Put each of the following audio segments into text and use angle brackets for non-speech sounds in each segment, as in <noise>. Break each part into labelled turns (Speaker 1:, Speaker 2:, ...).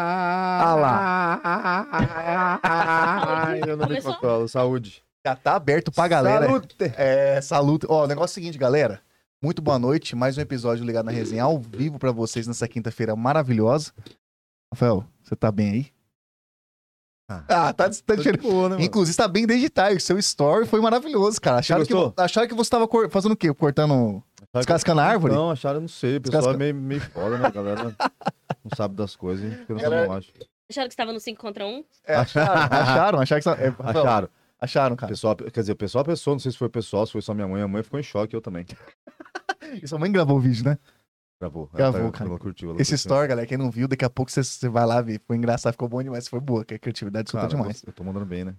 Speaker 1: Ah, lá. Ai, eu não me
Speaker 2: Começou?
Speaker 1: controlo. Saúde.
Speaker 3: Já tá aberto pra galera.
Speaker 1: Salute.
Speaker 3: É, saluto. Ó, o negócio é o seguinte, galera. Muito boa noite. Mais um episódio ligado na resenha ao vivo pra vocês nessa quinta-feira maravilhosa. Rafael, você tá bem aí? Ah, tá
Speaker 1: Tô
Speaker 3: distante.
Speaker 1: de boa, né, mano?
Speaker 3: Inclusive, tá bem desde tarde. Seu story foi maravilhoso, cara. Acharam,
Speaker 1: Você
Speaker 3: que,
Speaker 1: gostou?
Speaker 3: acharam que você tava cor- fazendo o quê? Cortando. Descascando a árvore?
Speaker 1: Não, acharam, não sei. O pessoal
Speaker 3: Descasca-
Speaker 1: é meio, meio foda, né? A galera não sabe das coisas, hein? Fica nessa
Speaker 3: Galera-
Speaker 1: bolacha.
Speaker 2: Acharam que estava no 5 contra 1?
Speaker 3: É, acharam, <laughs> acharam, acharam que você- é, Rafael, acharam.
Speaker 1: Acharam.
Speaker 3: cara.
Speaker 1: Pessoal, quer dizer, pessoal, pessoa, não sei se foi o pessoal, se foi só minha mãe. A mãe ficou em choque, eu também.
Speaker 3: E sua mãe gravou o vídeo, né?
Speaker 1: Gravou.
Speaker 3: Gravou,
Speaker 1: ela,
Speaker 3: cara.
Speaker 1: Ela curtiu. Ela
Speaker 3: Esse
Speaker 1: curtiu.
Speaker 3: story, galera, quem não viu, daqui a pouco você, você vai lá ver. Foi engraçado, ficou bom demais. Foi boa, que a criatividade solta
Speaker 1: Cara,
Speaker 3: demais.
Speaker 1: Eu tô mandando bem, né?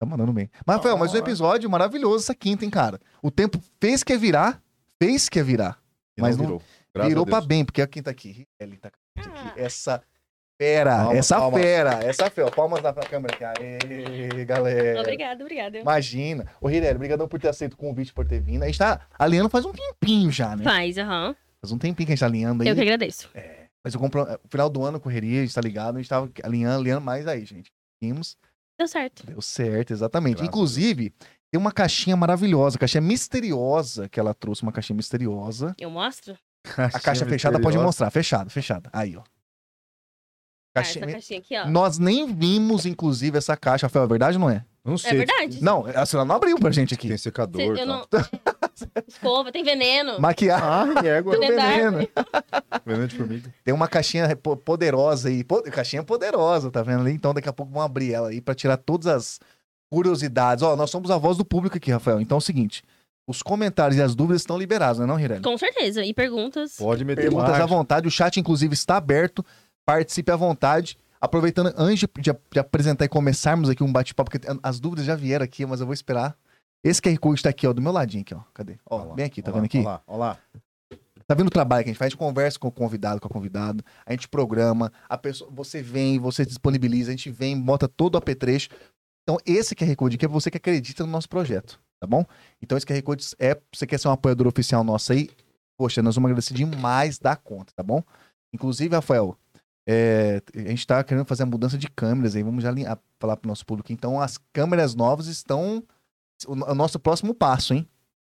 Speaker 3: Tá mandando bem. Mas, Rafael, mas um episódio maravilhoso essa quinta, hein, cara? O tempo fez que ia virar, fez que ia virar.
Speaker 1: E
Speaker 3: Mas não-
Speaker 1: virou. Graças
Speaker 3: virou
Speaker 1: a Deus. Ah.
Speaker 3: pra bem, porque a quinta aqui. Ele tá com a gente aqui. Essa fera,
Speaker 1: Palmas,
Speaker 3: essa
Speaker 1: palmas.
Speaker 3: fera, essa fera. Palmas lá pra câmera aqui. Aê, galera.
Speaker 2: Obrigada, obrigada.
Speaker 3: Imagina. Ô, Rirelli, obrigadão por ter aceito o convite, por ter vindo. A gente tá alinhando faz um tempinho já, né?
Speaker 2: Faz, aham.
Speaker 3: Faz um tempinho que a gente tá alinhando aí.
Speaker 2: Eu que agradeço.
Speaker 3: Mas eu compro... o final do ano, correria, a gente tá ligado. A gente tava alinhando, alinhando mais aí, gente. Vimos.
Speaker 2: Deu certo.
Speaker 3: Deu certo, exatamente.
Speaker 1: Graças a
Speaker 3: Inclusive, tem uma caixinha maravilhosa, caixinha misteriosa que ela trouxe, uma caixinha misteriosa.
Speaker 2: Eu mostro?
Speaker 3: A caixa fechada pode mostrar, fechada, fechada. Aí, ó.
Speaker 2: Ah,
Speaker 3: Caixinha-
Speaker 2: essa caixinha aqui, ó.
Speaker 3: Nós nem vimos, inclusive, essa caixa. Rafael, é verdade ou não é?
Speaker 1: Não sei.
Speaker 2: É verdade?
Speaker 3: Não, tá. a senhora não abriu pra gente
Speaker 1: Tem
Speaker 3: aqui.
Speaker 2: Cê-
Speaker 1: secador.
Speaker 2: eu
Speaker 1: e tal.
Speaker 2: não...
Speaker 3: <laughs>
Speaker 2: Escova, tem veneno. <laughs>
Speaker 3: Maquiagem.
Speaker 1: Ah, égua.
Speaker 2: Dentro da
Speaker 3: veneno.
Speaker 2: árvore.
Speaker 1: Veneno de formiga.
Speaker 3: Tem uma caixinha po- poderosa aí. po- Caixinha poderosa, tá vendo ali? Então daqui a pouco vão abrir ela aí pra tirar todas as curiosidades. Ó, nós somos a voz do público aqui, Rafael. Então é o seguinte: os comentários e as dúvidas estão liberados, né, não, Rirelli?
Speaker 2: Com certeza. E perguntas.
Speaker 1: Pode meter
Speaker 3: Perguntas à
Speaker 1: marcha.
Speaker 3: vontade. O chat, inclusive, está aberto. Participe à vontade. Aproveitando, antes de, de- de apresentar e começarmos aqui um bate-papo, porque as dúvidas já vieram aqui, mas eu vou esperar. Esse QR Code está aqui, ó, do meu ladinho aqui, ó. Cadê? Ó,
Speaker 1: Olha lá,
Speaker 3: bem aqui, tá
Speaker 1: olha
Speaker 3: vendo
Speaker 1: lá,
Speaker 3: aqui?
Speaker 1: Olha lá, olha lá.
Speaker 3: Tá vendo o trabalho que a gente faz? A gente conversa com o convidado, com a convidada, a gente programa, a pessoa, você vem, você disponibiliza, a gente vem, bota todo o apetrecho. Então, esse QR Code aqui é você que acredita no nosso projeto, tá bom? Então, esse QR Code é, você quer ser um apoiador oficial nosso aí, poxa, nós vamos agradecer demais da conta, tá bom? Inclusive, Rafael, é, a gente tá querendo fazer a mudança de câmeras aí, vamos já alinhar- falar pro nosso público. Então, as câmeras novas estão, o, o nosso próximo passo, hein?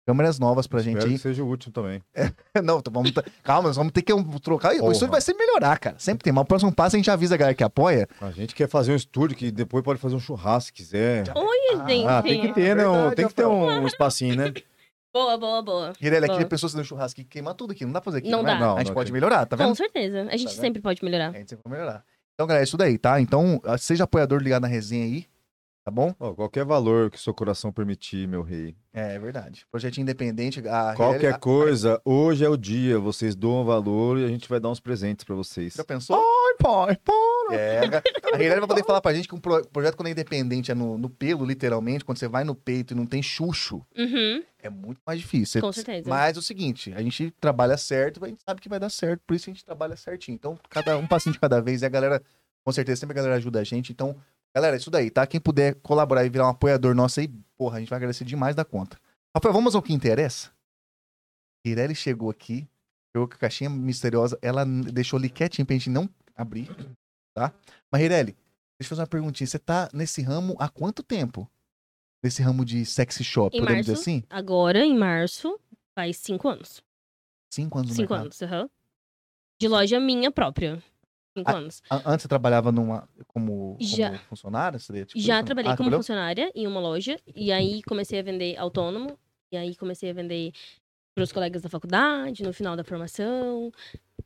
Speaker 3: Câmeras novas pra gente
Speaker 1: Espero
Speaker 3: aí.
Speaker 1: que seja o último também.
Speaker 3: <laughs> Não, então vamos. Calma, nós vamos ter que um, trocar. O
Speaker 1: Porra.
Speaker 3: estúdio vai sempre melhorar, cara. Sempre tem. Mas o próximo passo a gente avisa a galera que apoia.
Speaker 1: A gente quer fazer um estúdio que depois pode fazer um churrasco se quiser.
Speaker 2: Oi, gente.
Speaker 1: Ah, tem que
Speaker 3: Tá
Speaker 1: ter, né? Um- tem que ter um, espacinho, né?
Speaker 2: é. Boa, boa, boa.
Speaker 3: Irene, aqui
Speaker 2: Boa.
Speaker 3: tem pessoas é fazendo churrasco e queimar tudo aqui. Não dá pra fazer aqui,
Speaker 2: Ah. Não
Speaker 3: né?
Speaker 2: dá.
Speaker 1: Não,
Speaker 3: A gente
Speaker 1: não,
Speaker 3: pode
Speaker 1: ok.
Speaker 3: melhorar, tá
Speaker 2: Com
Speaker 3: vendo?
Speaker 2: certeza. A gente
Speaker 3: vendo? É.
Speaker 2: sempre pode melhorar.
Speaker 3: A gente sempre vai melhorar. Então, galera, é isso daí, tá? Então, seja apoiador ligado na resenha aí, tá bom?
Speaker 1: Ó, qualquer valor que seu coração permitir, meu rei.
Speaker 3: É, é verdade. Projeto independente. A
Speaker 1: Qualquer
Speaker 3: a-
Speaker 1: coisa, hoje é o dia. Vocês doam valor e a gente vai dar uns presentes pra vocês.
Speaker 3: Já pensou? É, a Rirelli vai poder falar pra gente que um pro- projeto quando é independente é no, no pelo, literalmente, quando você vai no peito e não tem chucho,
Speaker 2: Uhum.
Speaker 3: É muito mais difícil.
Speaker 2: Com certeza.
Speaker 3: Mas é o seguinte, a gente trabalha certo, a gente sabe que vai dar certo, por isso a gente trabalha certinho. Então, cada um passinho de cada vez, e a galera, com certeza, sempre a galera ajuda a gente. Então, galera, é isso daí, tá? Quem puder colaborar e virar um apoiador nosso aí, porra, a gente vai agradecer demais da conta. Rafael, vamos ao que interessa? Pirelli chegou aqui, chegou com a caixinha misteriosa, ela n- deixou ali quietinho pra gente não abrir, tá? Mas, Pirelli, deixa eu fazer uma perguntinha. Você tá nesse ramo há quanto tempo? Nesse ramo de sexy shop,
Speaker 2: Em
Speaker 3: podemos dizer
Speaker 2: março.
Speaker 3: assim?
Speaker 2: Agora, em março, faz cinco anos.
Speaker 3: Cinco anos no
Speaker 2: Cinco
Speaker 3: mercado.
Speaker 2: anos, aham. De loja minha própria. Cinco
Speaker 3: Ah,
Speaker 2: anos.
Speaker 3: A- Antes você trabalhava numa, como,
Speaker 2: Já.
Speaker 3: como funcionária? Você, tipo,
Speaker 2: Já
Speaker 3: isso?
Speaker 2: trabalhei
Speaker 3: Ah,
Speaker 2: como
Speaker 3: trabalhou?
Speaker 2: funcionária em uma loja. E aí comecei a vender autônomo. E aí comecei a vender pros colegas da faculdade, no final da formação.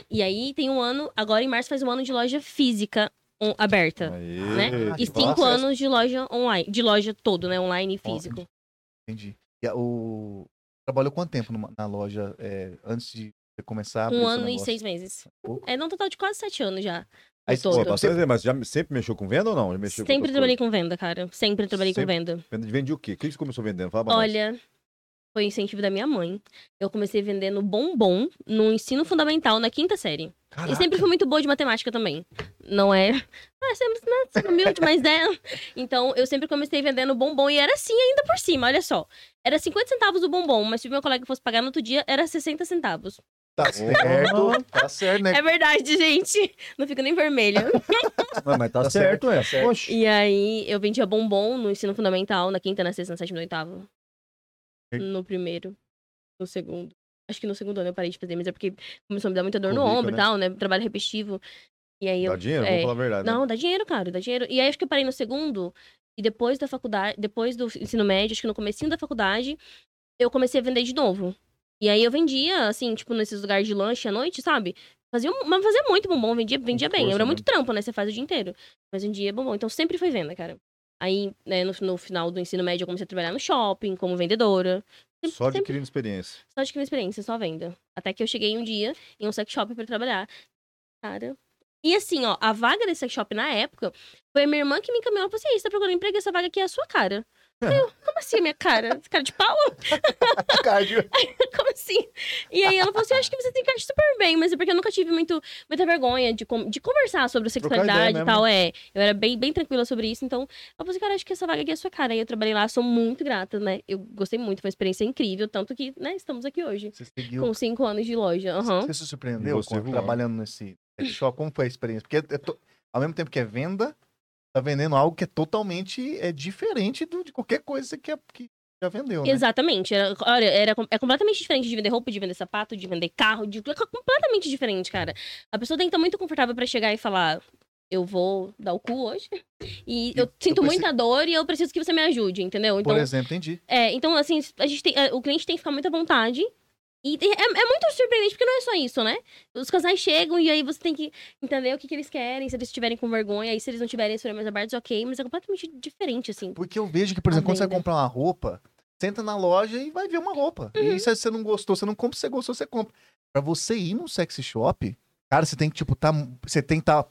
Speaker 2: E aí tem um ano, agora em março faz um ano de loja física on- aberta.
Speaker 1: Aê,
Speaker 2: né?
Speaker 1: Ah, que
Speaker 2: E cinco
Speaker 1: massa.
Speaker 2: anos de loja online. De loja todo, né? Online e
Speaker 3: Ó,
Speaker 2: físico.
Speaker 3: Entendi. E a- o... Trabalhou quanto tempo numa- na loja é, antes de você começar? a abrir
Speaker 2: Um
Speaker 3: seu
Speaker 2: ano
Speaker 1: né,
Speaker 2: e
Speaker 3: negócio?
Speaker 2: seis meses.
Speaker 3: Pouco.
Speaker 2: É, num total de quase sete anos já.
Speaker 3: Aí
Speaker 2: Aí,
Speaker 3: você-
Speaker 1: Pô,
Speaker 2: todo.
Speaker 1: bastante, né? mas já sempre mexeu com venda ou não? Já mexeu com
Speaker 2: Sempre
Speaker 1: outras
Speaker 2: trabalhei com venda, cara. Sempre trabalhei
Speaker 1: Sempre-
Speaker 2: com venda.
Speaker 1: coisas? Venda de vende o quê? O que você começou vendendo? Fala pra nós.
Speaker 2: Olha, foi um incentivo da minha mãe. Eu comecei vendendo bombom no ensino fundamental, na quinta série.
Speaker 3: Caraca,
Speaker 2: E sempre fui muito boa de matemática também. Não é. Ah, sempre né, sempre humilde, mas é. Então, eu sempre comecei vendendo bombom e era assim ainda por cima, olha só. Era 50 centavos o bombom, mas se o meu colega fosse pagar no outro dia, era 60 centavos.
Speaker 3: Tá certo. Tá certo, né?
Speaker 2: É verdade, gente. Não fica nem vermelha.
Speaker 4: Mas, mas tá,
Speaker 3: Tá
Speaker 4: certo,
Speaker 3: certo,
Speaker 4: é.
Speaker 3: tá certo.
Speaker 4: Poxa.
Speaker 2: E aí, eu vendia bombom no ensino fundamental, na quinta, na sexta, na sétima, no oitavo. No primeiro. No segundo. Acho que no segundo ano eu parei de fazer, mas é porque começou a me dar muita dor no
Speaker 1: Complica,
Speaker 2: ombro e
Speaker 1: né?
Speaker 2: tal, né? Trabalho repetitivo. E aí eu.
Speaker 1: Dá dinheiro?
Speaker 2: é.
Speaker 1: tá Vamos falar a verdade. né?
Speaker 2: Não, dá dinheiro, cara, dá dinheiro. E aí acho que eu parei no segundo, e depois da faculdade, depois do ensino médio, acho que no comecinho da faculdade, eu comecei a vender de novo. E aí eu vendia, assim, tipo, nesses lugares de lanche à noite, sabe? Fazia, um- mas fazia muito bombom, vendia, vendia bem.
Speaker 1: força,
Speaker 2: Era
Speaker 1: né?
Speaker 2: muito trampo, né? Você faz o dia inteiro. Mas vendia bombom. Então sempre foi venda, cara. Aí, né, no, no final do ensino médio, eu comecei a trabalhar no shopping, como vendedora. Sempre,
Speaker 1: Só
Speaker 2: sempre
Speaker 1: adquirindo experiência.
Speaker 2: só de que minha experiência, só venda. Até que eu cheguei um dia em um sex shop pra trabalhar. Cara. E assim, ó, a vaga desse sex shop na época foi a minha irmã que me encaminhou e falou assim: "Ei, você tá procurando emprego, essa vaga aqui é a sua cara. Eu, como assim, a minha cara? Esse cara de pau? <laughs>
Speaker 3: Cardio.
Speaker 2: Como assim? E aí ela falou assim: eu acho que você se encaixa super bem, mas é porque eu nunca tive muito, muita vergonha de, com- de conversar sobre
Speaker 1: Trocar ideia
Speaker 2: sexualidade e
Speaker 1: mesmo,
Speaker 2: tal. É, eu era bem, bem tranquila sobre isso, então ela falou assim: cara, acho que essa vaga aqui é a sua cara. E eu trabalhei lá, sou muito grata, né? Eu gostei muito, foi uma experiência incrível, tanto que, né, estamos aqui hoje.
Speaker 3: Você seguiu.
Speaker 2: Com cinco anos de loja. aham.
Speaker 3: Você se surpreendeu
Speaker 1: Você
Speaker 3: com-
Speaker 1: voando.
Speaker 3: trabalhando nesse sex
Speaker 2: <clears throat>
Speaker 3: shop? Como foi a experiência? Porque é to- ao mesmo tempo que é venda, tá vendendo algo que é totalmente é diferente do- de qualquer coisa que, é- que já vendeu, né?
Speaker 2: Exatamente. Era, olha, era, com- é completamente diferente de vender roupa, de vender sapato, de vender carro. De, é completamente diferente, cara. A pessoa tem que estar muito confortável pra chegar e falar: eu vou dar o cu hoje. E eu,
Speaker 3: eu preciso-
Speaker 2: sinto muita dor e eu preciso que você me ajude, entendeu? Então,
Speaker 3: Por exemplo, entendi.
Speaker 2: é, então assim, a gente tem, é, o cliente tem que ficar muito à vontade. E tem- é, é muito surpreendente, porque não é só isso, né? Os casais chegam e aí você tem que entender o que, que eles querem, se eles estiverem com vergonha, e se eles não tiverem os mais abertos, ok, mas é completamente diferente, assim.
Speaker 3: Porque eu vejo que, por
Speaker 2: A
Speaker 3: exemplo, quando você vai
Speaker 2: venda.
Speaker 3: comprar uma roupa, você entra na loja e vai ver uma roupa.
Speaker 2: Uhum.
Speaker 3: E se você não gostou, você não compra, se você gostou, você compra. Pra você ir num sex shop, cara, você tem que, tipo, tá. Você tem que tá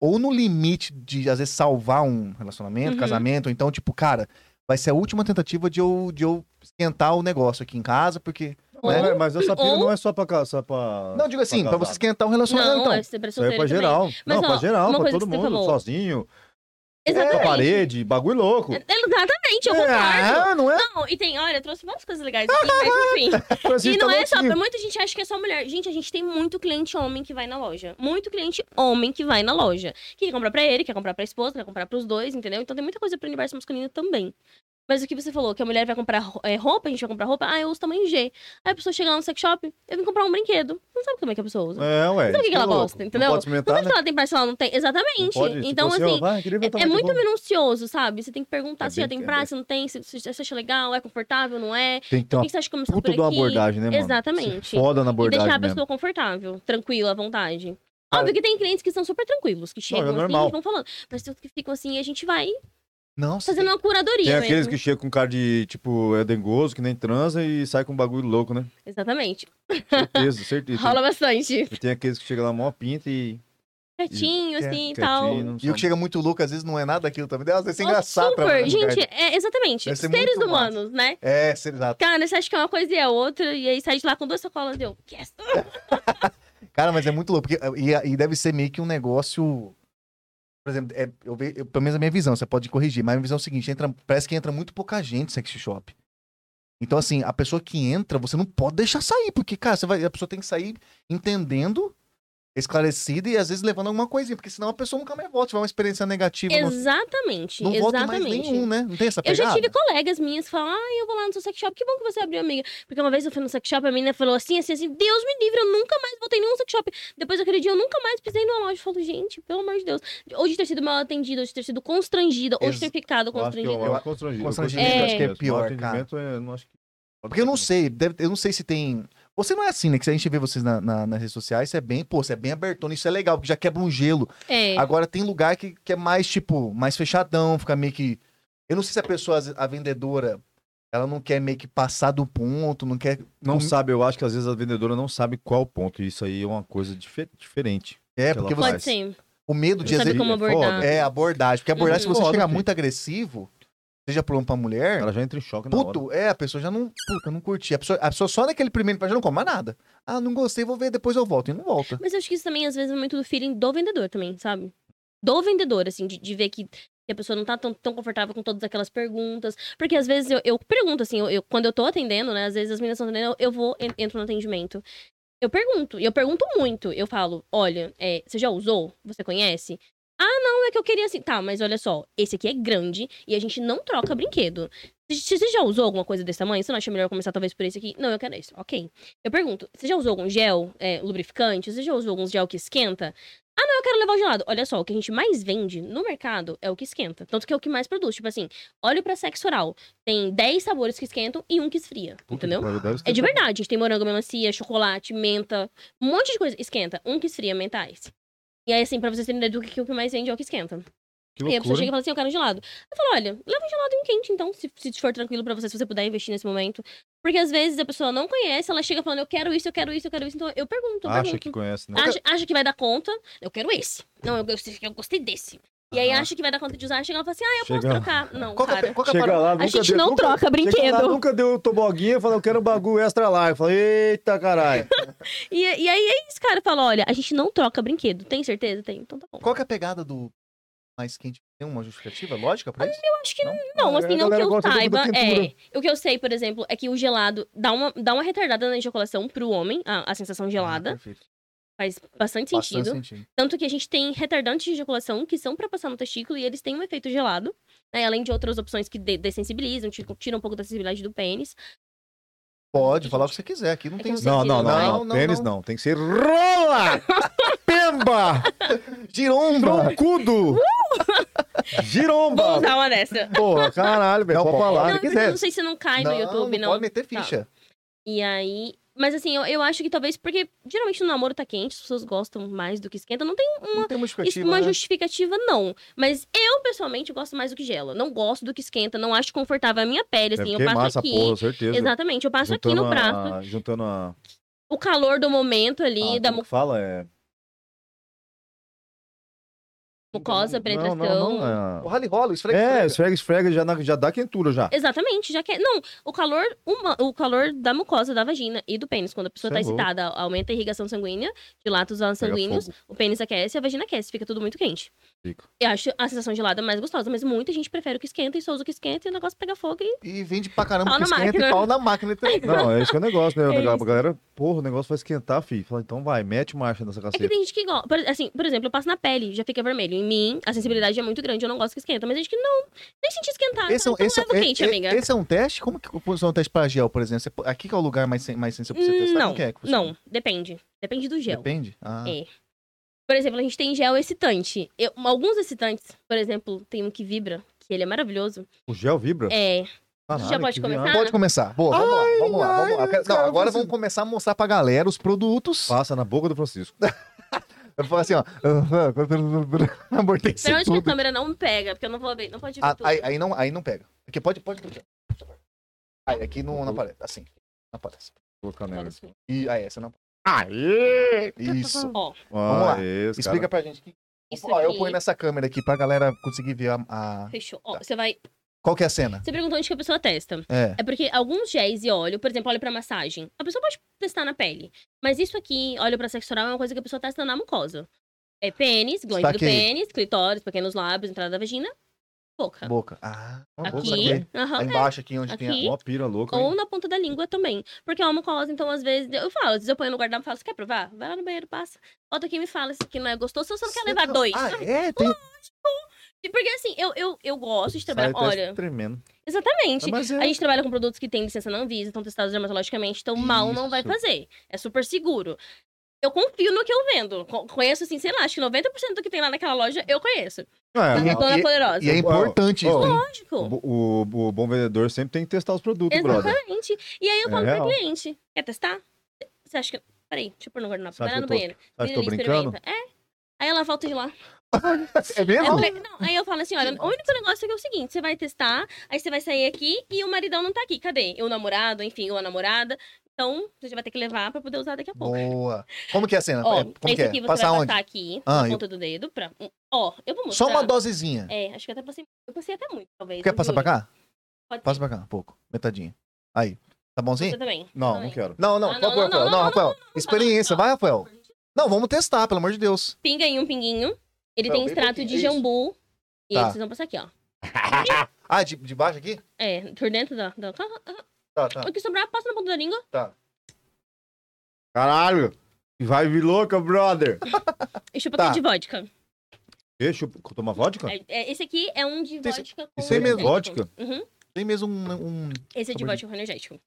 Speaker 3: ou no limite de, às vezes, salvar um relacionamento,
Speaker 2: Uhum.
Speaker 3: casamento, ou então, tipo, cara, vai ser a última tentativa de eu, de eu esquentar o negócio aqui em casa, porque.
Speaker 2: Ou-
Speaker 4: Mas, mas essa pira
Speaker 2: ou-
Speaker 4: não é só pra cá, só pra.
Speaker 3: Não, digo assim, pra você
Speaker 4: casado.
Speaker 3: esquentar o relacionamento.
Speaker 2: Não,
Speaker 3: então.
Speaker 2: é pra
Speaker 1: Isso aí é
Speaker 2: solteiro
Speaker 1: pra
Speaker 2: também.
Speaker 1: geral.
Speaker 2: Mas,
Speaker 1: não,
Speaker 2: ó,
Speaker 1: pra geral,
Speaker 2: uma
Speaker 1: pra
Speaker 2: coisa
Speaker 1: todo
Speaker 2: que você
Speaker 1: mundo,
Speaker 2: falou.
Speaker 1: sozinho,
Speaker 2: Exatamente.
Speaker 1: na parede, bagulho louco.
Speaker 2: É, Exatamente, eu concordo.
Speaker 3: Ah, não é?
Speaker 2: Não, e tem, olha, eu trouxe várias coisas legais aqui,
Speaker 1: <laughs>
Speaker 2: mas enfim.
Speaker 1: Mas
Speaker 2: E
Speaker 1: isso
Speaker 2: não
Speaker 1: tá
Speaker 2: é só,
Speaker 1: louquinho.
Speaker 2: muita gente acha que é só mulher. Gente, a gente tem muito cliente homem que vai na loja. Muito cliente homem que vai na loja. Que quer comprar pra ele, quer comprar pra esposa, quer comprar pros dois, entendeu? Então tem muita coisa pro universo masculino também. Mas o que você falou, que a mulher vai comprar ro- é, roupa, a gente vai comprar roupa, ah, eu uso tamanho G. Aí a pessoa chega lá no sex shop, eu vim comprar um brinquedo. Não sabe como é que a pessoa usa. Não
Speaker 1: É, ué.
Speaker 2: sabe o que,
Speaker 1: isso
Speaker 2: que ela
Speaker 1: é louco.
Speaker 2: gosta, entendeu?
Speaker 1: Não
Speaker 2: Não
Speaker 1: pode experimentar,
Speaker 2: sabe
Speaker 1: né?
Speaker 2: se ela tem parcela, não tem.
Speaker 1: Não
Speaker 2: Exatamente.
Speaker 1: pode, tipo
Speaker 2: então,
Speaker 1: assim, ó,
Speaker 2: assim,
Speaker 1: vai, queria ver
Speaker 2: é,
Speaker 1: tamanho
Speaker 2: é
Speaker 1: de
Speaker 2: muito
Speaker 1: bunda.
Speaker 2: minucioso, sabe? Você tem que perguntar
Speaker 1: É
Speaker 2: se já
Speaker 1: bem-
Speaker 2: tem
Speaker 1: é
Speaker 2: prazo, se não tem, se, se você acha legal, é confortável, não é.
Speaker 1: Tem que ter
Speaker 2: O
Speaker 1: uma
Speaker 2: que você acha que começar por
Speaker 1: puta de uma
Speaker 2: aqui?
Speaker 1: abordagem, né, mano?
Speaker 2: Exatamente.
Speaker 1: Se Foda na
Speaker 2: e
Speaker 1: abordagem
Speaker 2: deixar a
Speaker 1: mesmo.
Speaker 2: pessoa confortável, tranquila, à vontade.
Speaker 1: Ah,
Speaker 2: Óbvio que tem clientes que são super tranquilos, que chegam
Speaker 1: é
Speaker 2: assim
Speaker 1: normal.
Speaker 2: e vão falando. Mas tem outros que ficam assim e a gente vai
Speaker 3: Não, você
Speaker 2: fazendo uma curadoria.
Speaker 1: Tem
Speaker 2: mesmo.
Speaker 1: aqueles que chegam com cara de, tipo, é dengoso, que nem transa e sai com um bagulho louco, né?
Speaker 2: Exatamente.
Speaker 1: Certeza, certeza.
Speaker 2: <laughs> Rola bastante.
Speaker 1: E tem aqueles que chegam lá mó pinta e
Speaker 2: Quietinho,
Speaker 3: Quer-
Speaker 2: assim e tal.
Speaker 1: quietinho. não
Speaker 3: E o que
Speaker 1: sabe.
Speaker 3: chega muito louco, às vezes não é nada aquilo também. Às vezes é
Speaker 2: Nossa,
Speaker 3: engraçado trabalhar
Speaker 2: Super,
Speaker 3: num lugar
Speaker 2: gente, é, exatamente.
Speaker 3: Deve ser
Speaker 2: Seres
Speaker 3: muito massa.
Speaker 2: humanos, né?
Speaker 3: É, ser exato.
Speaker 2: Cara, você acha que é uma coisa e é outra, e aí sai de lá com duas sacolas e eu, yes!
Speaker 3: Cara, mas é muito louco. Porque, e, e deve ser meio que um negócio. Por exemplo, é, eu ve, eu- pelo menos a minha visão, você pode corrigir, mas a minha visão é o seguinte: entra, parece que entra muito pouca gente no sex shop. Então, assim, a pessoa que entra, você não pode deixar sair, porque, cara, você vai, a pessoa tem que sair entendendo, esclarecida e às vezes levando alguma coisinha, porque senão a pessoa nunca mais volta. Se tiver uma experiência negativa, não,
Speaker 2: Exatamente,
Speaker 3: não volta em mais
Speaker 2: exatamente.
Speaker 3: nenhum, né? Não tem essa
Speaker 2: eu
Speaker 3: pegada?
Speaker 2: já tive colegas minhas que falam, ah, eu vou lá no seu sex shop, que bom que você abriu, amiga. Porque uma vez eu fui no sex shop, a menina falou assim, assim, assim, Deus me livre, eu nunca mais voltei em nenhum sex shop. Depois daquele dia, eu nunca mais pisei numa loja. Eu falo, gente, pelo amor de Deus. Ou de ter sido mal atendida, ou de ter sido constrangida, ou de ter
Speaker 3: Ex-
Speaker 2: ficado
Speaker 1: Eu acho que é
Speaker 2: constrangida.
Speaker 1: eu acho constrangido.
Speaker 3: Constrangido,
Speaker 2: eu
Speaker 3: acho que é pior,
Speaker 1: O atendimento é, não acho que...
Speaker 3: Porque eu não sei, deve- eu não sei se tem. Você não é assim, né? Que se a gente vê vocês na- na- nas redes sociais, você é bem, pô, você é bem abertona, isso é legal, porque já quebra um gelo.
Speaker 2: É,
Speaker 3: Agora tem lugar que, que é mais, tipo, mais fechadão, fica meio que. Eu não sei se a pessoa, a vendedora, ela não quer meio que passar do ponto, não quer.
Speaker 4: Hum.
Speaker 1: Não sabe, eu acho que às vezes a vendedora não sabe qual ponto. E isso aí é uma coisa dife- diferente.
Speaker 3: É,
Speaker 1: que ela
Speaker 3: porque você,
Speaker 1: faz.
Speaker 2: pode ser.
Speaker 3: o medo de.
Speaker 2: Não
Speaker 3: às vezes-
Speaker 2: sabe como
Speaker 1: é
Speaker 2: abordar.
Speaker 1: foda.
Speaker 3: É, abordagem. Porque abordagem, se
Speaker 1: Uhum.
Speaker 3: você
Speaker 1: Foda,
Speaker 3: chegar
Speaker 1: filho.
Speaker 3: muito agressivo, seja problema pra mulher.
Speaker 1: Ela já entra em choque na hora.
Speaker 3: Puto, é, a pessoa já não. Puta, eu não curti. A pessoa, a pessoa só naquele primeiro já não come mais nada. Ah, não gostei, vou ver, depois eu volto. E não volta.
Speaker 2: Mas eu acho que isso também, às vezes, é muito do feeling do vendedor também, sabe? Do vendedor, assim, de, de ver que, que a pessoa não tá tão, tão confortável com todas aquelas perguntas. Porque às vezes eu, eu pergunto, assim, eu, eu- quando eu tô atendendo, né? Às vezes as meninas estão atendendo, eu, eu vou, en- entro no atendimento. Eu pergunto, e eu pergunto muito. Eu falo, olha, é, você já usou? Você conhece? Ah, não, é que eu queria assim. Tá, mas olha só, esse aqui é grande e a gente não troca brinquedo. Se se você já usou alguma coisa desse tamanho, você não acha melhor começar talvez por esse aqui? Não, eu quero esse. Ok. Eu pergunto, você já usou algum gel é, lubrificante? Você já usou algum gel que esquenta? Ah, não, eu quero levar o gelado. Olha só, o que a gente mais vende no mercado é o que esquenta. Tanto que é o que mais produz. Tipo assim, óleo pra sexo oral. Tem 10 sabores que esquentam e um que esfria. entendeu? É de verdade, a gente tem morango, melancia, chocolate, menta, um monte de coisa. Esquenta, um que esfria, mentais. E aí, assim, pra vocês terem ideia do que, que o que mais vende é o que esquenta.
Speaker 1: Que
Speaker 2: E a
Speaker 1: loucura.
Speaker 2: pessoa chega e fala assim, eu quero um gelado. Eu falo, olha, leva um gelado e um quente, então, se, se for tranquilo pra você, se você puder investir nesse momento. Porque às vezes a pessoa não conhece, ela chega falando, eu quero isso, eu quero isso, eu quero isso. Então eu pergunto, eu
Speaker 1: Acha
Speaker 2: pergunto.
Speaker 1: que conhece, né?
Speaker 2: Acha, acha que vai dar conta. Eu quero esse. Não, eu, gostei- eu gostei desse. E aí
Speaker 3: Aham.
Speaker 2: acha que vai dar conta de usar, chega ela fala assim, ah, eu posso
Speaker 1: Chega lá.
Speaker 2: trocar. Não,
Speaker 3: Qual que é,
Speaker 2: cara.
Speaker 3: pe- qual que é a
Speaker 4: Chega
Speaker 3: parada?
Speaker 4: lá,
Speaker 2: A
Speaker 4: nunca
Speaker 2: gente
Speaker 4: deu-
Speaker 2: não
Speaker 4: nunca-
Speaker 2: troca
Speaker 4: chega lá,
Speaker 2: brinquedo.
Speaker 4: nunca deu toboguinha, falou, eu quero um bagulho extra lá. Eu falei, eita caralho.
Speaker 2: E, e aí é isso, cara. Fala, olha, a gente não troca brinquedo. Tem certeza? Tem. Então tá bom.
Speaker 3: Qual que é a pegada do mais quente? Tem uma justificativa lógica pra isso?
Speaker 2: Eu acho que não,
Speaker 4: A
Speaker 2: assim, não que
Speaker 4: galera
Speaker 2: eu
Speaker 4: gosta do- da
Speaker 2: saiba.
Speaker 4: pintura.
Speaker 2: É, o que eu sei, por exemplo, é que o gelado dá uma, dá uma retardada na ejaculação pro homem, a, a sensação
Speaker 3: Ah,
Speaker 1: Uhum.
Speaker 2: gelada.
Speaker 3: perfeito.
Speaker 2: Faz bastante sentido.
Speaker 3: Bastante sentido.
Speaker 2: Tanto que a gente tem retardantes de ejaculação que são pra passar no testículo e eles têm um efeito gelado. né? Além de outras opções que de- dessensibilizam, tipo, tiram um pouco da sensibilidade do pênis.
Speaker 3: Pode falar o que você quiser, aqui não
Speaker 2: É que
Speaker 3: tem...
Speaker 2: eu não sei
Speaker 1: Não,
Speaker 3: Não,
Speaker 1: não, não,
Speaker 3: não,
Speaker 1: não. Tênis não. Tem que ser
Speaker 2: <laughs>
Speaker 1: rola! Pemba!
Speaker 3: Giromba!
Speaker 2: Uh!
Speaker 1: Troncudo!
Speaker 2: Vamos
Speaker 1: Giromba!
Speaker 2: dar uma dessa.
Speaker 1: Porra, caralho, velho.
Speaker 3: Não,
Speaker 1: Pode
Speaker 3: pode
Speaker 1: falar.
Speaker 2: Não,
Speaker 3: se
Speaker 2: eu
Speaker 3: quiser.
Speaker 2: não sei se não cai no YouTube, não. Tá.
Speaker 3: pode meter ficha.
Speaker 2: E aí. Mas assim, eu, eu acho que talvez. Porque geralmente no namoro tá quente, as pessoas gostam mais do que esquenta. Não tem
Speaker 3: Não tem uma
Speaker 2: isso, é
Speaker 3: justificativa.
Speaker 2: uma
Speaker 3: né?
Speaker 2: justificativa, não. Mas eu, pessoalmente, gosto mais do que gela. Não gosto do que esquenta, não acho confortável a minha pele, assim.
Speaker 1: Deve
Speaker 2: Eu
Speaker 1: ter
Speaker 2: passo
Speaker 1: É massa,
Speaker 2: aqui.
Speaker 1: porra, certeza.
Speaker 2: Exatamente, eu passo aqui no
Speaker 1: a-
Speaker 2: braço.
Speaker 1: Juntando a.
Speaker 2: O calor do momento ali,
Speaker 4: Ah,
Speaker 2: da
Speaker 4: como que fala é.
Speaker 2: mucosa,
Speaker 1: Não,
Speaker 2: penetração.
Speaker 1: não, é. não.
Speaker 3: O rally rola, o esfrega,
Speaker 1: É, é
Speaker 3: esfrega.
Speaker 1: esfrega, esfrega, já, na- já dá quentura já.
Speaker 2: Exatamente, já que é. Não, o calor, uma, o calor da mucosa da vagina e do pênis. Quando a pessoa
Speaker 1: Cê
Speaker 2: tá
Speaker 1: é louco.
Speaker 2: excitada, aumenta a irrigação sanguínea, dilata os vasos
Speaker 1: Pega
Speaker 2: sanguíneos,
Speaker 1: fogo.
Speaker 2: o pênis aquece e a vagina aquece, fica tudo muito quente.
Speaker 1: Fica.
Speaker 2: Eu acho a sensação gelada mais gostosa, mas muita gente prefere o que esquenta e só usa o que esquenta e o negócio pega fogo e.
Speaker 3: E vende pra caramba
Speaker 2: Pau
Speaker 3: que
Speaker 2: na
Speaker 3: esquenta
Speaker 2: máquina.
Speaker 3: e pau na máquina. Então,
Speaker 1: Não, é isso que é o negócio, né?
Speaker 2: <laughs> É
Speaker 1: O negócio-
Speaker 2: isso.
Speaker 1: a galera, porra, o negócio vai esquentar, filho. Fala, então vai, mete marcha
Speaker 3: Tá
Speaker 1: nessa
Speaker 2: É que
Speaker 1: caceta.
Speaker 2: tem gente que gosta. por- Assim, por exemplo, eu passo na pele, já fica vermelho. Em mim, a sensibilidade é muito grande, eu não gosto que esquenta. Mas a gente que não. Nem senti esquentar.
Speaker 3: esse, é, um-
Speaker 2: então
Speaker 3: esse, é,
Speaker 2: leva o quente,
Speaker 3: é-
Speaker 2: amiga.
Speaker 3: esse é um teste? Como que funciona um teste pra gel, por exemplo? Você po- aqui que é o lugar mais, sen- mais sensível pra você testar?
Speaker 2: Hum, não,
Speaker 3: Como que é que funciona?
Speaker 2: não, depende. Depende do gel.
Speaker 3: Depende? Ah,
Speaker 2: É. Por exemplo, a gente tem gel excitante. Eu- alguns excitantes, por exemplo, tem um que vibra, que ele é maravilhoso.
Speaker 1: O gel vibra.
Speaker 2: É,
Speaker 1: Caralho,
Speaker 2: já pode
Speaker 1: que
Speaker 2: começar?
Speaker 1: viagem.
Speaker 3: Então Pode começar. Boa, vamos lá, vamos lá, vamos lá. Eu quero- não,
Speaker 1: cara,
Speaker 3: agora
Speaker 1: eu
Speaker 3: vamos começar a mostrar pra galera os produtos.
Speaker 1: Passa na boca do
Speaker 2: <laughs>
Speaker 1: Francisco.
Speaker 3: Eu falo assim, ó. <laughs> Amorteci
Speaker 2: pra onde que a
Speaker 3: tudo.
Speaker 2: câmera não pega, porque eu não vou abrir, não pode ver
Speaker 3: Ah,
Speaker 2: tudo.
Speaker 3: aí, aí não, aí não pega. Aqui pode, pode. Aí, aqui não, não aparece. Assim. Não aparece.
Speaker 1: Vou colocar
Speaker 2: Fala
Speaker 3: né?
Speaker 1: nela.
Speaker 2: assim.
Speaker 3: E aí, essa não
Speaker 1: Aê!
Speaker 2: Tá,
Speaker 3: Isso.
Speaker 2: Ó,
Speaker 1: Vamos
Speaker 3: lá.
Speaker 1: lá. Esse, cara.
Speaker 3: Explica pra gente. Que...
Speaker 2: isso
Speaker 3: Ó, eu
Speaker 2: aqui-
Speaker 3: ponho nessa Tá. câmera aqui pra galera conseguir ver a. a-
Speaker 2: Fechou. Ó, você vai.
Speaker 3: Qual que é a cena?
Speaker 2: Você perguntou onde que a pessoa testa.
Speaker 3: É.
Speaker 2: É porque alguns géis e óleo, por exemplo, óleo pra massagem, a pessoa pode testar na pele. Mas isso aqui, óleo pra sexo oral, é uma coisa que a pessoa testa na mucosa. É pênis, glande do
Speaker 3: Saquei.
Speaker 2: pênis, clitóris, pequenos lábios, entrada da vagina, boca.
Speaker 3: Boca. Ah, uma boca
Speaker 2: Tá. aqui,
Speaker 3: aqui.
Speaker 2: aham,
Speaker 3: Aí
Speaker 2: é.
Speaker 3: embaixo aqui onde tem a.
Speaker 2: Aqui.
Speaker 1: Mó pira louca.
Speaker 2: Ou
Speaker 1: hein?
Speaker 2: na ponta da língua também. Porque é uma mucosa, então às vezes. Eu falo, às vezes eu ponho no guardanapo e falo: você quer provar? Vai lá no banheiro, passa. Volta aqui e me fala se aqui não é gostoso, ou você não quer levar dois.
Speaker 3: Ah, é? Tem...
Speaker 2: E Porque assim, eu, eu, eu gosto de
Speaker 1: Sai
Speaker 2: trabalhar.
Speaker 1: até
Speaker 2: Olha,
Speaker 1: Tremendo.
Speaker 2: exatamente.
Speaker 1: Mas é.
Speaker 2: A gente trabalha com produtos que têm licença na Anvisa, estão testados dermatologicamente, então mal não vai
Speaker 3: Isso.
Speaker 2: fazer. É super seguro. Eu confio no que eu vendo. Co- Conheço, assim, sei lá, acho que 90% do que tem lá naquela loja eu conheço.
Speaker 1: É,
Speaker 2: Na
Speaker 3: não,
Speaker 2: Dona
Speaker 3: e-
Speaker 2: Poderosa.
Speaker 3: E é importante isso.
Speaker 1: Ó,
Speaker 3: hein?
Speaker 2: Lógico.
Speaker 1: O, o- o bom vendedor sempre tem que testar os produtos, brother.
Speaker 2: Exatamente. E aí eu
Speaker 1: É
Speaker 2: falo pra
Speaker 1: real.
Speaker 2: cliente: quer testar? Você acha que. Peraí, deixa eu pôr no guardanapo.
Speaker 1: Você
Speaker 2: Vai
Speaker 1: acha
Speaker 2: lá no
Speaker 1: que eu tô-
Speaker 2: banheiro.
Speaker 1: Sabe que
Speaker 2: Vira
Speaker 1: tô
Speaker 2: ali,
Speaker 1: brincando?
Speaker 2: experimenta. É. Aí ela volta de lá.
Speaker 3: É
Speaker 2: Aí eu
Speaker 3: mesmo?
Speaker 2: falei, não, aí eu falo assim: olha, o único negócio é que é o seguinte: você vai testar, aí você vai sair aqui e o maridão não tá aqui. Cadê? O namorado, enfim, ou a namorada. Então, você já vai ter que levar pra poder usar daqui a pouco.
Speaker 3: Boa. Como que é a cena?
Speaker 2: Ó,
Speaker 3: É, Como
Speaker 2: esse
Speaker 3: que é?
Speaker 2: aqui você
Speaker 3: Passar
Speaker 2: vai
Speaker 3: onde?
Speaker 2: passar aqui,
Speaker 3: Ah,
Speaker 2: na
Speaker 3: eu-
Speaker 2: ponta do dedo, pra... um, Ó, eu vou mostrar.
Speaker 3: Só uma dosezinha.
Speaker 2: É, acho que eu até passei... Eu passei até muito, talvez.
Speaker 3: Quer passar pra cá?
Speaker 2: É, Pode
Speaker 3: Passa pra cá, um pouco. Metadinha. Aí. Tá
Speaker 2: ser.
Speaker 3: bonzinho?
Speaker 2: Você também.
Speaker 1: Não,
Speaker 2: Também.
Speaker 1: não quero.
Speaker 3: Não, não,
Speaker 2: Ah,
Speaker 3: por
Speaker 2: não,
Speaker 3: favor,
Speaker 2: não,
Speaker 3: Rafael.
Speaker 2: não,
Speaker 3: Não,
Speaker 2: não,
Speaker 3: Rafael. Experiência, vai, Rafael. Não, vamos testar, pelo amor de Deus.
Speaker 2: Pinga aí um pinguinho. Ele
Speaker 3: Não,
Speaker 2: tem
Speaker 3: bem
Speaker 2: extrato
Speaker 3: pouquinho,
Speaker 2: de
Speaker 3: é isso.
Speaker 2: jambu. E
Speaker 3: Tá.
Speaker 2: aí vocês vão passar aqui, ó.
Speaker 3: Ah, de, de baixo aqui?
Speaker 2: É, por dentro da... da...
Speaker 3: Tá, tá.
Speaker 2: O que sobrar, passa na ponta da língua.
Speaker 3: Tá.
Speaker 4: Caralho, vai vir louca,
Speaker 2: <laughs>
Speaker 4: brother.
Speaker 2: E chupa
Speaker 3: Tá.
Speaker 2: aqui de vodka.
Speaker 1: Deixa eu tomar vodka?
Speaker 2: É- é- esse aqui é um de
Speaker 3: Tem esse-
Speaker 2: vodka com
Speaker 1: isso aí mesmo,
Speaker 2: energético.
Speaker 1: vodka?
Speaker 2: Uhum.
Speaker 3: Tem mesmo um, um
Speaker 2: Esse é
Speaker 3: Sabor
Speaker 2: de
Speaker 3: de-
Speaker 2: vodka com energético.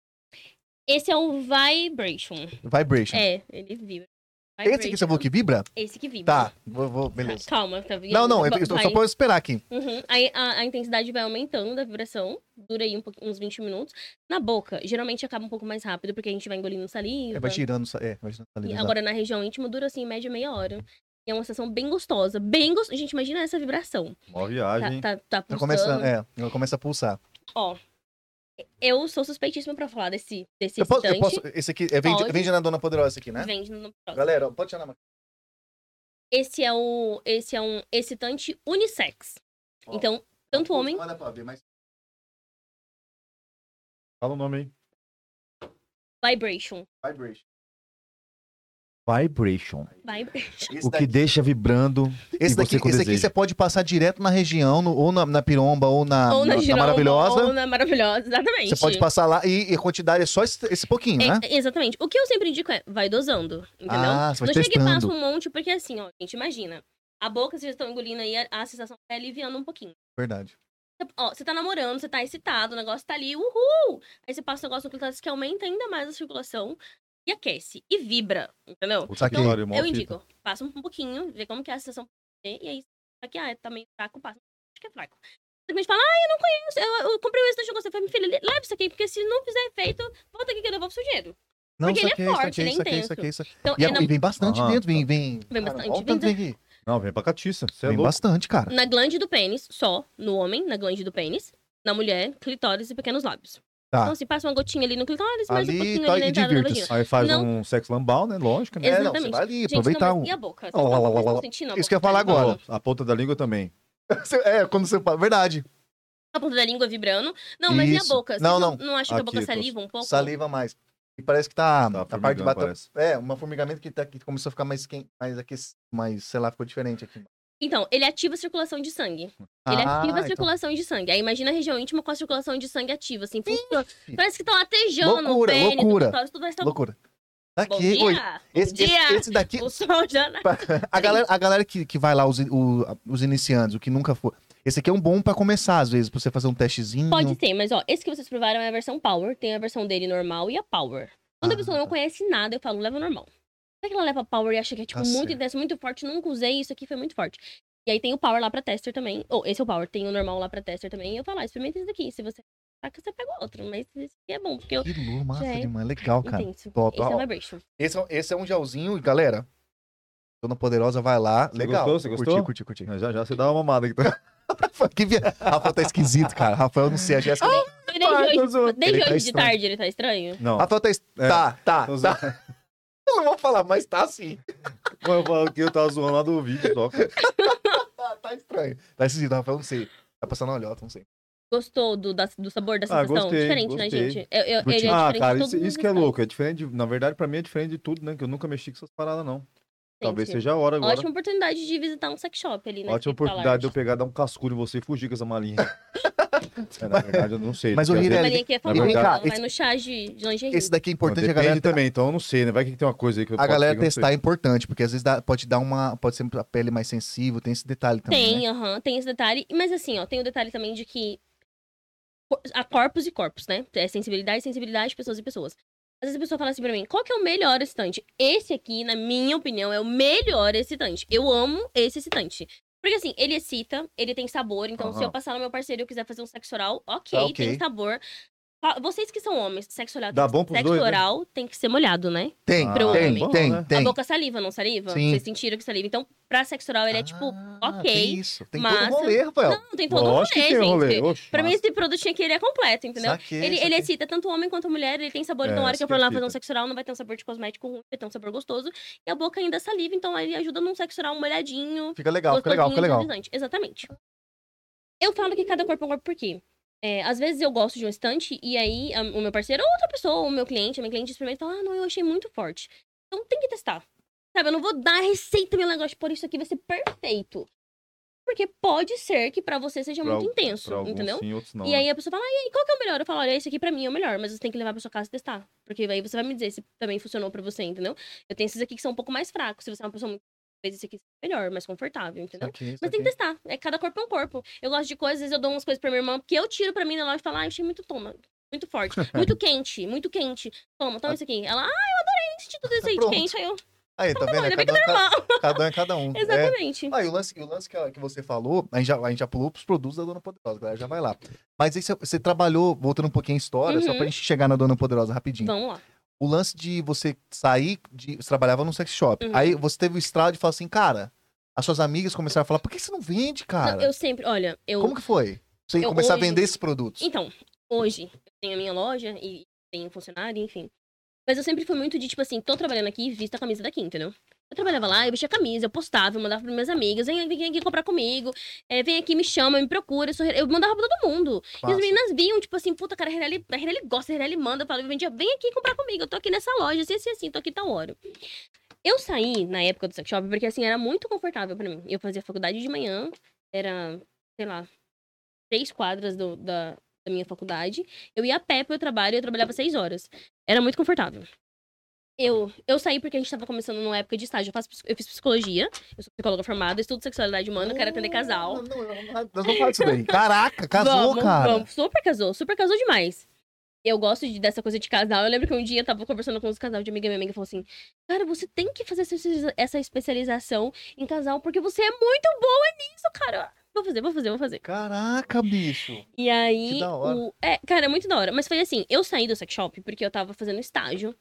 Speaker 2: Esse é o Vibration.
Speaker 3: um vibration.
Speaker 2: É, ele vibra.
Speaker 3: Tá. Esse que você falou que vibra?
Speaker 2: Esse que vibra.
Speaker 3: Tá, vou, vou- beleza.
Speaker 2: Calma, tá vendo?
Speaker 3: Não, não, eu, eu só
Speaker 2: Vai-
Speaker 3: posso esperar aqui.
Speaker 2: Uhum. Aí a, a intensidade vai aumentando da vibração, dura aí um pouqui- uns 20 minutos. Na boca, geralmente acaba um pouco mais rápido, porque a gente vai engolindo saliva.
Speaker 3: É, vai tirando, sa- é, vai tirando saliva,
Speaker 2: E
Speaker 3: exato.
Speaker 2: agora na região íntima dura assim, em média meia hora. E é uma sensação bem gostosa, bem gostosa. Gente, imagina essa vibração.
Speaker 1: Mó
Speaker 2: Tá,
Speaker 1: viagem, hein?
Speaker 2: tá, tá
Speaker 3: Ela
Speaker 2: pulsando.
Speaker 3: começa, é, ela começa a pulsar.
Speaker 2: Eu sou suspeitíssima pra falar desse, desse
Speaker 3: Eu posso, eu
Speaker 2: excitante.
Speaker 3: posso- esse aqui é, vem, de,
Speaker 2: Pode.
Speaker 3: vem de na Dona Poderosa esse aqui, né?
Speaker 2: Vende no próximo.
Speaker 3: Galera, ó, pode tirar na mão.
Speaker 2: Esse é o. Esse é um excitante unissex.
Speaker 3: Ó.
Speaker 2: Então, tanto homem.
Speaker 3: Olha pra ver, mas
Speaker 1: Fala o nome aí.
Speaker 2: Vibration.
Speaker 3: vibration.
Speaker 1: Vibration.
Speaker 2: Vibration.
Speaker 3: Esse
Speaker 1: O que
Speaker 3: É daqui-
Speaker 1: deixa vibrando.
Speaker 3: Esse,
Speaker 1: e
Speaker 3: daqui,
Speaker 1: você com
Speaker 3: esse aqui
Speaker 1: desejo.
Speaker 3: você pode passar direto na região, no- ou na, na piromba, ou na,
Speaker 2: ou
Speaker 3: na-
Speaker 2: na,
Speaker 3: na
Speaker 2: giromba,
Speaker 3: Ah, tá maravilhosa.
Speaker 2: Ou na maravilhosa, exatamente.
Speaker 3: Você pode passar lá e, e a quantidade é só esse, esse pouquinho, né?
Speaker 2: É, exatamente. O que eu sempre indico é, vai dosando, entendeu?
Speaker 3: Ah, você vai
Speaker 2: não chega e passa
Speaker 3: testando.
Speaker 2: um monte, porque assim, ó, gente, imagina. A boca, vocês já estão engolindo aí, a, a sensação vai aliviando um pouquinho.
Speaker 3: Verdade.
Speaker 2: Você- Ó, você tá namorando, você tá excitado, o negócio tá ali, uhul! Aí você passa um negócio no clitóris que aumenta ainda mais a circulação e aquece, e vibra, entendeu?
Speaker 1: Puta
Speaker 3: que
Speaker 1: que
Speaker 3: pariu,
Speaker 1: pariu, mó
Speaker 2: eu
Speaker 1: fita.
Speaker 2: indico, passa um pouquinho, vê como que é a sensação, e aí, aqui, ah, tá meio fraco, passa, acho que é fraco. Simplesmente fala, ah, eu não conheço, eu, eu comprei um excitante, eu gostei. Eu Falei, meu filho, leva isso aqui, porque se não fizer efeito, volta aqui que eu devolvo o seu dinheiro.
Speaker 3: Não,
Speaker 2: Porque
Speaker 3: isso
Speaker 2: ele é
Speaker 3: aqui,
Speaker 2: forte,
Speaker 3: isso aqui,
Speaker 2: ele é
Speaker 3: isso aqui,
Speaker 2: intenso.
Speaker 3: isso aqui, isso aqui.
Speaker 2: Então,
Speaker 3: E,
Speaker 2: é na,
Speaker 3: e vem bastante
Speaker 1: Aham.
Speaker 3: dentro, vem. Vem,
Speaker 2: Vem
Speaker 3: Cara,
Speaker 2: bastante,
Speaker 3: olha o
Speaker 2: vem
Speaker 3: tanto que vem aqui.
Speaker 1: Não, vem pra catiça. Você é
Speaker 3: Vem
Speaker 1: louco.
Speaker 3: bastante, cara.
Speaker 2: na glande do pênis, só, no homem, na glande do pênis, na mulher, clitóris e pequenos lábios.
Speaker 3: Tá.
Speaker 2: Então, se passa uma gotinha ali no clitóris, mais um
Speaker 3: Ali,
Speaker 2: pouquinho
Speaker 3: tá,
Speaker 2: ali na
Speaker 3: e
Speaker 2: entrada da
Speaker 3: divirta-se.
Speaker 2: vagina.
Speaker 1: Aí faz
Speaker 2: Não.
Speaker 1: um sexo lambal, né? Lógico, né?
Speaker 2: Ex-
Speaker 3: É, não, você
Speaker 2: Exatamente.
Speaker 3: vai ali,
Speaker 2: Gente,
Speaker 3: aproveitar
Speaker 2: não,
Speaker 3: um.
Speaker 2: mas e a boca? tá Vocês
Speaker 3: Ó, lá,
Speaker 2: tão-
Speaker 3: lá, lá,
Speaker 2: vocês
Speaker 3: lá,
Speaker 2: tão
Speaker 3: lá.
Speaker 2: sentindo a
Speaker 3: Isso
Speaker 2: boca
Speaker 3: que eu ia falar
Speaker 2: vibrando?
Speaker 3: agora.
Speaker 1: A ponta da língua também.
Speaker 3: <laughs> Você- É, quando você fala. Verdade.
Speaker 2: Tá A ponta da língua vibrando. Não, mas e
Speaker 3: Isso.
Speaker 2: a boca? Vocês
Speaker 3: Não,
Speaker 2: Não acha que a
Speaker 1: Aqui,
Speaker 2: boca
Speaker 1: tô-
Speaker 2: saliva um pouco?
Speaker 3: Saliva mais. E parece que tá.
Speaker 1: Tá
Speaker 3: a parte de
Speaker 1: formigando,
Speaker 3: baixo.
Speaker 1: parece.
Speaker 3: É, um formigamento que, tá, que começou a ficar mais quente, mais aqui, mais, sei lá, ficou diferente aqui.
Speaker 2: Então, ele ativa a circulação de sangue. Ele é ativa a
Speaker 3: então-
Speaker 2: circulação de sangue. Aí imagina a região íntima com a circulação de sangue ativa, assim, funciona. Parece que tá latejando
Speaker 3: Loucura,
Speaker 2: o pênis,
Speaker 3: loucura.
Speaker 2: o clitóris, tudo vai estar...
Speaker 3: então, Loucura.
Speaker 2: Bom
Speaker 3: Daqui,
Speaker 2: dia,
Speaker 3: oi,
Speaker 2: bom
Speaker 3: esse, esse-
Speaker 2: dia.
Speaker 3: esse daqui,
Speaker 2: O sol já na...
Speaker 3: a galera, a galera que, que vai lá, os, in- o- os iniciantes, o que nunca foi. Esse aqui é um bom pra começar, às vezes, pra você fazer um testezinho.
Speaker 2: Pode ser, mas ó, esse que vocês provaram é a versão Power. Tem a versão dele normal e a Power. Quando a
Speaker 3: Ah,
Speaker 2: pessoa não
Speaker 3: tá.
Speaker 2: conhece nada, eu falo, leva normal. Será que ela leva Power e acha que é, tipo,
Speaker 3: Tá
Speaker 2: muito
Speaker 3: certo.
Speaker 2: intenso, muito forte? Nunca usei, isso aqui foi muito forte. E aí tem o Power lá pra tester também. Ou esse é o Power, tem o normal lá pra tester também. E eu falo, ah, experimenta esse daqui. Se você saca, você pega o outro. Mas esse aqui é bom, porque eu...
Speaker 3: Que louco, massa
Speaker 2: Gente,
Speaker 3: demais. Legal, cara.
Speaker 2: Intenso.
Speaker 3: top,
Speaker 2: esse
Speaker 3: ó.
Speaker 2: é o Vibration.
Speaker 3: Esse, é- esse é um gelzinho, e galera. Dona Poderosa vai lá.
Speaker 1: Você
Speaker 3: Legal.
Speaker 1: gostou? Você
Speaker 3: curti,
Speaker 1: gostou?
Speaker 3: curti, curti.
Speaker 2: É.
Speaker 1: Já já você dá uma <laughs> mamada. Então.
Speaker 3: <laughs> que via... Rafael tá esquisito, cara. Rafael, não sei, a Jéssica.
Speaker 1: Tá
Speaker 2: Desde hoje, desde
Speaker 3: Ele tá
Speaker 2: hoje de
Speaker 3: estranho.
Speaker 2: tarde ele tá estranho?
Speaker 1: Não.
Speaker 3: Rafael tá. es-
Speaker 1: É.
Speaker 3: Tá, tá,
Speaker 1: Tô
Speaker 3: tá. Eu <laughs> não vou falar, mas tá sim.
Speaker 1: Mano, <laughs> eu falo que eu tava zoando lá do vídeo só. cara.
Speaker 2: é
Speaker 3: Tá, tá estranho. Tá esquisito, Rafael, não sei. Tá passando olhota, não sei.
Speaker 2: Gostou do, da- do sabor da
Speaker 1: Ah,
Speaker 2: sensação?
Speaker 1: gostei,
Speaker 2: diferente, né,
Speaker 1: gostei.
Speaker 2: gente? Eu- eu- ele é
Speaker 1: ah,
Speaker 2: diferente
Speaker 1: cara,
Speaker 2: de
Speaker 1: isso,
Speaker 2: todos
Speaker 1: isso
Speaker 2: os
Speaker 1: que é
Speaker 2: estados,
Speaker 1: louco. É diferente. de- na verdade, pra mim é diferente de tudo, né? Que eu nunca mexi com essas paradas, não. Talvez
Speaker 2: gente.
Speaker 1: seja a hora agora.
Speaker 2: Ótima oportunidade de visitar um sex shop ali, né?
Speaker 1: Ótima
Speaker 2: que fica
Speaker 1: oportunidade de eu
Speaker 2: large.
Speaker 1: pegar, dar um cascudo em você e fugir com essa
Speaker 2: <laughs>
Speaker 1: malinha. É, na verdade, eu não sei.
Speaker 3: Mas o
Speaker 1: Quer dizer,
Speaker 3: Rirelli-
Speaker 2: Mas nem aqui é famosa,
Speaker 1: verdade,
Speaker 2: ela
Speaker 3: esse-
Speaker 2: vai no chá de, de lingerie.
Speaker 3: Esse daqui é
Speaker 1: bom,
Speaker 3: importante
Speaker 1: depende
Speaker 3: a galera.
Speaker 1: também, então eu não sei, né? Vai que tem uma coisa aí que eu
Speaker 3: A
Speaker 1: posso
Speaker 3: galera
Speaker 1: pegar, eu não sei.
Speaker 3: testar é importante, porque às vezes dá- pode dar uma. Pode ser a pele mais sensível, tem esse detalhe também. né?
Speaker 2: Tem, aham, tem esse detalhe. Mas assim, ó, tem o detalhe também de que cor- há corpos e corpos, né? É sensibilidade, sensibilidade, pessoas e pessoas. Às vezes a pessoa fala assim pra mim, qual que é o melhor excitante? Esse aqui, na minha opinião, é o melhor excitante. Eu amo esse excitante. Porque assim, ele excita, ele tem sabor. Então, se
Speaker 1: Aham.
Speaker 2: eu passar no meu parceiro e eu quiser fazer um sexo oral, ok,
Speaker 3: Tá, ok.
Speaker 2: tem sabor. Fa- Vocês que são homens, sexo oral,
Speaker 1: Dá
Speaker 2: tem que-
Speaker 1: bom pros
Speaker 2: sexo
Speaker 1: dois, né?
Speaker 2: oral tem que ser molhado, né?
Speaker 3: Tem,
Speaker 1: Ah,
Speaker 3: tem,
Speaker 1: bom,
Speaker 3: tem,
Speaker 1: né?
Speaker 3: tem.
Speaker 2: A boca saliva, não saliva?
Speaker 3: Sim.
Speaker 2: Vocês sentiram que saliva. Então, pra sexo oral, ele é tipo,
Speaker 3: Ah,
Speaker 2: ok,
Speaker 3: Tem isso.
Speaker 1: um
Speaker 3: Tem todo
Speaker 2: massa.
Speaker 3: o rolê, Rafael.
Speaker 2: não, tem todo
Speaker 1: Ah, é Lógico
Speaker 2: um rolê,
Speaker 1: que tem
Speaker 2: gente.
Speaker 1: rolê. Oxe,
Speaker 2: Pra mim,
Speaker 1: massa.
Speaker 2: esse produtinho aqui, ele é completo, entendeu?
Speaker 3: Saquei,
Speaker 2: ele, é
Speaker 3: saquei.
Speaker 2: ele excita tanto o homem quanto a mulher, ele tem sabor.
Speaker 1: É,
Speaker 2: então, a hora
Speaker 1: isso
Speaker 2: que eu
Speaker 1: que
Speaker 2: for lá
Speaker 1: excita.
Speaker 2: fazer um sexo oral, não vai ter um sabor de cosmético ruim, vai ter um sabor gostoso. E a boca ainda é saliva, então ele ajuda num sexo oral molhadinho.
Speaker 3: Fica legal, fica legal,
Speaker 2: gostosinho,
Speaker 3: fica legal.
Speaker 2: deslizante. Exatamente. Eu falo que cada corpo é um corpo por quê? É, às vezes eu gosto de um estante e aí a- o meu parceiro, ou outra pessoa, ou o meu cliente, a minha cliente experimenta e fala, ah, não, eu achei muito forte. Então tem que testar. Sabe, eu não vou dar a receita, meu negócio, por isso aqui vai ser perfeito. Porque pode ser que pra você seja
Speaker 1: Pra
Speaker 2: muito
Speaker 1: al-
Speaker 2: intenso,
Speaker 1: Pra alguns
Speaker 2: entendeu?
Speaker 1: sim, outros não.
Speaker 2: E aí a pessoa fala, e aí, qual que é o melhor? Eu falo, olha, esse aqui pra mim é o melhor, mas você tem que levar pra sua casa e testar. Porque aí você vai me dizer se também funcionou pra você, entendeu? Eu tenho esses aqui que são um pouco mais fracos. Se você é uma pessoa muito. Talvez esse aqui seja melhor, mais confortável, entendeu? Mas tem que testar. É, cada corpo é um corpo. Eu gosto de coisas, às vezes eu dou umas coisas pra minha irmã, porque eu tiro pra mim na loja e falo, ah, eu achei muito toma. Muito forte.
Speaker 3: <laughs>
Speaker 2: Muito quente, muito quente. Toma, toma isso aqui. Ela, ah, eu adorei esse tudo isso aí de
Speaker 3: Tá Pronto.
Speaker 2: quente. Aí eu,
Speaker 3: Aí, tá vendo? É
Speaker 2: ainda bem que
Speaker 3: Cada
Speaker 2: é
Speaker 3: um, cada,
Speaker 2: normal.
Speaker 3: cada um é cada um. É,
Speaker 2: Exatamente.
Speaker 3: Ah, e o lance, e o lance que, que você falou, a gente, já, a gente já pulou pros produtos da Dona Poderosa, galera, já vai lá. Mas aí você, você trabalhou, voltando um pouquinho a história, só
Speaker 2: Uhum.
Speaker 3: pra gente chegar na Dona Poderosa rapidinho.
Speaker 2: Vamos lá.
Speaker 3: O lance de você sair, de, você trabalhava num sex shop.
Speaker 2: Uhum.
Speaker 3: Aí você teve o estrado de falar assim, cara, as suas amigas começaram a falar, por que você não vende, cara?
Speaker 2: Não, eu sempre, olha, eu.
Speaker 3: Como que foi? Você
Speaker 2: eu
Speaker 3: começar
Speaker 2: hoje-
Speaker 3: a vender esses produtos.
Speaker 2: Então, hoje, eu tenho a minha loja e tenho um funcionário, enfim. Mas eu sempre fui muito de, tipo assim, tô trabalhando aqui, vista a camisa daqui, entendeu? Eu trabalhava lá, eu vestia a camisa, eu postava, eu mandava para minhas amigas, vem, vem aqui comprar comigo, é, vem aqui, me chama, me procura, eu, sou re- eu mandava pra todo mundo. E as
Speaker 3: Massa.
Speaker 2: meninas vinham, tipo assim, puta, cara, a Renelli, a Renelli gosta, a Renelli manda, fala, vendia, vem aqui comprar comigo, eu tô aqui nessa loja, assim, assim, assim, tô aqui tal hora. Eu saí na época do sex shop porque, assim, era muito confortável pra mim. Eu fazia faculdade de manhã, era, sei lá, três quadras do- da, da minha faculdade. Eu ia a pé pro meu trabalho e eu trabalhava seis horas. Era muito confortável. Eu, eu saí porque a gente tava começando numa época de estágio. Eu, faço, pis- eu fiz psicologia, eu sou psicóloga formada, estudo sexualidade humana, quero atender
Speaker 3: Não,
Speaker 2: casal.
Speaker 3: não, não, nós não falamos disso
Speaker 2: <laughs>
Speaker 3: daí. Caraca, casou,
Speaker 2: Vamos,
Speaker 3: cara.
Speaker 2: vamos. Super casou, super casou demais. Eu gosto de- dessa coisa de casal. Eu lembro que um dia eu tava conversando com uns casal de amiga minha amiga falou assim: Cara, você tem que fazer essa especializa- essa especialização em casal, porque você é muito boa nisso, cara. Vou fazer, vou fazer, vou fazer.
Speaker 3: Caraca, bicho.
Speaker 2: E aí.
Speaker 3: Que da hora.
Speaker 2: o- É, cara, é muito da hora. Mas foi assim, eu saí do sex shop porque eu tava fazendo estágio.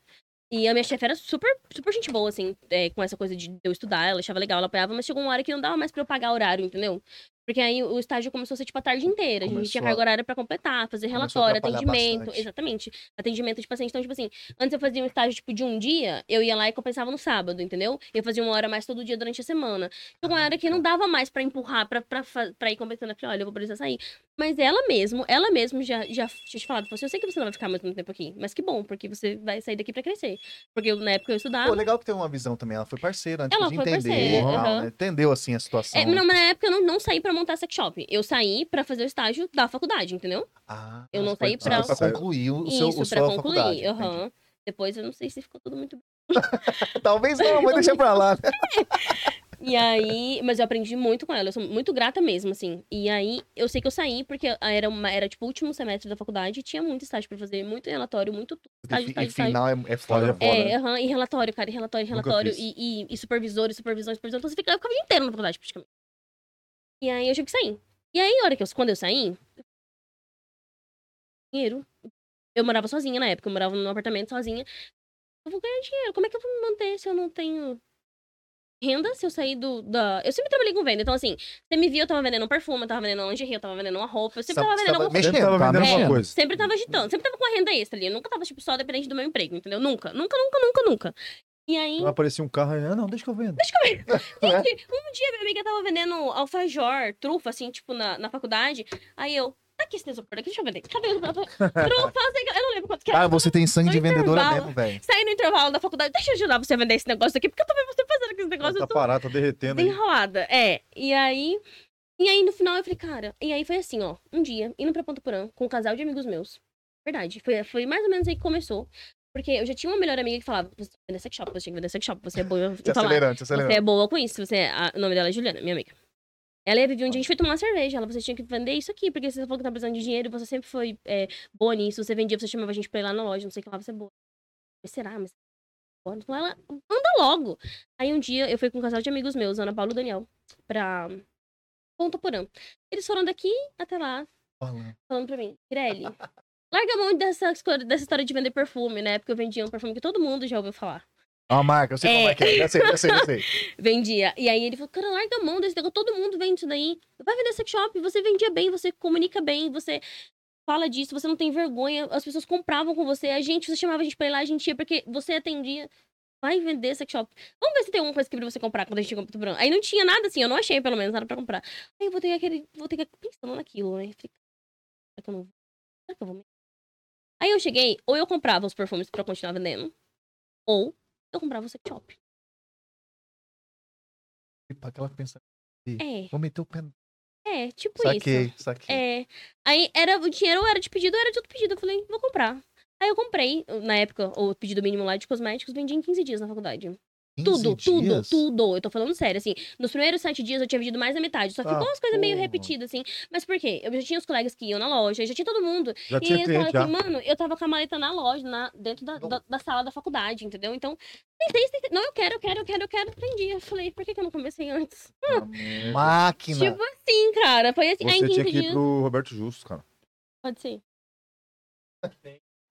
Speaker 2: E a minha chefe era super, super gente boa, assim, é, com essa coisa de eu estudar, ela achava legal, ela apoiava, mas chegou uma hora que não dava mais pra eu pagar horário, entendeu? Porque aí o estágio começou a ser, tipo, a tarde inteira. a gente
Speaker 3: Começou
Speaker 2: tinha
Speaker 3: a-
Speaker 2: carga horária pra completar, fazer
Speaker 3: Começou a
Speaker 2: relatório,
Speaker 3: atrapalhar
Speaker 2: atendimento.
Speaker 3: bastante.
Speaker 2: Exatamente. Atendimento de paciente. Então, tipo assim, antes eu fazia um estágio, tipo, de um dia, eu ia lá e compensava no sábado, entendeu? Eu fazia uma hora a mais todo dia durante a semana. Chegou uma hora Então, que não dava mais pra empurrar, pra, pra, fa- pra ir compensando. Eu falei, olha, eu vou precisar sair. Mas ela mesmo, ela mesmo já, já tinha te falado, falou assim, eu sei que você não vai ficar muito muito tempo aqui, mas que bom, porque você vai sair daqui pra crescer. Porque eu- na época eu estudava.
Speaker 3: Pô, legal que teve uma visão também. Ela foi parceira antes
Speaker 2: Ah. Ela
Speaker 3: de
Speaker 2: foi
Speaker 3: entender.
Speaker 2: parceira,
Speaker 3: e tal,
Speaker 2: aham.
Speaker 3: né? Entendeu, assim, a situação.
Speaker 2: É, não, mas na época eu não, não saí pra montar sex shop. Eu saí pra fazer o estágio da faculdade, entendeu?
Speaker 3: Ah,
Speaker 2: Eu não
Speaker 3: foi-
Speaker 2: saí
Speaker 3: foi
Speaker 2: pra- um
Speaker 3: pra concluir o seu, o
Speaker 2: Isso, pra
Speaker 3: sua faculdade.
Speaker 2: concluir.
Speaker 3: entendi.
Speaker 2: Aham. Depois eu não sei se ficou tudo muito
Speaker 3: Talvez não,
Speaker 2: <laughs>
Speaker 3: mas deixa pra lá. né?
Speaker 2: E aí, mas eu aprendi muito com ela, eu sou muito grata mesmo, assim. E aí, eu sei que eu saí, porque era, uma, era tipo o último semestre da faculdade, e tinha muito estágio pra fazer, muito relatório, muito tudo, estágio,
Speaker 3: E
Speaker 2: estágio, estágio.
Speaker 3: final é, é foda.
Speaker 1: É,
Speaker 2: É, aham, e relatório, cara, e relatório, e
Speaker 1: Nunca
Speaker 2: relatório,
Speaker 1: fiz.
Speaker 2: e, e, e supervisor, e supervisão, e supervisão. Então você fica, eu ficava o dia inteiro na faculdade, praticamente. E aí eu tive que sair. E aí, a hora que eu, quando eu saí, dinheiro. Eu morava sozinha na época, eu morava num apartamento sozinha. Eu vou ganhar dinheiro. Como é que eu vou me manter se eu não tenho renda? Se eu sair do. Da... Eu sempre trabalhei com venda. Então, assim, você me via, eu tava vendendo um perfume, eu tava vendendo uma lingerie, eu tava vendendo uma roupa, eu sempre
Speaker 3: Sabe-
Speaker 2: tava vendendo
Speaker 3: sabe-
Speaker 2: alguma
Speaker 3: mexendo,
Speaker 1: Sempre tava
Speaker 3: tá
Speaker 1: vendendo alguma
Speaker 3: mexendo.
Speaker 1: coisa.
Speaker 2: Sempre tava agitando, sempre tava com a renda extra ali. Eu nunca tava, tipo, só dependente do meu emprego, entendeu? Nunca, nunca, nunca, nunca, nunca. E aí,
Speaker 1: Então aparecia um carro, ah, não, deixa que eu vendo.
Speaker 2: gente, um dia minha amiga tava vendendo alfajor, trufa, assim, tipo, na, na facuculdade. Aí eu, tá aqui esse tesouro, aqui, deixa eu vender. Cadê o trufa? sei que- Eu não lembro quanto que era.
Speaker 3: Cara, Ah, você tem sangue de
Speaker 2: No
Speaker 3: vendedora
Speaker 2: intervalo.
Speaker 3: mesmo, velho.
Speaker 2: Saí no intervalo da faculdade, deixa eu ajudar você a vender esse negócio aqui, porque eu também vou ser fazendo esse negócio.
Speaker 1: Tá
Speaker 2: eu tô
Speaker 1: parado, tá derretendo.
Speaker 2: Bem
Speaker 1: aí.
Speaker 2: enrolada, é. E aí. E aí, no final, eu falei, cara. E aí foi assim, ó. Um dia, indo pra Ponta Porã com um casal de amigos meus. Verdade. Foi, foi mais ou menos aí que começou. Porque eu já tinha uma melhor amiga que falava: você tem que vender sex shop, você tem que vender sex shop, você é boa. em
Speaker 3: Te
Speaker 2: falar,
Speaker 3: acelerando, te
Speaker 2: Você
Speaker 3: acelerando.
Speaker 2: é boa com isso. Você é- a- o nome dela é Juliana, minha amiga. Ela ia viver um dia, a gente foi tomar uma cerveja. Ela, você tinha que vender isso aqui, porque você falou que tá precisando de dinheiro, você sempre foi é, boa nisso. Você vendia, você chamava a gente pra ir lá na loja, não sei o que lá, você é boa. Mas será? Mas Bora. Então ela anda logo. Aí um dia eu fui com um casal de amigos meus, Ana Paula e Daniel, pra Ponta Porã. Eles foram daqui até lá,
Speaker 3: Falando.
Speaker 2: falando pra mim, Pirelli, larga a mão dessa, esco- dessa história de vender perfume, né? Porque eu vendia um perfume que todo mundo já ouviu falar.
Speaker 3: É uma marca, eu sei como
Speaker 2: É.
Speaker 3: é que é.
Speaker 2: <laughs>
Speaker 3: Já sei, já sei, já sei.
Speaker 2: Vendia. E aí ele falou, cara, larga a mão desse negócio, todo mundo vende isso daí. Vai vender sex shop, você vendia bem, você comunica bem, você fala disso, você não tem vergonha, as pessoas compravam com você, a gente, você chamava a gente pra ir lá, a gente ia, porque você atendia. Vai vender sex shop. Vamos ver se tem alguma coisa que pra você comprar quando a gente chegou pro Tubarão. Aí não tinha nada assim, eu não achei pelo menos nada pra comprar. Aí eu vou ter aquele, vou ter que pensando naquilo, né? Falei, será que eu não vou? Será que eu vou mesmo? Aí eu cheguei, ou eu comprava os perfumes pra continuar vendendo, ou eu comprava o sex shop.
Speaker 3: Tipo, aquela pensa.
Speaker 2: É,
Speaker 3: Vou meter o pé.
Speaker 2: é, tipo isso.
Speaker 3: Saquei, saquei.
Speaker 2: É. Aí era o dinheiro ou era de pedido, ou era de outro pedido. Eu falei, vou comprar. Aí eu comprei, na época, o pedido mínimo lá de cosméticos, vendi em 15 dias na faculdade.
Speaker 3: 15
Speaker 2: Tudo, tudo,
Speaker 3: dias?
Speaker 2: tudo. Eu tô falando sério, assim. Nos primeiros sete dias eu tinha vendido mais da metade. Só
Speaker 1: Ah,
Speaker 3: Tá,
Speaker 2: ficou umas coisas meio
Speaker 3: porra.
Speaker 2: repetidas, assim. Mas por quê? Eu já tinha os colegas que iam na loja, eu já tinha todo mundo.
Speaker 1: Já
Speaker 2: E aí
Speaker 1: tinha
Speaker 2: eu falava
Speaker 1: cliente, já.
Speaker 2: assim, mano, eu tava com a maleta na loja, na, dentro da, da, da sala da faculdade, entendeu? Então, tentei, tentei. Não, eu quero, eu quero, eu quero, eu quero. Aprendi. Eu falei, por que, que eu não comecei antes?
Speaker 3: Máquina.
Speaker 2: <laughs> Tipo assim, cara. Foi assim. Aí em
Speaker 1: Você
Speaker 2: 15
Speaker 1: tinha que ir
Speaker 2: dias.
Speaker 1: pro Roberto Justus, cara.
Speaker 2: Pode ser.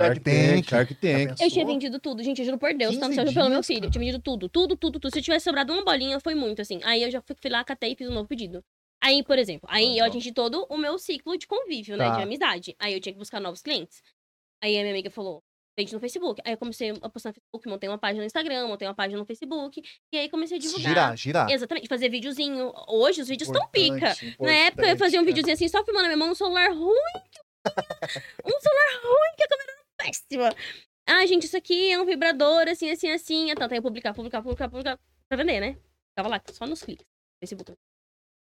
Speaker 3: Shark Tank.
Speaker 1: Shark Tank.
Speaker 2: Eu tinha
Speaker 3: Sua?
Speaker 2: vendido tudo, gente, eu juro por Deus,
Speaker 3: 15
Speaker 2: tanto que eu juro pelo meu
Speaker 3: dias,
Speaker 2: filho. Eu tinha vendido tudo, tudo, tudo, tudo. Se eu tivesse sobrado uma bolinha, foi muito, assim. Aí eu já fui, fui lá, catei e fiz um novo pedido. Aí, por exemplo, aí eu
Speaker 1: Legal.
Speaker 2: atingi todo o meu ciclo de convívio, né?
Speaker 3: Tá.
Speaker 2: De amizade. Aí eu tinha que buscar novos clientes. Aí a minha amiga falou, vende no Facebook. Aí eu comecei a postar no Facebook, montei uma página no Instagram, montei uma página no Facebook. E aí comecei a divulgar.
Speaker 3: Girar, girar.
Speaker 2: Exatamente, fazer videozinho. Hoje os vídeos estão pica.
Speaker 3: Importante,
Speaker 2: Na época eu fazia um
Speaker 3: importante.
Speaker 2: videozinho assim, só filmando a minha mão, um celular ruim. um celular ruim, que a câmera era péssima. Ah, gente, isso aqui é um vibrador, assim, assim, assim. Então, tem que publicar, publicar, publicar, publicar. Pra vender, né? Tava lá, só nos cliques. Facebook.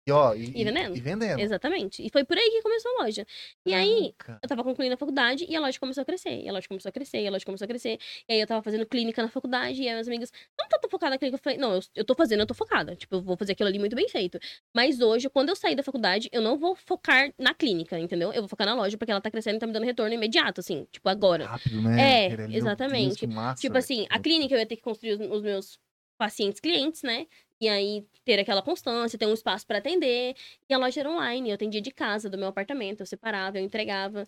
Speaker 3: E, ó, e,
Speaker 2: E vendendo.
Speaker 3: E vendendo.
Speaker 2: Exatamente. E foi por aí que começou a loja. E aí,
Speaker 3: Caraca.
Speaker 2: eu tava concluindo a faculdade e a loja começou a crescer. E a loja começou a crescer, e a loja começou a crescer. E aí eu tava fazendo clínica na faculdade, e aí meus amigos, não tá tão focada na clínica. Eu falei, não, eu, eu tô fazendo, eu tô focada. Tipo, eu vou fazer aquilo ali muito bem feito. Mas hoje, quando eu sair da faculdade, eu não vou focar na clínica, entendeu? Eu vou focar na loja, porque ela tá crescendo e tá me dando retorno imediato, assim, tipo, agora.
Speaker 3: Rápido, né?
Speaker 2: É,
Speaker 3: Querendo, meu Deus,
Speaker 2: exatamente.
Speaker 3: que massa,
Speaker 2: Tipo
Speaker 3: velho.
Speaker 2: assim, a clínica eu ia ter que construir os, os meus pacientes clientes, né? E aí ter aquela constância, ter um espaço pra atender. E a loja era online, eu atendia de casa, do meu apartamento, eu separava, eu entregava.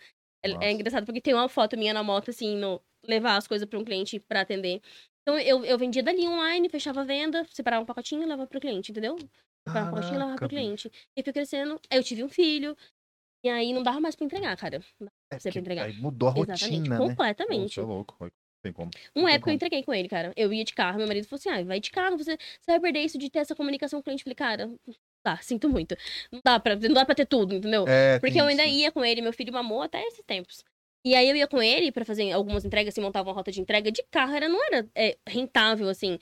Speaker 2: É, é
Speaker 1: Nossa.
Speaker 2: engraçado porque tem uma foto minha na moto, assim, no levar as coisas pra um cliente pra atender. Então eu, eu vendia dali online, fechava a venda, separava um pacotinho e levava pro cliente, entendeu? Separava um pacotinho e levava
Speaker 3: Caraca,
Speaker 2: pro cliente. E fui crescendo, aí eu tive um filho. E aí não dava mais pra entregar, cara. Não dava
Speaker 3: É,
Speaker 2: mais pra
Speaker 3: porque
Speaker 2: entregar.
Speaker 3: Aí mudou a
Speaker 2: Exatamente,
Speaker 3: rotina, né?
Speaker 2: completamente.
Speaker 1: Você é louco. Não tem como.
Speaker 2: Uma
Speaker 3: tem
Speaker 2: época eu
Speaker 3: como.
Speaker 2: entreguei com ele, cara. Eu ia de carro, meu marido falou assim: ah, vai de carro, você, você vai perder isso de ter essa comunicação com o cliente. Eu falei, cara, não dá, <laughs> sinto muito. Não dá pra, não dá pra ter tudo, entendeu?
Speaker 3: É,
Speaker 2: Porque
Speaker 3: tem
Speaker 2: eu ainda
Speaker 3: isso.
Speaker 2: ia com ele, meu filho mamou até esses tempos. E aí eu ia com ele pra fazer algumas entregas, assim, montava uma rota de entrega de carro, era, não era é, rentável, assim,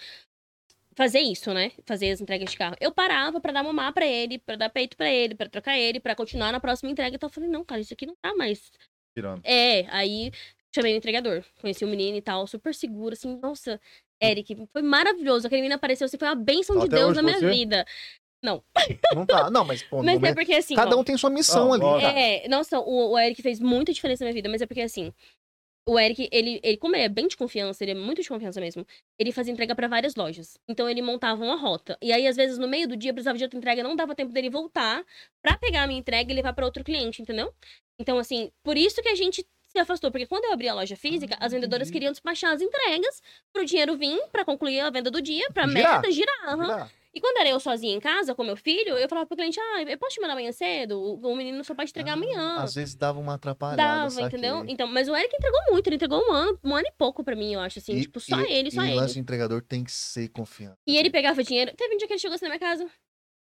Speaker 2: fazer isso, né? Fazer as entregas de carro. Eu parava pra dar mamar pra ele, pra dar peito pra ele, pra trocar ele, pra continuar na próxima entrega. Então eu falei, não, cara, isso aqui não tá mais
Speaker 1: Tirando.
Speaker 2: é, aí chamei o entregador. Conheci o menino e tal, super seguro, assim, nossa, Eric, foi maravilhoso. Aquele menino apareceu assim, foi uma bênção
Speaker 1: Tá
Speaker 2: de
Speaker 1: até
Speaker 2: Deus
Speaker 1: hoje
Speaker 2: na minha
Speaker 1: com você?
Speaker 2: vida.
Speaker 3: Não tá. Não, mas, pô, no
Speaker 2: Mas é
Speaker 3: momento-
Speaker 2: porque assim.
Speaker 3: cada
Speaker 2: ó,
Speaker 3: um tem sua missão
Speaker 1: Ó,
Speaker 3: ali.
Speaker 1: ó,
Speaker 3: cara.
Speaker 2: É, nossa, o, o Eric fez muita diferença na minha vida, mas é porque assim. O Eric, ele, ele, como ele é bem de confiança, ele é muito de confiança mesmo, ele fazia entrega pra várias lojas. Então ele montava uma rota. E aí, às vezes, no meio do dia, eu precisava de outra entrega, não dava tempo dele voltar pra pegar a minha entrega e levar pra outro cliente, entendeu? Então, assim, por isso que a gente se afastou. Porque quando eu abri a loja física,
Speaker 3: Ah,
Speaker 2: as vendedoras
Speaker 3: entendi.
Speaker 2: queriam despachar as entregas pro dinheiro vir, pra concluir a venda do dia, pra
Speaker 3: Girar.
Speaker 2: meta, girar. É, aham.
Speaker 3: Virar.
Speaker 2: E quando era eu sozinha em casa com meu filho, eu falava pro cliente, ah, eu posso te mandar amanhã cedo? O, o menino só pode entregar
Speaker 3: Ah,
Speaker 2: amanhã.
Speaker 3: Às vezes dava uma atrapalhada.
Speaker 2: Dava,
Speaker 3: Ah, saquei.
Speaker 2: entendeu? Então, mas o Eric entregou muito, ele entregou um ano, um ano e pouco pra mim, eu acho, assim,
Speaker 3: E-
Speaker 2: tipo, só
Speaker 3: e-
Speaker 2: ele, só
Speaker 3: e
Speaker 2: ele.
Speaker 3: o lance do entregador tem que ser confiante.
Speaker 2: E ele pegava dinheiro. Teve um dia que ele chegou assim na minha casa.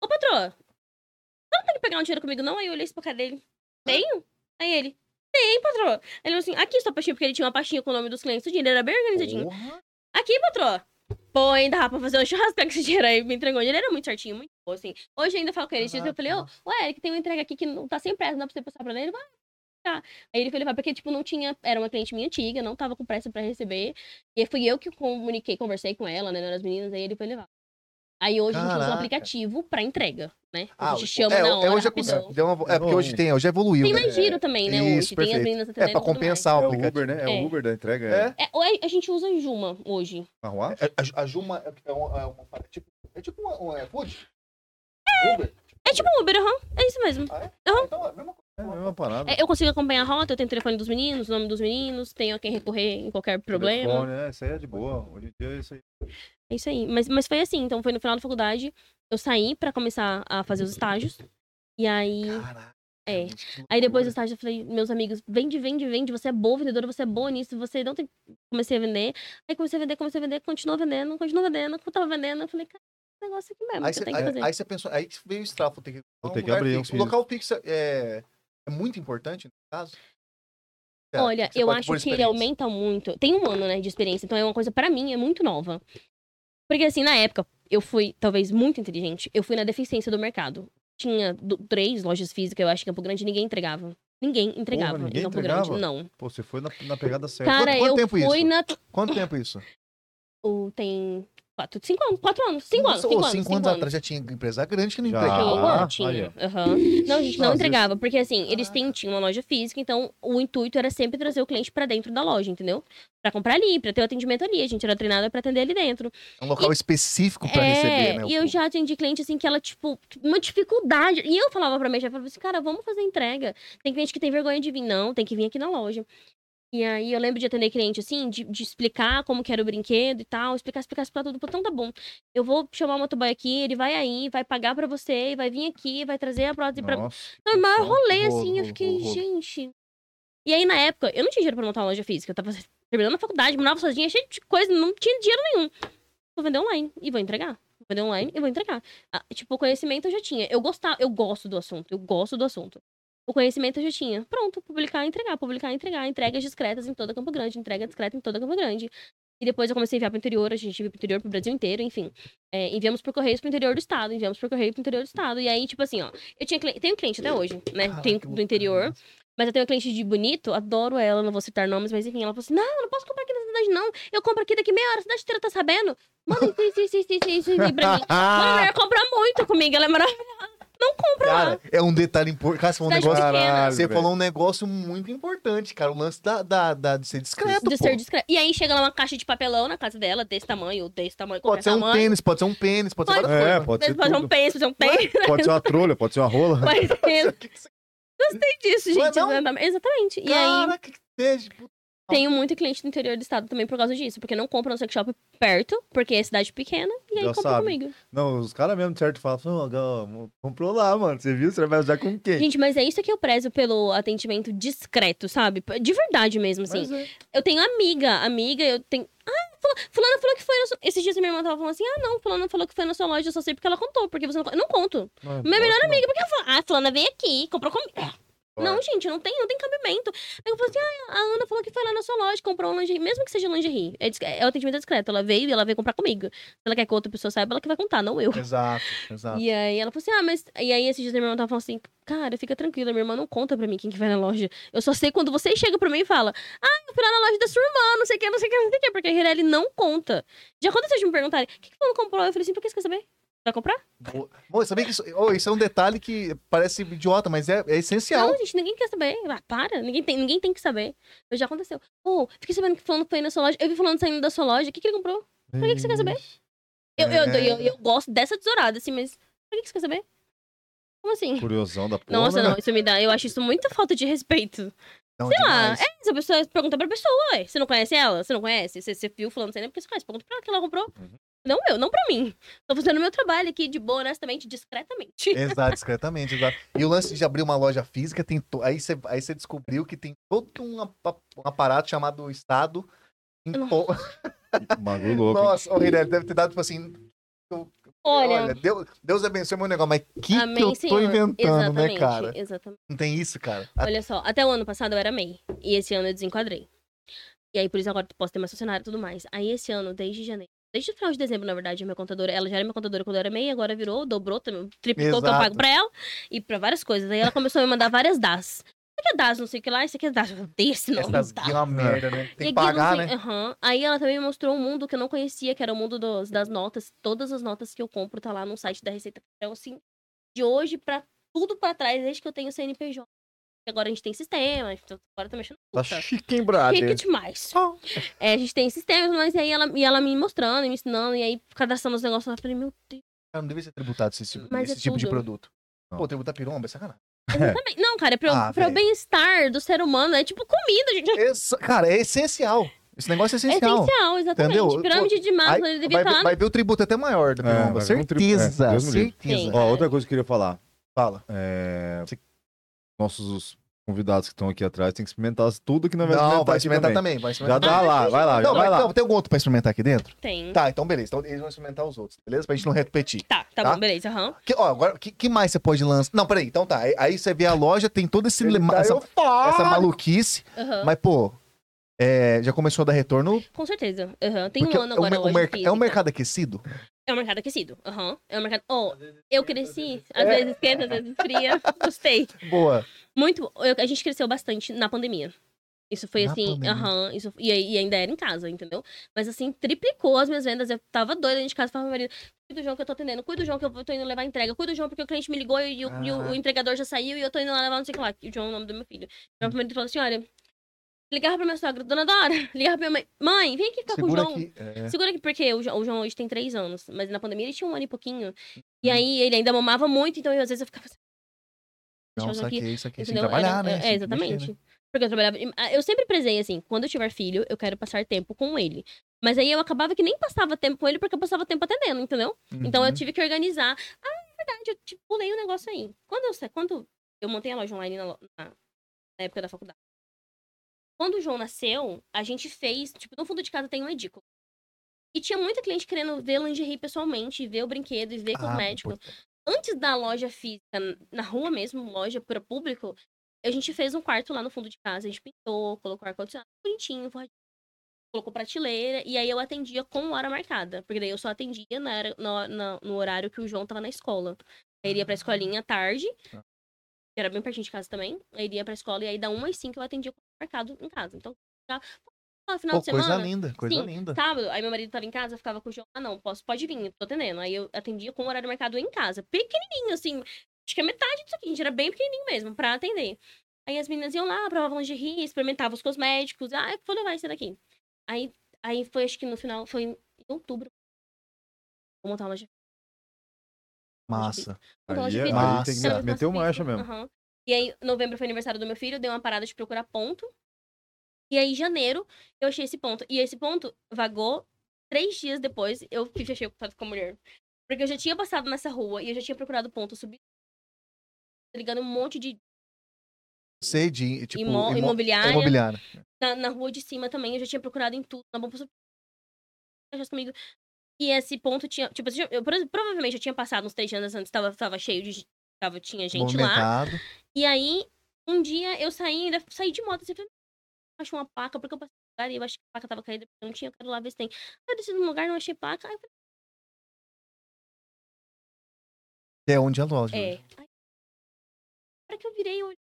Speaker 2: Ô, patroa, você não tem que pegar um dinheiro comigo, não? Aí eu olhei isso pra cara dele. Tenho? Aí ele, tem, patroa. Aí ele falou assim, aqui sua pastinha, porque ele tinha uma pastinha com o nome dos clientes, o dinheiro era bem organizadinho.
Speaker 3: Assim, Porra,
Speaker 2: Aqui, patroa. Pô, ainda dá pra fazer um churrasco com esse dinheiro aí. Me entregou. Ele era muito certinho, muito bom, assim. Hoje eu ainda falo com ele. Esse dia eu
Speaker 3: Caraca,
Speaker 2: falei, ô, ué, Eric, tem uma entrega aqui que não tá sem pressa, não dá pra você passar pra dentro. Vai, tá. Aí ele foi levar, porque, tipo, não tinha... Era uma cliente minha antiga, não tava com pressa pra receber. E aí fui eu que comuniquei, conversei com ela, né, não eram as meninas, aí ele foi levar. Aí hoje a gente usa um
Speaker 3: Caraca.
Speaker 2: aplicativo pra entrega, né?
Speaker 3: Ah,
Speaker 2: a gente chama
Speaker 3: é,
Speaker 2: na hora,
Speaker 3: é, hoje é,
Speaker 2: rapidão.
Speaker 3: cons- deu uma vo- é porque hoje tem, hoje evoluiu.
Speaker 2: Tem
Speaker 3: né?
Speaker 2: mais giro também, né,
Speaker 3: Isso,
Speaker 2: hoje. Tem
Speaker 3: perfeito.
Speaker 2: as meninas
Speaker 3: É
Speaker 2: atendendo
Speaker 3: pra
Speaker 2: e tudo mais.
Speaker 3: compensar
Speaker 1: É
Speaker 3: o
Speaker 1: o
Speaker 3: aplicativo.
Speaker 1: Uber, né? É
Speaker 2: É.
Speaker 1: o Uber da entrega.
Speaker 3: É?
Speaker 1: É?
Speaker 2: É, ou a- a gente usa Juma hoje.
Speaker 1: Arruar?
Speaker 3: A, a Juma é, é um- é uma parada, tipo, é tipo um, um é food? Uber?
Speaker 2: É tipo Uber, aham. É isso mesmo.
Speaker 3: Então, é a mesma coisa.
Speaker 1: É a mesma parada.
Speaker 2: É, Eu consigo acompanhar a rota, eu tenho o telefone dos meninos, o nome dos meninos, tenho a quem recorrer em qualquer problema.
Speaker 1: Telefone, é, isso aí é de boa. Hoje em dia é isso aí.
Speaker 2: É isso aí. Mas, mas foi assim, então foi no final da faculdade, eu saí pra começar a fazer os estágios. E aí.
Speaker 3: Caraca.
Speaker 2: É.
Speaker 3: mas que
Speaker 2: Aí depois
Speaker 3: loucura.
Speaker 2: do estágio eu falei, meus amigos, vende, vende, vende, você é boa vendedora, você é boa nisso, você não tem. Comecei a vender. Aí comecei a vender, comecei a vender, continuou vendendo, continuou vendendo, tava vendendo. Eu falei, cara, esse negócio aqui mesmo,
Speaker 3: Aí
Speaker 2: você
Speaker 3: você,
Speaker 2: tem que
Speaker 3: aí,
Speaker 2: fazer.
Speaker 3: aí você pensou, aí que veio o estrafo, tem que, um
Speaker 1: Vou ter que
Speaker 3: lugar
Speaker 1: abrir, eu
Speaker 3: fixo. O
Speaker 1: fiz.
Speaker 3: local fixo é, é muito importante, no caso? É,
Speaker 2: Olha,
Speaker 3: você
Speaker 2: eu
Speaker 3: pode
Speaker 2: acho
Speaker 3: pôr
Speaker 2: que ele
Speaker 3: experiência.
Speaker 2: aumenta muito. Tem um ano, né, de experiência, então é uma coisa pra mim, é muito nova. Porque assim, na época, eu fui, talvez, muito inteligente. Eu fui na deficiência do mercado. Tinha do- três lojas físicas, eu acho, em Campo Grande, ninguém entregava. Ninguém entregava
Speaker 1: ninguém
Speaker 2: em Campo
Speaker 1: entregava?
Speaker 2: Grande, não.
Speaker 1: Pô, você foi na, na pegada certa.
Speaker 2: Cara,
Speaker 3: quanto
Speaker 2: eu
Speaker 3: tempo
Speaker 2: fui
Speaker 3: isso?
Speaker 2: na.
Speaker 3: Quanto tempo é isso?
Speaker 2: o- tem quatro, cinco anos, quatro anos, cinco anos,
Speaker 3: Nossa,
Speaker 2: cinco
Speaker 3: ô,
Speaker 2: anos. É.
Speaker 3: cinco anos atrás já tinha empresário grande que não
Speaker 1: Já.
Speaker 2: Tinha,
Speaker 3: entregava.
Speaker 1: Ah,
Speaker 2: tinha.
Speaker 1: olha.
Speaker 2: Aham. Não, a gente não
Speaker 1: Nossa,
Speaker 2: entregava, porque assim, eles
Speaker 3: Caraca.
Speaker 2: têm, tinham uma loja física, então o intuito era sempre trazer o cliente pra dentro da loja, entendeu? Pra comprar ali, pra ter o atendimento ali. A gente era treinada pra atender ali dentro.
Speaker 3: É um local específico pra
Speaker 2: é,
Speaker 3: receber, né? o
Speaker 2: e eu
Speaker 3: povo.
Speaker 2: já atendi cliente assim que ela, tipo, uma dificuldade. E eu falava pra mim, já falava assim, cara, vamos fazer entrega. Tem cliente que tem vergonha de vir. Não, tem que vir aqui na loja. E aí eu lembro de atender cliente assim, de, de explicar como que era o brinquedo e tal, explicar, explicar, explicar tudo. Pô, Então tá bom. Eu vou chamar o motoboy aqui, ele vai aí, vai pagar pra você, vai vir aqui, vai trazer a prótese pra
Speaker 1: Nossa,
Speaker 2: não, e maior rolê,
Speaker 3: Rolo,
Speaker 2: assim.
Speaker 3: rolo,
Speaker 2: Eu fiquei,
Speaker 3: rolo, rolo.
Speaker 2: gente. E aí, na época, eu não tinha dinheiro pra montar uma loja física. Eu tava terminando a faculdade, morava sozinha, cheia de coisa, não tinha dinheiro nenhum. Vou vender online e vou entregar. Vou vender online e vou entregar. Ah, tipo, o conhecimento eu já tinha. Eu gostava, eu gosto do assunto, eu gosto do assunto. O conhecimento eu já tinha. Pronto, publicar, entregar, publicar, entregar. Entregas discretas em toda Campo Grande, entrega discreta em toda Campo Grande. E depois eu comecei a enviar pro interior, a gente enviou pro interior, pro Brasil inteiro, enfim. É, enviamos por correios pro interior do estado, enviamos por correio pro interior do estado. E aí, tipo assim, ó, eu tinha cli- tenho cliente até hoje, né?
Speaker 3: Caraca,
Speaker 2: tenho
Speaker 3: que
Speaker 2: do
Speaker 3: loucura.
Speaker 2: interior. Mas eu tenho uma cliente de bonito, adoro ela, não vou citar nomes, mas enfim, ela falou assim: não, não posso comprar aqui na cidade, não. Eu compro aqui daqui meia hora, a cidade inteira tá sabendo. Manda isso, isso, isso, isso, isso,
Speaker 3: <laughs>
Speaker 2: isso pra mim.
Speaker 3: Ah,
Speaker 2: Mano, a mulher compra muito comigo, ela é maravilhosa. Não compra lá.
Speaker 3: Cara, é um detalhe importante. Cara, você falou um
Speaker 2: Cidade
Speaker 3: negócio.
Speaker 2: pequena.
Speaker 3: Você
Speaker 1: velho.
Speaker 3: falou um negócio muito importante, cara. O lance da, da, da- de ser discreto.
Speaker 2: De
Speaker 3: pô.
Speaker 2: ser discre- E aí chega lá uma caixa de papelão na casa dela, desse tamanho, desse tamanho, qualquer
Speaker 3: Pode ser um
Speaker 2: tamanho.
Speaker 3: tênis, pode ser um pênis, pode ser
Speaker 2: Pode-
Speaker 3: várias
Speaker 1: É,
Speaker 3: coisas.
Speaker 1: pode ser
Speaker 2: Pode ser um
Speaker 1: tudo.
Speaker 2: pênis, pode ser um tênis,
Speaker 1: Pode ser uma trolha, pode ser uma
Speaker 2: <laughs>
Speaker 1: rola. <laughs>
Speaker 2: pode ser. Gostei disso,
Speaker 3: Não é
Speaker 2: gente.
Speaker 3: não?
Speaker 2: exatamente- Exatamente. E aí,
Speaker 3: Cara, que que seja. tipo,
Speaker 2: tenho muito cliente do interior do estado também por causa disso, porque não compra no sex shop perto, porque é cidade pequena, e aí
Speaker 1: Já
Speaker 2: compra
Speaker 1: sabe.
Speaker 2: comigo.
Speaker 1: Não, os caras mesmo, de certo, falam, "Não, Gal, comprou lá, mano. Você viu? Você vai usar com quem?
Speaker 2: Gente, mas é isso que eu prezo pelo atendimento discreto, sabe? De verdade mesmo, assim.
Speaker 1: Mas é.
Speaker 2: Eu tenho amiga, amiga, eu tenho. Ah, fula- fulana falou que foi na sua. Esses dias minha irmã tava falando assim: ah, não, fulana falou que foi na sua loja, eu só sei porque ela contou, porque você não. con-" Eu não conto.
Speaker 1: Não, É.
Speaker 2: Minha é melhor
Speaker 1: lógico
Speaker 2: amiga, porque ela falou: ah, fulana veio aqui, comprou comigo.
Speaker 1: não.
Speaker 2: Não, gente, não tem, não tem cabimento. Aí eu falei assim: ah, a Ana falou que foi lá na sua loja, comprou um lingerie, mesmo que seja lingerie. É, dis- é o atendimento discreto. Ela veio e ela veio comprar comigo. Se ela quer que outra pessoa saiba, ela que vai contar, não eu.
Speaker 3: Exato, exato.
Speaker 2: E aí ela falou assim: ah, mas. E aí esses dias minha irmã tava falando assim: cara, fica tranquila, minha irmã não conta pra mim quem que vai na loja. Eu só sei quando você chega pra mim e fala: ah, eu fui lá na loja da sua irmã, não sei o que, não sei o que, não sei o que, porque a Hirelli não conta. Já aconteceu de me perguntarem: o que que fulano comprou? Eu falei assim: por que você quer saber? Vai comprar?
Speaker 3: Boa. Bom, sabia que isso, oh, isso é um detalhe que parece idiota, mas é, é essencial.
Speaker 2: Não, gente, ninguém quer saber. Ah, para, ninguém tem, ninguém tem que saber. Eu já aconteceu. Pô, fiquei sabendo que fulano foi na sua loja. Eu vi fulano saindo da sua loja. O que, que ele comprou? Por que, que você quer saber? Eu, eu,
Speaker 3: É.
Speaker 2: eu, eu gosto dessa tesourada, assim, mas por que, que você quer saber? Como assim?
Speaker 1: Curiosão da porra.
Speaker 2: Nossa,
Speaker 1: né?
Speaker 2: não, isso me dá. Eu acho isso muita falta de respeito.
Speaker 3: Não,
Speaker 2: Sei lá,
Speaker 3: demais.
Speaker 2: é, se a pessoa pergunta pra pessoa, ué, você não conhece ela? Você não conhece? Você, você viu fulano, você nem porque você conhece, pergunta pra ela que ela comprou.
Speaker 1: Uhum.
Speaker 2: Não eu, não pra mim. Tô fazendo meu trabalho aqui de boa, honestamente, discretamente.
Speaker 3: Exato, discretamente, exato. E o lance de abrir uma loja física, tem to... aí você aí você descobriu que tem todo um, apa- um aparato chamado Estado. em
Speaker 2: Nossa.
Speaker 3: po- <laughs>
Speaker 1: <laughs> Bagulho louco. hein?
Speaker 3: Nossa, ô Rirelli, deve ter dado tipo assim. <laughs> Olha,
Speaker 2: Olha,
Speaker 3: Deus, Deus abençoe meu negócio, mas que, que
Speaker 2: amém,
Speaker 3: eu tô
Speaker 2: senhor.
Speaker 3: inventando,
Speaker 2: exatamente,
Speaker 3: né, cara?
Speaker 2: Exatamente.
Speaker 3: Não tem isso, cara. A-
Speaker 2: Olha só, até o ano passado eu era MEI. E esse ano eu desenquadrei. E aí, por isso agora eu posso ter mais funcionário e tudo mais. Aí esse ano, desde janeiro. Desde o final de dezembro, na verdade, a minha contadora, ela já era minha contadora quando eu era MEI, agora virou, dobrou, também, triplicou o que eu
Speaker 3: Exato.
Speaker 2: pago pra ela e pra várias coisas. Aí ela começou a me mandar várias DAS. Isso aqui é DAS, não sei o que lá, isso aqui é DAS. Eu odeio esse nome.
Speaker 3: Essas
Speaker 2: DAS.
Speaker 3: guias é uma merda, né? Tem
Speaker 2: E
Speaker 3: que
Speaker 2: aqui
Speaker 3: pagar,
Speaker 2: não é,
Speaker 3: né?
Speaker 2: sei- Aham. Aí ela também me mostrou um mundo que eu não conhecia, que era o mundo dos- das notas. Todas as notas que eu compro tá lá no site da Receita Federal, assim, de hoje pra tudo pra trás, desde que eu tenho CNPJ. E Agora a gente tem sistema, então agora tá mexendo
Speaker 1: Tá
Speaker 2: tudo, tá?
Speaker 1: chique, hein,
Speaker 2: Que, que
Speaker 1: brother?
Speaker 2: demais.
Speaker 3: Ó.
Speaker 2: É, a gente tem sistema, mas aí ela, e ela me mostrando, e me ensinando, e aí cadastrando os negócios. lá, Eu falei, meu Deus.
Speaker 3: Cara, não deveria ser tributado esse, tipo-
Speaker 2: Mas
Speaker 3: esse
Speaker 2: é
Speaker 3: tipo de
Speaker 2: tudo.
Speaker 3: produto.
Speaker 1: Não.
Speaker 3: Pô, tributar piromba é sacanagem.
Speaker 2: Também- Não, cara, é pro,
Speaker 3: Ah,
Speaker 2: pro
Speaker 3: velho.
Speaker 2: bem-estar do ser humano. É tipo comida, gente.
Speaker 3: Essa- cara, é essencial. Esse negócio é
Speaker 2: É
Speaker 3: essencial.
Speaker 2: essencial, exatamente.
Speaker 3: Entendeu?
Speaker 2: Pirâmide de
Speaker 3: Aí,
Speaker 2: Maslow, ele devia tá
Speaker 3: vai,
Speaker 2: estar
Speaker 3: ver-
Speaker 2: lá
Speaker 3: vai ver o tributo até maior da
Speaker 1: É,
Speaker 3: piromba.
Speaker 1: vai ver um tri-
Speaker 3: certeza,
Speaker 1: é, Deus me livre.
Speaker 3: certeza.
Speaker 2: Sim.
Speaker 1: Ó, outra coisa que eu queria falar.
Speaker 3: Fala.
Speaker 1: É,
Speaker 3: Se-
Speaker 1: Nossos convidados que estão aqui atrás têm que experimentar tudo que nós vamos
Speaker 3: Não,
Speaker 1: experimentar
Speaker 3: vai
Speaker 1: aqui
Speaker 3: experimentar também. vai
Speaker 1: Já
Speaker 3: experimentar
Speaker 1: dá lá, vai lá, já
Speaker 3: Não,
Speaker 1: vai lá.
Speaker 3: então, tem algum outro pra experimentar aqui dentro?
Speaker 2: tem. Tá,
Speaker 3: Tá, então beleza. Então eles vão experimentar os outros, beleza? Pra gente não repetir.
Speaker 2: tá,
Speaker 3: Tá?
Speaker 2: bom, beleza. Aham.
Speaker 3: Que, ó, agora, que, que mais você pode lançar? Não, peraí, então tá. Aí, aí você vê a loja, tem todo esse... lema-
Speaker 4: Tá
Speaker 3: essa,
Speaker 4: eufórico.
Speaker 3: essa maluquice.
Speaker 2: aham.
Speaker 3: Mas, pô, É, já começou a dar retorno.
Speaker 2: Com certeza. Aham. Tem
Speaker 3: porque
Speaker 2: um ano
Speaker 3: é, um
Speaker 2: agora
Speaker 3: mer- o
Speaker 2: hoje.
Speaker 3: merc- é
Speaker 2: física.
Speaker 3: um mercado aquecido?
Speaker 2: É um mercado aquecido. Aham. É um mercado. Oh, eu cresci, às
Speaker 3: É.
Speaker 2: vezes esquenta, às vezes
Speaker 3: <laughs>
Speaker 2: fria. Gostei.
Speaker 3: Boa.
Speaker 2: Muito. eu- a gente cresceu bastante na pandemia. Isso foi
Speaker 3: Na
Speaker 2: assim,
Speaker 3: pandemia.
Speaker 2: aham, isso e, aí- e ainda era em casa, entendeu? Mas assim, triplicou as minhas vendas. Eu tava doida dentro de casa, falava, marido, cuida do João que eu tô atendendo, cuida do João que eu vou- tô indo levar entrega, cuida do João porque o cliente me ligou e, o, e o-
Speaker 3: Ah.
Speaker 2: o entregador já saiu e eu tô indo lá levar não sei o que lá, que o João é o nome do meu filho. Meu marido falou assim, olha, ligava pra minha sogra, dona Dora, <laughs> ligava pra minha mãe, mãe, vem aqui ficar
Speaker 3: Segura
Speaker 2: com o João.
Speaker 3: aqui. É.
Speaker 2: Segura aqui, porque o, Jo- o João hoje tem três anos, mas na pandemia ele tinha um ano e pouquinho.
Speaker 3: Uhum.
Speaker 2: E aí ele ainda mamava muito, então eu, às vezes eu ficava assim,
Speaker 3: Não,
Speaker 2: Deixa eu
Speaker 3: saquei, saquei. Sem
Speaker 2: entendeu?
Speaker 3: trabalhar,
Speaker 2: Era-
Speaker 3: né?
Speaker 2: é,
Speaker 3: Sem mexer, né?
Speaker 2: exatamente. Porque eu trabalhava. ah, Eu sempre prezei assim, quando eu tiver filho, eu quero passar tempo com ele. Mas aí eu acabava que nem passava tempo com ele porque eu passava tempo atendendo, entendeu? Então eu
Speaker 3: Uhum.
Speaker 2: tive que organizar. Ah, é verdade, eu tipo, pulei um negócio aí. Quando eu, sa- quando eu montei a loja online na, lo- na- na época da faculdade, quando o João nasceu, a gente fez, tipo, no fundo de casa tem um edículo. E tinha muita cliente querendo ver lingerie pessoalmente, e ver o brinquedo e ver
Speaker 3: Ah,
Speaker 2: cosmético.
Speaker 3: pô,
Speaker 2: Antes da loja física, na rua mesmo, loja para público, a gente fez um quarto lá no fundo de casa, a gente pintou, colocou ar-condicionado bonitinho, forradinho, colocou prateleira, e aí eu atendia com hora marcada, porque daí eu só atendia na hora- na- na- no horário que o João tava na escola. Eu iria pra escolinha à tarde, que
Speaker 3: Ah, Tá.
Speaker 2: era bem pertinho de casa também, eu iria pra escola, e aí da 1 às 5 eu atendia com horário marcado em casa. Então, já, ah, final
Speaker 3: Pô,
Speaker 2: de semana...
Speaker 3: coisa linda, coisa
Speaker 2: Sim, tá,
Speaker 3: linda.
Speaker 2: Sábado, aí meu marido tava em casa, eu ficava com o João. Ah, não, posso, pode vir, eu tô atendendo. Aí eu atendia com o horário marcado em casa. Pequenininho, assim. Acho que é metade disso aqui, a gente era bem pequenininho mesmo, pra atender. Aí as meninas iam lá, provavam lingerie, experimentavam os cosméticos. Ah, eu vou levar esse daqui. Aí, aí foi, acho que no final, foi em outubro. Vou montar uma loja.
Speaker 3: Massa.
Speaker 2: Montar uma
Speaker 1: Aí,
Speaker 2: loja
Speaker 1: é- aí tem
Speaker 2: física. Era um
Speaker 1: que
Speaker 3: Nossa.
Speaker 2: espaço
Speaker 1: meter o
Speaker 2: físico,
Speaker 1: marcha mesmo.
Speaker 2: aham. E aí, novembro foi aniversário do meu filho, dei uma parada de procurar ponto. E aí, em janeiro, eu achei esse ponto. E esse ponto vagou três dias depois, eu fechei o contato com a mulher. Porque eu já tinha passado nessa rua e eu já tinha procurado ponto, subi. Ligando um monte de
Speaker 3: Sei de, tipo,
Speaker 2: imo-
Speaker 3: imo-
Speaker 2: imobiliária.
Speaker 3: imobiliária.
Speaker 2: Na, na rua de cima também, eu já tinha procurado em tudo. Na bomba Sup- comigo. E esse ponto tinha. Tipo, assim, eu pro- provavelmente eu tinha passado uns três anos antes, tava, tava cheio de. ge- Tava, tinha gente lá.
Speaker 3: Movimentado.
Speaker 2: E aí, um dia eu saí, ainda saí de moto, assim, falei, "Eu acho uma paca, porque eu passei no lugar e eu acho que a paca tava caída, porque não tinha, eu quero lá ver se tem. Aí eu desci num lugar, não achei paca, aí eu
Speaker 3: que É onde é a loja.
Speaker 2: falei, é.
Speaker 3: hoje.
Speaker 2: Aí, na hora que eu virei, eu olhei.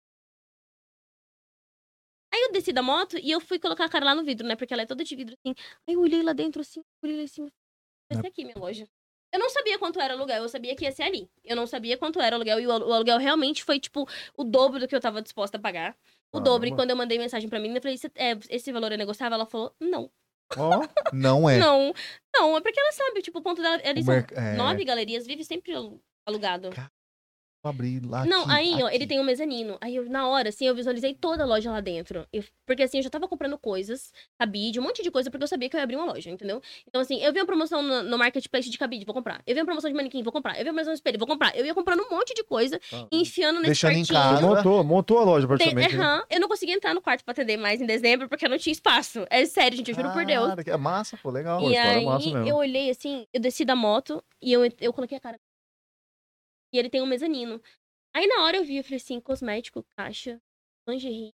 Speaker 2: Aí eu desci da moto e eu fui colocar a cara lá no vidro, né, porque ela é toda de vidro, assim. Aí eu olhei lá dentro, assim, olhei lá em cima, vai ser aqui minha loja. Eu não sabia quanto era o aluguel, eu sabia que ia ser ali. Eu não sabia quanto era o aluguel, e o alu- o aluguel realmente foi, tipo, o dobro do que eu tava disposta a pagar. o dobro. E
Speaker 1: Caramba.
Speaker 2: quando eu mandei mensagem pra menina, eu falei, "Cê- é, esse valor é negociável? Ela falou, não.
Speaker 3: Ó, não é.
Speaker 2: Não, não. É porque ela sabe, tipo, o ponto dela... Eles
Speaker 3: O
Speaker 2: são
Speaker 3: merc- é,
Speaker 2: nove galerias, vive sempre alu- alugado.
Speaker 3: vou abrir lá.
Speaker 2: não,
Speaker 3: aqui,
Speaker 2: aí, ó, ele
Speaker 3: aqui.
Speaker 2: tem um mezanino. Aí, eu, na hora, assim, eu visualizei toda a loja lá dentro. Eu- porque, assim, eu já tava comprando coisas, cabide, um monte de coisa, porque eu sabia que eu ia abrir uma loja, entendeu? Então, assim, eu vi uma promoção no, no marketplace de cabide, vou comprar. Eu vi uma promoção de manequim, vou comprar. Eu vi uma promoção de espelho, vou comprar. Eu ia comprando um monte de coisa, e enfiando nesse
Speaker 3: Ah, Deixando em
Speaker 2: quartinho.
Speaker 3: casa.
Speaker 1: Montou, montou a loja
Speaker 2: Tem-
Speaker 1: praticamente. né?
Speaker 2: aham, eu não consegui entrar no quarto pra atender mais em dezembro porque eu não tinha espaço. É sério, gente, eu juro por Deus.
Speaker 3: Cara, que é massa, pô, legal.
Speaker 1: Pô,
Speaker 2: e
Speaker 1: história
Speaker 2: aí
Speaker 1: massa mesmo.
Speaker 2: eu olhei assim, eu desci da moto e eu, eu coloquei a cara. E ele tem um mezanino. Aí na hora eu vi, eu falei assim, cosmético, caixa, lingerie.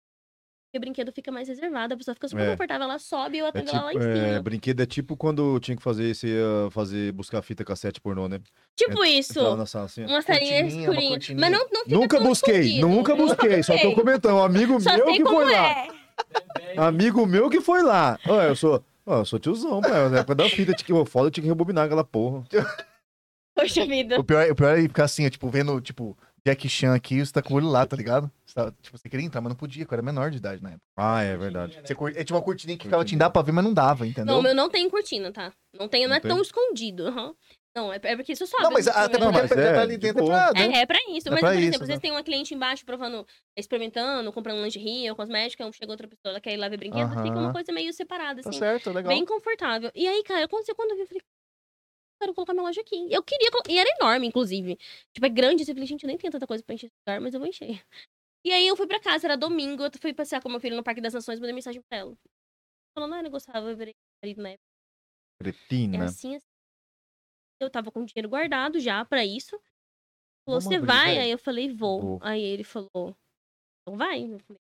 Speaker 2: Porque o brinquedo fica mais reservado, a pessoa fica super
Speaker 1: É.
Speaker 2: confortável, ela sobe e eu
Speaker 1: É
Speaker 2: atendo ela lá em
Speaker 1: tipo, é,
Speaker 2: cima.
Speaker 1: brinquedo é tipo quando tinha que fazer, você ia fazer, buscar fita cassete pornô, né?
Speaker 2: tipo isso.
Speaker 1: Entrava na sala assim, ó.
Speaker 2: Uma salinha
Speaker 3: cortininha, uma
Speaker 2: escurinha.
Speaker 3: cortininha.
Speaker 2: Mas não, não fica
Speaker 1: Nunca
Speaker 2: tão
Speaker 1: busquei,
Speaker 2: escondido.
Speaker 1: nunca busquei, só tô
Speaker 2: busquei.
Speaker 1: comentando. Um amigo
Speaker 2: Só
Speaker 1: meu
Speaker 2: sei
Speaker 1: que
Speaker 2: como
Speaker 1: foi lá.
Speaker 2: é.
Speaker 1: Amigo meu que foi lá. Ó, eu sou. ó, eu sou tiozão, pai. Na época da fita, tinha que, eu foda, eu tinha que rebobinar aquela porra. <laughs>
Speaker 2: Poxa vida.
Speaker 3: O pior, o pior é ele ficar assim, ó, tipo, vendo, tipo, Jack Chan aqui, você tá com o olho lá, tá ligado? Você tá- tipo, você queria entrar, mas não podia, que eu era menor de idade na época.
Speaker 1: Ah, é verdade.
Speaker 3: Você cur... É tipo uma cortininha que ficava te dar pra ver, mas não dava, entendeu?
Speaker 2: Não, o meu não tem cortina, tá? Não tem, não,
Speaker 1: Não
Speaker 2: é
Speaker 1: tem?
Speaker 2: tão escondido. aham. Não, é, é porque isso sobe.
Speaker 3: Não, mas
Speaker 2: assim,
Speaker 3: até
Speaker 2: né?
Speaker 1: Não,
Speaker 3: porque
Speaker 1: mas
Speaker 3: tá
Speaker 1: é,
Speaker 3: tá ali
Speaker 1: de
Speaker 3: dentro.
Speaker 1: boa.
Speaker 3: ah, né?
Speaker 2: É, é pra isso.
Speaker 3: É
Speaker 2: mas,
Speaker 3: pra
Speaker 2: por
Speaker 3: isso,
Speaker 2: exemplo,
Speaker 3: né?
Speaker 2: às vezes tem uma cliente embaixo provando, experimentando, comprando um lingerie ou cosmética, um chega outra pessoa, ela quer ir lá ver brinquedo,
Speaker 3: Aham.
Speaker 2: fica uma coisa meio separada,
Speaker 3: Tá
Speaker 2: assim.
Speaker 3: certo, legal.
Speaker 2: bem confortável. E aí, cara, aconteceu quando eu vi, eu falei, quero colocar minha loja aqui. Eu queria, colo- e era enorme, inclusive. Tipo, é grande, assim, eu falei, gente, eu nem tenho tanta coisa pra encher esse lugar, mas eu vou encher. E aí eu fui pra casa, era domingo, eu fui passear com meu filho no Parque das Nações, mandei mensagem pra ela. Falando, ah, eu não gostava, eu virei marido na época. É
Speaker 1: Cretina.
Speaker 2: assim, assim. Eu tava com dinheiro guardado já pra isso. Falou,
Speaker 3: Vamos
Speaker 2: você
Speaker 3: abrir,
Speaker 2: vai?
Speaker 3: vai."
Speaker 2: Aí eu falei, vou.
Speaker 1: Vou.
Speaker 2: Aí ele falou, então vai. Eu falei,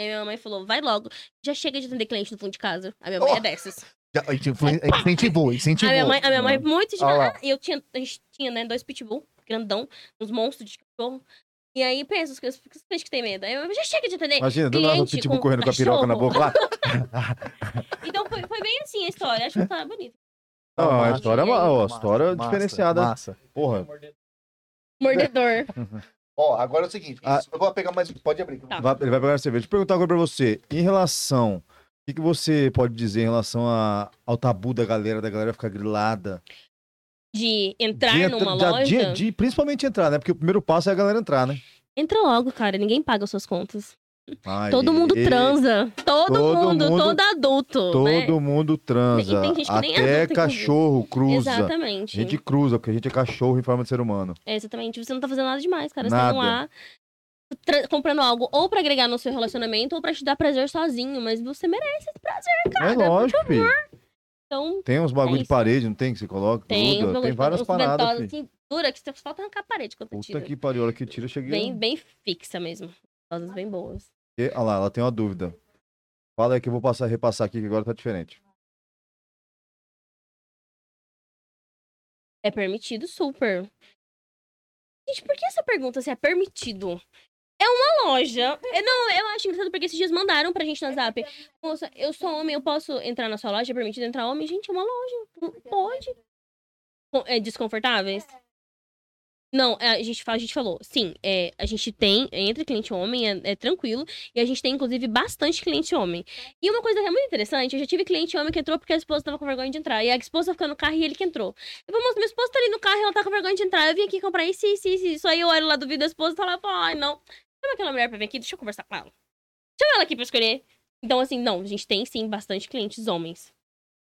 Speaker 2: E aí minha mãe falou, vai logo. Já chega de atender cliente no fundo de casa. A minha mãe é
Speaker 3: Oh!
Speaker 2: dessas.
Speaker 3: Já- influ- é, Incentivou,
Speaker 2: A
Speaker 3: incentivou.
Speaker 2: minha mãe, a minha mãe muito de Ah,
Speaker 3: Olha lá.
Speaker 2: E eu tinha, a gente tinha, né, dois pitbull, grandão, uns monstros de cachorro. E aí, pensa, os clientes os clientes que tem medo. Aí eu já chega de atender.
Speaker 1: Imagina, do nada o
Speaker 2: Cliente
Speaker 1: pitbull
Speaker 2: com
Speaker 1: correndo com a piroca na
Speaker 2: cachorro.
Speaker 1: boca lá.
Speaker 2: Então foi, foi bem assim a história. Acho que tá bonito.
Speaker 1: Não, a
Speaker 3: <laughs> Massa,
Speaker 1: história, é uma- ó, a
Speaker 3: massa,
Speaker 1: história
Speaker 3: massa,
Speaker 1: diferenciada.
Speaker 3: Massa.
Speaker 1: Porra,
Speaker 2: Mordedor.
Speaker 3: Ó, agora é o seguinte.
Speaker 1: Ah.
Speaker 3: isso- eu vou pegar mais. um, Pode abrir.
Speaker 2: Tá.
Speaker 1: vai- ele vai pegar a cerveja. Deixa eu perguntar agora pra você, em relação... O que, que você pode dizer em relação a- ao tabu da galera, da galera ficar grilada?
Speaker 2: De entrar
Speaker 1: De entra-
Speaker 2: numa
Speaker 1: da- de-
Speaker 2: loja.
Speaker 1: de- principalmente entrar, né? Porque o primeiro passo é a galera entrar, né?
Speaker 2: Entra logo, cara. Ninguém paga as suas contas.
Speaker 1: Ai,
Speaker 2: Todo mundo
Speaker 1: e-
Speaker 2: transa. Todo,
Speaker 1: Todo
Speaker 2: mundo,
Speaker 1: mundo-
Speaker 2: todo adulto. né?
Speaker 1: Todo mundo transa.
Speaker 2: E tem gente que nem
Speaker 1: Até
Speaker 2: adulta, inclusive.
Speaker 1: cachorro cruza. A
Speaker 2: Exatamente.
Speaker 1: gente cruza, porque a gente é cachorro em forma de ser humano.
Speaker 2: É, exatamente. Você não tá fazendo nada demais, cara. Você
Speaker 1: Nada.
Speaker 2: tá lá tra- comprando algo ou pra agregar no seu relacionamento ou pra te dar prazer sozinho. Mas você merece esse prazer.
Speaker 1: é
Speaker 2: Cara, por
Speaker 1: lógico, filho.
Speaker 2: Então,
Speaker 1: Tem uns bagulho
Speaker 2: É
Speaker 1: de
Speaker 2: isso.
Speaker 1: parede, não tem? Que você coloca,
Speaker 2: tem.
Speaker 1: gruda.
Speaker 2: um
Speaker 1: Tem
Speaker 2: bagulho-
Speaker 1: várias
Speaker 2: uns
Speaker 1: paradas,
Speaker 2: ventosos
Speaker 1: filho.
Speaker 2: assim, dura que você só tá na parede quando você
Speaker 1: Puta
Speaker 2: tira.
Speaker 1: que pariu, a hora que tira, eu cheguei.
Speaker 2: Bem, bem fixa mesmo. Ventosas bem boas.
Speaker 1: E- Olha lá, ela tem uma dúvida. Fala aí que eu vou passar, repassar aqui, que agora tá diferente.
Speaker 2: É permitido, super. Gente, por que essa pergunta se é permitido? É uma loja. É, não, eu acho engraçado porque esses dias mandaram pra gente no WhatsApp. Moça, eu sou homem, eu posso entrar na sua loja? É permitido entrar homem? Gente, é uma loja. Não Pode. Com- É desconfortáveis? Não, é, a gente, fa- a gente falou, sim, é, a gente tem, é, entre cliente homem, é, é tranquilo, e a gente tem, inclusive, bastante cliente homem. E uma coisa que é muito interessante, eu já tive cliente homem que entrou porque a esposa tava com vergonha de entrar, e a esposa ficou no carro e ele que entrou. Eu falei, moço, minha esposa tá ali no carro, ela tá com vergonha de entrar. Eu vim aqui comprar isso, isso, isso, isso. Aí eu olho lá do vídeo da esposa e falo, ai, não. Chama aquela mulher pra vir aqui, deixa eu conversar com ela. Chama ela aqui pra eu escolher. Então, assim, não, a gente tem sim bastante clientes homens.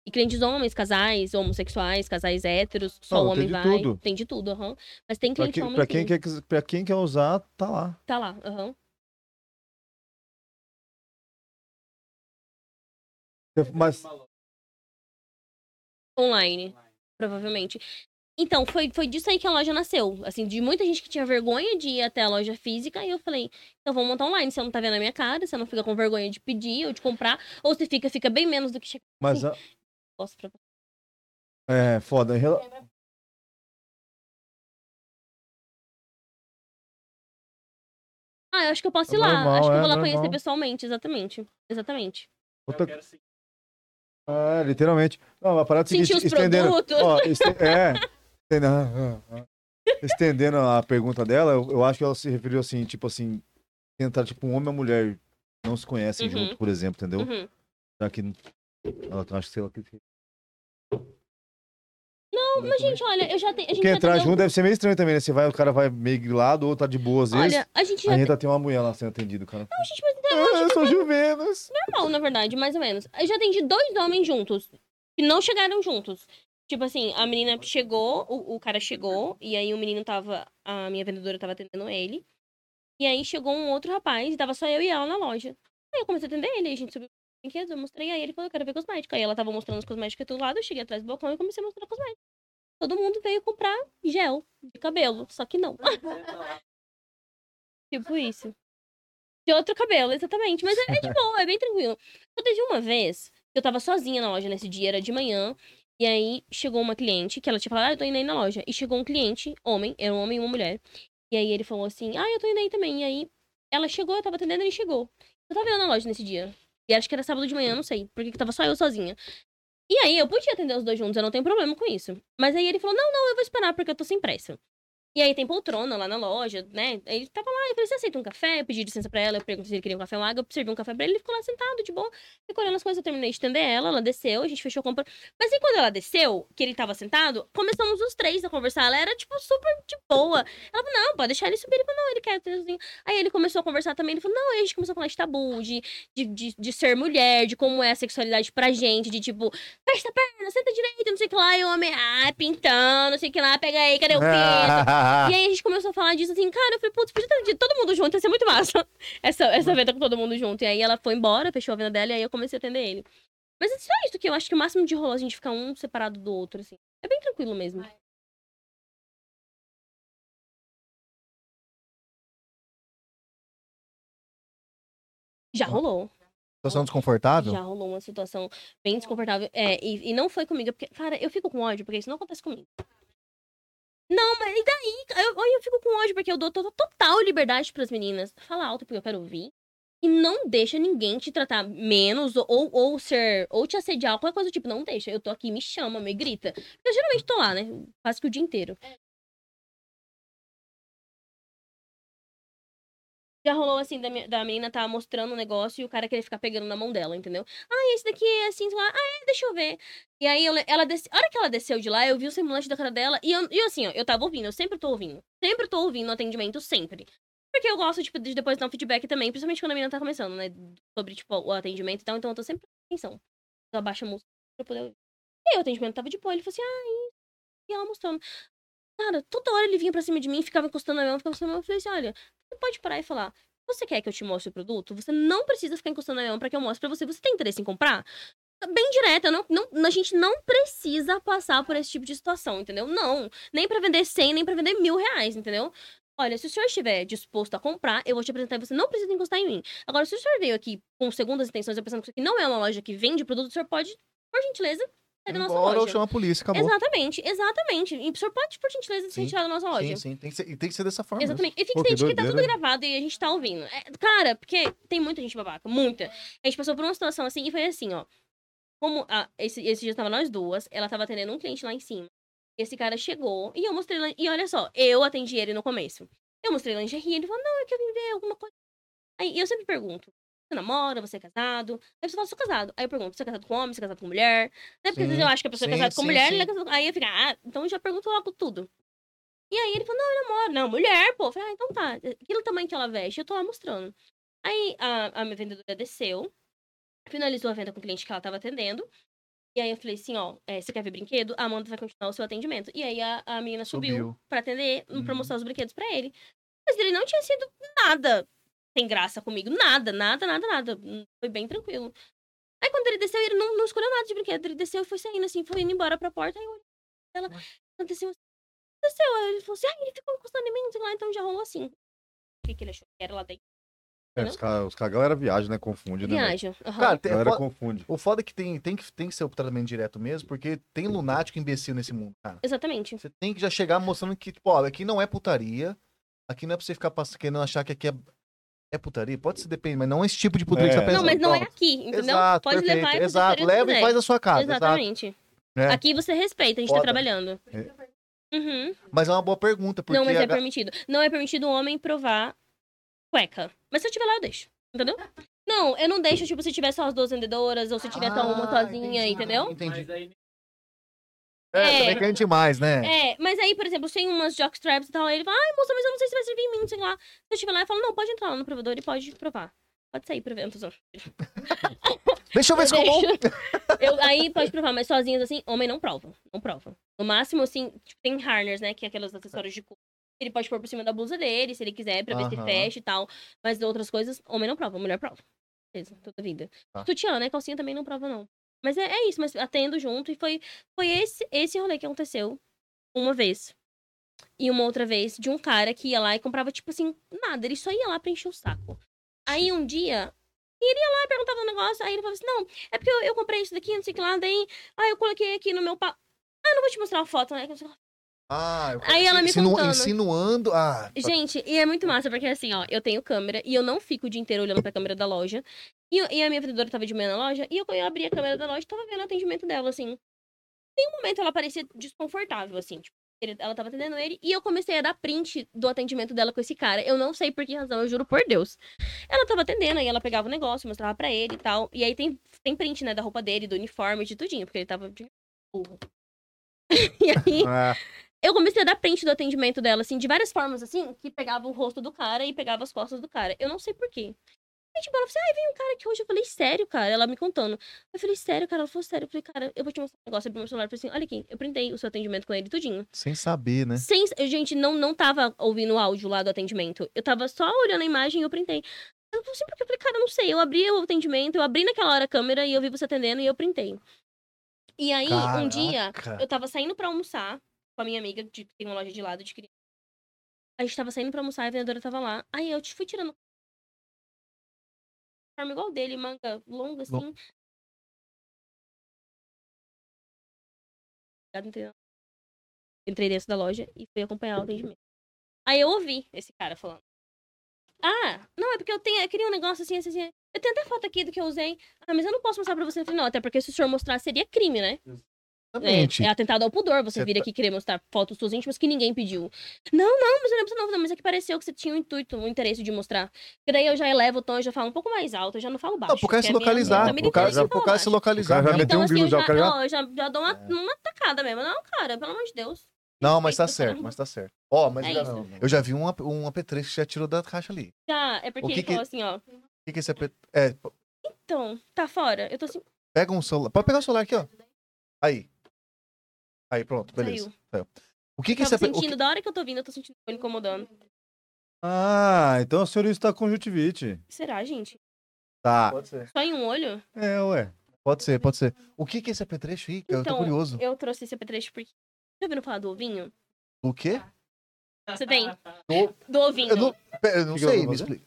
Speaker 2: E clientes homens, casais, homossexuais, casais héteros, só
Speaker 1: Não,
Speaker 2: o
Speaker 1: tem
Speaker 2: homem
Speaker 1: de
Speaker 2: vai.
Speaker 1: tudo.
Speaker 2: Tem de tudo, aham. Mas tem
Speaker 1: Pra,
Speaker 2: cliente
Speaker 1: que-
Speaker 2: homem
Speaker 1: pra
Speaker 2: sim.
Speaker 1: quem quer, quis- pra quem quer usar, tá lá.
Speaker 2: Tá lá, aham.
Speaker 1: Mas
Speaker 2: Online, provavelmente. Então, foi, foi disso aí que a loja nasceu. Assim, de muita gente que tinha vergonha de ir até a loja física. E eu falei, então vamos montar online. Você não tá vendo a minha cara, você não fica com vergonha de pedir ou de comprar. Ou se fica, fica bem menos do que chega.
Speaker 1: Mas a-
Speaker 2: Posso pra...
Speaker 1: é foda. em rela-
Speaker 2: Ah, eu acho que eu posso
Speaker 1: É
Speaker 2: ir lá.
Speaker 1: normal,
Speaker 2: acho que eu
Speaker 1: é
Speaker 2: vou lá
Speaker 1: normal.
Speaker 2: conhecer pessoalmente, exatamente. Exatamente.
Speaker 1: outra- É, literalmente. Não, a parada é o
Speaker 2: Sentir
Speaker 1: seguinte,
Speaker 2: os
Speaker 1: estendendo.
Speaker 2: produtos.
Speaker 1: Ó, este- é. Estendendo, ah, ah, ah. Estendendo a pergunta dela, eu, eu acho que ela se referiu assim, tipo assim, tentar, tipo, um homem e uma mulher não se conhecem
Speaker 2: Uhum.
Speaker 1: junto, por exemplo, entendeu?
Speaker 2: Uhum.
Speaker 1: Será que. Ela tá, acho que sei lá que.
Speaker 2: Não, mas gente, olha, eu já tá tenho. A gente
Speaker 1: Porque
Speaker 2: já
Speaker 1: entrar
Speaker 2: atendeu-
Speaker 1: junto deve ser meio estranho também, né? Você vai, o cara vai meio grilado, ou tá de boa às vezes.
Speaker 2: Olha, a gente já
Speaker 1: Aí ainda tem uma mulher lá sendo atendida, o cara.
Speaker 2: Não, gente, mas então,
Speaker 1: Ah, eu sou <laughs> Juvenas.
Speaker 2: normal, na verdade, mais ou menos. Eu já atendi dois homens juntos, que não chegaram juntos. Tipo assim, a menina chegou, o, o cara chegou, e aí o menino tava. A minha vendedora tava atendendo ele. E aí chegou um outro rapaz, e tava só eu e ela na loja. Aí eu comecei a atender ele, a gente subiu os brinquedos, eu mostrei, aí ele falou, eu quero ver cosmética. Aí ela tava mostrando os cosméticos do lado, eu cheguei atrás do balcão e comecei a mostrar cosmética. Todo mundo veio comprar gel de cabelo, só que não. <laughs> tipo isso. De outro cabelo, exatamente. Mas é, é de boa, é bem tranquilo. Eu teve uma vez que eu tava sozinha na loja nesse dia, era de manhã. E aí chegou uma cliente, que ela tinha falado, ah, eu tô indo aí na loja. E chegou um cliente, homem, era um homem e uma mulher. E aí ele falou assim, ah, eu tô indo aí também. E aí ela chegou, eu tava atendendo, ele chegou. Eu tava indo na loja nesse dia. E acho que era sábado de manhã, não sei, porque que tava só eu sozinha. E aí eu podia atender os dois juntos, eu não tenho problema com isso. Mas aí ele falou, não, não, eu vou esperar porque eu tô sem pressa. E aí tem poltrona lá na loja, né? Aí Ele tava lá, eu falei, você aceita um café? Eu pedi licença pra ela, eu perguntei se ele queria um café, uma água, eu servi um café pra ele, ele ficou lá sentado, de boa. Ficou olhando as coisas, eu terminei de estender ela, ela desceu, a gente fechou a compra. Mas aí quando ela desceu, que ele tava sentado, começamos os três a conversar. Ela era, tipo, super de boa. Ela falou, não, pode deixar ele subir. Ele falou, não, ele quer. ter sozinho. Aí ele começou a conversar também, ele falou, não, aí a gente começou a falar de tabu, de, de, de, de ser mulher, de como é a sexualidade pra gente, de tipo, fecha a perna, senta direito, não sei o que lá, e o homem, ah, pintando, não sei o que lá, pega
Speaker 1: <laughs>
Speaker 2: aí, cadê o
Speaker 1: Ah,
Speaker 2: pinto? E aí a gente começou a falar disso assim, cara, eu falei, putz, podia ter de todo mundo junto, ia ser muito massa. <laughs> Essa, essa venda com todo mundo junto. E aí ela foi embora, fechou a venda dela, e aí eu comecei a atender ele. Mas é só isso que eu acho que o máximo de rolou a gente ficar um separado do outro, assim. É bem tranquilo mesmo. Já rolou.
Speaker 3: Situação desconfortável?
Speaker 2: Já rolou uma situação bem desconfortável. É, e, e não foi comigo. Porque, cara, eu fico com ódio, porque isso não acontece comigo. Não, mas e daí? Eu, eu fico com ódio, porque eu dou to- total liberdade pras meninas. Fala alto, porque eu quero ouvir. E não deixa ninguém te tratar menos ou, ou, ou ser, ou te assediar, qualquer coisa do tipo. Não deixa. Eu tô aqui, me chama, me grita. Eu geralmente tô lá, né? Quase que o dia inteiro. Já rolou assim, da, me- da menina tá mostrando um negócio e o cara querer ficar pegando na mão dela, entendeu? Ah, esse daqui é assim, sei lá. Ah, é, deixa eu ver. E aí, eu le- ela desce... a hora que ela desceu de lá, eu vi o semblante da cara dela. E eu, e eu, assim, ó, eu tava ouvindo, eu sempre tô ouvindo. Sempre tô ouvindo o atendimento, sempre. Porque eu gosto, tipo, de depois dar um feedback também, principalmente quando a menina tá começando, né? Sobre, tipo, o atendimento e tal. Então eu tô sempre prestando atenção. Eu abaixo a música pra poder ouvir. E aí o atendimento tava de boa, ele falou assim, ah, isso. E ela mostrando. Cara, toda hora ele vinha pra cima de mim, ficava encostando na minha mão, ficava assim, eu falei assim, olha, você pode parar e falar, você quer que eu te mostre o produto? Você não precisa ficar encostando na minha mão pra que eu mostre pra você. Você tem interesse em comprar? bem direta. Não, não, a gente não precisa passar por esse tipo de situação, entendeu? Não. Nem pra vender 100, nem pra vender mil reais, entendeu? Olha, se o senhor estiver disposto a comprar, eu vou te apresentar e você não precisa encostar em mim. Agora, se o senhor veio aqui com segundas intenções, eu pensando que isso aqui não é uma loja que vende produto, o senhor pode, por gentileza, sair da nossa
Speaker 3: Embora eu
Speaker 2: loja.
Speaker 3: chamo a polícia, acabou.
Speaker 2: Exatamente, exatamente. E o senhor pode, por gentileza, se
Speaker 3: Tá Sim.
Speaker 2: retirar da nossa loja.
Speaker 3: Sim, sim. Tem que ser, e tem que ser dessa forma. mesmo.
Speaker 2: Exatamente. E fica
Speaker 1: Pô, que
Speaker 2: gente que tá tudo
Speaker 1: doideira.
Speaker 3: é
Speaker 2: gravado e a gente tá ouvindo. É, cara, porque tem muita gente babaca, muita. A gente passou por uma situação assim e foi assim, ó. Como a- esse, esse dia tava nós duas, ela tava atendendo um cliente lá em cima. Esse cara chegou e eu mostrei lá. E olha só, eu atendi ele no começo. Eu mostrei lingerie, ele falou, não, é eu quero ver alguma coisa. Aí eu sempre pergunto, você namora, você é casado? Aí você fala, sou casado. Aí eu pergunto, você é casado com homem, você é casado com mulher? Né? Porque às vezes
Speaker 3: Sim,
Speaker 2: eu acho que a pessoa é
Speaker 3: sim,
Speaker 2: casada com
Speaker 3: sim,
Speaker 2: mulher,
Speaker 3: sim.
Speaker 2: ela é casada com- aí eu fico, ah, então eu já pergunto logo tudo. E aí ele falou, não, eu namoro. Não, mulher, pô. Eu falei, ah, então tá. Aquilo tamanho que ela veste, eu tô lá mostrando. Aí a, a minha vendedora desceu, finalizou a venda com o cliente que ela tava atendendo. E aí eu falei assim, ó, é, você quer ver brinquedo? A Amanda vai continuar o seu atendimento. E aí a, a menina subiu,
Speaker 3: Subiu.
Speaker 2: pra atender, pra
Speaker 3: Uhum.
Speaker 2: mostrar os brinquedos pra ele. Mas ele não tinha sido nada sem graça comigo. Nada, nada, nada, nada. Hum, Foi bem tranquilo. Aí quando ele desceu, ele não, não escolheu nada de brinquedo. Ele desceu e foi saindo assim, foi indo embora pra porta. Aí eu olhei pra ela, aconteceu assim, aconteceu. Aí ele falou assim, ah, ele ficou encostando em mim, não sei lá, então já rolou assim. O que, que ele achou que era lá dentro?
Speaker 1: É, os caras, os cara, a galera viaja, né? Confunde, né? velho?
Speaker 2: Viagem. aham.
Speaker 3: Cara,
Speaker 1: A
Speaker 3: tem,
Speaker 1: galera
Speaker 3: fo- <laughs>
Speaker 1: confunde.
Speaker 3: o foda é que tem, tem que tem que ser o tratamento direto mesmo, porque tem lunático imbecil nesse mundo, cara.
Speaker 2: Exatamente.
Speaker 3: Você tem que já chegar mostrando que, tipo, ó, aqui não é putaria. Aqui não é pra você ficar pass- querendo achar que aqui é, é putaria. Pode ser, depende, mas não é esse tipo de putaria que
Speaker 1: É.
Speaker 3: você tá
Speaker 1: Mas
Speaker 3: pensando.
Speaker 2: Não, mas não é
Speaker 3: Pronto.
Speaker 2: aqui, entendeu?
Speaker 3: Exato,
Speaker 2: Pode
Speaker 3: perfeito.
Speaker 2: levar e fazer
Speaker 3: Exato,
Speaker 2: o que
Speaker 3: leva
Speaker 2: quiser.
Speaker 3: e faz na sua casa. Exato.
Speaker 2: Exatamente.
Speaker 3: É.
Speaker 2: Aqui você respeita, a gente
Speaker 3: Foda.
Speaker 2: tá trabalhando. Uhum.
Speaker 3: Mas é uma boa pergunta, porque
Speaker 2: não, mas
Speaker 3: a
Speaker 2: é
Speaker 3: ga-
Speaker 2: permitido. Não é permitido um homem provar cueca. Mas se eu tiver lá, eu deixo. Entendeu? Não, eu não deixo, tipo, se tiver só as duas vendedoras ou se tiver só uma
Speaker 3: Ah,
Speaker 2: sozinha,
Speaker 3: entendi,
Speaker 2: entendeu?
Speaker 3: Entendi.
Speaker 5: Mas aí
Speaker 3: É,
Speaker 2: É.
Speaker 3: também querem demais, né?
Speaker 2: É, mas aí, por exemplo, tem umas jockstraps e tal, aí ele fala, ai, moça, mas eu não sei se vai servir em mim, não sei lá. Se eu estiver lá, eu falo, não, pode entrar lá no provador e pode provar. Pode sair, provar.
Speaker 3: Deixa eu ver se
Speaker 2: Eu
Speaker 3: ficou bom.
Speaker 2: deixo. Eu- aí pode provar, mas sozinhas assim, homem não prova. Não prova. No máximo, assim, tipo, tem harners, né? Que é aqueles acessórios de couro. Ele pode pôr por cima da blusa dele, se ele quiser, pra ver se
Speaker 3: Aham.
Speaker 2: fecha e tal. Mas outras coisas, homem não prova, mulher prova. Beleza, toda vida.
Speaker 3: Tá.
Speaker 2: Sutiã, né? Calcinha também não prova, não. Mas é, é isso, mas atendo junto. E foi, foi esse, esse rolê que aconteceu uma vez. E uma outra vez de um cara que ia lá e comprava, tipo assim, nada. Ele só ia lá pra encher o saco. Aí um dia, ele ia lá e perguntava um negócio. Aí ele falava assim: não, é porque eu, eu comprei isso daqui, não sei o que lá, daí. Aí eu coloquei aqui no meu pa... Ah, não vou te mostrar a foto, né?
Speaker 3: Ah, eu-
Speaker 2: Aí ela me
Speaker 3: insinu-
Speaker 2: contando.
Speaker 3: Insinuando. Ah,
Speaker 2: Gente, e é muito massa, porque assim, ó, eu tenho câmera e eu não fico o dia inteiro olhando pra câmera da loja. E, eu- e a minha vendedora tava de manhã na loja, e eu, eu abri a câmera da loja e tava vendo o atendimento dela, assim. Em um momento ela parecia desconfortável, assim, tipo, ele- ela tava atendendo ele, e eu comecei a dar print do atendimento dela com esse cara. Eu não sei por que razão, eu juro por Deus. Ela tava atendendo, aí ela pegava o negócio, mostrava pra ele e tal. E aí tem, tem print, né, da roupa dele, do uniforme, de tudinho, porque ele tava de burro. <laughs> e
Speaker 3: É
Speaker 2: aí.
Speaker 1: Ah,
Speaker 2: Eu comecei a dar print do atendimento dela, assim, de várias formas, assim, que pegava o rosto do cara e pegava as costas do cara. Eu não sei porquê. Aí, tipo, ela falou assim, ai, vem um cara aqui hoje. Eu falei, sério, cara? Ela me contando. Eu falei, sério, cara? Ela falou, sério. Eu falei, cara, eu vou te mostrar um negócio. Eu abri meu celular e falei assim, olha aqui, eu printei o seu atendimento com ele tudinho.
Speaker 3: sem saber, né?
Speaker 2: Sem, eu, gente, não, não tava ouvindo o áudio lá do atendimento. Eu tava só olhando a imagem e eu printei. Eu falei assim, porque eu falei, cara, eu não sei. Eu abri o atendimento, eu abri naquela hora a câmera e eu vi você atendendo e eu printei. E aí, um dia,
Speaker 3: Caraca.
Speaker 2: eu tava saindo pra almoçar com a minha amiga, de, que tem uma loja de lado de criança. A gente tava saindo pra almoçar e a vendedora tava lá. Aí eu te fui tirando. forma igual dele, manga longa, assim.
Speaker 3: Bom.
Speaker 2: Obrigado, entrei na- Entrei dentro da loja e fui acompanhar o atendimento. Aí eu ouvi esse cara falando. Ah, não, é porque eu tenho. Eu queria um negócio assim, assim, assim. Eu tenho até foto aqui do que eu usei. Ah, mas eu não posso mostrar pra você. Eu falei, não, até porque se o senhor mostrar seria crime, né?
Speaker 3: Exatamente.
Speaker 2: É, é atentado ao pudor você
Speaker 3: Você
Speaker 2: vir
Speaker 3: tá-
Speaker 2: aqui querer mostrar fotos suas íntimas que ninguém pediu. Não, não, mas eu não preciso não, não, mas é que pareceu que você tinha um intuito, um interesse de mostrar. Porque daí eu já elevo o tom, eu já falo um pouco mais alto, eu já não falo baixo.
Speaker 3: Não, pro cara se
Speaker 2: porque é minha-
Speaker 3: localizar.
Speaker 2: minha
Speaker 3: Pro cara,
Speaker 2: militância
Speaker 3: pro
Speaker 2: fala
Speaker 3: cara se
Speaker 2: baixo.
Speaker 3: localizar.
Speaker 1: O cara vai
Speaker 3: mesmo.
Speaker 1: meter
Speaker 2: Então,
Speaker 1: um
Speaker 2: assim,
Speaker 1: grilo
Speaker 2: eu
Speaker 1: já,
Speaker 2: já,
Speaker 1: o
Speaker 3: tá
Speaker 1: cara já-
Speaker 2: não, eu já, já dou uma,
Speaker 3: É.
Speaker 2: uma tacada mesmo. Não, cara, pelo amor de Deus.
Speaker 3: Não, mas tá
Speaker 2: respeito,
Speaker 3: certo,
Speaker 2: cara.
Speaker 3: mas tá certo. Ó, mas
Speaker 2: então. É
Speaker 3: eu já-
Speaker 2: isso.
Speaker 3: eu já vi um, ap- um apetrecho que já tirou da caixa ali. O
Speaker 2: Já, é porque
Speaker 3: O que
Speaker 2: ele
Speaker 3: que-
Speaker 2: falou assim, ó.
Speaker 3: que, que é esse apetrecho? É, p-
Speaker 2: Então, tá fora. Eu tô assim,
Speaker 3: pega um celular. Pode pegar o celular aqui, ó. Aí. Aí, pronto, beleza.
Speaker 2: saiu.
Speaker 3: O que, que
Speaker 2: Eu
Speaker 3: esse
Speaker 2: tava
Speaker 3: apetrecho.
Speaker 2: sentindo, da hora que eu tô vindo, eu tô sentindo que tô incomodando.
Speaker 1: Ah, então o senhor está com conjuntivite.
Speaker 2: Será, gente?
Speaker 3: Tá,
Speaker 4: Pode ser.
Speaker 2: Só em um olho?
Speaker 1: É, ué.
Speaker 3: pode ser, pode ser. O que, que é esse apetrecho aí? eu tô
Speaker 2: Então,
Speaker 3: curioso.
Speaker 2: Eu trouxe esse apetrecho porque. Já ouviram falar do ovinho?
Speaker 3: O quê?
Speaker 2: Você tem?
Speaker 3: Do-
Speaker 2: Do ovinho.
Speaker 3: Eu não, pe- eu não
Speaker 1: Que que eu
Speaker 3: sei,
Speaker 1: vou
Speaker 3: me
Speaker 1: fazer?
Speaker 3: explica.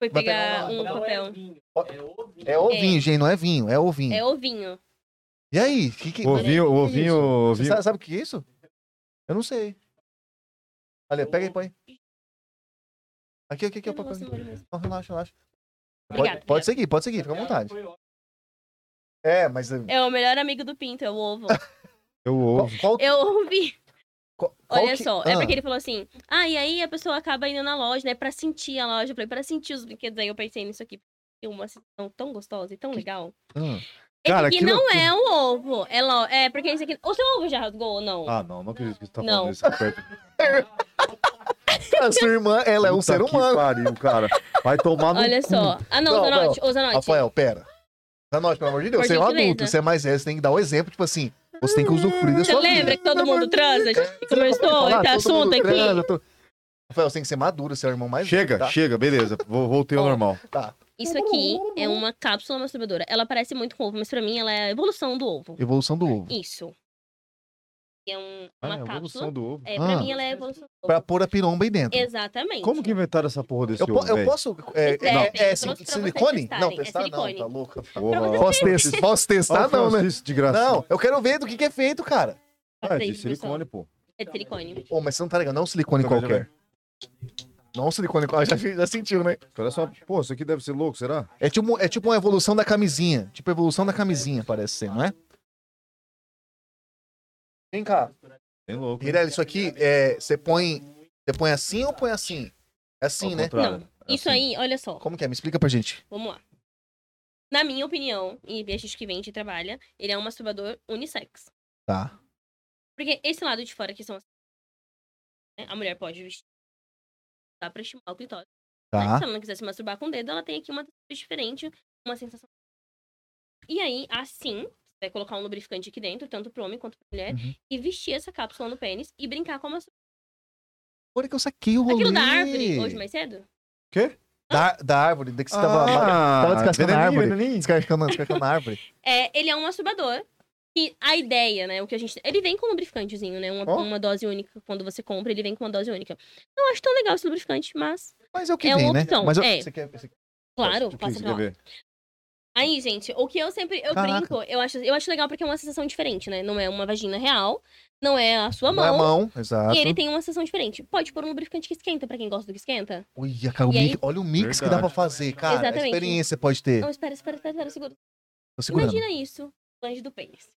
Speaker 2: Foi
Speaker 3: Vai
Speaker 2: pegar
Speaker 3: pegar
Speaker 2: um
Speaker 3: uma-
Speaker 4: Não é
Speaker 2: papel.
Speaker 4: vinho, é ovinho.
Speaker 3: É ovinho, gente, não é vinho, é ovinho.
Speaker 2: É ovinho.
Speaker 3: E aí? Que que...
Speaker 1: O ovinho, o
Speaker 3: que é
Speaker 1: ovinho,
Speaker 3: isso?
Speaker 1: o
Speaker 3: Você
Speaker 1: ovinho.
Speaker 3: sabe, sabe o que é isso? Eu não sei. Ali, ó, pega aí, põe. Aqui, aqui, aqui,
Speaker 2: Eu
Speaker 3: o
Speaker 2: não
Speaker 3: papel.
Speaker 2: gosto do molho mesmo.
Speaker 3: Não, relaxa, relaxa.
Speaker 2: Obrigada,
Speaker 3: Pode, pode seguir, pode seguir, fica à vontade. É, mas é,
Speaker 2: É o melhor amigo do Pinto, é o ovo. <laughs>
Speaker 1: Eu
Speaker 3: qual,
Speaker 1: ouvo.
Speaker 3: qual,
Speaker 2: Eu ouvi.
Speaker 3: qual- qual
Speaker 2: Olha
Speaker 3: que-
Speaker 2: só,
Speaker 3: ah,
Speaker 2: é porque ele falou assim: ah, e aí a pessoa acaba indo na loja, né, pra sentir a loja. Eu falei, pra sentir os brinquedos. Aí eu pensei nisso aqui. É uma sensação tão gostosa e tão legal.
Speaker 3: ah.
Speaker 1: Cara,
Speaker 2: esse
Speaker 1: que
Speaker 2: aqui não é o ovo. É, lo... é porque esse aqui. O seu ovo já rasgou ou não?
Speaker 1: Ah, não, não acredito que você tá falando
Speaker 2: Não.
Speaker 1: isso perto.
Speaker 3: A sua irmã, ela é um
Speaker 1: Puta
Speaker 3: ser
Speaker 1: que
Speaker 3: humano.
Speaker 1: pariu, cara. Vai tomar no
Speaker 2: Olha
Speaker 1: cu.
Speaker 2: só. Ah, não,
Speaker 3: Não,
Speaker 2: Zanotti. Ô, Zanotti.
Speaker 3: Rafael, pera. Zanotti, pelo amor de Deus,
Speaker 2: Por
Speaker 3: você é um
Speaker 2: gentileza.
Speaker 3: adulto, você é mais velho, você tem que dar um exemplo, tipo assim, você tem que usufruir da
Speaker 2: Você
Speaker 3: sua vida.
Speaker 2: lembra que todo mundo transa? A gente
Speaker 3: Falar,
Speaker 2: começou esse
Speaker 3: todo mundo
Speaker 2: assunto aqui.
Speaker 3: transa, todo- Rafael, você tem que ser maduro, você é o irmão mais
Speaker 1: Chega,
Speaker 3: velho, tá?
Speaker 1: chega, beleza. Vou- Voltei ao
Speaker 2: Ó.
Speaker 1: normal.
Speaker 2: Isso aqui é uma cápsula masturbadora. Ela parece muito com ovo, mas pra mim ela é a evolução do ovo.
Speaker 3: Evolução do ovo.
Speaker 2: Isso. É um-
Speaker 1: Ah,
Speaker 2: uma
Speaker 1: é a
Speaker 2: cápsula.
Speaker 1: evolução do ovo.
Speaker 2: É, pra
Speaker 3: Ah.
Speaker 2: mim ela é a evolução do
Speaker 3: Pra
Speaker 2: ovo.
Speaker 3: pôr a piromba aí dentro.
Speaker 2: Exatamente.
Speaker 1: Como que inventaram essa porra desse
Speaker 3: assim. Eu, po-
Speaker 1: ovo,
Speaker 3: eu
Speaker 1: velho?
Speaker 3: posso. É,
Speaker 2: Pois é,
Speaker 3: não,
Speaker 2: eu
Speaker 3: é
Speaker 2: trouxe
Speaker 3: sil-
Speaker 2: pra vocês
Speaker 3: silicone? Não,
Speaker 2: testarem, é
Speaker 3: testar não,
Speaker 2: silicone.
Speaker 3: tá louco.
Speaker 1: Porra,
Speaker 2: Pra
Speaker 1: ó.
Speaker 3: Posso, testar, posso
Speaker 1: Olha
Speaker 3: testar,
Speaker 1: o
Speaker 3: não, né?
Speaker 1: Francisco de graça.
Speaker 3: Não, eu quero ver do que, que é feito, cara.
Speaker 2: Passa
Speaker 1: Ah,
Speaker 2: aí,
Speaker 1: de
Speaker 2: produção.
Speaker 1: silicone, pô.
Speaker 2: É de silicone.
Speaker 3: Ô, mas você não tá ligado, não é um silicone
Speaker 1: Tá,
Speaker 3: qualquer. Não é um silicone qualquer. <laughs> Já, já sentiu, né?
Speaker 1: Olha só, pô, isso aqui deve ser louco, será?
Speaker 3: É tipo, é tipo uma evolução da camisinha. Tipo, evolução da camisinha, parece ser, não é? Vem cá.
Speaker 1: Bem louco. hein?
Speaker 3: Mirella, isso aqui é. Você põe. Você põe assim ou põe assim? É assim,
Speaker 1: Ao
Speaker 3: né?
Speaker 1: contrário. É
Speaker 2: Isso
Speaker 1: assim.
Speaker 2: aí, olha só.
Speaker 3: Como que é? Me explica pra gente.
Speaker 2: Vamos lá. Na minha opinião, e a gente que vende e trabalha, ele é um masturbador unissex.
Speaker 3: Tá.
Speaker 2: Porque esse lado de fora que são as... né, A mulher pode vestir. Dá pra estimular o clitóris. Mas
Speaker 3: Tá.
Speaker 2: se ela não quiser se masturbar com o dedo, ela tem aqui uma textura diferente, uma sensação. E aí, assim, você vai colocar um lubrificante aqui dentro, tanto pro homem quanto pra mulher,
Speaker 3: Uhum.
Speaker 2: e vestir essa cápsula no pênis e brincar com a masturbação.
Speaker 3: Agora que eu saquei o rolê.
Speaker 2: Aquilo da árvore, hoje mais cedo?
Speaker 3: Da, da árvore, da que você
Speaker 2: Ah.
Speaker 3: tava.
Speaker 1: Ah.
Speaker 3: tava descascando a
Speaker 1: veneninho,
Speaker 3: árvore.
Speaker 1: veneninho.
Speaker 3: Descarcando, descarcando a árvore.
Speaker 2: É, ele é um masturbador. E a ideia, né? O que a gente. Ele vem com um lubrificantezinho, né? Uma,
Speaker 3: Ó.
Speaker 2: uma dose única. Quando você compra, ele vem com uma dose única. Não acho tão legal esse lubrificante, mas.
Speaker 3: Mas é o que
Speaker 2: É
Speaker 3: vem,
Speaker 2: uma
Speaker 3: né?
Speaker 2: opção,
Speaker 3: Mas eu-
Speaker 2: é.
Speaker 3: você quer- você-
Speaker 2: Claro,
Speaker 1: O que
Speaker 2: passa
Speaker 1: você
Speaker 2: pra
Speaker 1: quer
Speaker 2: lá.
Speaker 1: ver?
Speaker 2: Aí, gente, o que eu sempre. Eu
Speaker 3: Caraca.
Speaker 2: brinco, eu acho, eu acho legal porque é uma sensação diferente, né? Não é uma vagina real, não é a sua
Speaker 3: não é a
Speaker 2: mão.
Speaker 3: mão, exato.
Speaker 2: E ele tem uma sensação diferente. Pode pôr um lubrificante que esquenta, pra quem gosta do que esquenta?
Speaker 3: Olha, cara, o
Speaker 2: E aí-
Speaker 3: mix- olha o mix que dá pra
Speaker 1: Verdade.
Speaker 3: fazer, cara. A
Speaker 2: Exatamente.
Speaker 3: experiência você pode ter.
Speaker 2: Não, Então, espera, espera, espera, espera, segura.
Speaker 3: Tô segurando.
Speaker 2: Imagina isso, longe do pênis.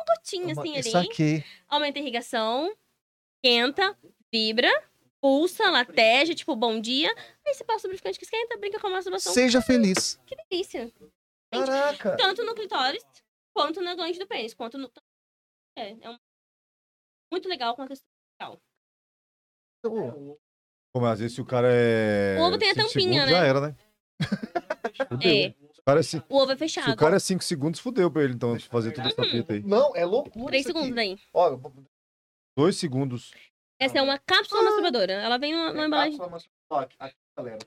Speaker 2: Um gotinho assim ali,
Speaker 3: Isso aqui.
Speaker 2: aumenta a irrigação, esquenta, vibra, pulsa, lateja, tipo, bom dia. Aí você passa o lubrificante que esquenta, brinca com a masturbação.
Speaker 3: Seja feliz.
Speaker 2: Que delícia.
Speaker 3: Caraca.
Speaker 2: Tanto no clitóris, quanto na glande do pênis, quanto no... É, é um... Muito legal com a questão.
Speaker 1: Pô, mas às vezes se o cara é.
Speaker 2: O ovo tem a
Speaker 1: cinco
Speaker 2: tampinha,
Speaker 1: segundos,
Speaker 2: né?
Speaker 1: Já era, né?
Speaker 2: É,
Speaker 1: O cara é cin-
Speaker 2: o ovo
Speaker 1: Se
Speaker 2: é
Speaker 1: o
Speaker 2: fechado.
Speaker 1: cara é 5 segundos, fudeu pra ele, então, fazer toda
Speaker 2: Uhum.
Speaker 1: essa fita aí.
Speaker 3: Não, é loucura.
Speaker 2: Três
Speaker 3: isso aqui.
Speaker 2: segundos daí.
Speaker 1: 2 segundos.
Speaker 2: Essa é uma cápsula
Speaker 3: Ah.
Speaker 2: masturbadora. Ela vem numa, numa é embalagem.
Speaker 3: Tá, Ó, aqui, aqui, galera.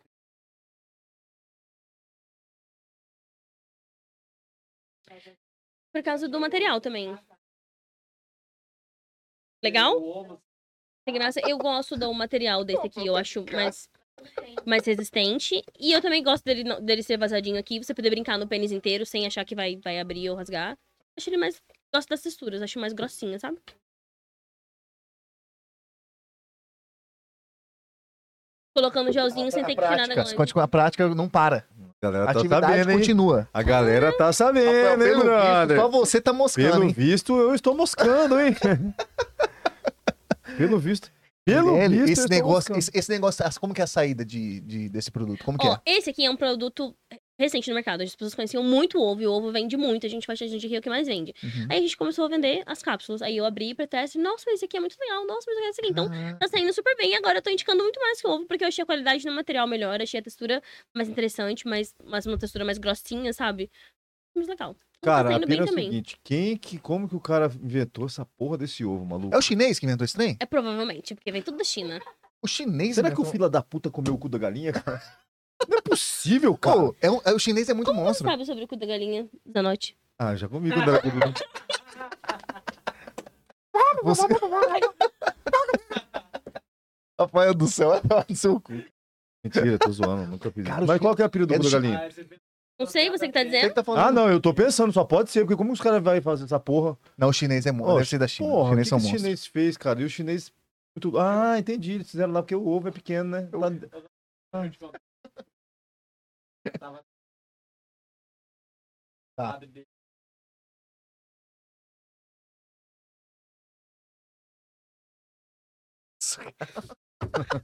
Speaker 2: Por causa do material também. Legal? Tem graça. Eu gosto do material desse aqui, eu acho mais mais resistente. E eu também gosto dele, não- dele ser vazadinho aqui, você poder brincar no pênis inteiro sem achar que vai, vai abrir ou rasgar. Acho ele mais. Gosto das texturas, acho mais grossinha, sabe? Colocando gelzinho sem ter que tirar da
Speaker 3: Prática, se
Speaker 2: glande.
Speaker 3: continua- tá, a prática não para.
Speaker 1: A galera
Speaker 3: A
Speaker 1: tá
Speaker 3: atividade
Speaker 1: sabendo, hein?
Speaker 3: continua.
Speaker 1: A galera tá sabendo, hein, brother?
Speaker 3: visto, só você tá moscando,
Speaker 1: Pelo
Speaker 3: hein?
Speaker 1: visto, eu estou moscando, hein? <laughs> Pelo visto. Pelo
Speaker 3: Velho,
Speaker 1: visto, eu
Speaker 3: esse
Speaker 1: estou
Speaker 3: negócio,
Speaker 1: moscando.
Speaker 3: esse, esse negócio, as- como que é a saída de, de- desse produto? Como que
Speaker 2: Ó,
Speaker 3: é?
Speaker 2: esse aqui é um produto recente no mercado. As pessoas conheciam muito o ovo e o ovo vende muito. A gente faz a gente rir o que mais vende.
Speaker 3: Uhum.
Speaker 2: Aí a gente começou a vender as cápsulas. Aí eu abri pra teste. Nossa, esse aqui é muito legal. Nossa, mas esse aqui. Então,
Speaker 3: Ah,
Speaker 2: tá saindo super bem. E agora eu tô indicando muito mais que o ovo, porque eu achei a qualidade no material melhor. Achei a textura mais interessante, mais, mais uma textura mais grossinha, sabe? Mas legal. Então, tá
Speaker 1: Cara, a
Speaker 2: saindo bem
Speaker 1: pira é o
Speaker 2: também.
Speaker 1: seguinte, quem que, como que o cara inventou essa porra desse ovo, maluco?
Speaker 3: é o chinês que inventou esse trem?
Speaker 2: É provavelmente, porque vem tudo da China.
Speaker 3: O chinês
Speaker 1: Será que o
Speaker 3: inventou...
Speaker 1: fila da puta comeu o cu da galinha, cara? <laughs> Não é possível, cara.
Speaker 3: Pô, é um- é, o chinês é muito monstro.
Speaker 2: Sabe sobre o cu da galinha da noite?
Speaker 1: Ah, já comi quando era cu <laughs> da
Speaker 3: Você... Rafael do céu, é <laughs> do seu cu.
Speaker 1: Mentira, tô zoando, nunca fiz
Speaker 3: Cara,
Speaker 1: isso.
Speaker 3: o
Speaker 1: Mas
Speaker 3: chi-
Speaker 1: qual que é a pira do
Speaker 3: é
Speaker 1: cu
Speaker 3: do chi-
Speaker 1: da galinha?
Speaker 2: Não sei, você que tá
Speaker 3: Você <laughs>
Speaker 2: dizendo.
Speaker 3: que tá falando...
Speaker 1: Ah, não, eu tô pensando, só pode ser, porque como os caras vão fazer essa porra?
Speaker 3: Não, o chinês é monstro.
Speaker 1: Ô,
Speaker 3: Deve ser da China. os
Speaker 1: Porra, o que,
Speaker 3: chineses são
Speaker 1: que o
Speaker 3: monstros.
Speaker 1: chinês fez, cara? E o chinês... muito- Ah, entendi, eles fizeram lá porque o ovo é pequeno, né? Lá-
Speaker 3: Tá.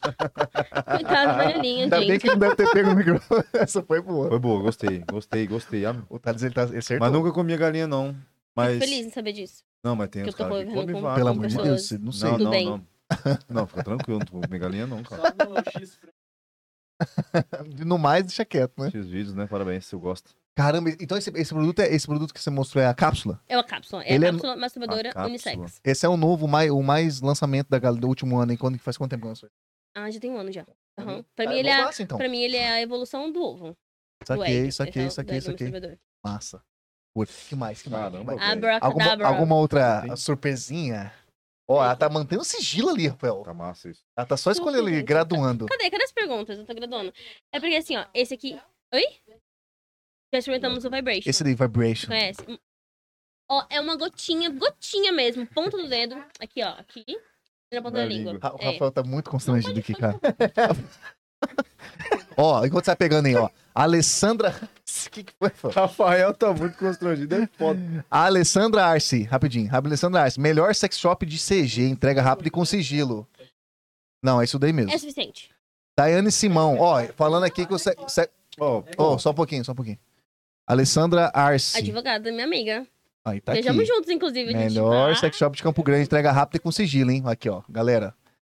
Speaker 2: Coitado da galinha,
Speaker 3: Ainda bem
Speaker 2: gente.
Speaker 3: que não deve ter pego o microfone. <laughs> Essa foi boa.
Speaker 1: Foi boa, gostei, gostei, gostei. amei.
Speaker 3: O Thales, ele tá ele acertou.
Speaker 1: Mas nunca comia galinha, não. Mas...
Speaker 2: Fico feliz em saber disso.
Speaker 1: Não, mas tem
Speaker 2: Que
Speaker 1: uns
Speaker 2: eu tô
Speaker 1: caras que
Speaker 2: convivendo
Speaker 1: comem
Speaker 2: com-
Speaker 1: vaca.
Speaker 3: Pelo
Speaker 2: com
Speaker 3: amor de
Speaker 2: pessoas.
Speaker 3: Deus, não sei.
Speaker 1: Não,
Speaker 2: Tudo
Speaker 1: não,
Speaker 2: bem.
Speaker 1: não. <laughs> Não, fica tranquilo, não vou comer galinha não, cara.
Speaker 3: No mais, deixa quieto, né?
Speaker 1: Esses vídeos, né? Parabéns, se eu gosto.
Speaker 3: Caramba, então esse, esse produto é esse produto que você mostrou é a cápsula?
Speaker 2: É uma cápsula. É
Speaker 3: Ele é-
Speaker 2: a cápsula masturbadora
Speaker 1: A cápsula.
Speaker 2: unissex.
Speaker 3: Esse é o novo, mai- o mais lançamento da gal- do último ano, hein? Quando, faz quanto tempo que lançou?
Speaker 2: Ah, já tem um ano já. Aham.
Speaker 3: Uhum.
Speaker 2: Pra,
Speaker 3: Ah,
Speaker 2: mim, ele é,
Speaker 3: massa, então.
Speaker 2: pra mim, ele é a evolução do ovo. do
Speaker 3: Saquei, saquei,
Speaker 2: egg. Esse é o- do
Speaker 3: saquei,
Speaker 2: egg
Speaker 3: saquei.
Speaker 2: masturbador.
Speaker 3: Massa. Ui, Que mais, que mais?
Speaker 1: Caramba,
Speaker 3: Que mais?
Speaker 1: velho.
Speaker 2: Abracadabra.
Speaker 3: Alguma, alguma outra
Speaker 1: Sim.
Speaker 3: surpresinha? Ó, ela tá mantendo o sigilo ali, Rafael.
Speaker 1: Tá massa isso.
Speaker 3: Ela tá só escolhendo ali,
Speaker 2: gente.
Speaker 3: graduando.
Speaker 2: Cadê? Cadê as perguntas? Eu tô graduando. É porque assim, ó, esse aqui. Oi? Já experimentamos o Vibration.
Speaker 3: Esse ali, Vibration.
Speaker 2: Conhece? Um, Ó, é uma gotinha, gotinha mesmo. Ponta do dedo. Aqui, ó. Aqui. E Na ponta
Speaker 1: Na
Speaker 2: da língua.
Speaker 1: língua.
Speaker 3: Ra- O
Speaker 2: É.
Speaker 3: Rafael tá muito constrangido aqui, cara. <laughs> ó, enquanto você tá pegando aí, ó. Alessandra. O <laughs> que, que foi, Rafael?
Speaker 1: <laughs> Rafael tá muito constrangido, é foda.
Speaker 3: A Alessandra Arce, rapidinho. A Alessandra Arce, melhor sex shop de CG, entrega rápida e com sigilo. Não, é isso daí mesmo.
Speaker 2: É suficiente.
Speaker 3: Daiane Simão, ó, falando aqui que o se- se-
Speaker 1: Ó,
Speaker 3: Ó, só um pouquinho, só um pouquinho. Alessandra Arce.
Speaker 2: Advogada da minha amiga.
Speaker 3: Aí tá aqui.
Speaker 2: Viajamos juntos, inclusive. gente.
Speaker 3: Melhor
Speaker 2: Ah,
Speaker 3: sex shop de Campo Grande, entrega rápida e com sigilo, hein? Aqui, ó, galera.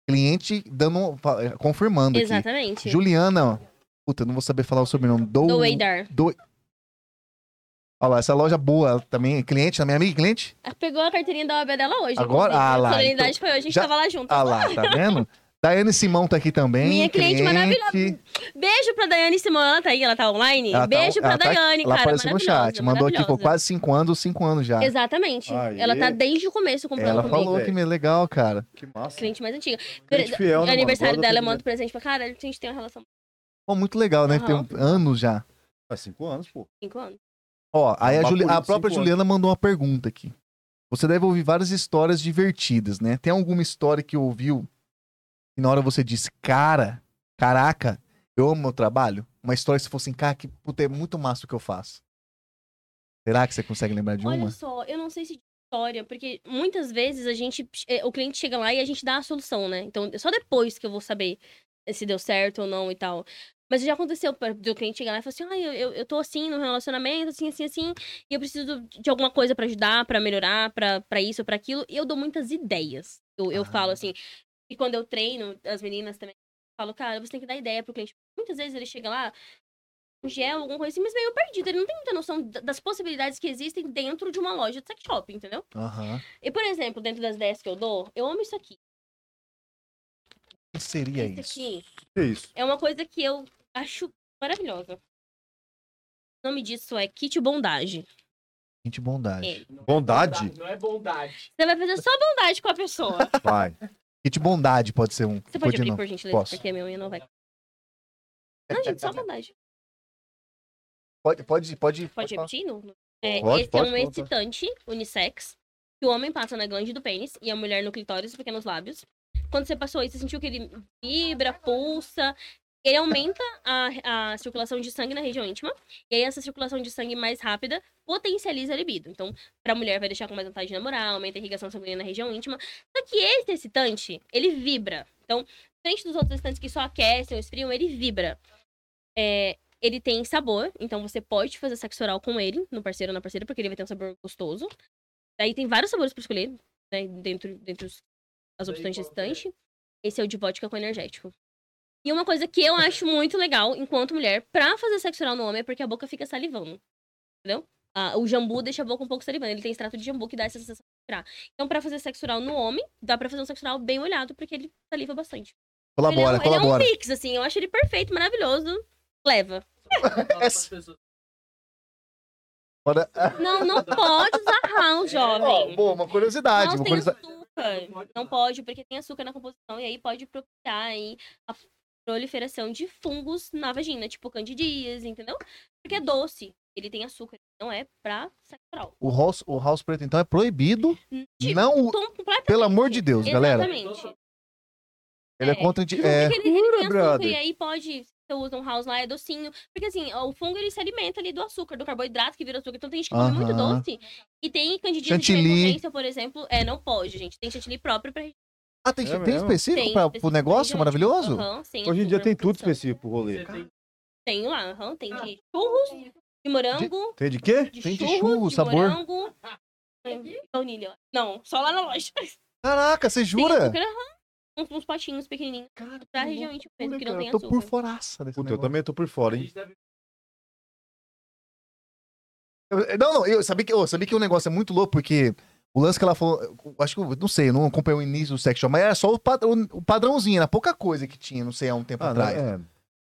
Speaker 3: Cliente dando, um- fa- confirmando aqui.
Speaker 2: Exatamente.
Speaker 3: Juliana, ó. puta, eu não vou saber falar o sobrenome. Do...
Speaker 2: Do Weidar.
Speaker 3: Olha lá, essa loja boa ela também, é cliente, da minha amiga, cliente?
Speaker 2: Ela Pegou a carteirinha da OAB dela hoje.
Speaker 3: Agora?
Speaker 2: inclusive.
Speaker 3: Ah, lá,
Speaker 2: A solenidade foi hoje, a gente
Speaker 3: Já-
Speaker 2: tava lá junto.
Speaker 3: Ah
Speaker 2: <laughs>
Speaker 3: lá, tá vendo? Daiane Simão tá aqui também.
Speaker 2: Minha cliente maravilhosa. Beijo pra Daiane Simão, ela tá aí, ela tá online.
Speaker 3: Ela tá-
Speaker 2: Beijo pra
Speaker 3: ela tá-
Speaker 2: Daiane,
Speaker 3: Ela
Speaker 2: cara.
Speaker 3: apareceu no chat,
Speaker 2: maravilhosa,
Speaker 3: mandou aqui, pô,
Speaker 2: maravilhosa.
Speaker 3: quase 5 anos, 5 anos já.
Speaker 2: Exatamente.
Speaker 1: Aê.
Speaker 2: Ela tá desde o começo comprando
Speaker 3: Ela
Speaker 2: comigo.
Speaker 3: falou que me é legal, cara.
Speaker 1: que massa.
Speaker 2: Cliente mais antiga.
Speaker 1: Cliente fiel, né, mano?
Speaker 2: aniversário
Speaker 1: Gosta
Speaker 2: dela,
Speaker 1: do
Speaker 2: eu mando presente pra cara, a gente tem uma relação
Speaker 3: Pô, muito legal, né? Tem um- anos já.
Speaker 1: Faz cinco anos, pô.
Speaker 2: de 5 anos.
Speaker 3: Ó, aí a,
Speaker 1: Papo
Speaker 3: Juli-
Speaker 1: de
Speaker 3: a
Speaker 1: cinco
Speaker 3: própria
Speaker 1: anos.
Speaker 3: Juliana mandou uma pergunta aqui. Você deve ouvir várias histórias divertidas, né? Tem alguma história que ouviu e na hora você disse, cara, caraca, eu amo meu trabalho? Uma história que você fosse assim, cara, que puta, é muito massa o que eu faço. Será que você consegue lembrar de
Speaker 2: Olha
Speaker 3: uma?
Speaker 2: só, eu não sei se de história, porque muitas vezes a gente. eh, O cliente chega lá e a gente dá a solução, né? Então, só depois que eu vou saber se deu certo ou não e tal. Mas já aconteceu pra- do cliente chegar lá e falar assim: ah, eu, eu, eu tô assim no relacionamento, assim, assim, assim, e eu preciso de alguma coisa pra ajudar, pra melhorar, pra pra isso, pra aquilo. E eu dou muitas ideias. Eu, eu
Speaker 3: Ah.
Speaker 2: falo assim, e quando eu treino, as meninas também, eu falo, cara, você tem que dar ideia pro cliente. Muitas vezes ele chega lá, um gel, alguma coisa assim, mas meio perdido. Ele não tem muita noção da- das possibilidades que existem dentro de uma loja de sex shop, entendeu?
Speaker 3: Aham.
Speaker 2: E, por exemplo, dentro das 10 que eu dou, eu amo isso aqui.
Speaker 3: O que seria
Speaker 2: isso
Speaker 3: é isso?
Speaker 2: aqui
Speaker 1: Que isso?
Speaker 2: é uma coisa que eu acho maravilhosa. O nome disso é kit bondage.
Speaker 3: Gente, bondade.
Speaker 1: Bondade?
Speaker 5: Não é
Speaker 3: <laughs>
Speaker 5: bondade.
Speaker 2: Você vai fazer só bondade com a pessoa.
Speaker 1: Vai.
Speaker 3: Kit bondade pode ser um.
Speaker 2: Você pode
Speaker 3: Pode
Speaker 2: abrir,
Speaker 3: não.
Speaker 2: por gentileza,
Speaker 3: Posso. É, tá
Speaker 2: porque a minha unha não vai. Não, gente, só vontade.
Speaker 3: Pode, pode, pode,
Speaker 2: Pode
Speaker 3: falar.
Speaker 2: repetir? Não. É,
Speaker 1: Pode,
Speaker 2: esse
Speaker 1: pode,
Speaker 2: é um
Speaker 1: pode, pode.
Speaker 2: excitante unissex que o homem passa na glande do pênis e a mulher no clitóris e pequenos lábios. Quando você passou isso, você sentiu que ele vibra, pulsa. Ele aumenta a, a circulação de sangue na região íntima. E aí, essa circulação de sangue mais rápida potencializa a libido. Então, pra mulher, vai deixar com mais vontade de namorar, aumenta a irrigação sanguínea na região íntima. Só que esse excitante, ele vibra. Então, frente dos outros excitantes que só aquecem ou esfriam, ele vibra. É, ele tem sabor, então você pode fazer sexo oral com ele, no parceiro ou na parceira, porque ele vai ter um sabor gostoso. Daí tem vários sabores pra escolher, né, dentro, dentro os- as opções de excitante. Esse é o de vodka com energético. E uma coisa que eu acho muito legal, enquanto mulher, pra fazer sexo oral no homem, é porque a boca fica salivando. Entendeu? Ah, o jambu deixa a boca um pouco salivando. Ele tem extrato de jambu que dá essa sensação de vibrar. Então, pra fazer sexo oral no homem, dá pra fazer um sexo oral bem olhado, porque ele saliva bastante. Ele é um-
Speaker 3: Colabora,
Speaker 2: ele, é, um
Speaker 3: colabora.
Speaker 2: mix, assim. Eu acho ele perfeito, maravilhoso. Leva.
Speaker 3: É Bora-
Speaker 2: Não,
Speaker 3: <laughs>
Speaker 2: não pode usar
Speaker 3: Ó,
Speaker 2: round, jovem.
Speaker 3: Ah, boa, uma curiosidade.
Speaker 2: não
Speaker 3: uma
Speaker 2: tem
Speaker 3: curiosidade.
Speaker 2: açúcar. Não pode, porque tem açúcar na composição e aí pode propiciar aí a proliferação de fungos na vagina, tipo candidias, entendeu? Porque é doce. Ele tem açúcar, não é pra sexo oral.
Speaker 3: O house, o house preto, então, é proibido.
Speaker 2: Tipo,
Speaker 3: não,
Speaker 2: Tom completamente.
Speaker 3: pelo amor de Deus, galera.
Speaker 2: Exatamente.
Speaker 3: Ele é
Speaker 2: é.
Speaker 3: contra. É,
Speaker 2: Porque ele, ele
Speaker 1: Jura,
Speaker 2: tem açúcar
Speaker 1: brother?
Speaker 2: e aí pode. Se você usa um house lá, é docinho. Porque assim, ó, o fungo ele se alimenta ali do açúcar, do carboidrato que vira açúcar. Então tem gente que come muito
Speaker 3: Aham.
Speaker 2: doce. E tem candidias de
Speaker 3: Chantilly.
Speaker 2: hiperpotência, por exemplo. É, não pode, gente. Tem chantilly próprio pra
Speaker 3: ah, tem,
Speaker 1: É
Speaker 3: tem
Speaker 1: mesmo?
Speaker 3: específico
Speaker 2: Tem
Speaker 3: pra,
Speaker 2: específico
Speaker 3: pro negócio
Speaker 2: região,
Speaker 3: maravilhoso?
Speaker 2: tipo Aham, sim,
Speaker 1: Hoje em dia
Speaker 2: açúcar,
Speaker 1: tem tudo
Speaker 2: produção.
Speaker 1: específico pro rolê.
Speaker 2: Tem lá, aham, Ah, tem de churros, de morango,
Speaker 1: Tem de quê?
Speaker 2: de,
Speaker 3: Tem de
Speaker 2: churros,
Speaker 3: churro,
Speaker 2: de
Speaker 3: sabor.
Speaker 2: morango. Baunilha. ó. Não, só lá na loja. <laughs>
Speaker 3: Caraca, você
Speaker 2: Tem
Speaker 3: jura?
Speaker 2: açúcar, aham. Uns, uns potinhos pequenininhos
Speaker 3: Cara, que
Speaker 2: pra região íntima mesmo,
Speaker 3: loucura,
Speaker 2: que não
Speaker 3: cara,
Speaker 2: tem
Speaker 3: eu tô
Speaker 2: açúcar.
Speaker 3: por foraça desse
Speaker 1: Puta, eu
Speaker 3: negócio.
Speaker 1: também tô por fora, hein?
Speaker 3: Eu- Não, não, eu sabia que, eu sabia que o negócio é muito louco, porque o lance que ela falou, eu acho que eu não sei, eu não acompanhei o início do sex shop, mas era só o, padr- o padrãozinho, era pouca coisa que tinha, não sei, há um tempo
Speaker 1: Ah, não,
Speaker 3: atrás.
Speaker 1: é.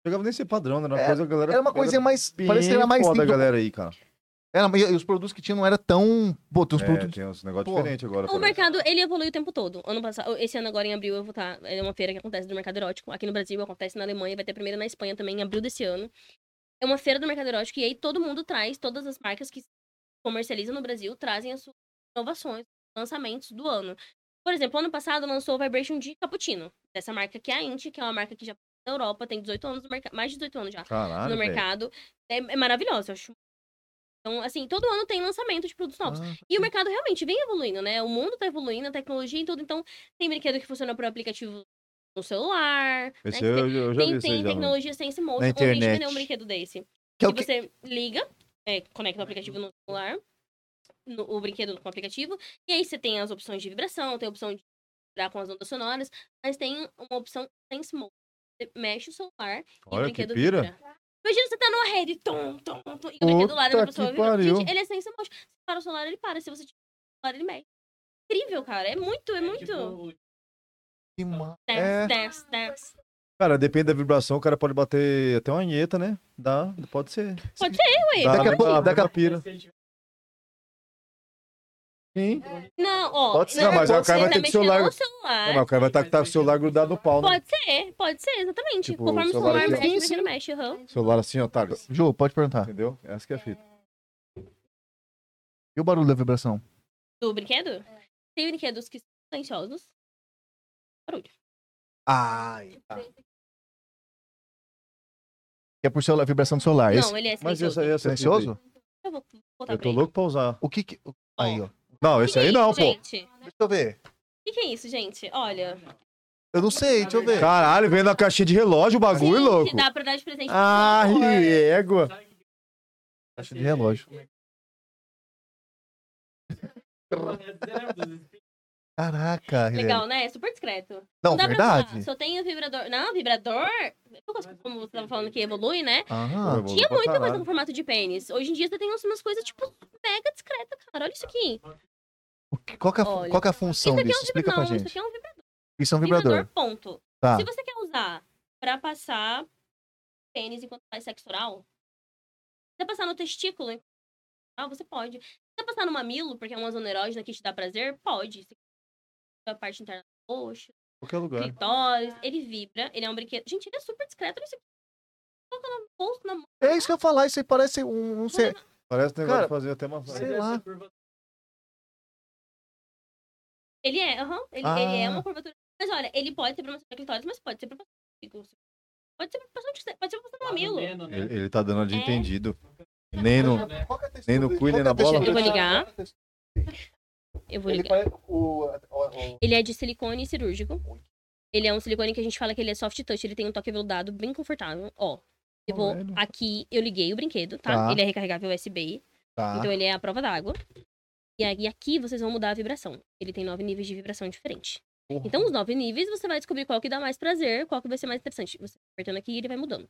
Speaker 1: Chegava nem ser padrão, né? Era uma
Speaker 3: É,
Speaker 1: coisa, a galera.
Speaker 3: Era uma coisinha mais.
Speaker 1: bem
Speaker 3: Parecia que era mais
Speaker 1: foda a
Speaker 3: simples.
Speaker 1: galera aí, cara.
Speaker 3: Era, e, e os produtos que tinha não era tão. Pô, tem uns
Speaker 1: É,
Speaker 3: produtos.
Speaker 1: tem uns negócios
Speaker 3: Pô.
Speaker 1: diferentes agora.
Speaker 2: O
Speaker 1: parece.
Speaker 2: mercado, ele evolui o tempo todo. Ano passado, esse ano agora, em abril, eu vou estar... É uma feira que acontece do mercado erótico. Aqui no Brasil, acontece na Alemanha, vai ter a primeira na Espanha também, em abril desse ano. É uma feira do mercado erótico e aí todo mundo traz, todas as marcas que comercializam no Brasil, trazem as suas inovações, lançamentos do ano. Por exemplo, ano passado lançou o Vibration de Cappuccino, dessa marca que é a Inti, que é uma marca que já na Europa tem 18 anos no mercado, mais de 18 anos já
Speaker 1: Caralho,
Speaker 2: no
Speaker 1: velho.
Speaker 2: mercado. É, é maravilhoso, eu acho. Então, assim, todo ano tem lançamento de produtos novos.
Speaker 3: Ah,
Speaker 1: Hum.
Speaker 2: E o mercado realmente vem evoluindo, né? O mundo tá evoluindo, a tecnologia e tudo. Então, tem brinquedo que funciona por aplicativo no celular.
Speaker 1: Esse
Speaker 2: né?
Speaker 1: eu, eu já vi
Speaker 2: Tem,
Speaker 1: isso aí, já.
Speaker 2: tem
Speaker 1: mano.
Speaker 2: tecnologia sem esse monte.
Speaker 1: Na
Speaker 2: Ontem a gente
Speaker 1: internet.
Speaker 2: vendeu um brinquedo desse.
Speaker 3: que é o que-
Speaker 2: que você liga, é,
Speaker 1: Uhum.
Speaker 2: conecta o aplicativo no celular, no- o brinquedo com o aplicativo. E aí você tem as opções de vibração, tem a opção de vibrar com as ondas sonoras. Mas tem uma opção sense mode. Você mexe o celular e o
Speaker 1: Olha que
Speaker 2: brinquedo
Speaker 1: pira.
Speaker 2: vibra. Imagina você tá numa rede, tom, tom, tom, e o brinquedo do lado da
Speaker 1: Puta
Speaker 2: pessoa
Speaker 1: que
Speaker 2: vibrando.
Speaker 1: pariu.
Speaker 2: Gente, ele é sem emoji. Se para o celular, ele para. Se você tirar o celular, ele mexe. Incrível, cara. É muito,
Speaker 5: tipo,
Speaker 2: é
Speaker 6: tipo,
Speaker 2: muito.
Speaker 3: que ma-
Speaker 2: Dance,
Speaker 3: É.
Speaker 2: dance, dance.
Speaker 1: Cara, depende da vibração, o cara pode bater até uma anheta, né? Dá, pode ser.
Speaker 2: Pode ser, ué.
Speaker 1: Dá,
Speaker 3: Daqui a
Speaker 1: dá-
Speaker 3: pouco-
Speaker 1: dá
Speaker 3: daqui a-
Speaker 1: pra pira. Sim.
Speaker 2: Não, ó.
Speaker 3: Pode ser,
Speaker 2: não,
Speaker 1: mas aí o cara vai
Speaker 2: você
Speaker 1: ter
Speaker 2: tá
Speaker 1: que ser o
Speaker 2: mexendo
Speaker 1: largo.
Speaker 2: no celular.
Speaker 1: Não, mas o cara vai estar com o celular grudado no pau, né?
Speaker 2: Pode ser, pode ser, exatamente.
Speaker 1: Tipo,
Speaker 2: Conforme o
Speaker 1: celular
Speaker 2: celular
Speaker 1: aqui,
Speaker 2: mexe,
Speaker 1: ó.
Speaker 2: mexe, não mexe. aham.
Speaker 1: Celular assim, otário.
Speaker 3: Ju, pode perguntar.
Speaker 1: Entendeu? Essa que é a fita.
Speaker 3: E o barulho da vibração?
Speaker 2: Do brinquedo? Tem brinquedos que são silenciosos.
Speaker 3: Ai. tá. Que é por celular, vibração do celular. Esse
Speaker 2: Não, ele é
Speaker 1: Ah, Mas
Speaker 2: silencioso. Tá
Speaker 1: essa aí é
Speaker 3: silencioso?
Speaker 2: Eu vou botar
Speaker 1: Eu
Speaker 2: pra
Speaker 1: tô
Speaker 2: ele.
Speaker 1: louco pra usar.
Speaker 3: O que que. o- Aí, ó.
Speaker 1: Não,
Speaker 2: Que
Speaker 1: esse
Speaker 2: que
Speaker 1: aí
Speaker 2: é
Speaker 1: não,
Speaker 2: isso,
Speaker 1: pô.
Speaker 2: Gente? O
Speaker 3: Deixa eu ver.
Speaker 2: que, que é isso, gente? Olha.
Speaker 3: Eu não sei, deixa eu ver.
Speaker 1: Caralho, vem na caixinha de relógio o bagulho,
Speaker 2: gente,
Speaker 1: Tá louco.
Speaker 2: Dá pra dar de presente. pro
Speaker 1: Ah,
Speaker 2: seu amor.
Speaker 1: égua.
Speaker 3: Caixa de relógio.
Speaker 5: é é,
Speaker 3: <laughs> Caraca, Legal.
Speaker 2: Legal, né? Super discreto.
Speaker 3: Não,
Speaker 2: dá pra falar,
Speaker 3: verdade.
Speaker 2: Só tem o vibrador. Não, vibrador. Eu gosto como você tava falando que evolui, né?
Speaker 3: Aham.
Speaker 2: Tinha muita coisa com formato de pênis. Hoje em dia você tem umas umas coisas, tipo, mega discreta, cara. Olha isso aqui.
Speaker 3: O que- Qual que é, a fu-
Speaker 2: Olha,
Speaker 3: qual que é a função
Speaker 2: isso aqui é
Speaker 3: disso?
Speaker 2: um
Speaker 3: Explica pra
Speaker 2: vibrador. Não, isso
Speaker 3: gente.
Speaker 2: aqui é um vibrador.
Speaker 3: Isso é um
Speaker 2: vibrador,
Speaker 3: vibrador.
Speaker 2: ponto.
Speaker 3: Tá.
Speaker 2: Se você quer usar pra passar pênis enquanto faz sexo oral, se você passar no testículo, enquanto- ah, você pode. Se você passar no mamilo, porque é uma zona erógena que te dá prazer, pode. Se a parte interna do roxo,
Speaker 1: Qualquer lugar.
Speaker 2: é clitóris, ele vibra, ele é um brinquedo. Gente, ele é super discreto, olha isso aqui. coloca no bolso, na mão.
Speaker 3: É isso que eu ia falar, isso aí parece um. um ser-
Speaker 1: Parece um negócio
Speaker 3: Cara,
Speaker 1: de fazer até uma.
Speaker 3: sei lá.
Speaker 5: tá
Speaker 2: Ele é, aham. ele,
Speaker 3: Ah.
Speaker 2: ele é uma curvatura. Mas olha, ele pode ser promoção de clitóris, mas pode ser promoção de ciclo. Pode ser promoção de pode ser promoção do mamilo.
Speaker 5: Comendo, né?
Speaker 1: Ele, ele tá dando a de
Speaker 2: É.
Speaker 1: entendido. Nem no.
Speaker 3: é
Speaker 1: Nem no cu e nem na bola?
Speaker 2: Eu vou ligar. Eu vou
Speaker 3: Ele
Speaker 2: ligar.
Speaker 3: parece o. o- o-
Speaker 2: Ele é de silicone cirúrgico. Ele é um silicone que a gente fala que ele é soft touch, ele tem um toque veludado bem confortável, ó. Eu vou
Speaker 1: Caralho.
Speaker 2: aqui, eu liguei o brinquedo, tá?
Speaker 3: Tá.
Speaker 2: Ele é recarregável USB,
Speaker 3: Tá.
Speaker 2: então ele é a prova d'água. E aí aqui vocês vão mudar a vibração. Ele tem nove níveis de vibração diferente.
Speaker 3: Porra.
Speaker 2: Então, os nove níveis, você vai descobrir qual que dá mais prazer, qual que vai ser mais interessante. Você apertando aqui, ele vai mudando.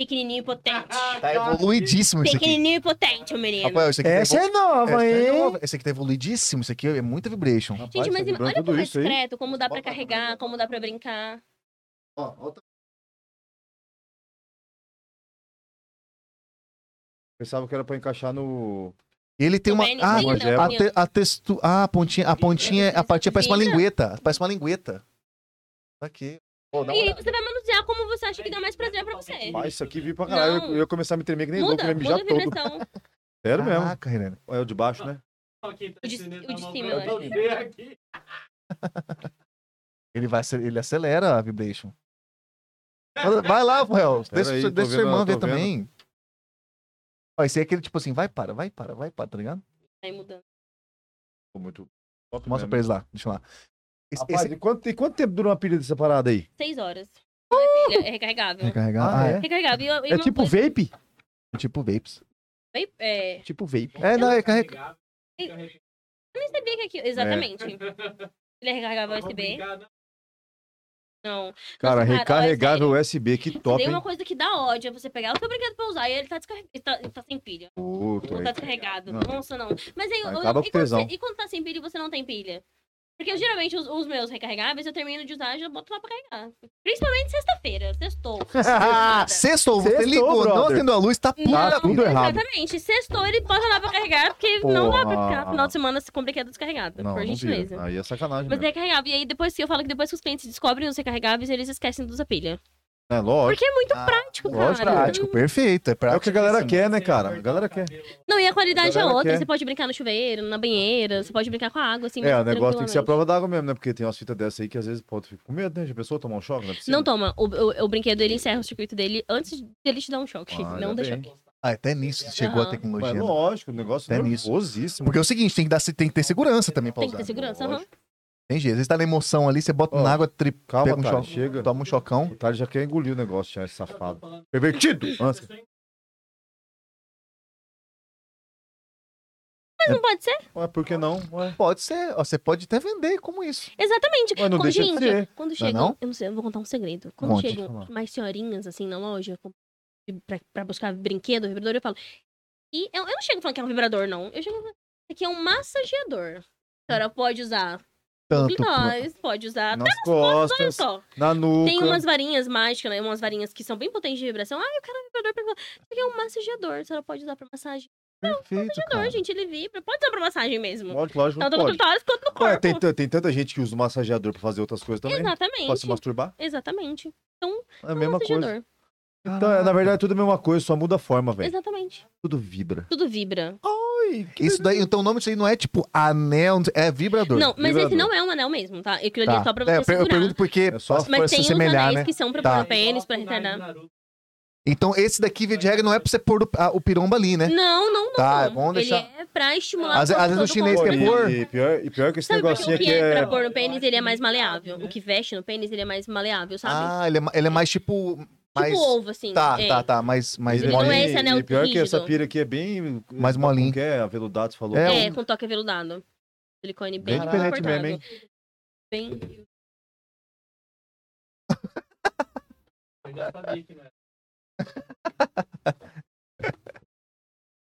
Speaker 2: Pequenininho e potente.
Speaker 6: Ah,
Speaker 3: Tá evoluidíssimo isso aqui.
Speaker 2: Pequenininho e potente, o menino.
Speaker 3: Rafael, isso aqui tá
Speaker 4: Essa é nova,
Speaker 3: Essa é
Speaker 4: hein?
Speaker 3: nova. Esse aqui tá evoluidíssimo, isso aqui é muita vibration.
Speaker 2: Gente, mas
Speaker 1: tá vibrando
Speaker 2: olha
Speaker 1: tudo
Speaker 2: como é
Speaker 1: isso aí.
Speaker 2: discreto, como dá pra
Speaker 3: Bota-
Speaker 2: carregar, como dá pra brincar.
Speaker 1: Pensava que era pra encaixar no.
Speaker 3: Ele tem
Speaker 2: O
Speaker 3: uma.
Speaker 2: pênis
Speaker 3: Ah,
Speaker 2: tem, não,
Speaker 1: Rogério.
Speaker 3: a,
Speaker 2: meu.
Speaker 3: te- a textu... ah, a pontinha. A pontinha, a partinha parece uma lingueta. Parece uma lingueta. Tá aqui. Pô, dá
Speaker 2: E
Speaker 3: uma
Speaker 2: aí
Speaker 3: olhada.
Speaker 2: você vai manusear como você acha que dá mais prazer pra você.
Speaker 5: Ele-
Speaker 1: Ah, é. isso aqui vi pra caralho.
Speaker 2: Não.
Speaker 1: Eu ia começar a me tremer que nem louco,
Speaker 2: Muda,
Speaker 1: eu ia
Speaker 2: muda
Speaker 1: mijar
Speaker 2: a
Speaker 1: todo.
Speaker 2: vibração.
Speaker 1: Sério mesmo.
Speaker 3: Caraca, Renan.
Speaker 1: É o de baixo, né?
Speaker 5: Aqui, tá
Speaker 2: O de-
Speaker 5: entendendo?
Speaker 2: o de
Speaker 5: Tá
Speaker 2: cima,
Speaker 5: mal-
Speaker 2: eu
Speaker 3: acho.
Speaker 5: Vê aqui.
Speaker 3: Ele, vai, acel- ele acelera a vibration. Mas Vai lá, Rafael.
Speaker 1: <laughs> Pera
Speaker 3: Deixa, deixa
Speaker 1: aí, tô
Speaker 3: sua
Speaker 1: vendo,
Speaker 3: irmã
Speaker 1: tô
Speaker 3: ver
Speaker 1: vendo.
Speaker 3: também. Ó, esse aí é aquele tipo assim, vai, para, vai, para, vai, para, tá ligado?
Speaker 2: Vai mudando.
Speaker 1: Pô, muito. top
Speaker 3: Mostra
Speaker 1: mesmo.
Speaker 3: pra eles lá, deixa eu lá. Esse,
Speaker 1: Rapaz,
Speaker 3: esse...
Speaker 1: e, quanto, e quanto tempo dura uma pilha dessa parada aí?
Speaker 2: Seis horas. Não é pilha, é recarregável.
Speaker 3: Recarregar.
Speaker 4: Ah,
Speaker 3: Ah,
Speaker 4: é?
Speaker 3: é?
Speaker 2: Recarregável. E- e
Speaker 4: É
Speaker 2: uma
Speaker 4: tipo
Speaker 2: coisa-
Speaker 4: vape?
Speaker 3: Tipo vapes.
Speaker 2: Vai- É...
Speaker 1: Tipo vape.
Speaker 3: É, não, é carrega.
Speaker 2: Eu nem sabia que aqui... Exatamente. Ele é recarregável USB. Não.
Speaker 1: Cara,
Speaker 2: Nossa, cara,
Speaker 1: recarregável USB, que top,
Speaker 2: Tem uma
Speaker 1: hein?
Speaker 2: coisa que dá ódio é você pegar o seu brinquedo pra usar e ele tá, descarre- ele tá- ele tá sem pilha.
Speaker 1: Puta,
Speaker 2: Não
Speaker 1: aí.
Speaker 2: tá descarregado.
Speaker 1: é. Não.
Speaker 2: Nossa, não. Mas aí,
Speaker 1: Aí
Speaker 2: eu-
Speaker 1: acaba
Speaker 2: e,
Speaker 1: com
Speaker 2: quando
Speaker 1: tesão.
Speaker 2: você- e quando tá sem pilha e você não tem pilha? Porque geralmente os, os meus recarregáveis eu termino de usar e já boto lá pra carregar. Principalmente sexta-feira. Sextou.
Speaker 3: <laughs> Sextou, você
Speaker 1: Sextou,
Speaker 3: ligou, não
Speaker 1: brother.
Speaker 3: acendeu a luz, tá puto
Speaker 1: <laughs> Tá
Speaker 3: da vida.
Speaker 1: tudo errado.
Speaker 2: Exatamente. Sextou ele bota lá pra carregar porque não dá pra
Speaker 1: Porra.
Speaker 2: ficar final de semana com brinquedo descarregado.
Speaker 1: Não,
Speaker 2: por
Speaker 1: não
Speaker 2: gentileza.
Speaker 1: vira. Aí é sacanagem,
Speaker 2: Mas
Speaker 1: mesmo.
Speaker 2: é recarregável. E aí depois que eu falo que depois que os clientes descobrem os recarregáveis, eles esquecem de usar pilha.
Speaker 1: É, lógico.
Speaker 2: Porque é muito
Speaker 3: Ah,
Speaker 2: prático, cara.
Speaker 3: Lógico, prático, perfeito. É,
Speaker 1: É o
Speaker 3: prático.
Speaker 1: que a galera quer, né, cara? A galera quer.
Speaker 2: Não, e a qualidade é
Speaker 1: Galera
Speaker 2: outra.
Speaker 1: quer.
Speaker 2: Você pode brincar no chuveiro, na banheira, você pode brincar com a água, assim.
Speaker 1: É, o negócio tem que ser a
Speaker 2: tranquilamente.
Speaker 1: prova d'água mesmo, né? Porque tem umas fitas dessas aí que às vezes pode ficar com medo, né? Já pensou tomar um choque? na piscina?
Speaker 2: Não toma. O, o- o brinquedo, ele encerra o circuito dele antes dele te dar um choque.
Speaker 1: Ah, ainda
Speaker 2: não dá
Speaker 1: bem.
Speaker 2: choque.
Speaker 3: Ah, até nisso chegou a
Speaker 2: Aham.
Speaker 1: Mas
Speaker 3: tecnologia. né?
Speaker 1: lógico, o negócio é
Speaker 3: Até nisso.
Speaker 1: nervosíssimo.
Speaker 3: Porque é o seguinte, tem que, dar, tem que ter segurança também pra
Speaker 2: Tem que
Speaker 3: usar.
Speaker 2: ter segurança,
Speaker 1: lógico.
Speaker 2: aham.
Speaker 3: Tem jeito. Às vezes tá na emoção ali, você bota
Speaker 1: Ó,
Speaker 3: na água, tri...
Speaker 1: Calma,
Speaker 3: pega um
Speaker 1: cara,
Speaker 3: choque,
Speaker 1: chega.
Speaker 3: toma um chocão.
Speaker 1: O Thales já quer engolir o negócio, já, esse safado.
Speaker 5: Falando.
Speaker 1: Pervertido! Ah, Antes-
Speaker 2: <laughs> Mas não pode ser?
Speaker 1: Ué, por que não?
Speaker 2: Tá
Speaker 1: Ué,
Speaker 3: Pode ser, ó, você pode até vender como isso.
Speaker 2: Exatamente.
Speaker 1: Ué, não é
Speaker 2: quando,
Speaker 1: deixa de
Speaker 2: gente,
Speaker 1: ser.
Speaker 2: quando chegam...
Speaker 3: não?
Speaker 2: Eu não sei, eu vou contar um segredo. Quando
Speaker 3: Conte.
Speaker 2: chegam
Speaker 1: Vamos
Speaker 2: mais senhorinhas, assim, na loja, com- pra, pra buscar brinquedo, vibrador, eu falo... E eu, eu não chego falando que é um vibrador, não. Eu chego falando que é um massageador. A senhora pode usar
Speaker 3: Tanto. pro-
Speaker 2: clitóris, pode usar...
Speaker 1: nas
Speaker 2: Olha
Speaker 1: costas,
Speaker 2: só.
Speaker 1: na nuca.
Speaker 2: Tem umas varinhas mágicas, né? Umas varinhas que são bem potentes de vibração. Ah, eu quero um vibrador pra... Isso aqui é um massageador. Você pode usar pra massagem.
Speaker 3: Perfeito,
Speaker 2: Não,
Speaker 3: cara.
Speaker 2: gente, ele vibra. Pode usar pra massagem mesmo.
Speaker 1: Lógico, lógico, não
Speaker 2: Tanto no
Speaker 1: pode.
Speaker 2: clitóris quanto no
Speaker 1: Ué,
Speaker 3: É,
Speaker 2: Tá corpo.
Speaker 1: tem, tan- tem tanta gente que usa o massageador pra fazer outras coisas também. Pode se
Speaker 2: Exatamente.
Speaker 1: masturbar.
Speaker 2: Exatamente.
Speaker 1: É a
Speaker 2: Um
Speaker 1: mesma coisa.
Speaker 2: massageador.
Speaker 1: Então, é, na verdade, tudo a mesma coisa, só muda a forma, velho.
Speaker 2: Exatamente.
Speaker 1: Tudo vibra.
Speaker 2: Tudo vibra.
Speaker 3: Isso daí, então o nome disso aí não é tipo anel, é vibrador.
Speaker 2: Não, mas esse
Speaker 1: vibrador.
Speaker 2: não é um anel mesmo, tá? Aquilo ali
Speaker 3: Tá.
Speaker 2: é só pra
Speaker 3: É,
Speaker 2: você
Speaker 3: eu per- eu
Speaker 2: segurar.
Speaker 3: pergunto porque
Speaker 1: É só
Speaker 3: pra
Speaker 2: Mas
Speaker 3: se
Speaker 2: tem uns
Speaker 3: assemelhar,
Speaker 2: anéis
Speaker 3: né?
Speaker 2: que são pra
Speaker 3: Tá.
Speaker 2: pôr no pênis, pra retardar.
Speaker 3: Então esse daqui, via de regra, não é pra você pôr o, a- o piromba ali, né?
Speaker 2: Não, não, não.
Speaker 3: Tá, é bom deixar-
Speaker 2: Ele é pra estimular
Speaker 3: Às,
Speaker 2: o
Speaker 3: às
Speaker 2: corpo
Speaker 3: vezes o
Speaker 2: todo
Speaker 3: chinês
Speaker 2: com-
Speaker 1: Pô,
Speaker 3: quer
Speaker 1: e-
Speaker 3: pôr.
Speaker 1: E pior, e pior que esse
Speaker 2: Sabe por que
Speaker 1: negocinho
Speaker 2: o
Speaker 1: aqui
Speaker 2: que é
Speaker 1: é.
Speaker 2: pra pôr no pênis, ele é mais maleável. O que veste no pênis, ele é mais maleável, sabe?
Speaker 3: Ah, ele é, ma- ele é mais tipo. Mais...
Speaker 2: Tipo ovo, assim.
Speaker 3: Tá,
Speaker 2: é.
Speaker 3: tá, tá. Mais, mais
Speaker 2: Ele não
Speaker 3: mole.
Speaker 2: é esse anel
Speaker 1: E pior que essa
Speaker 2: rígido.
Speaker 1: pira aqui é bem.
Speaker 3: Mais molinho.
Speaker 1: Que é aveludado, você falou.
Speaker 3: É,
Speaker 2: É,
Speaker 3: um-
Speaker 2: com toque aveludado. Silicone bem,
Speaker 1: Bem diferente mesmo,
Speaker 2: confortável.
Speaker 1: hein?
Speaker 2: Bem...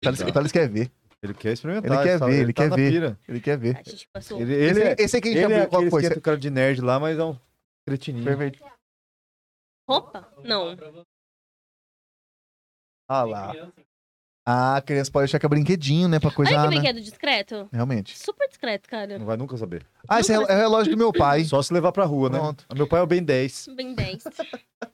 Speaker 3: Thales- O Thales quer ver.
Speaker 1: Ele quer experimentar.
Speaker 3: Ele quer
Speaker 1: tá-
Speaker 3: ver, ele
Speaker 1: tá
Speaker 3: quer
Speaker 1: na
Speaker 3: ver.
Speaker 1: pira.
Speaker 3: Ele quer ver.
Speaker 2: A gente passou.
Speaker 1: Ele, ele é,
Speaker 3: esse aqui a gente
Speaker 1: ele é
Speaker 3: abriu qual
Speaker 1: aquele
Speaker 3: foi?
Speaker 1: que tem cara de nerd lá, mas é um cretininho.
Speaker 3: Perfeito.
Speaker 2: Roupa? Não.
Speaker 3: Ah lá. Ah, a criança pode achar que é brinquedinho, né? Pra
Speaker 2: Olha é
Speaker 3: coisar,
Speaker 2: que
Speaker 3: né?
Speaker 2: brinquedo discreto.
Speaker 3: Realmente.
Speaker 2: Super discreto, cara.
Speaker 1: Não vai nunca saber.
Speaker 3: Ah, esse é o é o relógio do meu pai.
Speaker 1: Só se levar pra rua, né?
Speaker 3: Pronto.
Speaker 1: Meu pai é o Ben 10.
Speaker 2: Bem 10.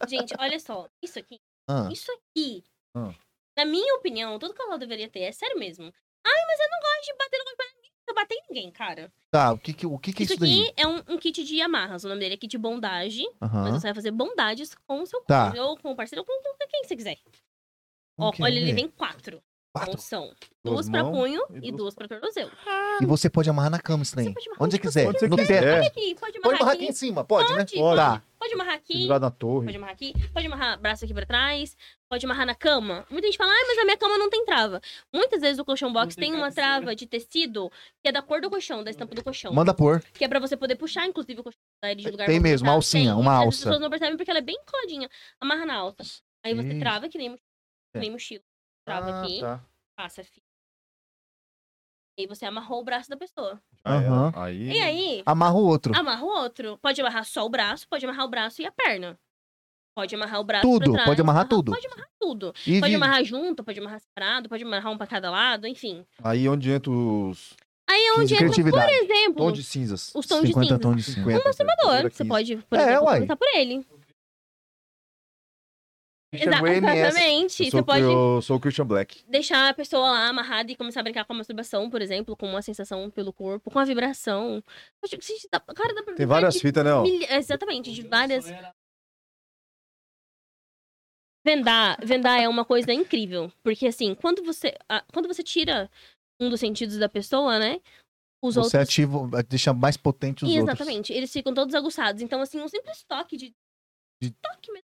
Speaker 2: Gente, olha só. Isso aqui.
Speaker 3: Ah,
Speaker 2: Isso aqui.
Speaker 1: Ah.
Speaker 2: Na minha opinião, todo canal deveria ter. É sério mesmo. Ai, mas eu não gosto de bater, eu não gosto de bater em ninguém. Eu bater em ninguém, cara.
Speaker 3: tá, o que, que, o que, que é
Speaker 2: isso
Speaker 3: isso daí?
Speaker 2: aqui é um, um kit de amarras. O nome dele é kit bondage. Mas
Speaker 3: Aham.
Speaker 2: você vai fazer bondades com o seu
Speaker 3: Tá.
Speaker 2: cônjuge, ou com o parceiro, ou com com quem você quiser.
Speaker 3: Como
Speaker 2: Ó,
Speaker 3: que é?
Speaker 2: olha, ele vem quatro.
Speaker 3: Quatro.
Speaker 2: Então são
Speaker 1: Duas
Speaker 2: duas pra
Speaker 1: mãos
Speaker 2: punho
Speaker 1: e
Speaker 2: e duas pra tornozelo.
Speaker 3: E você pode amarrar na cama esse trem.
Speaker 2: pode amarrar
Speaker 3: Onde você
Speaker 2: onde
Speaker 3: quiser.
Speaker 1: você
Speaker 3: no
Speaker 1: quiser.
Speaker 3: teto.
Speaker 1: É.
Speaker 2: Pode aqui, pode
Speaker 3: Pode
Speaker 2: amarrar
Speaker 3: amarrar aqui
Speaker 2: aqui.
Speaker 3: em cima, pode, né?
Speaker 2: Pode,
Speaker 1: Pode.
Speaker 3: Tá.
Speaker 2: Pode amarrar aqui.
Speaker 1: Pendurado É, na torre.
Speaker 2: Pode amarrar aqui, pode amarrar braço aqui pra trás, pode amarrar na cama. Muita gente fala, ah, mas a minha cama não tem trava. Muitas vezes o colchão box
Speaker 5: tem
Speaker 2: tem uma
Speaker 5: cabeceira.
Speaker 2: trava de tecido que é da cor do colchão, da estampa do colchão.
Speaker 3: Manda pôr.
Speaker 2: Que é pra você poder puxar, inclusive, o colchão dar ele de lugar.
Speaker 3: Tem
Speaker 2: pra você
Speaker 3: mesmo,
Speaker 2: puxar.
Speaker 3: uma alcinha,
Speaker 2: Tem.
Speaker 3: uma
Speaker 2: As
Speaker 3: alça.
Speaker 2: pessoas não percebem porque ela é bem coladinha. Amarra na alça. Aí você
Speaker 3: Sim.
Speaker 2: trava que nem mochila.
Speaker 3: É.
Speaker 2: que nem mochila. Trava
Speaker 3: Ah,
Speaker 2: aqui,
Speaker 3: tá.
Speaker 2: passa fio. E aí você amarrou o braço da pessoa.
Speaker 1: Ah, é.
Speaker 3: Aham.
Speaker 1: Aí.
Speaker 2: E aí,
Speaker 3: Amarra o outro.
Speaker 2: amarra o outro. Pode amarrar só o braço, pode amarrar o braço e a perna. Pode amarrar o braço
Speaker 3: Tudo,
Speaker 2: pra trás,
Speaker 3: pode amarrar tudo.
Speaker 2: Pode amarrar tudo.
Speaker 3: E
Speaker 2: Pode
Speaker 3: vi-
Speaker 2: amarrar junto, pode amarrar separado, pode amarrar um pra cada lado, enfim.
Speaker 1: Aí onde entra os
Speaker 2: Aí é onde
Speaker 3: de
Speaker 2: entra, por
Speaker 3: criatividade.
Speaker 2: exemplo,
Speaker 1: tons de cinzas.
Speaker 2: os tons de
Speaker 3: 50
Speaker 2: cinza.
Speaker 3: tons de cinza.
Speaker 2: Um
Speaker 1: primeira
Speaker 2: masturbador, você
Speaker 1: 15.
Speaker 2: pode, por
Speaker 3: É,
Speaker 2: exemplo,
Speaker 3: uai.
Speaker 2: começar por ele.
Speaker 3: Christian
Speaker 2: Exa-
Speaker 3: Grey, MS.
Speaker 1: Eu
Speaker 2: Exatamente.
Speaker 1: sou,
Speaker 2: Você pode
Speaker 1: eu sou o Christian Black.
Speaker 2: deixar a pessoa lá amarrada e começar a brincar com a masturbação, por exemplo, com uma sensação pelo corpo, com a vibração. Eu acho que se dá- Cara, dá
Speaker 1: Tem
Speaker 2: pra brincar
Speaker 1: várias
Speaker 2: de
Speaker 1: fitas, né? ó?
Speaker 2: mil- Exatamente, de várias. Vendar, vendar é uma coisa incrível, porque assim, quando você, a- quando você tira um dos sentidos da pessoa, né? Os
Speaker 3: Você
Speaker 2: outros
Speaker 3: ativa, eh, deixa mais potente os outros.
Speaker 2: Exatamente, eles ficam todos aguçados. Então, assim, um simples toque de.
Speaker 3: De-
Speaker 2: Toque mesmo.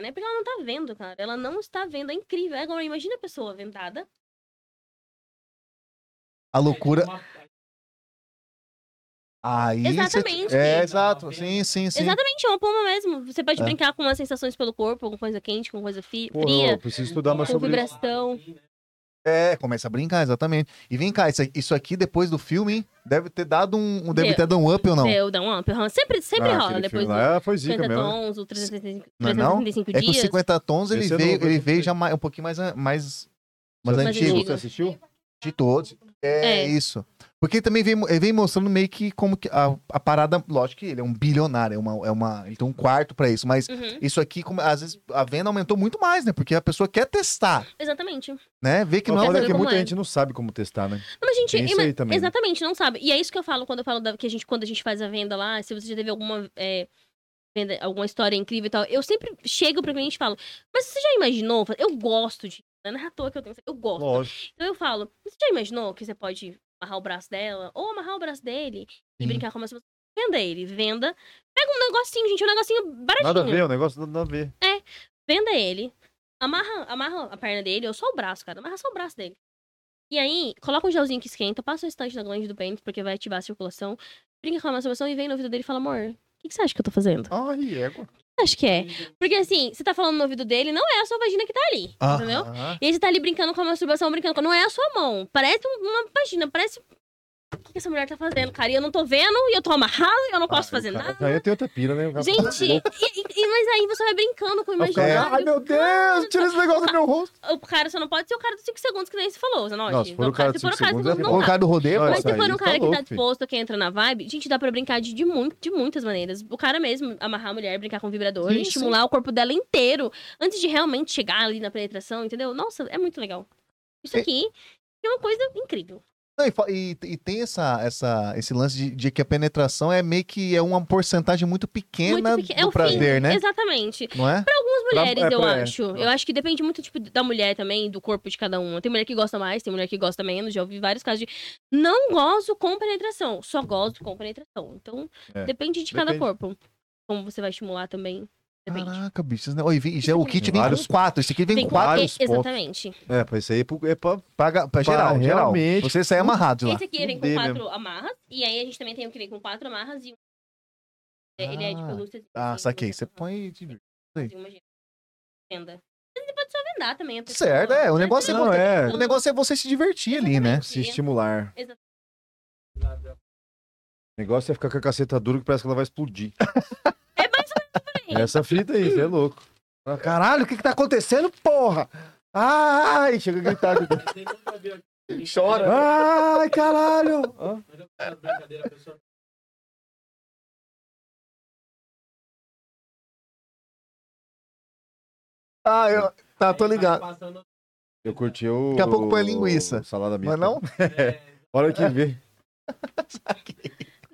Speaker 2: Né? Porque ela não tá vendo, cara. Ela não está vendo. É incrível. Agora, imagina a pessoa vendada.
Speaker 3: A loucura. Aí você-
Speaker 2: Exatamente.
Speaker 3: É, exato. Sim, sim, sim.
Speaker 2: Exatamente, é uma pomba mesmo. Você pode
Speaker 3: É.
Speaker 2: brincar com as sensações pelo corpo, com coisa quente, com coisa fi-
Speaker 1: Pô,
Speaker 2: fria.
Speaker 1: eu preciso estudar mais
Speaker 2: Com
Speaker 1: sobre
Speaker 2: vibra-
Speaker 1: isso.
Speaker 2: vibração.
Speaker 3: É, começa a brincar, exatamente. E vem cá, isso, isso aqui depois do filme, hein? Deve ter dado um. um- Deve
Speaker 2: Deu.
Speaker 3: ter dado um up ou não?
Speaker 2: Deu, dá um up. aham. Sempre, sempre
Speaker 1: Ah,
Speaker 2: rola
Speaker 1: aquele
Speaker 2: depois
Speaker 1: filme
Speaker 2: dos
Speaker 1: lá foi zica
Speaker 2: 50
Speaker 1: mesmo. né?
Speaker 2: tons, os 365,
Speaker 3: Não é não?
Speaker 2: 365
Speaker 3: É que os
Speaker 2: dias.
Speaker 3: 50 tons ele
Speaker 1: Esse eu não
Speaker 3: veio,
Speaker 1: vou
Speaker 3: ele
Speaker 1: ver.
Speaker 3: veio já mais, um pouquinho mais, an- mais, mais
Speaker 2: Mais
Speaker 3: antigo.
Speaker 2: antigo.
Speaker 1: Você assistiu?
Speaker 3: De todos. É,
Speaker 2: É.
Speaker 3: isso. Porque também vem, mo- ele vem mostrando meio que como que a, a parada. Lógico que ele é um bilionário, é uma, é uma, ele tem um quarto pra isso, mas
Speaker 2: Uhum,
Speaker 3: isso aqui, como- às vezes, a venda aumentou muito mais, né? Porque a pessoa quer testar,
Speaker 2: exatamente. Não,
Speaker 3: né? Vê que
Speaker 1: Mas
Speaker 3: não é.
Speaker 1: olha
Speaker 2: sabe
Speaker 1: que
Speaker 2: como
Speaker 1: muita
Speaker 2: é.
Speaker 1: gente não sabe como testar, né?
Speaker 2: mas, gente,
Speaker 1: Tem isso
Speaker 2: ima-
Speaker 1: aí também. né?
Speaker 2: Exatamente, não sabe. E é isso que eu falo quando eu falo da- que a gente, quando a gente faz a venda lá, se você já teve alguma é, venda, alguma história incrível e tal, eu sempre chego pro cliente e falo, mas você já imaginou? Eu gosto de. Não é à toa que eu tenho. Eu gosto.
Speaker 1: Lógico.
Speaker 2: Então eu falo, você já imaginou que você pode amarrar o braço dela ou amarrar o braço dele e
Speaker 3: Sim.
Speaker 2: brincar com uma Venda ele, venda. Pega um negocinho, gente, um negocinho baratinho.
Speaker 1: Nada a ver, o negócio nada a ver.
Speaker 2: Venda ele, amarra, amarra a perna dele, ou só o braço, cara. Amarra só o braço dele. E aí, coloca um gelzinho que esquenta, passa o restante na glande do pênis, porque vai ativar a circulação. Brinca com a masturbação e vem no ouvido dele e fala, amor, o que, que você acha que eu tô fazendo? O
Speaker 1: Ai, égua.
Speaker 2: que você acha que é? Porque assim, você tá falando no ouvido dele, não é a sua vagina que tá ali, entendeu?
Speaker 3: Aham.
Speaker 2: E aí você tá ali brincando com a masturbação, brincando com... Não é a sua mão. Parece um- uma vagina, parece... O que, que essa mulher tá fazendo, cara? E eu não tô vendo, e eu tô amarrado, e eu não posso fazer nada.
Speaker 1: Aí tem outra pira, né? O cara tá
Speaker 2: Gente, e-
Speaker 1: louco.
Speaker 2: e- e- mas aí você vai brincando com o
Speaker 1: Aí o cara,
Speaker 2: imaginário.
Speaker 1: Ai, meu Deus, tira esse negócio do meu rosto.
Speaker 2: O cara só não pode ser o cara dos 5 segundos, que nem você falou, Zanotti.
Speaker 1: Não, se for o cara dos
Speaker 2: se for
Speaker 1: cinco segundos, é
Speaker 3: Ou
Speaker 2: não
Speaker 3: O
Speaker 2: dá.
Speaker 3: cara do rodeio,
Speaker 1: Não,
Speaker 2: Mas
Speaker 1: isso
Speaker 3: pô,
Speaker 2: se
Speaker 1: aí
Speaker 2: for um cara
Speaker 1: tá
Speaker 2: que
Speaker 1: louco,
Speaker 2: tá
Speaker 1: filho.
Speaker 2: disposto, que entra na vibe, gente, dá pra brincar de, de muito, de muitas maneiras. O cara mesmo, amarrar a mulher, brincar com o vibrador,
Speaker 3: Sim,
Speaker 2: estimular o corpo dela inteiro, antes de realmente chegar ali na penetração, entendeu? Nossa, é muito legal. Isso
Speaker 3: E-
Speaker 2: aqui é uma coisa incrível.
Speaker 3: Não, é, e fa- e, e tem essa, essa, esse lance de, de que a penetração é meio que é uma porcentagem muito pequena
Speaker 2: muito pequeno.
Speaker 3: do prazer, né?
Speaker 2: Exatamente.
Speaker 3: Não é?
Speaker 2: As mulheres,
Speaker 1: é
Speaker 2: eu
Speaker 1: pra- é.
Speaker 2: acho. Eu acho que depende muito tipo, da mulher também, do corpo de cada uma. Tem mulher que gosta mais, tem mulher que gosta menos. Já ouvi vários casos de não gosto com penetração, só gosto com penetração. Então,
Speaker 1: É.
Speaker 2: depende de cada
Speaker 1: Depende.
Speaker 2: corpo. Como você vai estimular também. Depende.
Speaker 3: Caraca, bicho. Não, e vi- e já o kit vem
Speaker 1: Vários-
Speaker 3: com quatro. Esse aqui é vem
Speaker 2: Tem
Speaker 3: com quatro.
Speaker 1: vários
Speaker 2: e- Exatamente.
Speaker 1: É, pra isso aí é pro- é pra.
Speaker 3: Pra, ga- pra geral,
Speaker 1: Pra-
Speaker 3: geral.
Speaker 1: realmente.
Speaker 3: Você sai amarrado de lá.
Speaker 2: Esse aqui vem com
Speaker 1: Fudeu
Speaker 2: quatro amarras. E aí a gente também tem o que vem com quatro amarras e um. É, Ele é de
Speaker 3: Ah.
Speaker 2: pelúcia.
Speaker 3: Ah,
Speaker 2: assim,
Speaker 3: saquei.
Speaker 2: uma-
Speaker 3: Você põe. de-
Speaker 2: assim, uma Venda. Mas Você pode só vendar também. a pessoa.
Speaker 3: Certo, é. O
Speaker 2: Mas
Speaker 3: negócio é,
Speaker 1: Não, é.
Speaker 3: o negócio é você se divertir ali, né?
Speaker 1: Se estimular.
Speaker 2: Exato.
Speaker 1: O negócio é ficar com a caceta dura que parece que ela vai
Speaker 2: <laughs>
Speaker 1: explodir.
Speaker 2: É
Speaker 1: Essa fita aí, você é louco. Fala, Caralho, o que que tá acontecendo, porra? Ai, chega a gritar. <laughs>
Speaker 5: Chora.
Speaker 1: Ai, caralho. Ó,
Speaker 3: Ah, eu... tá, tô
Speaker 5: Aí vai
Speaker 3: ligado.
Speaker 5: passando-
Speaker 1: Eu curti o.
Speaker 3: Daqui a pouco põe linguiça.
Speaker 1: Salada minha.
Speaker 3: Mas não?
Speaker 5: é,
Speaker 1: Olha que vê.
Speaker 3: é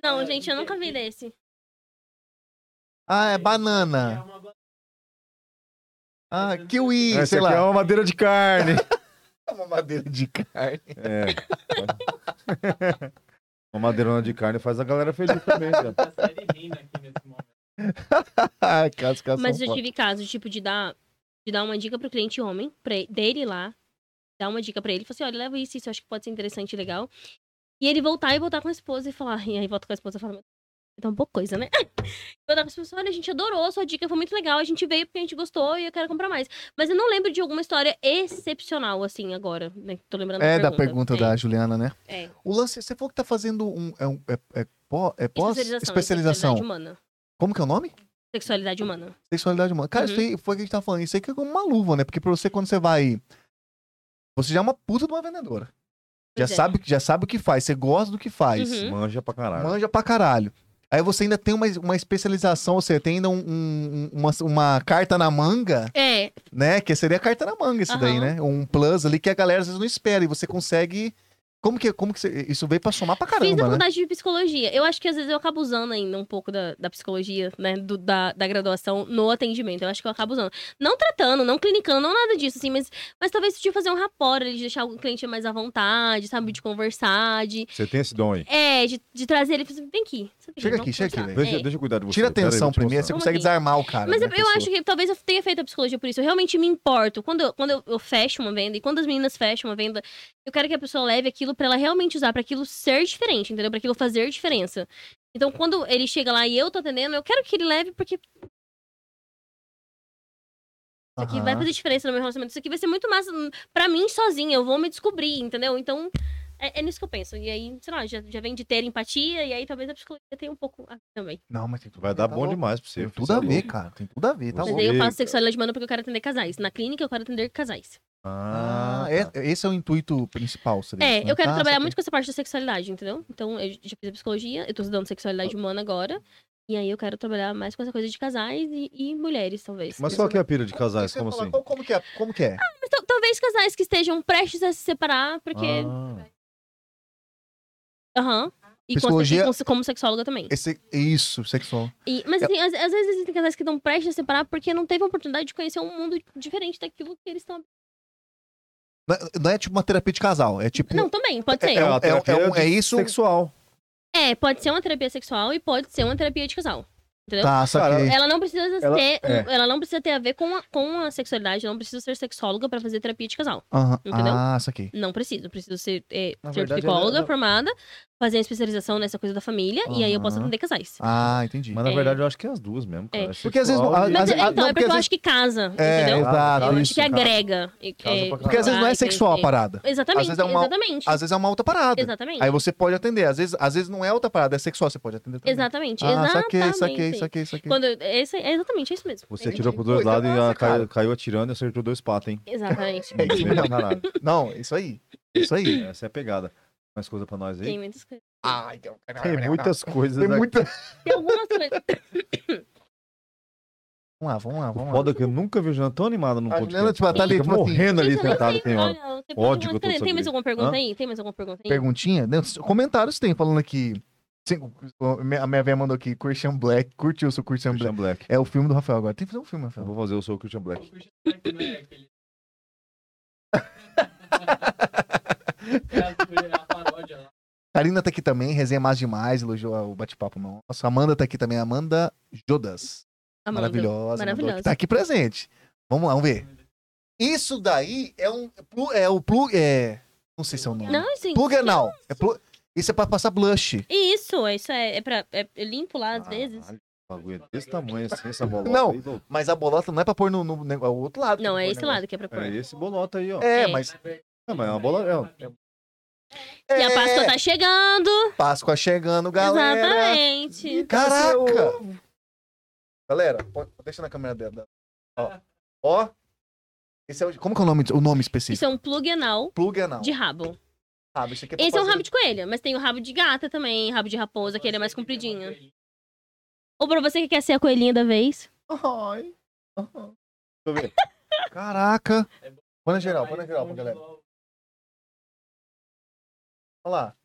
Speaker 2: Não, gente, eu nunca vi desse.
Speaker 3: Ah, é
Speaker 5: é
Speaker 3: banana.
Speaker 5: uma go-
Speaker 3: Ah, kiwi,
Speaker 1: Essa
Speaker 3: sei
Speaker 1: aqui é
Speaker 3: lá.
Speaker 1: uma madeira de carne.
Speaker 3: É uma madeira de carne. <laughs>
Speaker 1: É. <laughs> Uma madeirona de carne faz a galera feliz também, cara.
Speaker 5: tá série rindo aqui nesse momento.
Speaker 3: Ah, cascação.
Speaker 2: Mas eu já tive casos, tipo, de dar, de dar uma dica pro cliente homem, pra, e- dele lá, dar uma dica pra ele, falar assim, olha, leva isso, isso, eu acho que pode ser interessante e legal. E ele voltar e voltar com a esposa e falar, e aí volta com a esposa e fala, então uma boa coisa, né? <laughs> Voltar com a esposa, olha, a gente adorou a sua dica, foi muito legal, a gente veio porque a gente gostou e eu quero comprar mais. Mas eu não lembro de alguma história excepcional, assim, agora, né? Tô lembrando
Speaker 3: É, da pergunta
Speaker 2: É,
Speaker 3: da Juliana, né?
Speaker 2: É,
Speaker 3: O lance, você falou que tá fazendo um. É, um- é, é, pó- é pós?
Speaker 2: especialização.
Speaker 3: Especialização.
Speaker 2: é Sexualidade humana.
Speaker 3: Como que é o nome?
Speaker 2: Sexualidade humana.
Speaker 3: Sexualidade humana. Cara,
Speaker 2: Uhum.
Speaker 3: isso aí foi o que a gente tava falando. Isso aí que é como uma luva, né? Porque pra você, quando você vai. Você já é uma puta de uma vendedora. Já,
Speaker 2: Pois é.
Speaker 3: sabe, já sabe o que faz, você gosta do que faz.
Speaker 2: Uhum.
Speaker 1: Manja pra caralho.
Speaker 3: Manja pra caralho. Aí você ainda tem uma, uma especialização, você tem ainda um- um- uma, uma carta na manga,
Speaker 2: É,
Speaker 3: né? Que seria a carta na manga isso daí,
Speaker 2: Aham.
Speaker 3: né? Um plus ali que a galera às vezes não espera e você consegue... Como que, como que você- isso veio pra somar pra
Speaker 2: Fiz na
Speaker 3: caramba, né?
Speaker 2: faculdade de psicologia. Eu acho que às vezes eu acabo usando ainda um pouco da, da psicologia, né? do- da, da graduação no atendimento. Eu acho que eu acabo usando. Não tratando, não clinicando, não nada disso, assim, mas, mas talvez de fazer um rapport, ali, de deixar o cliente mais à vontade, sabe? De conversar, de.
Speaker 1: Você tem esse dom aí.
Speaker 2: É, de, de trazer ele e falar assim, vem aqui. sabe,
Speaker 3: Chega
Speaker 2: vamos
Speaker 3: aqui, chega aqui, né?
Speaker 2: conversar."
Speaker 1: Deixa,
Speaker 2: É.
Speaker 1: deixa eu cuidar de você.
Speaker 3: Tira a
Speaker 1: Pera aí,
Speaker 3: tensão
Speaker 1: vou te
Speaker 3: primeiro, você
Speaker 1: mostrar.
Speaker 2: Vamos
Speaker 3: consegue
Speaker 2: aqui.
Speaker 3: desarmar o cara.
Speaker 2: Mas
Speaker 3: né,
Speaker 2: eu,
Speaker 3: a
Speaker 2: eu
Speaker 3: pessoa.
Speaker 2: acho que talvez eu tenha feito a psicologia por isso. Eu realmente me importo. Quando, eu- quando eu, eu fecho uma venda e quando as meninas fecham uma venda, eu quero que a pessoa leve aquilo pra ela realmente usar, pra aquilo ser diferente, entendeu? Pra aquilo fazer diferença. Então, quando ele chega lá e eu tô atendendo, eu quero que ele leve porque isso aqui vai
Speaker 3: Aham.
Speaker 2: fazer diferença no meu relacionamento. Isso aqui vai ser muito massa hum, pra mim sozinha. Eu vou me descobrir, entendeu? Então, é, é nisso que eu penso. E aí, sei lá, já, já vem de ter empatia e aí talvez a psicologia tenha um pouco a ver também.
Speaker 3: Não, mas tem tudo
Speaker 1: Vai
Speaker 3: a ver,
Speaker 1: dar
Speaker 3: tá
Speaker 1: bom
Speaker 3: louco.
Speaker 1: demais pra você.
Speaker 3: Tem
Speaker 1: filho,
Speaker 3: tudo
Speaker 1: você
Speaker 3: a
Speaker 1: é
Speaker 3: ver,
Speaker 1: louco.
Speaker 3: cara. Tem tudo a ver, tá
Speaker 1: Mas
Speaker 2: Mas
Speaker 3: louco.
Speaker 2: aí eu
Speaker 1: louco.
Speaker 2: faço sexualidade humana porque eu quero atender casais. Na clínica eu quero atender casais.
Speaker 1: Ah,
Speaker 3: Ah,
Speaker 1: é.
Speaker 3: é- esse é o intuito principal, seria
Speaker 2: É,
Speaker 3: isso, né?
Speaker 2: eu quero
Speaker 3: Ah,
Speaker 2: trabalhar
Speaker 3: saquei.
Speaker 2: muito com essa parte da sexualidade, entendeu? Então, eu já fiz a psicologia, eu tô estudando sexualidade humana agora. E aí eu quero trabalhar mais com essa coisa de casais e, e mulheres, talvez.
Speaker 1: Mas qual que é a pira de
Speaker 3: Eu
Speaker 1: casais?
Speaker 3: ia
Speaker 1: Como
Speaker 3: falar,
Speaker 1: assim?
Speaker 3: qual- Como que é? Como que é?
Speaker 2: Mas tal- talvez casais que estejam prestes a se separar, porque.
Speaker 1: Ah,
Speaker 2: Aham. E
Speaker 3: Psicologia-
Speaker 2: psicologia... como, sexóloga também.
Speaker 3: Esse, isso, sexual.
Speaker 2: E- mas assim, às, às vezes existem casais que estão prestes a se separar porque não teve a oportunidade de conhecer um mundo diferente daquilo que eles estão.
Speaker 3: Não é, não é tipo uma terapia de casal, é tipo.
Speaker 2: Não, também, pode
Speaker 3: é,
Speaker 2: ser.
Speaker 3: é,
Speaker 1: uma
Speaker 3: um- é, um-
Speaker 1: terapia
Speaker 3: é um- é
Speaker 1: de
Speaker 3: isso.
Speaker 1: Sexual.
Speaker 2: É, pode ser uma terapia sexual e pode ser uma terapia de casal. Entendeu? é
Speaker 3: Tá, saquei.
Speaker 2: Ela não precisa
Speaker 1: Ela-
Speaker 2: ter, um-
Speaker 1: é.
Speaker 2: ela não precisa ter a ver com a, com a sexualidade, ela não precisa ser sexóloga pra fazer terapia de casal.
Speaker 3: Aham.
Speaker 2: um Entendeu?
Speaker 3: Ah, saquei.
Speaker 2: Não preciso, preciso ser, é,
Speaker 1: Na
Speaker 2: ser
Speaker 1: verdade,
Speaker 2: psicóloga
Speaker 1: ela-
Speaker 2: formada, fazer uma especialização nessa coisa da família e aí eu posso
Speaker 3: Aham.
Speaker 2: atender casais.
Speaker 3: Ah, entendi.
Speaker 1: Mas na
Speaker 2: É.
Speaker 1: verdade eu acho que é as duas mesmo, cara.
Speaker 2: É.
Speaker 3: Porque às vezes não-
Speaker 1: Sexual e-
Speaker 2: Mas
Speaker 3: Mas,
Speaker 2: é,
Speaker 3: ah,
Speaker 2: então,
Speaker 3: não,
Speaker 2: é
Speaker 3: porque às
Speaker 2: porque eu
Speaker 3: vezes-
Speaker 2: acho que casa,
Speaker 3: É,
Speaker 2: entendeu?
Speaker 1: Casa
Speaker 3: exato,
Speaker 2: Eu acho
Speaker 3: isso.
Speaker 2: que
Speaker 1: casa.
Speaker 2: agrega. e-
Speaker 1: Casa
Speaker 2: é,
Speaker 1: pra caralho.
Speaker 3: Porque às vezes não é
Speaker 2: casais,
Speaker 3: sexual a
Speaker 2: enfim.
Speaker 3: parada.
Speaker 2: Exatamente,
Speaker 3: Às vezes é uma-
Speaker 2: exatamente.
Speaker 3: Às vezes é uma outra parada.
Speaker 2: Exatamente.
Speaker 3: Aí você pode atender. Às vezes, às vezes não é outra parada, é sexual, você pode atender também.
Speaker 2: Exatamente,
Speaker 3: Ah, saquei,
Speaker 2: exatamente.
Speaker 3: saquei, saquei, saquei.
Speaker 2: Quando, esse, é exatamente isso mesmo.
Speaker 1: Você atirou pros dois
Speaker 3: Coisa
Speaker 1: lados e
Speaker 3: massa,
Speaker 1: ela cai-
Speaker 3: cara.
Speaker 1: caiu atirando e acertou dois patos,
Speaker 3: <laughs>
Speaker 1: hein?
Speaker 2: Exatamente.
Speaker 3: É isso
Speaker 1: Bem pra
Speaker 3: mesmo.
Speaker 1: caralho.
Speaker 3: Não, isso aí. Isso aí.
Speaker 1: Essa é a pegada. Mais coisa pra nós
Speaker 2: Tem
Speaker 1: aí?
Speaker 2: muitas coisas.
Speaker 3: Ai,
Speaker 1: então,
Speaker 3: tem-
Speaker 1: Tem muitas coisas
Speaker 3: Tem
Speaker 1: aqui.
Speaker 3: muita.
Speaker 2: Tem algumas coisas.
Speaker 3: Vamos lá, vamos lá, vamos lá.
Speaker 1: Foda que eu nunca vi o Jean tão animado num
Speaker 3: A
Speaker 1: podcast.
Speaker 3: Juliana, tipo, ela tá ali,
Speaker 1: Fica
Speaker 3: tipo assim,
Speaker 1: morrendo ali
Speaker 2: Gente, eu não
Speaker 1: sentado,
Speaker 2: sei-
Speaker 1: tem hora.
Speaker 2: é olha,
Speaker 1: Ódio
Speaker 2: tem algumas
Speaker 1: que eu tô
Speaker 2: coisas. Tem mais
Speaker 1: sobre
Speaker 2: alguma pergunta
Speaker 1: Hã?
Speaker 2: aí? Tem mais alguma pergunta aí?
Speaker 3: Perguntinha? Não, comentários tem, falando aqui. Sim, a minha véia mandou aqui, Christian Black, curtiu o seu Christian Black.
Speaker 1: Christian Black.
Speaker 3: É o filme do Rafael agora. Tem que fazer um filme,
Speaker 1: Eu
Speaker 3: Rafael.
Speaker 1: vou fazer o seu Christian
Speaker 5: O
Speaker 1: Black.
Speaker 5: Christian Black não é aquele.
Speaker 1: <laughs>
Speaker 5: É a- a paródia lá.
Speaker 3: Karina tá aqui também, resenha mais demais, elogiou o bate-papo nosso. Amanda tá aqui também, Amanda Jodas.
Speaker 2: Amanda.
Speaker 3: Maravilhosa. mandou
Speaker 2: Maravilhosa.
Speaker 3: aqui, Tá aqui presente. Vamos lá, vamos ver. Isso daí é um. É o plug. É, não sei se é o nome.
Speaker 2: Não, assim.
Speaker 3: Plug anal. É plu- Isso é pra passar blush.
Speaker 2: Isso, isso é, é pra. É, eu limpo lá
Speaker 3: Ah,
Speaker 2: às vezes.
Speaker 1: Caralho, o bagulho é desse tamanho assim, <laughs> essa bolota.
Speaker 3: Não.
Speaker 1: aí, louco.
Speaker 3: Mas a bolota não é pra pôr no, no, nego- é o outro lado.
Speaker 2: Não,
Speaker 3: que
Speaker 2: é
Speaker 3: põe o
Speaker 2: esse
Speaker 3: negócio.
Speaker 2: lado que é pra pôr.
Speaker 1: É esse bolota aí, ó.
Speaker 3: É,
Speaker 2: É.
Speaker 3: mas.
Speaker 1: Não, mas é uma bola. É, é-
Speaker 2: E a Páscoa
Speaker 3: é,
Speaker 2: tá chegando.
Speaker 3: Páscoa chegando, galera.
Speaker 2: Exatamente.
Speaker 3: Caraca! Galera, pode- deixa na câmera dela. Ó. Ó. Esse é o, como que é o nome, o nome específico?
Speaker 2: Isso é um plug anal
Speaker 3: Plug anal.
Speaker 2: de rabo.
Speaker 3: Rabo, Isso aqui é pra
Speaker 2: Esse é um
Speaker 3: fazer-
Speaker 2: rabo de coelha, mas tem o rabo de gata também, rabo de raposa, que ele é mais compridinho. Ou pra você que quer ser a coelhinha da vez.
Speaker 3: Ai.
Speaker 1: Deixa eu ver.
Speaker 3: Caraca. Põe na geral, põe na geral pra galera.
Speaker 5: um
Speaker 3: Olha lá.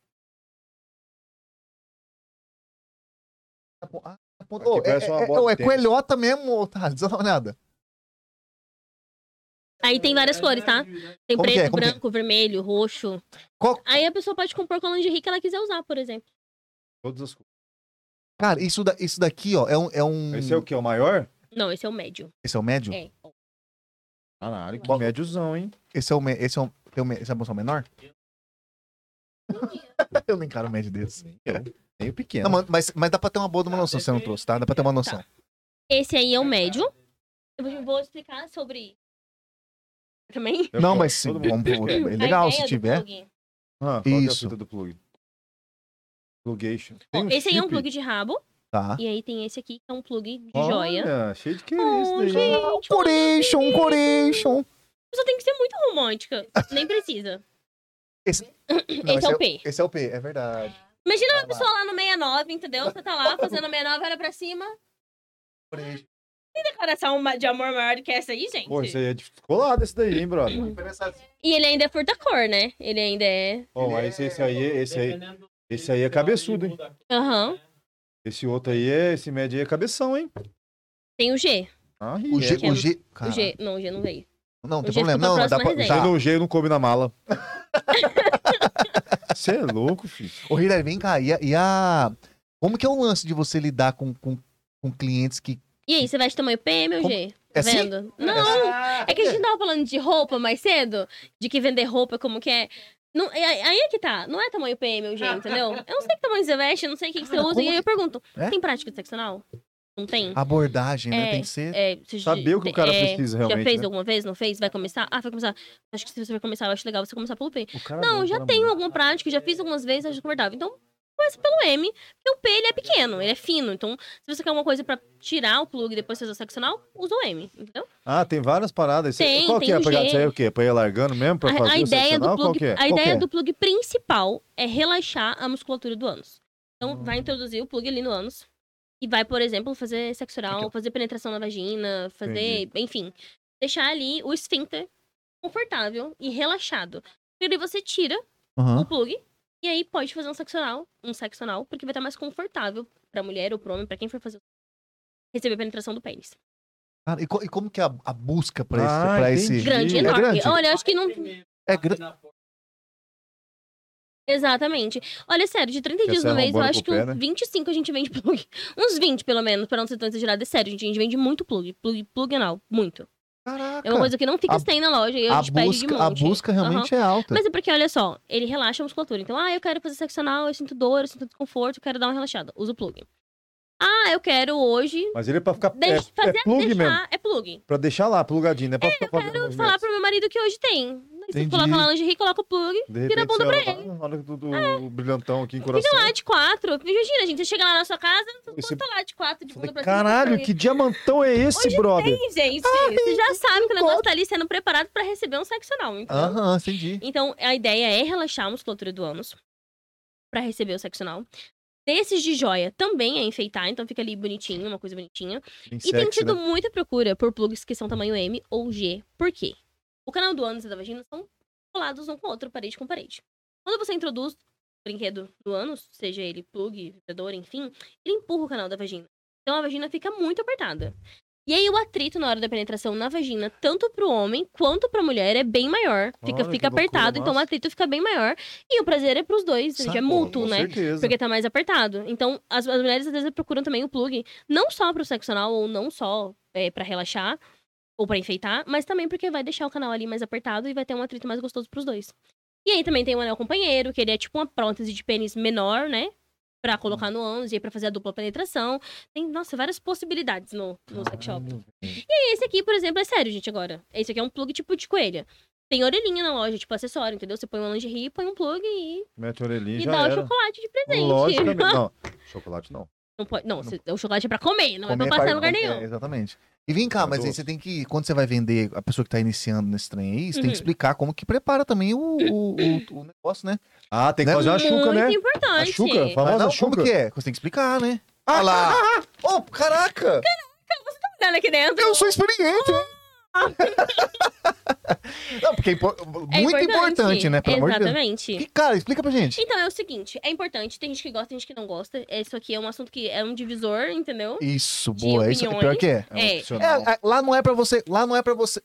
Speaker 3: Apo- ah, aponta-
Speaker 1: Aqui
Speaker 3: Ô, é,
Speaker 1: parece uma
Speaker 3: é, é,
Speaker 1: bola de
Speaker 3: é
Speaker 1: tênis.
Speaker 3: coelhota mesmo, Otávio. Dá uma olhada.
Speaker 2: Aí tem várias cores, tá? Tem
Speaker 3: Como que
Speaker 2: preto,
Speaker 3: é? Como que é?
Speaker 2: branco, vermelho, roxo.
Speaker 3: Qual-
Speaker 2: Aí a pessoa pode compor com a lingerie que ela quiser usar, por exemplo.
Speaker 1: Todas as coisas.
Speaker 3: Cara, isso, da- isso daqui, ó, é um. É um...
Speaker 1: Esse é o que? O maior?
Speaker 2: Não, esse é o médio.
Speaker 3: Esse é o médio?
Speaker 2: É.
Speaker 1: Caralho, que
Speaker 3: Bom.
Speaker 1: médiozão, hein?
Speaker 3: Esse é o. me- Esse é o. Tem o me- esse é a bolsa
Speaker 2: <laughs>
Speaker 3: menor? Eu não encaro o médio desse.
Speaker 1: Meio pequeno.
Speaker 3: Não, mas- mas, mas dá pra ter uma boa de uma noção se você não trouxe, tá? Dá pra ter uma noção.
Speaker 2: Esse aí é o médio. Eu vou- vou explicar sobre. Também?
Speaker 1: Eu
Speaker 3: não,
Speaker 1: quero.
Speaker 3: mas sim,
Speaker 1: Todo mundo.
Speaker 3: vamos pro- é
Speaker 2: Hum, A
Speaker 3: legal se
Speaker 2: ideia do
Speaker 3: tiver.
Speaker 2: plug.
Speaker 1: Ah, qual Isso.
Speaker 3: Isso.
Speaker 1: Que é a fita do plug? Plugation.
Speaker 2: Ó,
Speaker 3: Tem um
Speaker 2: esse aí é um
Speaker 3: chip?
Speaker 2: plug de rabo.
Speaker 3: Tá.
Speaker 2: E aí tem esse aqui, que é um plug de joia.
Speaker 1: Olha, cheio de querer
Speaker 2: Oh,
Speaker 1: isso daí. né?
Speaker 2: gente,
Speaker 3: Um coration, um coration.
Speaker 2: você tem que ser muito romântica. Nem precisa.
Speaker 3: Esse-
Speaker 2: <coughs> esse é o P.
Speaker 3: Esse é o P, é verdade.
Speaker 2: Imagina
Speaker 3: Vai
Speaker 2: uma
Speaker 3: lá.
Speaker 2: pessoa lá no 69, entendeu? Você tá lá fazendo 69, olha pra cima.
Speaker 3: Coration.
Speaker 2: Declaração ma- de amor maior do que essa aí, gente.
Speaker 1: Pô, isso aí é de colado esse daí, hein, brother?
Speaker 2: <laughs> E ele ainda é furta-cor, né? Ele ainda é.
Speaker 1: Ó, mas esse, esse aí, esse aí, esse aí é cabeçudo, hein?
Speaker 2: Aham.
Speaker 1: Esse outro aí, é, esse médio aí é cabeção, hein?
Speaker 2: Tem o G.
Speaker 1: Ah,
Speaker 3: O G,
Speaker 2: Pequeno.
Speaker 3: o G.
Speaker 2: é O
Speaker 3: Cara,
Speaker 2: G. Não, o G não veio.
Speaker 3: Não, tem
Speaker 2: o G
Speaker 3: problema.
Speaker 2: ficou
Speaker 3: Não,
Speaker 2: pra
Speaker 3: dá pra.
Speaker 2: próxima
Speaker 1: Já
Speaker 3: Já.
Speaker 1: no G não coube na <laughs> mala. Você é louco, filho.
Speaker 3: Ô, Hilary, vem cá. E a, e a- Como que é o lance de você lidar com, com, com clientes que.
Speaker 2: E aí, você vai de tamanho PM ou
Speaker 3: Como-
Speaker 2: G?
Speaker 3: É
Speaker 2: Tá
Speaker 3: assim?
Speaker 2: vendo? Não! É que a gente tava falando de roupa mais cedo, de que vender roupa como que é. Não, é- é- aí é que tá, não é tamanho PM ou G, entendeu? Eu não sei que tamanho você veste, eu não sei o que, que
Speaker 1: Ah,
Speaker 2: você usa, e
Speaker 3: como
Speaker 2: aí eu pergunto:
Speaker 3: É?
Speaker 2: tem prática de sexual? Não tem?
Speaker 3: Abordagem, né?
Speaker 2: É,
Speaker 3: Tem que ser.
Speaker 2: É, você já-
Speaker 1: Saber Ah, o que o cara
Speaker 2: é,
Speaker 1: precisa
Speaker 2: Já
Speaker 1: realmente.
Speaker 2: fez
Speaker 1: né?
Speaker 2: alguma vez? Não fez? Vai começar? Ah, vai começar. Acho que se você vai começar, eu acho legal você começar pelo P.
Speaker 1: O cara
Speaker 2: Não, eu já um
Speaker 1: cara
Speaker 2: tenho
Speaker 1: manda.
Speaker 2: alguma prática, já fiz algumas vezes, acho confortável. Então, começa pelo M, porque o P ele é pequeno, ele é fino. Então, se você quer uma coisa pra tirar o plug e depois fazer o seccional, usa o M, entendeu?
Speaker 1: Ah, tem várias paradas. Esse-
Speaker 2: Tem,
Speaker 1: Qual
Speaker 2: tem
Speaker 1: que é a
Speaker 2: o
Speaker 1: pegada?
Speaker 2: G.
Speaker 1: Isso aí é o quê? Pra ir largando mesmo? Pra fazer
Speaker 2: A, a
Speaker 1: o
Speaker 2: ideia, do
Speaker 1: seccional? Qual
Speaker 2: plug,
Speaker 1: que é?
Speaker 2: a
Speaker 3: Qual que
Speaker 2: ideia
Speaker 3: é?
Speaker 2: do plug principal é relaxar a musculatura do ânus. Então,
Speaker 1: Hum.
Speaker 2: vai introduzir o plug ali no ânus. E vai, por exemplo, fazer sexo oral, fazer penetração na vagina, fazer, enfim, deixar ali o esfíncter confortável e relaxado. E aí você tira
Speaker 3: Aham.
Speaker 2: o plug. E aí pode fazer um seccional, um seccional, porque vai estar mais confortável pra mulher ou pro homem, pra quem for fazer. Receber a penetração do pênis.
Speaker 3: Cara, e, co- e como que é a, a busca pra esse.
Speaker 1: Ah,
Speaker 3: pra
Speaker 1: entendi.
Speaker 3: esse...
Speaker 2: Grande,
Speaker 1: É
Speaker 2: enorme.
Speaker 1: grande?
Speaker 2: Olha, eu acho que não.
Speaker 3: É grande.
Speaker 2: Exatamente. Olha, sério, de 30
Speaker 1: Já
Speaker 2: dias
Speaker 1: sai
Speaker 2: no mês, eu
Speaker 1: arrombando
Speaker 2: acho
Speaker 1: com
Speaker 2: que
Speaker 1: o pé,
Speaker 2: uns
Speaker 1: né?
Speaker 2: 25 a gente vende plug. <laughs> Uns 20, pelo menos, pra não ser tão exagerado. É sério, gente, a gente vende muito plug. Plug, plug anal, muito.
Speaker 3: Caraca.
Speaker 2: É uma coisa que não fica
Speaker 3: A-
Speaker 2: sem na loja e a,
Speaker 3: a,
Speaker 2: gente pede de
Speaker 3: busca, a
Speaker 2: monte.
Speaker 3: busca realmente é alta.
Speaker 2: Mas é porque, olha só, ele relaxa a musculatura. Então, ah, eu quero fazer seccional, eu sinto dor, eu sinto desconforto, eu quero dar uma relaxada. Usa o plug. Ah, eu quero hoje
Speaker 1: Mas ele é pra ficar.
Speaker 2: De-
Speaker 1: é,
Speaker 2: fazer
Speaker 1: é plug
Speaker 2: deixar,
Speaker 1: mesmo.
Speaker 2: É plug.
Speaker 1: Pra deixar lá, plugadinho, né? Pra ficar fazendo
Speaker 2: Quero
Speaker 1: movimentos.
Speaker 2: É, falar pro meu marido que hoje tem. Aí Você
Speaker 3: Entendi.
Speaker 2: coloca lá a lingerie, coloca o plug.
Speaker 1: De
Speaker 2: vira a bunda
Speaker 1: você
Speaker 2: pra
Speaker 1: olha lá, Olha do, do brilhantão aqui em coração.
Speaker 2: Fica lá "Ah, é de quatro. Imagina, gente, você chega lá na sua casa, você
Speaker 1: Esse-
Speaker 2: tá lá de quatro, de bunda
Speaker 1: Falei,
Speaker 2: pra cima.
Speaker 1: Caralho,
Speaker 2: com
Speaker 1: que diamantão é esse, brother?
Speaker 2: plug. Gente, você já sabe que o negócio tá ali sendo preparado pra receber um seccional, então.
Speaker 3: Aham, entendi.
Speaker 2: Então, a ideia é relaxar a musculatura do ânus pra receber o seccional. Desses de joia também é enfeitar, então fica ali bonitinho, uma coisa bonitinha.
Speaker 1: Tem
Speaker 2: E tem
Speaker 1: sexy,
Speaker 2: tido
Speaker 1: né?
Speaker 2: muita procura por plugs que são tamanho M ou G. Por quê? O canal do ânus e da vagina são colados um com o outro, parede com parede. Quando você introduz brinquedo no ânus, seja ele plug, vibrador, enfim, ele empurra o canal da vagina. Então a vagina fica muito apertada. E aí o atrito na hora da penetração na vagina, tanto pro homem quanto pra mulher, é bem maior. Fica,
Speaker 1: Olha, que
Speaker 2: fica
Speaker 1: loucura,
Speaker 2: apertado, então o
Speaker 1: massa.
Speaker 2: atrito fica bem maior. E o prazer é pros dois, ou seja, é
Speaker 3: Sabe,
Speaker 2: mútuo,
Speaker 1: Com
Speaker 2: né?
Speaker 1: certeza.
Speaker 2: Porque tá mais apertado. Então, as, as mulheres às vezes procuram também o plug, não só pro sexo anal, ou não só é, para relaxar, ou pra enfeitar, mas também porque vai deixar o canal ali mais apertado e vai ter um atrito mais gostoso pros dois. E aí também tem o anel companheiro, que ele é tipo uma prótese de pênis menor, né? Pra colocar no ânus e aí pra fazer a dupla penetração. Tem, nossa, várias possibilidades no, no sex shop. E esse aqui, por exemplo, é sério, gente, agora. Esse aqui é um plug tipo de coelha. Tem orelhinha na loja, tipo acessório, entendeu? Você põe uma lingerie, põe um plug e,
Speaker 1: Mete a orelhinha
Speaker 2: e
Speaker 1: já
Speaker 2: dá o
Speaker 1: era.
Speaker 2: chocolate de presente. <laughs>
Speaker 1: Logicamente. Não, chocolate não.
Speaker 2: Não pode. Não, se- o chocolate é pra comer, não
Speaker 3: Comer
Speaker 2: é pra passar
Speaker 3: parte-
Speaker 2: em lugar
Speaker 3: é,
Speaker 2: nenhum.
Speaker 3: exatamente. E vem cá,
Speaker 1: Tá
Speaker 3: mas aí
Speaker 1: doce.
Speaker 3: você tem que. Quando você vai vender a pessoa que tá iniciando nesse trem aí, você tem
Speaker 2: Uhum.
Speaker 3: que explicar como que prepara também o, o,
Speaker 2: <laughs>
Speaker 3: o- o negócio, né?
Speaker 1: Ah, tem que
Speaker 3: Né?
Speaker 1: fazer uma chuca,
Speaker 2: Muito
Speaker 1: né? A
Speaker 2: importante.
Speaker 1: chuca, a
Speaker 3: Mas
Speaker 1: famosa
Speaker 3: não,
Speaker 1: chuca.
Speaker 3: como que é? Você tem que explicar, né? Ah lá! Ô, caraca!
Speaker 2: Olha aqui dentro.
Speaker 3: Eu sou experiente! né? hein? <laughs> Não, porque é impo-
Speaker 2: É
Speaker 3: muito importante, né? Pelo amor de Deus.
Speaker 2: Exatamente.
Speaker 3: E, cara, explica pra gente.
Speaker 2: Então, é o seguinte, é importante, tem gente que gosta, tem gente que não gosta. é, Isso aqui é um assunto que é um divisor, entendeu?
Speaker 3: Isso,
Speaker 2: De
Speaker 3: boa. Isso é
Speaker 2: opiniões.
Speaker 3: pior que é.
Speaker 1: um
Speaker 2: É.
Speaker 1: profissional.
Speaker 3: É, é, lá não é pra você. Lá não é pra você.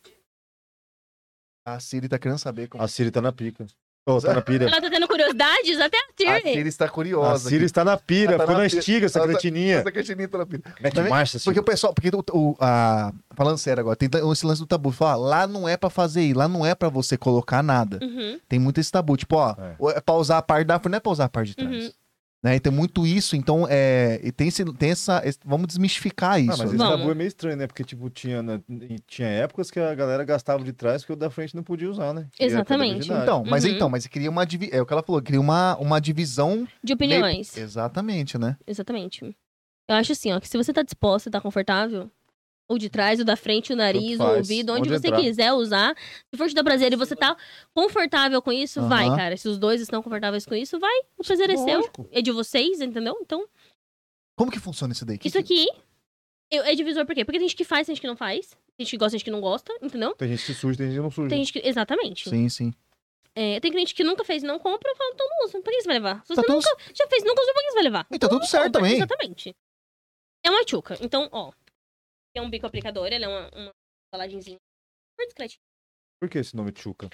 Speaker 3: A Siri tá querendo saber como.
Speaker 1: A Siri tá na pica. Ô, tá na pira.
Speaker 2: Ela tá tendo curiosidades até a
Speaker 3: A
Speaker 2: Tierney.
Speaker 3: Siri está
Speaker 1: A
Speaker 3: curiosa.
Speaker 1: Siri está na pira.
Speaker 3: tá Ela tá
Speaker 1: Ficou
Speaker 3: na
Speaker 1: na
Speaker 3: pira.
Speaker 1: estiga essa
Speaker 3: Ela tá-
Speaker 1: cretininha.
Speaker 3: Essa quietinha tá na pira.
Speaker 1: Mete
Speaker 3: Tá vendo?
Speaker 1: marcha, Siri.
Speaker 3: Porque o pessoal, porque o, o- a, falando sério agora, tem esse lance do tabu. Falar, lá não é pra fazer, ir, lá não é pra você colocar nada.
Speaker 2: Uhum.
Speaker 3: Tem muito esse tabu. Tipo, ó,
Speaker 1: É.
Speaker 3: ou é pra usar a parte da frente, não é pra usar a parte de trás.
Speaker 2: Uhum.
Speaker 3: Né? E tem muito isso, então é. E tem, esse, tem essa. esse- vamos desmistificar isso.
Speaker 1: Ah, mas
Speaker 3: né?
Speaker 1: esse
Speaker 2: Vamos.
Speaker 1: tabu é meio estranho, né? Porque, tipo, tinha, na- tinha épocas que a galera gastava de trás porque o da frente não podia usar, né? Que era coisa da
Speaker 2: Exatamente.
Speaker 1: virgindade.
Speaker 3: Então, mas
Speaker 2: Uhum.
Speaker 3: então, mas cria uma divi- é o que ela falou, cria uma, uma divisão.
Speaker 2: De
Speaker 3: meio-
Speaker 2: opiniões.
Speaker 3: Exatamente, né?
Speaker 2: Exatamente. Eu acho assim, ó, que se você tá disposta, tá confortável, ou de trás, ou da frente, o nariz,
Speaker 1: Tanto
Speaker 2: o
Speaker 1: faz,
Speaker 2: ouvido, onde,
Speaker 1: onde
Speaker 2: você
Speaker 1: entrar.
Speaker 2: quiser usar. Se for te dar prazer e você tá confortável com isso,
Speaker 3: Aham.
Speaker 2: vai, cara. Se os dois estão confortáveis com isso, vai. O prazer é seu, é de vocês, entendeu? Então,
Speaker 3: Como que funciona isso daí? Que
Speaker 2: isso
Speaker 3: que-
Speaker 2: aqui eu- é divisor por quê? Porque tem gente que faz, tem gente que não faz. Tem gente que gosta, tem gente que não gosta, entendeu?
Speaker 1: Tem gente que suja, tem gente que não suja.
Speaker 2: Tem gente que. Exatamente.
Speaker 3: Sim, sim.
Speaker 2: É, tem cliente que nunca fez e não compra, eu falo, então não usa. Pra que você vai levar? Se
Speaker 3: Tá
Speaker 2: você
Speaker 3: tudo-
Speaker 2: nunca já fez, nunca usou, pra que você vai levar?
Speaker 3: E tá tudo certo
Speaker 2: Compra,
Speaker 3: também.
Speaker 2: Exatamente. É uma tchuca. Então, ó. É um bico aplicador, ele é uma, uma embalagenzinha. Super discretinha.
Speaker 1: Por que esse nome Tchuca?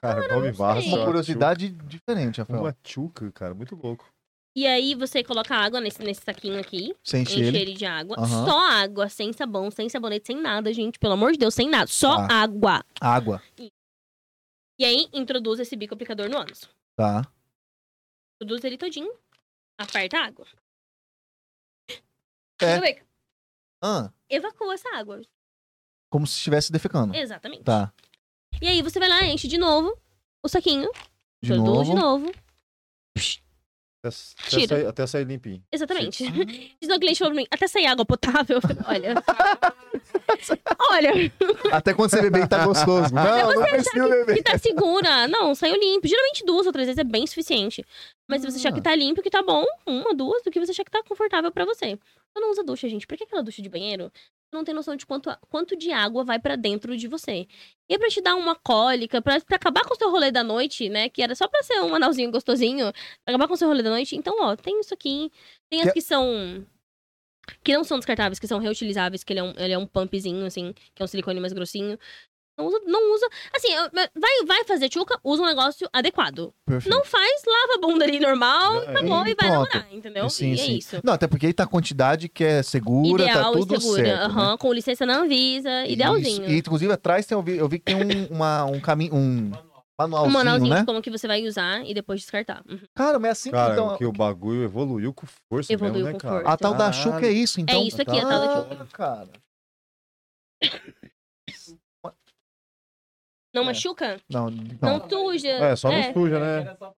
Speaker 1: Cara, nome massa.
Speaker 2: Ah, sei.
Speaker 3: Uma
Speaker 1: ó,
Speaker 3: curiosidade diferente,
Speaker 1: Tchuca.
Speaker 3: Rafael.
Speaker 1: Uma Tchuca, cara, muito louco.
Speaker 2: E aí você coloca água nesse, nesse saquinho aqui.
Speaker 3: Você enche
Speaker 2: Enche
Speaker 3: ele.
Speaker 2: ele de água.
Speaker 3: Aham.
Speaker 2: Só água, sem sabão, sem sabonete, sem nada, gente. Pelo amor de Deus, sem nada. Só
Speaker 3: Tá.
Speaker 2: água.
Speaker 3: Água.
Speaker 2: E aí introduz esse bico aplicador no ânus.
Speaker 3: Tá.
Speaker 2: Introduz ele todinho. Aperta a água.
Speaker 3: É.
Speaker 2: Tudo bem.
Speaker 3: Ah,
Speaker 2: Evacua essa água.
Speaker 3: como se estivesse defecando.
Speaker 2: Exatamente.
Speaker 3: Tá.
Speaker 2: E aí você vai lá, enche de novo o saquinho.
Speaker 3: De
Speaker 2: introduz
Speaker 3: novo.
Speaker 2: de novo.
Speaker 1: Até, até,
Speaker 2: Tira.
Speaker 1: sair, até sair limpinho.
Speaker 2: Exatamente. <laughs> Diz o cliente falou pra mim, até sair água potável. <laughs> Eu falei, olha. olha,
Speaker 3: <laughs> Até quando você beber que tá gostoso. Não, não precisa beber.
Speaker 2: que tá segura. Não, saiu limpo. Geralmente duas ou três vezes é bem suficiente. Mas se você achar que tá limpo, que tá bom, uma, duas, do que você achar que tá confortável pra você. Eu não usa ducha, gente. Pra que aquela ducha de banheiro? Você não tem noção de quanto, quanto de água vai pra dentro de você. E é pra te dar uma cólica, pra, pra acabar com o seu rolê da noite, né? Que era só pra ser um analzinho gostosinho, pra acabar com o seu rolê da noite. Então, ó, tem isso aqui. Tem as
Speaker 3: Que-
Speaker 2: que são. Que não são descartáveis, que são reutilizáveis, que ele é um, ele é um pumpzinho, assim, que é um silicone mais grossinho. Não usa. Não usa assim, eu- vai, vai fazer tchuca, usa um negócio adequado.
Speaker 3: Perfeito.
Speaker 2: Não faz, lava a bunda ali normal,
Speaker 1: Já-
Speaker 2: acabou
Speaker 3: e
Speaker 2: e vai
Speaker 3: pronto.
Speaker 2: namorar, entendeu?
Speaker 3: Sim,
Speaker 2: e é
Speaker 3: sim.
Speaker 2: isso.
Speaker 3: Não, até porque aí tá a quantidade que é segura,
Speaker 2: Ideal
Speaker 3: tá
Speaker 2: e
Speaker 3: tudo
Speaker 2: segura.
Speaker 3: certo. né?
Speaker 2: aham, Com licença na Anvisa, idealzinho. Um
Speaker 3: Isso. E, inclusive, atrás tem, eu, vi, eu vi que tem um, uma- um caminho, um
Speaker 2: um
Speaker 3: manualzinho,
Speaker 2: manualzinho
Speaker 3: né?
Speaker 2: de como que você vai usar e depois descartar. Uhum.
Speaker 3: Cara, mas é assim
Speaker 1: Cara,
Speaker 3: então...
Speaker 1: que o bagulho evoluiu com força
Speaker 2: Evoluiu
Speaker 1: mesmo, né,
Speaker 2: com
Speaker 1: cara?
Speaker 2: força.
Speaker 3: A tal da
Speaker 1: Caralho.
Speaker 3: Chuca é isso, então.
Speaker 2: É isso aqui, a tal da Chuca.
Speaker 3: Ah, cara.
Speaker 2: Não
Speaker 3: É.
Speaker 2: machuca?
Speaker 3: Não,
Speaker 2: Não,
Speaker 3: não.
Speaker 2: suja.
Speaker 1: É, só não suja, né?
Speaker 5: Era só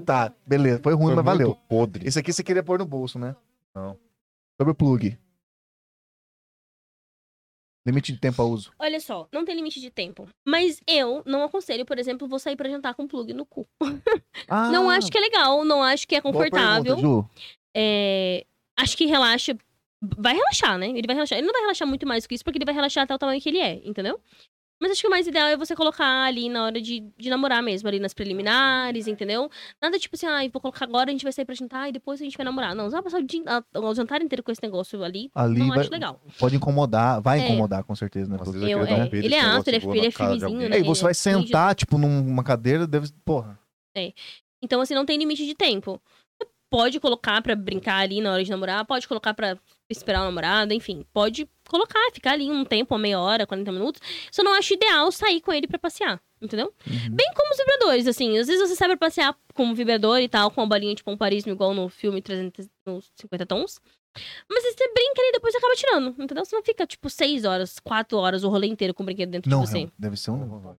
Speaker 3: Tá, beleza. Foi ruim,
Speaker 1: Foi
Speaker 3: mas valeu.
Speaker 1: muito podre.
Speaker 3: Esse aqui você queria pôr no bolso, né?
Speaker 1: Não.
Speaker 3: Sobre o plug. Limite de tempo a uso.
Speaker 2: Olha só, não tem limite de tempo. Mas eu não aconselho, por exemplo, vou sair pra jantar com um plug no cu.
Speaker 3: Ah,
Speaker 2: não acho que é legal, não acho que é
Speaker 3: boa
Speaker 2: confortável.
Speaker 3: pergunta, Ju.
Speaker 2: É, acho que relaxa. Vai relaxar, né? Ele vai relaxar. Ele não vai relaxar muito mais que isso, porque ele vai relaxar até o tamanho que ele é, entendeu? Mas acho que o mais ideal é você colocar ali na hora de, de namorar mesmo, ali nas preliminares, entendeu? Nada tipo assim, ah, vou colocar agora, a gente vai sair pra jantar e depois a gente vai namorar. Não, você vai passar o, dia- a- o jantar inteiro com esse negócio ali.
Speaker 3: Ali
Speaker 2: Não
Speaker 3: vai-
Speaker 2: acho legal.
Speaker 3: pode incomodar, vai
Speaker 2: É.
Speaker 3: incomodar com certeza, né?
Speaker 1: Às vezes
Speaker 3: plug?
Speaker 2: Eu-
Speaker 1: aquele
Speaker 2: é,
Speaker 1: dá um peido,
Speaker 2: ele é
Speaker 1: esse
Speaker 2: alto, ele é-
Speaker 1: negócio voa
Speaker 2: ele é
Speaker 1: na cara de
Speaker 2: firmezinho,
Speaker 1: alguém.
Speaker 2: né?
Speaker 3: É, e você vai
Speaker 2: é,
Speaker 3: sentar, tipo, numa cadeira, deve. Porra.
Speaker 2: Então, assim, não tem limite de tempo. Você pode colocar pra brincar ali na hora de namorar, pode colocar pra esperar o namorado, enfim. Pode colocar, ficar ali um tempo, uma meia hora, 40 minutos. Só não acho ideal sair com ele pra passear, entendeu?
Speaker 3: Uhum.
Speaker 2: Bem como os vibradores, assim. Às vezes você sai pra passear com um vibrador e tal, com uma bolinha de pomparismo, igual no filme 300, nos 50 tons. Mas aí você brinca ali e depois você acaba tirando, entendeu? Você não fica, tipo, 6 horas, 4 horas, o rolê inteiro com o brinquedo dentro
Speaker 3: Não,
Speaker 2: de você.
Speaker 3: realmente, deve ser um.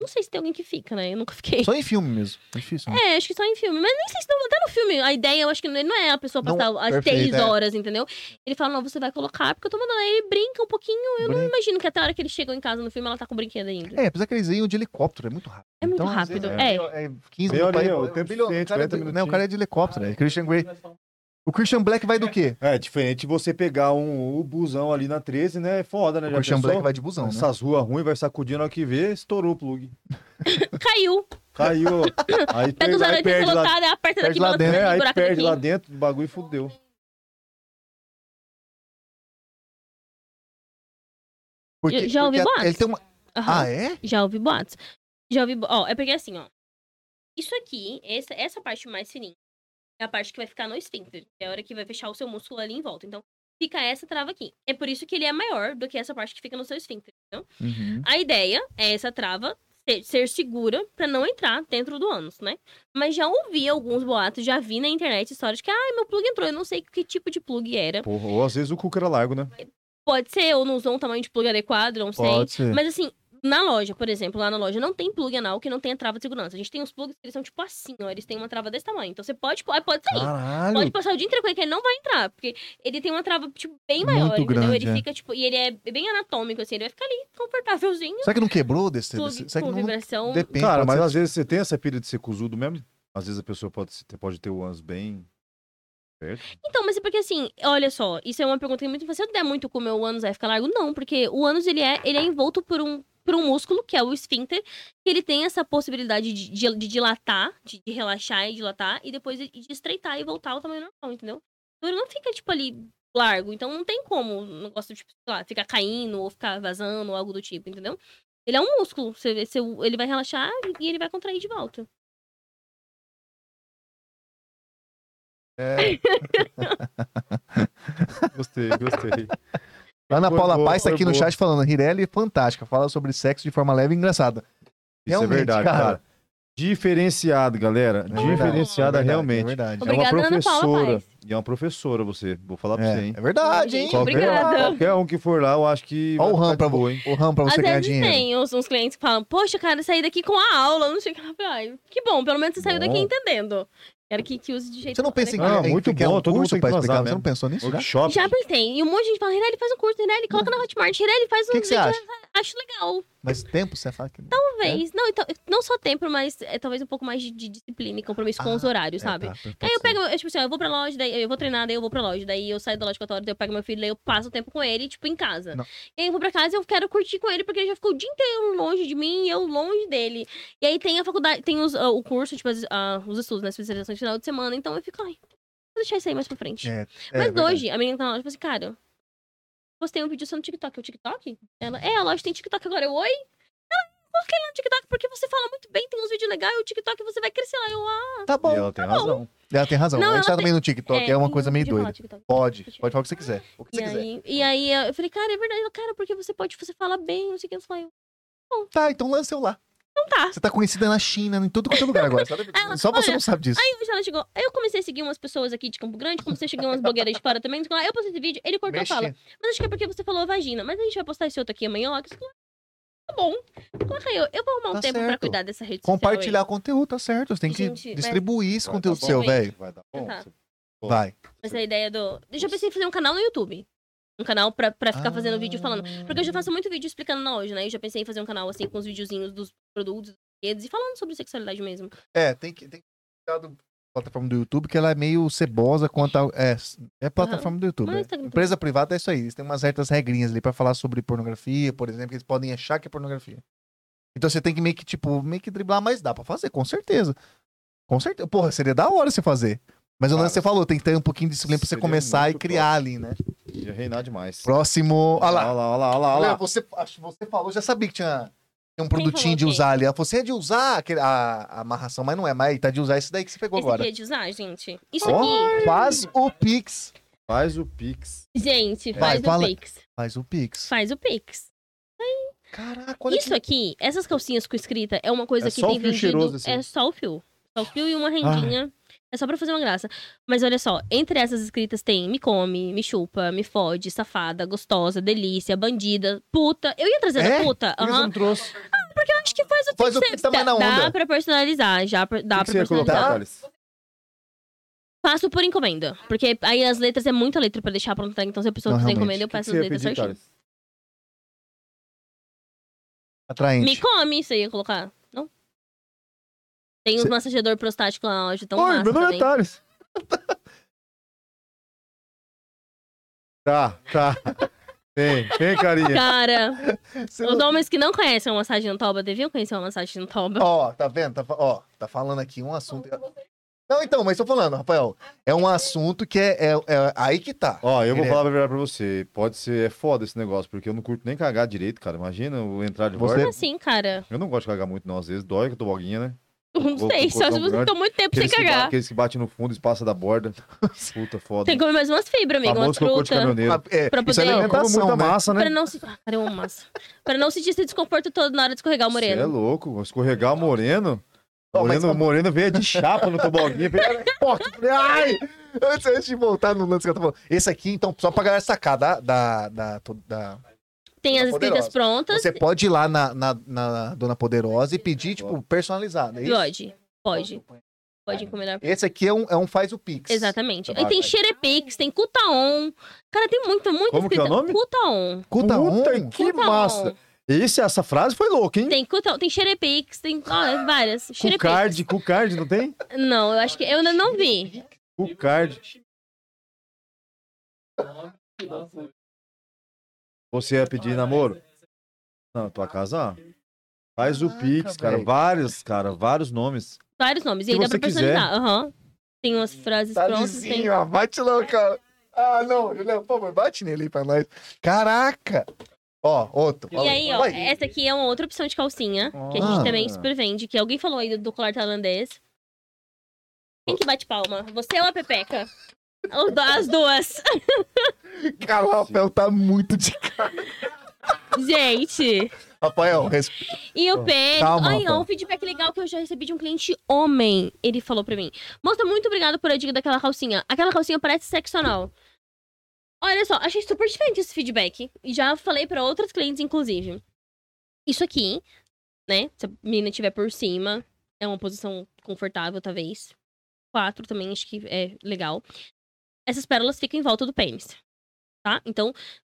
Speaker 2: Não sei se tem alguém que fica, né? Eu nunca fiquei.
Speaker 3: Só em filme mesmo. Difícil. né?
Speaker 2: É, acho que só em filme. Mas nem sei se não, até no filme. A ideia, eu acho que não não é a pessoa
Speaker 3: Não,
Speaker 2: passar as
Speaker 3: perfeito,
Speaker 2: seis
Speaker 3: é.
Speaker 2: horas, entendeu? Ele fala, não, você vai colocar, porque eu tô mandando. Aí ele brinca um pouquinho. Eu não
Speaker 3: Brin-
Speaker 2: imagino que até a hora que eles chegam em casa no filme, ela tá com o brinquedo ainda.
Speaker 3: É, apesar que eles iam de helicóptero, é muito rápido.
Speaker 2: É muito
Speaker 3: às
Speaker 2: rápido,
Speaker 3: vezes,
Speaker 2: é.
Speaker 3: é 15
Speaker 1: Meia
Speaker 3: minutos,
Speaker 1: horinha,
Speaker 3: aí,
Speaker 1: o tempo
Speaker 3: bilhão-
Speaker 1: suficiente,
Speaker 3: o cara é
Speaker 1: 40
Speaker 3: do- né, O cara é de helicóptero, é Christian Grey.
Speaker 5: um-
Speaker 3: O Christian Black vai do quê?
Speaker 1: É, diferente de você pegar um, o busão ali na 13, né? É foda, né?
Speaker 3: O
Speaker 1: Já
Speaker 3: Christian
Speaker 1: pensou?
Speaker 3: Black vai de busão, né?
Speaker 1: Essas ruas ruins, vai sacudindo na hora que vê, estourou o plug.
Speaker 2: Caiu. <laughs>
Speaker 1: Caiu. Aí,
Speaker 2: Pega os
Speaker 1: perde, aí
Speaker 2: arantes
Speaker 1: perde lá,
Speaker 2: colocados, aperta
Speaker 3: É. perde
Speaker 2: daqui,
Speaker 3: lá
Speaker 2: balança
Speaker 3: dentro,
Speaker 2: daqui,
Speaker 1: é, aí
Speaker 2: buraco
Speaker 1: perde
Speaker 2: daqui.
Speaker 1: lá dentro do bagulho e fudeu.
Speaker 3: Porque,
Speaker 2: Eu já ouvi
Speaker 3: porque
Speaker 2: boatos.
Speaker 3: Ele tem uma...
Speaker 2: Aham.
Speaker 3: Ah, é?
Speaker 2: Já ouvi boatos. Já ouvi. bo- Ó, é porque assim, ó. Isso aqui, essa, essa parte mais fininha, é a parte que vai ficar no esfíncter. que É a hora que vai fechar o seu músculo ali em volta. Então, fica essa trava aqui. É por isso que ele é maior do que essa parte que fica no seu esfíncter. Entendeu? A ideia é essa trava ser, ser segura pra não entrar dentro do ânus, né? Mas já ouvi alguns boatos, já vi na internet histórias que, ah, meu plug entrou. Eu não sei que tipo de plug era.
Speaker 1: Porra, ou às vezes o cuco era largo, né?
Speaker 2: Pode ser, ou não usou um tamanho de plug adequado, não sei.
Speaker 3: É.
Speaker 1: ser.
Speaker 2: Mas assim, na loja, por exemplo, lá na loja não tem plug anal que não tenha trava de segurança. A gente tem uns plugs que eles são tipo assim, ó. Eles têm uma trava desse tamanho. Então você pode, pô- pode sair. Pode
Speaker 3: Caralho.
Speaker 2: passar o dia inteiro com ele que ele não vai entrar. Porque ele tem uma trava, tipo, bem maior,
Speaker 3: Muito
Speaker 2: entendeu?
Speaker 3: grande,
Speaker 2: ele
Speaker 3: é.
Speaker 2: fica, tipo, e ele é bem anatômico, assim, ele vai ficar ali, confortávelzinho.
Speaker 3: Será que não quebrou desse?
Speaker 2: Plug
Speaker 3: desse- Será
Speaker 2: com
Speaker 3: que não...
Speaker 2: vibração.
Speaker 3: Depende.
Speaker 1: Cara,
Speaker 3: pode
Speaker 1: mas
Speaker 3: ser-
Speaker 1: às vezes você tem essa pilha de ser cuzudo mesmo. Às vezes a pessoa pode, se- pode ter o ânus bem perto.
Speaker 2: Então, mas é porque assim, olha só, isso é uma pergunta que muito. Se eu der muito com o meu ânus, vai ficar largo? Não, porque o ânus ele é, ele é envolto por um, por um músculo, que é o esfíncter, que ele tem essa possibilidade de, de, de dilatar, de, de relaxar e dilatar, e depois de, de estreitar e voltar ao tamanho normal, entendeu? Então ele não fica, tipo, ali largo. Então não tem como o negócio, tipo, sei lá, ficar caindo ou ficar vazando ou algo do tipo, entendeu? Ele é um músculo. Você, você, ele vai relaxar e ele vai contrair de volta.
Speaker 1: Gostei, gostei.
Speaker 3: Lá na
Speaker 1: Foi
Speaker 3: Paula
Speaker 1: boa,
Speaker 3: Paz tá
Speaker 1: foi
Speaker 3: aqui no
Speaker 1: boa.
Speaker 3: chat falando, Rirelli é fantástica, fala sobre sexo de forma leve e engraçada.
Speaker 1: Isso é
Speaker 3: Realmente,
Speaker 1: verdade,
Speaker 3: cara.
Speaker 1: cara. Diferenciado, galera. Diferenciada
Speaker 3: É verdade,
Speaker 1: realmente.
Speaker 3: É verdade.
Speaker 1: É uma
Speaker 2: Obrigada, Ana Paula
Speaker 1: professora.
Speaker 2: Paz.
Speaker 1: E é uma professora você. Vou falar pra você,
Speaker 3: É,
Speaker 1: hein?
Speaker 3: é verdade, hein?
Speaker 2: Gente, Obrigada.
Speaker 1: qualquer um que for lá, eu acho que.
Speaker 3: Olha o
Speaker 1: vai
Speaker 3: RAM
Speaker 1: ficar
Speaker 3: pra
Speaker 1: de boa,
Speaker 3: você.
Speaker 1: hein?
Speaker 3: O RAM pra você
Speaker 2: Às
Speaker 3: ganhar
Speaker 2: vezes
Speaker 3: dinheiro.
Speaker 2: tem uns, uns clientes que falam, poxa, cara, eu saí daqui com a aula, não sei o que. Eu falo, Ai, que bom, pelo menos você saiu daqui
Speaker 1: Bom.
Speaker 2: entendendo. Quero que, que use de jeito
Speaker 3: Você não pensa em,
Speaker 1: Ah,
Speaker 3: em
Speaker 1: muito
Speaker 3: criar
Speaker 1: bom,
Speaker 3: um
Speaker 1: todo mundo
Speaker 3: curso
Speaker 1: tem que
Speaker 3: pra explicar?
Speaker 1: transar
Speaker 3: Você
Speaker 1: mesmo.
Speaker 3: não pensou nisso? já?
Speaker 1: Workshop.
Speaker 2: Já pensei. E um monte de gente fala, Rirelli, faz um curso, Rirelli, coloca na Hotmart, Rirelli, faz
Speaker 3: O
Speaker 2: um
Speaker 3: Hum. que, que você
Speaker 2: vídeo,
Speaker 3: acha? É?
Speaker 2: Acho legal,
Speaker 3: Mas tempo você fala que...
Speaker 2: talvez. Não, então, não só tempo, mas é, talvez um pouco mais de, de disciplina e compromisso com
Speaker 3: Ah,
Speaker 2: os horários, sabe?
Speaker 3: É, tá, pode
Speaker 2: Aí eu
Speaker 3: ser.
Speaker 2: pego, eu, tipo assim, ó, eu vou pra loja, daí eu vou treinar, daí eu vou pra loja, daí eu saio da loja 4 horas, daí eu pego meu filho, daí eu passo o tempo com ele, tipo, em casa.
Speaker 3: Não.
Speaker 2: E aí eu vou pra casa e eu quero curtir com ele, porque ele já ficou o dia inteiro longe de mim e eu longe dele. E aí tem a faculdade, tem os, ah, o curso, tipo, as- ah, os estudos, né, especializações de final de semana, então eu fico, ai, vou deixar isso aí mais pra frente.
Speaker 3: É, é
Speaker 2: Mas
Speaker 3: verdade.
Speaker 2: hoje, a menina que tá na loja, falou assim, cara, postei um vídeo seu no TikTok, é o TikTok? Ela, é, a loja tem TikTok agora, eu, oi? Ela, por que é no TikTok? Porque você fala muito bem, tem uns vídeos legais, e o TikTok você vai crescer lá. Eu, ah,
Speaker 3: Tá
Speaker 1: E
Speaker 3: bom.
Speaker 1: ela tem razão.
Speaker 3: Ela tem razão.
Speaker 2: Não,
Speaker 3: a gente
Speaker 2: ela
Speaker 3: tá
Speaker 2: tem-
Speaker 3: também no TikTok, é, uma coisa meio
Speaker 2: podia falar
Speaker 3: doida.
Speaker 2: TikTok.
Speaker 3: Pode, pode falar o que você quiser. O que
Speaker 2: E
Speaker 3: você quiser.
Speaker 2: aí, e aí eu falei, cara, é verdade, Ela, cara, porque você pode, você fala bem, não sei o que, eu falei,
Speaker 3: Tá, então lança eu lá. Então
Speaker 2: tá.
Speaker 3: Você tá conhecida na China, em todo quanto é lugar agora. sabe?
Speaker 2: Ela- tipo,
Speaker 3: Só você
Speaker 2: olha,
Speaker 3: não sabe disso.
Speaker 2: aí hoje ela chegou, aí eu comecei a seguir umas pessoas aqui de Campo Grande, comecei a seguir umas blogueiras de fora também, não sei o que lá. eu postei esse vídeo, ele cortou a fala,
Speaker 3: Mexer.
Speaker 2: mas acho que é porque você falou vagina, mas a gente vai postar esse outro aqui amanhã, ó, que isso- tá bom, coloca aí, eu, eu vou arrumar um
Speaker 3: Tá
Speaker 2: tempo pra
Speaker 3: certo.
Speaker 2: cuidar dessa rede social aí.
Speaker 3: Compartilhar conteúdo, tá certo. Você tem que
Speaker 2: Gente, mas-
Speaker 3: distribuir esse
Speaker 1: Vai,
Speaker 3: conteúdo
Speaker 1: tá bom.
Speaker 3: seu,
Speaker 2: Sim.
Speaker 3: velho.
Speaker 1: Vai dar bom.
Speaker 2: Tá.
Speaker 1: Bom.
Speaker 3: Vai.
Speaker 2: Mas é a ideia do, eu já pensei em fazer um canal no YouTube, um canal pra, pra ficar fazendo vídeo falando, porque eu já faço muito vídeo explicando na hoje, né, eu já pensei em fazer um canal assim, com os videozinhos dos produtos, dos brinquedos, e falando sobre sexualidade mesmo.
Speaker 3: É, tem que tem que cuidar do- plataforma do YouTube, que ela é meio cebosa quanto ao. É, é plataforma do YouTube.
Speaker 2: Mas
Speaker 3: é.
Speaker 2: tá-
Speaker 3: Empresa privada é isso aí. Eles têm umas certas regrinhas ali pra falar sobre pornografia, por exemplo, que eles podem achar que é pornografia. Então você tem que meio que, tipo, meio que driblar, mas dá pra fazer, com certeza. Com certeza. Porra, seria da hora você fazer. Mas o
Speaker 1: Cara,
Speaker 3: lance que você falou, tem que ter um pouquinho de disciplina pra você
Speaker 1: seria
Speaker 3: começar e
Speaker 1: muito
Speaker 3: criar ali, né?
Speaker 1: Ia reinar demais.
Speaker 3: Próximo. Olha lá.
Speaker 1: Olha lá, olha lá, olha lá, olha
Speaker 3: Olha,
Speaker 1: lá.
Speaker 3: você, acho que você falou, já sabia que tinha, tinha um
Speaker 2: falou
Speaker 3: produtinho de
Speaker 2: quem?
Speaker 3: usar ali. Ela falou, você é de usar aquele- a, a amarração, mas não é mais. Tá de usar esse daí que você pegou
Speaker 2: Esse
Speaker 3: agora.
Speaker 2: aqui é de usar, gente. Isso
Speaker 3: Ó,
Speaker 2: aqui,
Speaker 3: Faz o Pix.
Speaker 1: Faz o Pix.
Speaker 2: gente,
Speaker 3: Vai,
Speaker 2: faz o
Speaker 3: fala-
Speaker 2: Pix.
Speaker 3: Faz o Pix.
Speaker 2: Faz o Pix.
Speaker 3: Caraca, olha
Speaker 2: Isso aqui, essas calcinhas com escrita, é uma coisa
Speaker 1: É
Speaker 2: que
Speaker 1: só
Speaker 2: tem
Speaker 1: o fio
Speaker 2: vendido.
Speaker 1: cheiroso, assim. Ah.
Speaker 2: É só o fio. Só o fio e uma rendinha. É só pra fazer uma graça. Mas olha só, entre essas escritas tem me come, me chupa, me fode, safada, gostosa, delícia, bandida, puta. Eu ia trazer
Speaker 3: É?
Speaker 2: da puta.
Speaker 1: Por que
Speaker 2: aham.
Speaker 1: você não trouxe?
Speaker 2: Porque eu acho que faz o
Speaker 3: Faz o
Speaker 2: Pix,
Speaker 3: Pix
Speaker 1: tá
Speaker 2: dá-
Speaker 3: também na
Speaker 2: Dá
Speaker 3: onda.
Speaker 2: pra personalizar, já pra- dá
Speaker 1: O
Speaker 2: pra
Speaker 1: que você ia colocar,
Speaker 2: personalizar.
Speaker 1: Thales?
Speaker 2: Faço por encomenda. Porque aí as letras é muita letra pra deixar pronta. Então se a pessoa
Speaker 3: Não,
Speaker 2: quiser
Speaker 3: realmente.
Speaker 2: encomenda, eu
Speaker 1: O que você
Speaker 2: peço as
Speaker 1: ia
Speaker 2: letras
Speaker 1: pedir,
Speaker 2: certinho.
Speaker 1: Thales?
Speaker 2: Me
Speaker 3: Atraente.
Speaker 2: come, você ia colocar. Não? Tem uns
Speaker 3: Cê-
Speaker 2: massageador prostático lá na loja, tão
Speaker 1: Oi,
Speaker 2: massa
Speaker 1: meu nome é
Speaker 2: também.
Speaker 1: Thales. <laughs> Tá, tá. Tem, tem, carinha.
Speaker 2: Cara,
Speaker 3: Você
Speaker 2: os homens que não conhecem a massagem no Toba deviam conhecer uma massagem no Toba.
Speaker 3: Ó, tá vendo? Tá, fa- ó, tá falando aqui um assunto. Não, então, mas tô falando, Rafael. É um assunto que é, é- é aí que tá.
Speaker 1: Ó, eu vou
Speaker 3: Ele é-
Speaker 1: falar a verdade pra você. Pode ser, é foda esse negócio, porque eu não curto nem cagar direito, cara. Imagina eu entrar de
Speaker 3: Você-
Speaker 1: volta.
Speaker 2: Como assim, cara?
Speaker 1: Eu não gosto de cagar muito, não. Às vezes dói com a toboguinha, né?
Speaker 2: Não
Speaker 1: Vou-
Speaker 2: sei,
Speaker 1: vou
Speaker 2: só
Speaker 1: colocar
Speaker 2: se
Speaker 1: um
Speaker 2: você
Speaker 1: grande-
Speaker 2: ficou muito tempo sem
Speaker 1: Aqueles que, ba-
Speaker 2: cagar.
Speaker 1: aqueles que batem no fundo, espaça da borda. <laughs> Puta foda.
Speaker 2: Tem que comer mais umas fibras, amigo. Uma
Speaker 1: Famoso né? cocô de
Speaker 2: fruta.
Speaker 1: caminhoneiro.
Speaker 3: Ah, é,
Speaker 2: Pra
Speaker 3: isso é
Speaker 1: Eu
Speaker 2: poder-
Speaker 1: como
Speaker 3: alimentação,
Speaker 1: muita
Speaker 3: né?
Speaker 1: massa, né?
Speaker 2: Pra não se. Ah, cara, eu amo massa. Pra não sentir esse desconforto todo na hora de escorregar o
Speaker 1: Você é
Speaker 2: moreno.
Speaker 1: louco, escorregar o moreno.
Speaker 3: Ó, mas-
Speaker 1: Moreno, moreno veio de chapa no toboguinha. <laughs> veio- Poc,
Speaker 3: Ai! Antes, antes de voltar no lance que eu tô falando. Esse aqui, então, só pra galera sacar da. da, da, da-
Speaker 2: Tem
Speaker 1: tá
Speaker 2: as escritas
Speaker 3: Poderosa.
Speaker 2: prontas.
Speaker 3: Você pode ir lá na, na, na Dona Poderosa e pedir, tipo, personalizado. É isso?
Speaker 2: Pode, pode. Pode encomendar.
Speaker 3: Esse aqui é um, é um faz o Pix.
Speaker 2: Exatamente.
Speaker 1: Tá
Speaker 2: Aí tem
Speaker 1: bacana.
Speaker 2: Xerepix, tem Cutaon. Cara, tem muita, muita
Speaker 1: Como que é o nome?
Speaker 2: Cutaon.
Speaker 3: Cuta um.
Speaker 1: Puta que
Speaker 2: Cutaon.
Speaker 1: massa. Esse, essa frase foi louca, hein?
Speaker 2: Tem Cutaon, tem Xerepix, tem ó, várias. Xerepix.
Speaker 1: Cucard, Cucard, não tem?
Speaker 2: Não, eu acho que eu ainda não vi.
Speaker 1: Cucard. Você ia pedir namoro? Não, pra casar. Faz o
Speaker 3: Ah, Caraca,
Speaker 1: Pix, cara.
Speaker 3: velho.
Speaker 1: Vários, cara, vários nomes.
Speaker 2: Vários nomes. E
Speaker 1: Se
Speaker 2: aí dá
Speaker 1: você
Speaker 2: pra personalizar. Aham. Tem umas frases prontas. Tem...
Speaker 3: Tadinho, Tá ó, bate lá, cara. Ah, não, Julião, pô, mas bate nele aí pra nós. Caraca! Ó, outro.
Speaker 2: E aí, ó,
Speaker 3: Vai.
Speaker 2: essa aqui é uma outra opção de calcinha, que a
Speaker 3: Ah.
Speaker 2: gente também super vende, que alguém falou aí do colar tailandês. Quem que bate palma? Você ou a Pepeca? Ou do- As duas. <laughs>
Speaker 3: Cara, o <laughs> Rafael tá muito de.
Speaker 2: Gente.
Speaker 3: Rafael, respeita.
Speaker 2: E o pé.
Speaker 3: calma,
Speaker 2: Ai,
Speaker 3: Rafael.
Speaker 2: ó, um feedback legal que eu já recebi de um cliente homem. Ele falou pra mim: Moça, muito obrigado por a dica daquela calcinha. Aquela calcinha parece sexo anal. Olha só, achei super diferente esse feedback. E já falei pra outros clientes, inclusive. Isso aqui, né? Se a menina tiver por cima, é uma posição confortável, talvez. Quatro também, acho que é legal. Essas pérolas ficam em volta do pênis. Tá? Então,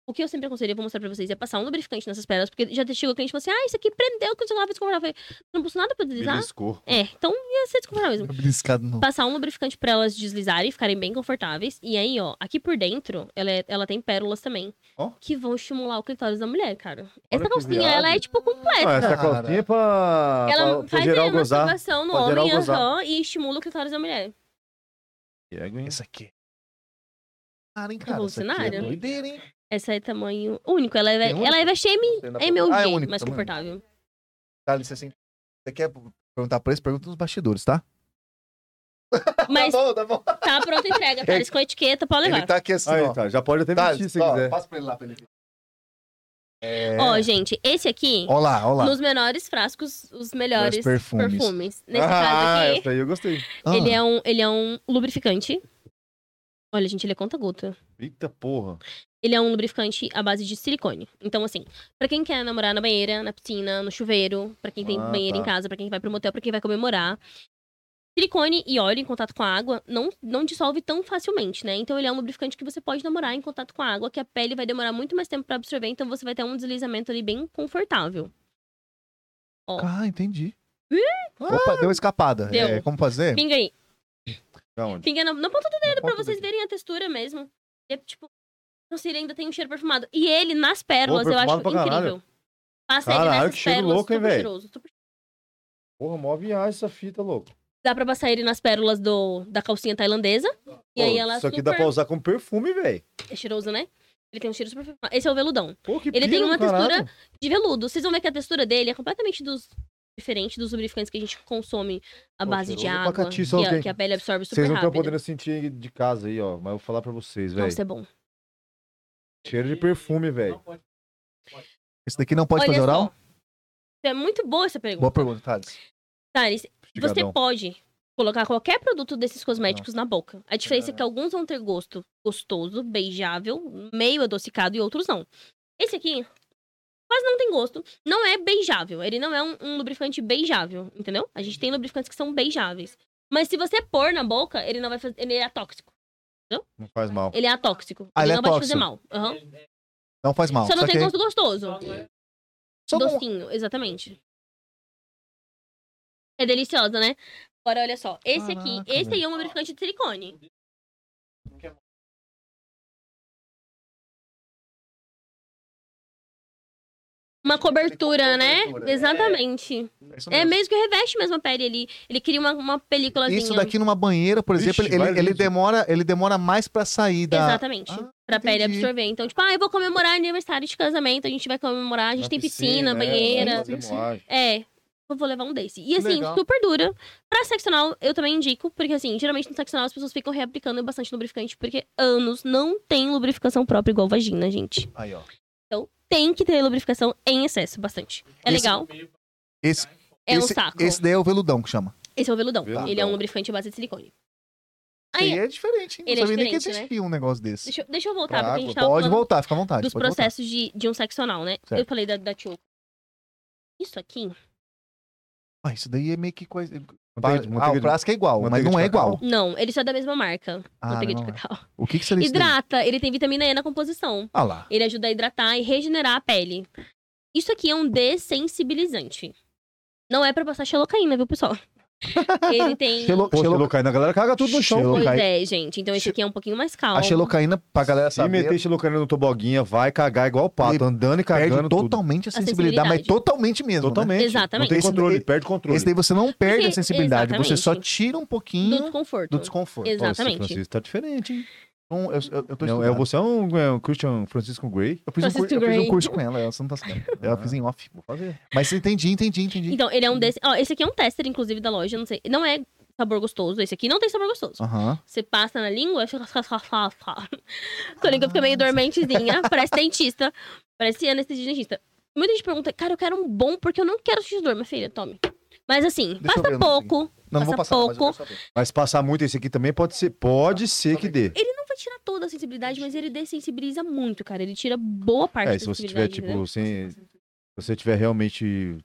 Speaker 2: o que eu sempre aconselho, eu vou mostrar pra vocês, é passar um lubrificante nessas pérolas, porque já chegou cliente e falou assim, ah, isso aqui prendeu quando eu tava desconfortável. Eu falei, não posso nada pra deslizar?
Speaker 1: Beliscou.
Speaker 2: É, então ia ser desconfortável mesmo.
Speaker 3: Briscado não.
Speaker 2: Passar um lubrificante pra elas deslizarem e ficarem bem confortáveis. E aí, ó, aqui por dentro, ela, é- ela tem pérolas também,
Speaker 1: Ó.
Speaker 2: que vão estimular o clitóris da mulher, cara. Essa
Speaker 1: que
Speaker 2: calcinha,
Speaker 1: viagem.
Speaker 2: ela é, tipo, completa.
Speaker 1: Ah, essa
Speaker 3: Cara.
Speaker 1: calcinha é pra,
Speaker 2: ela
Speaker 1: pra, pra
Speaker 2: faz a
Speaker 1: geral gozar.
Speaker 2: masturbação no
Speaker 1: pra geral
Speaker 2: homem
Speaker 1: gozar.
Speaker 2: aham, e estimula o clitóris da mulher.
Speaker 1: Diego, hein?
Speaker 3: Esse aqui. Cara, hein, cara. Isso aqui é
Speaker 2: Revolucionário.
Speaker 3: doideira, hein?
Speaker 2: Essa é tamanho único. Ela é,
Speaker 3: Tem um único?
Speaker 2: ela é VXM, MLG,
Speaker 3: Ah, é
Speaker 2: mais
Speaker 3: único tamanho.
Speaker 2: confortável.
Speaker 3: Tá, licença, assim. Você quer perguntar pra eles? Pergunta nos bastidores, tá?
Speaker 2: Mas
Speaker 3: Tá bom, tá bom.
Speaker 2: tá pronta a
Speaker 3: <laughs>
Speaker 2: entrega, tá? Eles com etiqueta, pode levar.
Speaker 3: Ele tá aqui assim, ó.
Speaker 1: Aí, tá. Já pode até
Speaker 3: Tá,
Speaker 1: mentir se
Speaker 3: ó,
Speaker 1: quiser.
Speaker 3: Passa pra ele lá, pra ele ver. É.
Speaker 2: Ó, gente, esse aqui,
Speaker 3: Ó lá, ó lá.
Speaker 2: nos menores frascos, os melhores
Speaker 3: Os perfumes.
Speaker 2: perfumes. Nesse
Speaker 1: ah,
Speaker 2: caso aqui,
Speaker 1: essa aí eu gostei.
Speaker 3: Ah,
Speaker 2: ele, é um, ele é um lubrificante. Olha, gente, ele é conta-gota.
Speaker 1: Eita porra.
Speaker 2: Ele é um lubrificante à base de silicone. Então, assim, pra quem quer namorar na banheira, na piscina, no chuveiro, pra quem tem
Speaker 1: Ah,
Speaker 2: banheiro
Speaker 1: tá.
Speaker 2: em casa, pra quem vai pro motel, pra quem vai comemorar. Silicone e óleo em contato com a água não, não dissolve tão facilmente, né? Então ele é um lubrificante que você pode namorar em contato com a água, que a pele vai demorar muito mais tempo pra absorver, então você vai ter um deslizamento ali bem confortável.
Speaker 3: Ah, entendi. Opa, deu uma escapada.
Speaker 2: Deu.
Speaker 3: É, como fazer?
Speaker 2: Pinga aí.
Speaker 1: Da onde?
Speaker 2: Pinga na, na ponta do dedo pra
Speaker 3: ponta do
Speaker 2: vocês
Speaker 3: dedo.
Speaker 2: verem a textura mesmo. É tipo, não sei, ele ainda tem um cheiro perfumado. E ele nas pérolas,
Speaker 1: Pô,
Speaker 2: eu acho
Speaker 1: perfumado pra caralho.
Speaker 2: incrível. Passa ele
Speaker 1: Caralho,
Speaker 2: nessas
Speaker 1: que cheiro
Speaker 2: pérolas,
Speaker 1: louco, hein,
Speaker 2: super
Speaker 1: véi?
Speaker 2: cheiroso, super-
Speaker 1: Porra, mó viagem essa fita, louco.
Speaker 2: Dá pra passar ele nas pérolas do, da calcinha tailandesa. E
Speaker 1: Pô,
Speaker 2: aí ela
Speaker 1: Isso aqui
Speaker 2: super...
Speaker 1: dá pra usar como perfume, velho.
Speaker 2: É cheiroso, né? Ele tem um cheiro super perfumado. Esse é o veludão.
Speaker 1: Pô, que
Speaker 2: Ele tem
Speaker 1: pira do
Speaker 2: uma
Speaker 1: caralho.
Speaker 2: textura de veludo. Vocês vão ver que a textura dele é completamente dos... Diferente dos lubrificantes que a gente consome à
Speaker 1: Pô,
Speaker 2: base de
Speaker 1: cheiroso pra
Speaker 2: água,
Speaker 1: cati,
Speaker 2: que,
Speaker 1: só
Speaker 2: a-
Speaker 1: alguém.
Speaker 2: que a pele absorve super
Speaker 1: Vocês não estão
Speaker 2: rápido.
Speaker 1: podendo sentir de casa aí, ó. Mas eu vou falar pra vocês, velho.
Speaker 2: Nossa, é bom.
Speaker 1: Cheiro de perfume, velho.
Speaker 3: Esse daqui não pode
Speaker 2: Olha
Speaker 3: fazer
Speaker 2: só.
Speaker 3: oral?
Speaker 2: É muito boa essa pergunta.
Speaker 3: Boa pergunta, Thales.
Speaker 2: Thales, você
Speaker 1: Esticadão.
Speaker 2: pode colocar qualquer produto desses cosméticos na boca. A diferença é que alguns vão ter gosto gostoso, beijável, meio adocicado e outros não. Esse aqui quase não tem gosto, não é beijável. Ele não é um, um lubrificante beijável, entendeu? A
Speaker 3: Uhum.
Speaker 2: gente tem lubrificantes que são beijáveis. Mas se você pôr na boca, ele não vai fazer. Ele é atóxico.
Speaker 1: Não faz mal.
Speaker 2: Ele é atóxico.
Speaker 3: Ah, ele é
Speaker 2: não vai te fazer
Speaker 3: tóxico.
Speaker 2: mal. Aham.
Speaker 3: Não faz mal.
Speaker 2: Só não tem
Speaker 3: que-
Speaker 2: gosto gostoso.
Speaker 3: Só não-
Speaker 2: Docinho, exatamente. É deliciosa, né? Agora, olha só. Esse é um aqui,
Speaker 3: Caraca,
Speaker 2: esse aí
Speaker 3: velho.
Speaker 2: é um lubrificante de silicone. uma cobertura, né?
Speaker 3: cobertura, é.
Speaker 2: Exatamente.
Speaker 3: isso
Speaker 2: É
Speaker 3: mesmo.
Speaker 2: mesmo que reveste mesmo a pele ali. Ele cria uma, uma películazinha.
Speaker 3: Isso daqui numa banheira, por
Speaker 1: Ixi,
Speaker 3: exemplo, ele-
Speaker 1: vai
Speaker 3: ele, ele
Speaker 1: liso.
Speaker 3: demora, ele demora mais pra sair da.
Speaker 2: Exatamente.
Speaker 3: Ah,
Speaker 2: pra pele
Speaker 3: entendi.
Speaker 2: absorver. Então, tipo, ah, eu vou comemorar aniversário de casamento, a gente vai comemorar, a gente tem piscina, é, né? banheira.
Speaker 3: Sim, sim.
Speaker 2: É. Eu vou levar um desse. E assim,
Speaker 3: Legal.
Speaker 2: super dura. Pra seccional, eu também indico, porque assim, geralmente no seccional as pessoas ficam reaplicando bastante lubrificante, porque anos não tem lubrificação própria igual vagina, gente.
Speaker 3: Ah, Aí, ó.
Speaker 2: Então, tem que ter lubrificação em excesso, bastante. É
Speaker 3: Esse-
Speaker 2: legal,
Speaker 3: Esse,
Speaker 2: é um
Speaker 3: esse,
Speaker 2: saco.
Speaker 3: esse daí é o veludão que chama.
Speaker 2: Esse é o veludão.
Speaker 1: Veludão.
Speaker 2: Ele é um lubrificante à base de silicone.
Speaker 3: Aí
Speaker 2: Aí,
Speaker 3: é diferente, hein? Não
Speaker 2: ele é
Speaker 3: sabia nem que
Speaker 2: diferente, né?
Speaker 3: existia um negócio desse.
Speaker 2: deixa, eu- deixa eu voltar,
Speaker 1: Pra
Speaker 2: porque a gente
Speaker 1: água.
Speaker 2: tava
Speaker 3: Pode
Speaker 2: falando
Speaker 3: voltar, fica à vontade.
Speaker 2: dos
Speaker 3: pode voltar.
Speaker 2: processos de, de um seccional, né?
Speaker 3: Certo.
Speaker 2: Eu falei da, da tioca. Isso aqui
Speaker 3: Ah, isso daí é meio que coisa.
Speaker 1: Manteiga de- manteiga
Speaker 3: ah,
Speaker 1: de-
Speaker 3: o frasco é igual, mas
Speaker 1: manteiga
Speaker 3: não
Speaker 1: de
Speaker 3: é
Speaker 1: cacau.
Speaker 3: igual.
Speaker 2: Não, ele só é da mesma marca.
Speaker 3: Ah,
Speaker 2: manteiga de
Speaker 3: não é.
Speaker 2: cacau.
Speaker 3: O que que seria isso? daí?
Speaker 2: <laughs> Hidrata, ele tem vitamina E na composição.
Speaker 3: Ah lá.
Speaker 2: Ele ajuda a hidratar e regenerar a pele. Isso aqui é um dessensibilizante. Não é pra passar xelocaína, viu, pessoal?
Speaker 3: <laughs>
Speaker 2: ele tem.
Speaker 3: Xelo-
Speaker 1: Pô,
Speaker 3: xelo-
Speaker 1: xilocaína, a galera caga tudo no chão.
Speaker 3: Xelo-
Speaker 2: Pois
Speaker 3: xelocai-
Speaker 2: é, gente. Então esse
Speaker 3: né? Xe-
Speaker 2: aqui é um pouquinho mais calmo.
Speaker 3: A xelocaína, pra galera
Speaker 1: Se
Speaker 3: é saber,
Speaker 1: meter xilocaína no toboguinha, vai cagar igual o pato,
Speaker 3: Ele
Speaker 1: andando e
Speaker 3: perde
Speaker 1: cagando tudo.
Speaker 3: totalmente a
Speaker 2: A
Speaker 3: sensibilidade, mas
Speaker 2: sensibilidade.
Speaker 3: totalmente mesmo. né?
Speaker 1: Totalmente.
Speaker 2: Exatamente.
Speaker 1: Não tem
Speaker 3: Esse
Speaker 1: controle,
Speaker 3: daí-
Speaker 1: perde o controle.
Speaker 3: Esse daí você não perde a
Speaker 2: Porque-
Speaker 3: sensibilidade, você só
Speaker 2: exatamente.
Speaker 3: tira um
Speaker 2: Do
Speaker 3: pouquinho
Speaker 2: desconforto.
Speaker 3: do desconforto.
Speaker 1: Ó, esse
Speaker 2: Exatamente.
Speaker 1: Francisco tá diferente, hein?
Speaker 3: Então, eu, eu, eu tô
Speaker 1: Não,
Speaker 3: estudando.
Speaker 1: é, você é um, é um Christian Francisco Grey?
Speaker 3: Eu fiz, um,
Speaker 2: Francisco
Speaker 3: cur- eu fiz um
Speaker 2: Grey.
Speaker 3: curso com ela, ela você não tá sabendo. Eu fiz em off.
Speaker 1: Vou fazer.
Speaker 3: Mas entendi, entendi, entendi.
Speaker 2: Então, ele é um desse. Ó, esse aqui é um tester, inclusive, da loja. Não sei. Não é sabor gostoso. Esse aqui não tem sabor gostoso.
Speaker 3: Aham.
Speaker 2: Você passa na língua, <laughs> fica. Sua língua fica meio dormentezinha. Parece dentista. Parece anestesia dentista. Muita gente pergunta, cara, eu quero um bom porque eu não quero sentir dor, minha filha, tome. Mas assim,
Speaker 3: Deixa eu ver,
Speaker 2: passa
Speaker 3: eu não
Speaker 2: pouco,
Speaker 3: Não, não vou
Speaker 2: Passa
Speaker 3: passar, mas eu
Speaker 2: pouco.
Speaker 3: quero saber.
Speaker 1: Mas passar muito esse aqui também pode ser, pode ser que dê.
Speaker 2: não vai tirar toda a sensibilidade, mas ele dessensibiliza muito, cara. Ele tira boa parte
Speaker 1: É,
Speaker 2: da
Speaker 1: se você tiver,
Speaker 2: sensibilidade. né? entendeu?
Speaker 1: tipo, sem, se você tiver realmente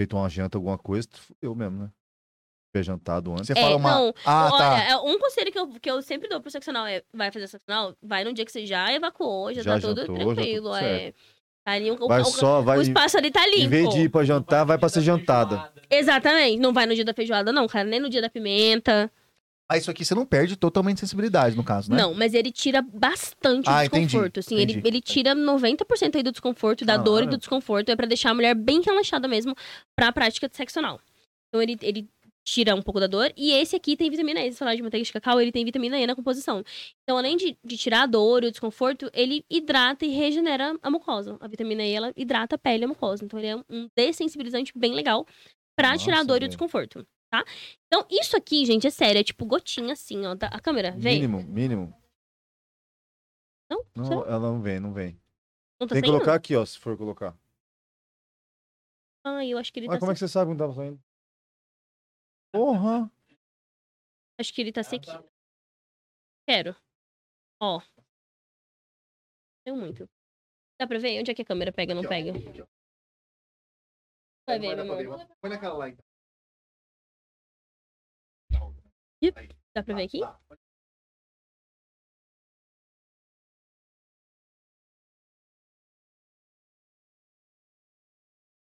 Speaker 1: feito uma janta, alguma coisa, tu fudeu mesmo, né? Se tiver jantado antes.
Speaker 3: Você
Speaker 2: É,
Speaker 3: fala uma.
Speaker 2: não.
Speaker 3: Ah,
Speaker 2: Olha,
Speaker 3: tá.
Speaker 2: é um conselho que eu, que eu sempre dou pro seccional é, vai fazer seccional, vai num dia que você já evacuou, já,
Speaker 1: Já
Speaker 2: tá tudo
Speaker 1: jantou, já tá
Speaker 2: tranquilo,
Speaker 1: tudo
Speaker 2: é. Tá ali, o,
Speaker 1: Vai
Speaker 2: o-
Speaker 1: só,
Speaker 2: o
Speaker 1: vai.
Speaker 2: espaço ali tá limpo.
Speaker 1: Em vez de ir pra jantar, vai pra ser jantada.
Speaker 5: né?
Speaker 2: Exatamente, não vai no dia da feijoada não, cara, nem no dia da pimenta.
Speaker 3: Mas isso aqui você não perde totalmente sensibilidade, no caso, né?
Speaker 2: Não, mas ele tira bastante
Speaker 3: Ah,
Speaker 2: o desconforto,
Speaker 3: entendi,
Speaker 2: assim, ele,
Speaker 3: entendi. Ah,
Speaker 2: ele tira 90% aí do desconforto, da dor e do desconforto, é pra deixar a mulher bem relaxada mesmo pra prática seccional. Então ele, ele tira um pouco da dor, e esse aqui tem vitamina E, se falar de manteiga de cacau, ele tem vitamina E na composição. Então além de, de tirar a dor e o desconforto, ele hidrata e regenera a mucosa. A vitamina E, ela hidrata a pele e a mucosa, então ele é um dessensibilizante bem legal pra tirar a
Speaker 1: Nossa,
Speaker 2: dor e o
Speaker 1: velho.
Speaker 2: desconforto. Tá? Então, isso aqui, gente, é sério, é tipo gotinha assim, ó. Tá, a câmera, vem.
Speaker 1: Mínimo, mínimo.
Speaker 2: Não, você
Speaker 1: Não, ela não vem, não vem.
Speaker 2: não tá
Speaker 1: Tem que
Speaker 2: saindo?
Speaker 1: colocar aqui, ó, se for colocar.
Speaker 2: Ai, eu acho que ele
Speaker 1: Mas
Speaker 2: tá
Speaker 1: como é que você sabe onde tava saindo? Porra!
Speaker 2: se- Acho que ele tá
Speaker 3: Ah,
Speaker 2: sequinho. Quero. Ó. Deu muito. Dá pra ver? Onde é que a câmera pega ou não pega? Vai ver, meu amor.
Speaker 3: Põe naquela lá, então.
Speaker 2: Dá
Speaker 3: Ah,
Speaker 2: pra ver aqui?
Speaker 3: tá.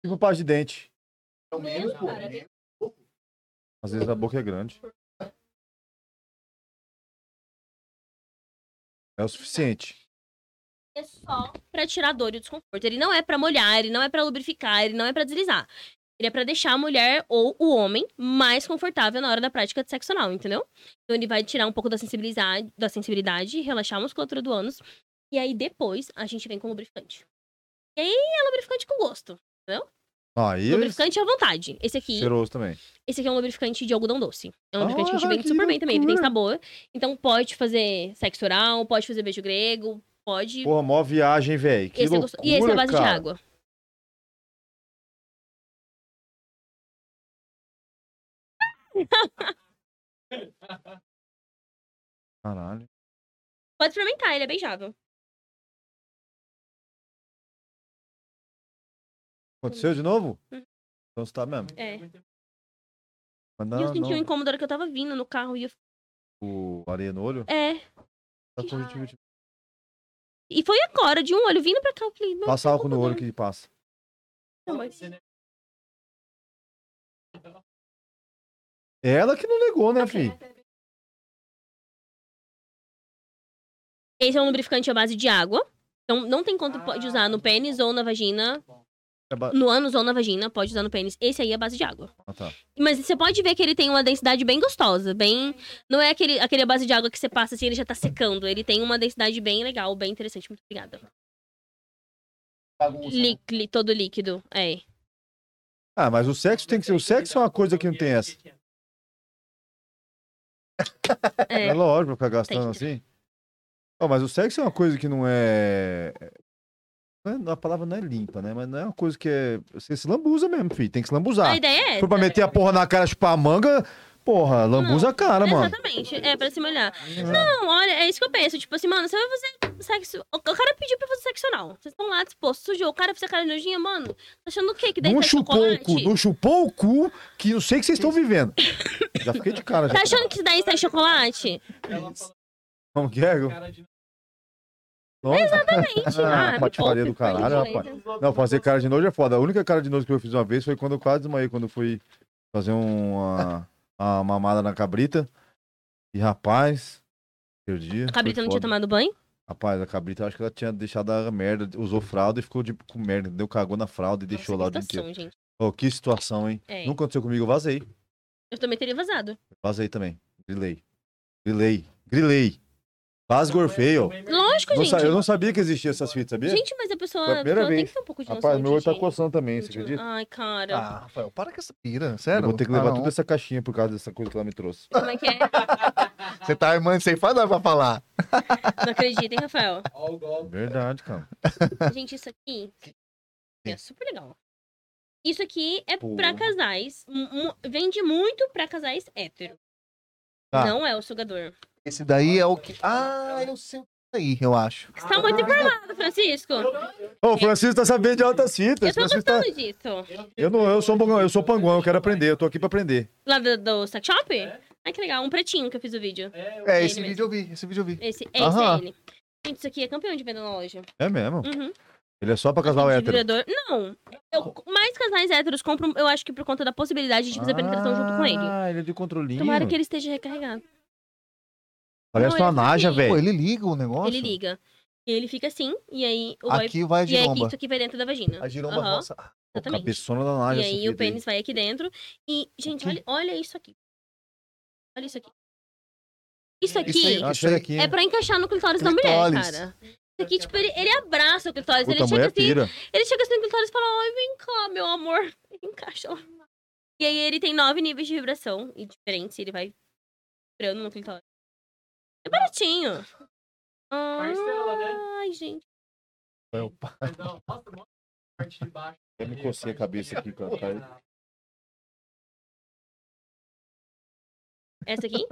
Speaker 1: Tipo paz de dente.
Speaker 3: É o menos, pô.
Speaker 2: Cara,
Speaker 3: menos.
Speaker 1: Às vezes a boca é grande. É o suficiente.
Speaker 2: É só pra tirar a dor e o desconforto. Ele não é pra molhar, ele não é pra lubrificar, ele não é pra deslizar. Ele é pra deixar a mulher ou o homem mais confortável na hora da prática sexo anal, entendeu? Então ele vai tirar um pouco da sensibilidade, da sensibilidade, relaxar a musculatura do ânus. E aí depois a gente vem com lubrificante. E aí é lubrificante com gosto.
Speaker 1: Ah, e
Speaker 2: Lubrificante à vontade. Esse aqui,
Speaker 1: cheiroso também.
Speaker 2: esse aqui é um lubrificante de algodão doce. É um
Speaker 1: Ah,
Speaker 2: lubrificante que a gente vende
Speaker 1: que
Speaker 2: super bem também, ele tem sabor. Então pode fazer sexo oral, pode fazer beijo grego, pode.
Speaker 1: Porra, mó viagem, velho. Que
Speaker 2: Esse é gostoso.
Speaker 1: loucura,
Speaker 2: e esse é a base
Speaker 1: cara.
Speaker 2: de água.
Speaker 1: Caralho.
Speaker 2: Hum. Pode experimentar, ele é beijável.
Speaker 1: Aconteceu de novo?
Speaker 2: Uhum.
Speaker 1: Então você tá mesmo.
Speaker 2: É.
Speaker 1: Mas não,
Speaker 2: e eu senti um
Speaker 1: Ah, não.
Speaker 2: incômodo na hora que eu tava vindo no carro e eu...
Speaker 1: O areia no olho.
Speaker 2: É.
Speaker 1: Tá positivo. tipo,
Speaker 2: E foi agora, de um olho vindo pra cá. Eu falei, não,
Speaker 1: Passa
Speaker 2: tá
Speaker 1: álcool no olho
Speaker 2: incomodando.
Speaker 1: que passa.
Speaker 2: Não, mas-
Speaker 5: assim, né?
Speaker 1: É ela que não negou, né, fi?
Speaker 2: Esse é um lubrificante à base de água. Então não tem quanto pode usar no pênis ou na vagina.
Speaker 1: Traba-
Speaker 2: No ânus ou na vagina, pode usar no pênis. Esse aí é a base de água.
Speaker 1: Ah, tá.
Speaker 2: Mas você pode ver que ele tem uma densidade bem gostosa, bem... Não é aquele, aquele base de água que você passa assim, ele já tá secando. Ele tem uma densidade bem legal, bem interessante. Muito obrigada.
Speaker 3: Bagunça.
Speaker 2: Lí- lí- todo líquido, é.
Speaker 1: Ah, mas o sexo tem que ser. O sexo é uma coisa que não tem essa.
Speaker 2: É.
Speaker 1: É lógico ficar gastando assim. Ó, mas o sexo é uma coisa que não é... não é- A palavra não é limpa, né? Mas não é uma coisa que é. Você se lambuza mesmo, filho. Tem que se lambuzar.
Speaker 2: A ideia é
Speaker 1: Se
Speaker 2: essa.
Speaker 1: for pra meter a porra na cara, chupar a manga, porra, lambuza a cara, mano.
Speaker 2: Exatamente, é, pra se molhar. Não, olha, é isso que eu penso. Tipo assim, mano, você vai fazer sexo. O cara pediu pra fazer sexo anal. Vocês estão lá dispostos, sujou. O cara fez a cara de nojinha, mano. Tá achando o quê? Que dentro
Speaker 1: Não
Speaker 2: é
Speaker 1: chupou o
Speaker 2: chocolate?
Speaker 1: cu, não chupou o cu, que eu sei que vocês
Speaker 2: <laughs>
Speaker 1: estão vivendo. Já fiquei de cara. Já.
Speaker 2: Tá achando que isso daí sai chocolate?
Speaker 5: Ela falou
Speaker 1: Como que é?
Speaker 5: cara de.
Speaker 1: Nossa.
Speaker 2: Gente,
Speaker 1: Ah,
Speaker 2: ah, me
Speaker 1: patifaria
Speaker 2: poupe,
Speaker 1: do caralho,
Speaker 2: foi
Speaker 1: rapaz.
Speaker 2: violenta.
Speaker 1: Não,
Speaker 5: né?
Speaker 1: fazer cara de nojo é foda. A única cara de nojo que eu fiz uma vez foi quando eu quase desmaiei, quando eu fui fazer uma, uma mamada na cabrita. E rapaz, perdi.
Speaker 2: A cabrita
Speaker 1: foi
Speaker 2: não tinha
Speaker 1: foda.
Speaker 2: tomado banho?
Speaker 1: Rapaz, a cabrita, eu acho que ela tinha deixado a merda, usou fralda e ficou de, com merda, deu cagou na fralda e deixou
Speaker 2: Nossa,
Speaker 1: lá o
Speaker 2: que
Speaker 1: dia inteiro.
Speaker 2: situação, gente.
Speaker 1: Ô, que situação, hein?
Speaker 2: É.
Speaker 1: Nunca aconteceu comigo, eu vazei.
Speaker 2: Eu também teria vazado.
Speaker 1: Vazei também. Grilei. Grilei. Grilei.
Speaker 5: é
Speaker 1: Quase gorfei, ó.
Speaker 2: Lógico,
Speaker 1: Não
Speaker 2: gente.
Speaker 1: sa- eu não sabia que existia essas fitas, sabia?
Speaker 2: Gente, mas a pessoa,
Speaker 1: Foi a
Speaker 2: a
Speaker 1: primeira
Speaker 2: pessoa tem
Speaker 1: vez.
Speaker 2: que ter um pouco de noção.
Speaker 1: Rapaz,
Speaker 2: de
Speaker 1: meu olho tá
Speaker 2: higiene.
Speaker 1: coçando também, você acredita?
Speaker 2: Ai, cara.
Speaker 3: Ah, Rafael, para com essa pira,
Speaker 1: Eu
Speaker 3: sério.
Speaker 1: vou ter que levar assim.
Speaker 3: Ah, não.
Speaker 1: toda essa caixinha por causa dessa coisa que ela me trouxe.
Speaker 2: Como é que é?
Speaker 3: Você tá armando sem nada pra falar.
Speaker 2: Não acredita, hein, Rafael?
Speaker 5: <laughs> Ó, o golpe.
Speaker 1: Verdade, cara.
Speaker 2: Gente, isso aqui é super legal. Isso aqui é
Speaker 1: Pô.
Speaker 2: pra casais. mu- mu- Vende muito pra casais hétero.
Speaker 3: Tá.
Speaker 2: Não é o sugador.
Speaker 3: Esse daí é o que. Ah, eu sei o que é aí, eu acho.
Speaker 2: Você tá muito informado, Francisco. Eu,
Speaker 1: Ô, o Francisco tá sabendo de altas fitas.
Speaker 2: tô
Speaker 1: Francisco tá-
Speaker 2: gostando disso.
Speaker 1: Eu não, eu sou um bongão, eu sou panguão, eu quero aprender, eu tô aqui pra aprender.
Speaker 2: Lá do, do sex shop? Ai, que legal. Um pretinho que eu fiz o vídeo.
Speaker 3: É, esse
Speaker 2: Ele
Speaker 3: vídeo eu vi, esse vídeo eu vi.
Speaker 2: Esse, esse
Speaker 1: Aham.
Speaker 2: é ele. Gente, isso aqui é campeão de venda na loja.
Speaker 1: É mesmo?
Speaker 2: Uhum.
Speaker 1: Ele é só pra casal hétero.
Speaker 2: Vibrador- Não. Eu- mais casais héteros compram, eu acho que por conta da possibilidade de fazer penetração junto com ele.
Speaker 1: Ah, ele é de controlinho.
Speaker 2: Tomara que ele esteja recarregado.
Speaker 1: Parece
Speaker 2: Não,
Speaker 1: uma
Speaker 2: ele é
Speaker 1: naja,
Speaker 2: assim.
Speaker 3: Pô,
Speaker 1: velho.
Speaker 3: ele liga o negócio.
Speaker 2: Ele liga. E ele fica assim, e aí o boy-
Speaker 3: Aqui é vai a
Speaker 2: E aí
Speaker 3: giromba.
Speaker 2: isso aqui vai dentro da vagina.
Speaker 3: A giromba
Speaker 2: Aham,
Speaker 3: nossa.
Speaker 1: A
Speaker 2: exatamente.
Speaker 1: Cabeçona da naja.
Speaker 2: E
Speaker 1: essa
Speaker 2: aí o
Speaker 1: fita aí.
Speaker 2: pênis vai aqui dentro. E, gente, olha, olha isso aqui. Olha isso aqui. Isso aqui
Speaker 3: Isso aí,
Speaker 1: Ah, chega aqui.
Speaker 2: é pra encaixar no clitóris da mulher,
Speaker 3: Clitóris.
Speaker 2: cara. Isso aqui, tipo, ele, ele abraça o clitóris.
Speaker 1: Puta,
Speaker 2: Ele
Speaker 1: a
Speaker 2: chega,
Speaker 1: mulher
Speaker 2: assim,
Speaker 1: pira.
Speaker 2: ele chega assim no clitóris e fala, ai, vem cá, meu amor. <laughs> Encaixa lá. E aí ele tem nove níveis de vibração e diferentes. e Ele vai vibrando no clitóris. É baratinho.
Speaker 5: Parcela, né?
Speaker 2: Ai, gente.
Speaker 5: Então, mostra, mostra a parte de baixo.
Speaker 1: Eu me cocei a cabeça aqui, cara. Tá
Speaker 3: <laughs>
Speaker 2: Essa aqui?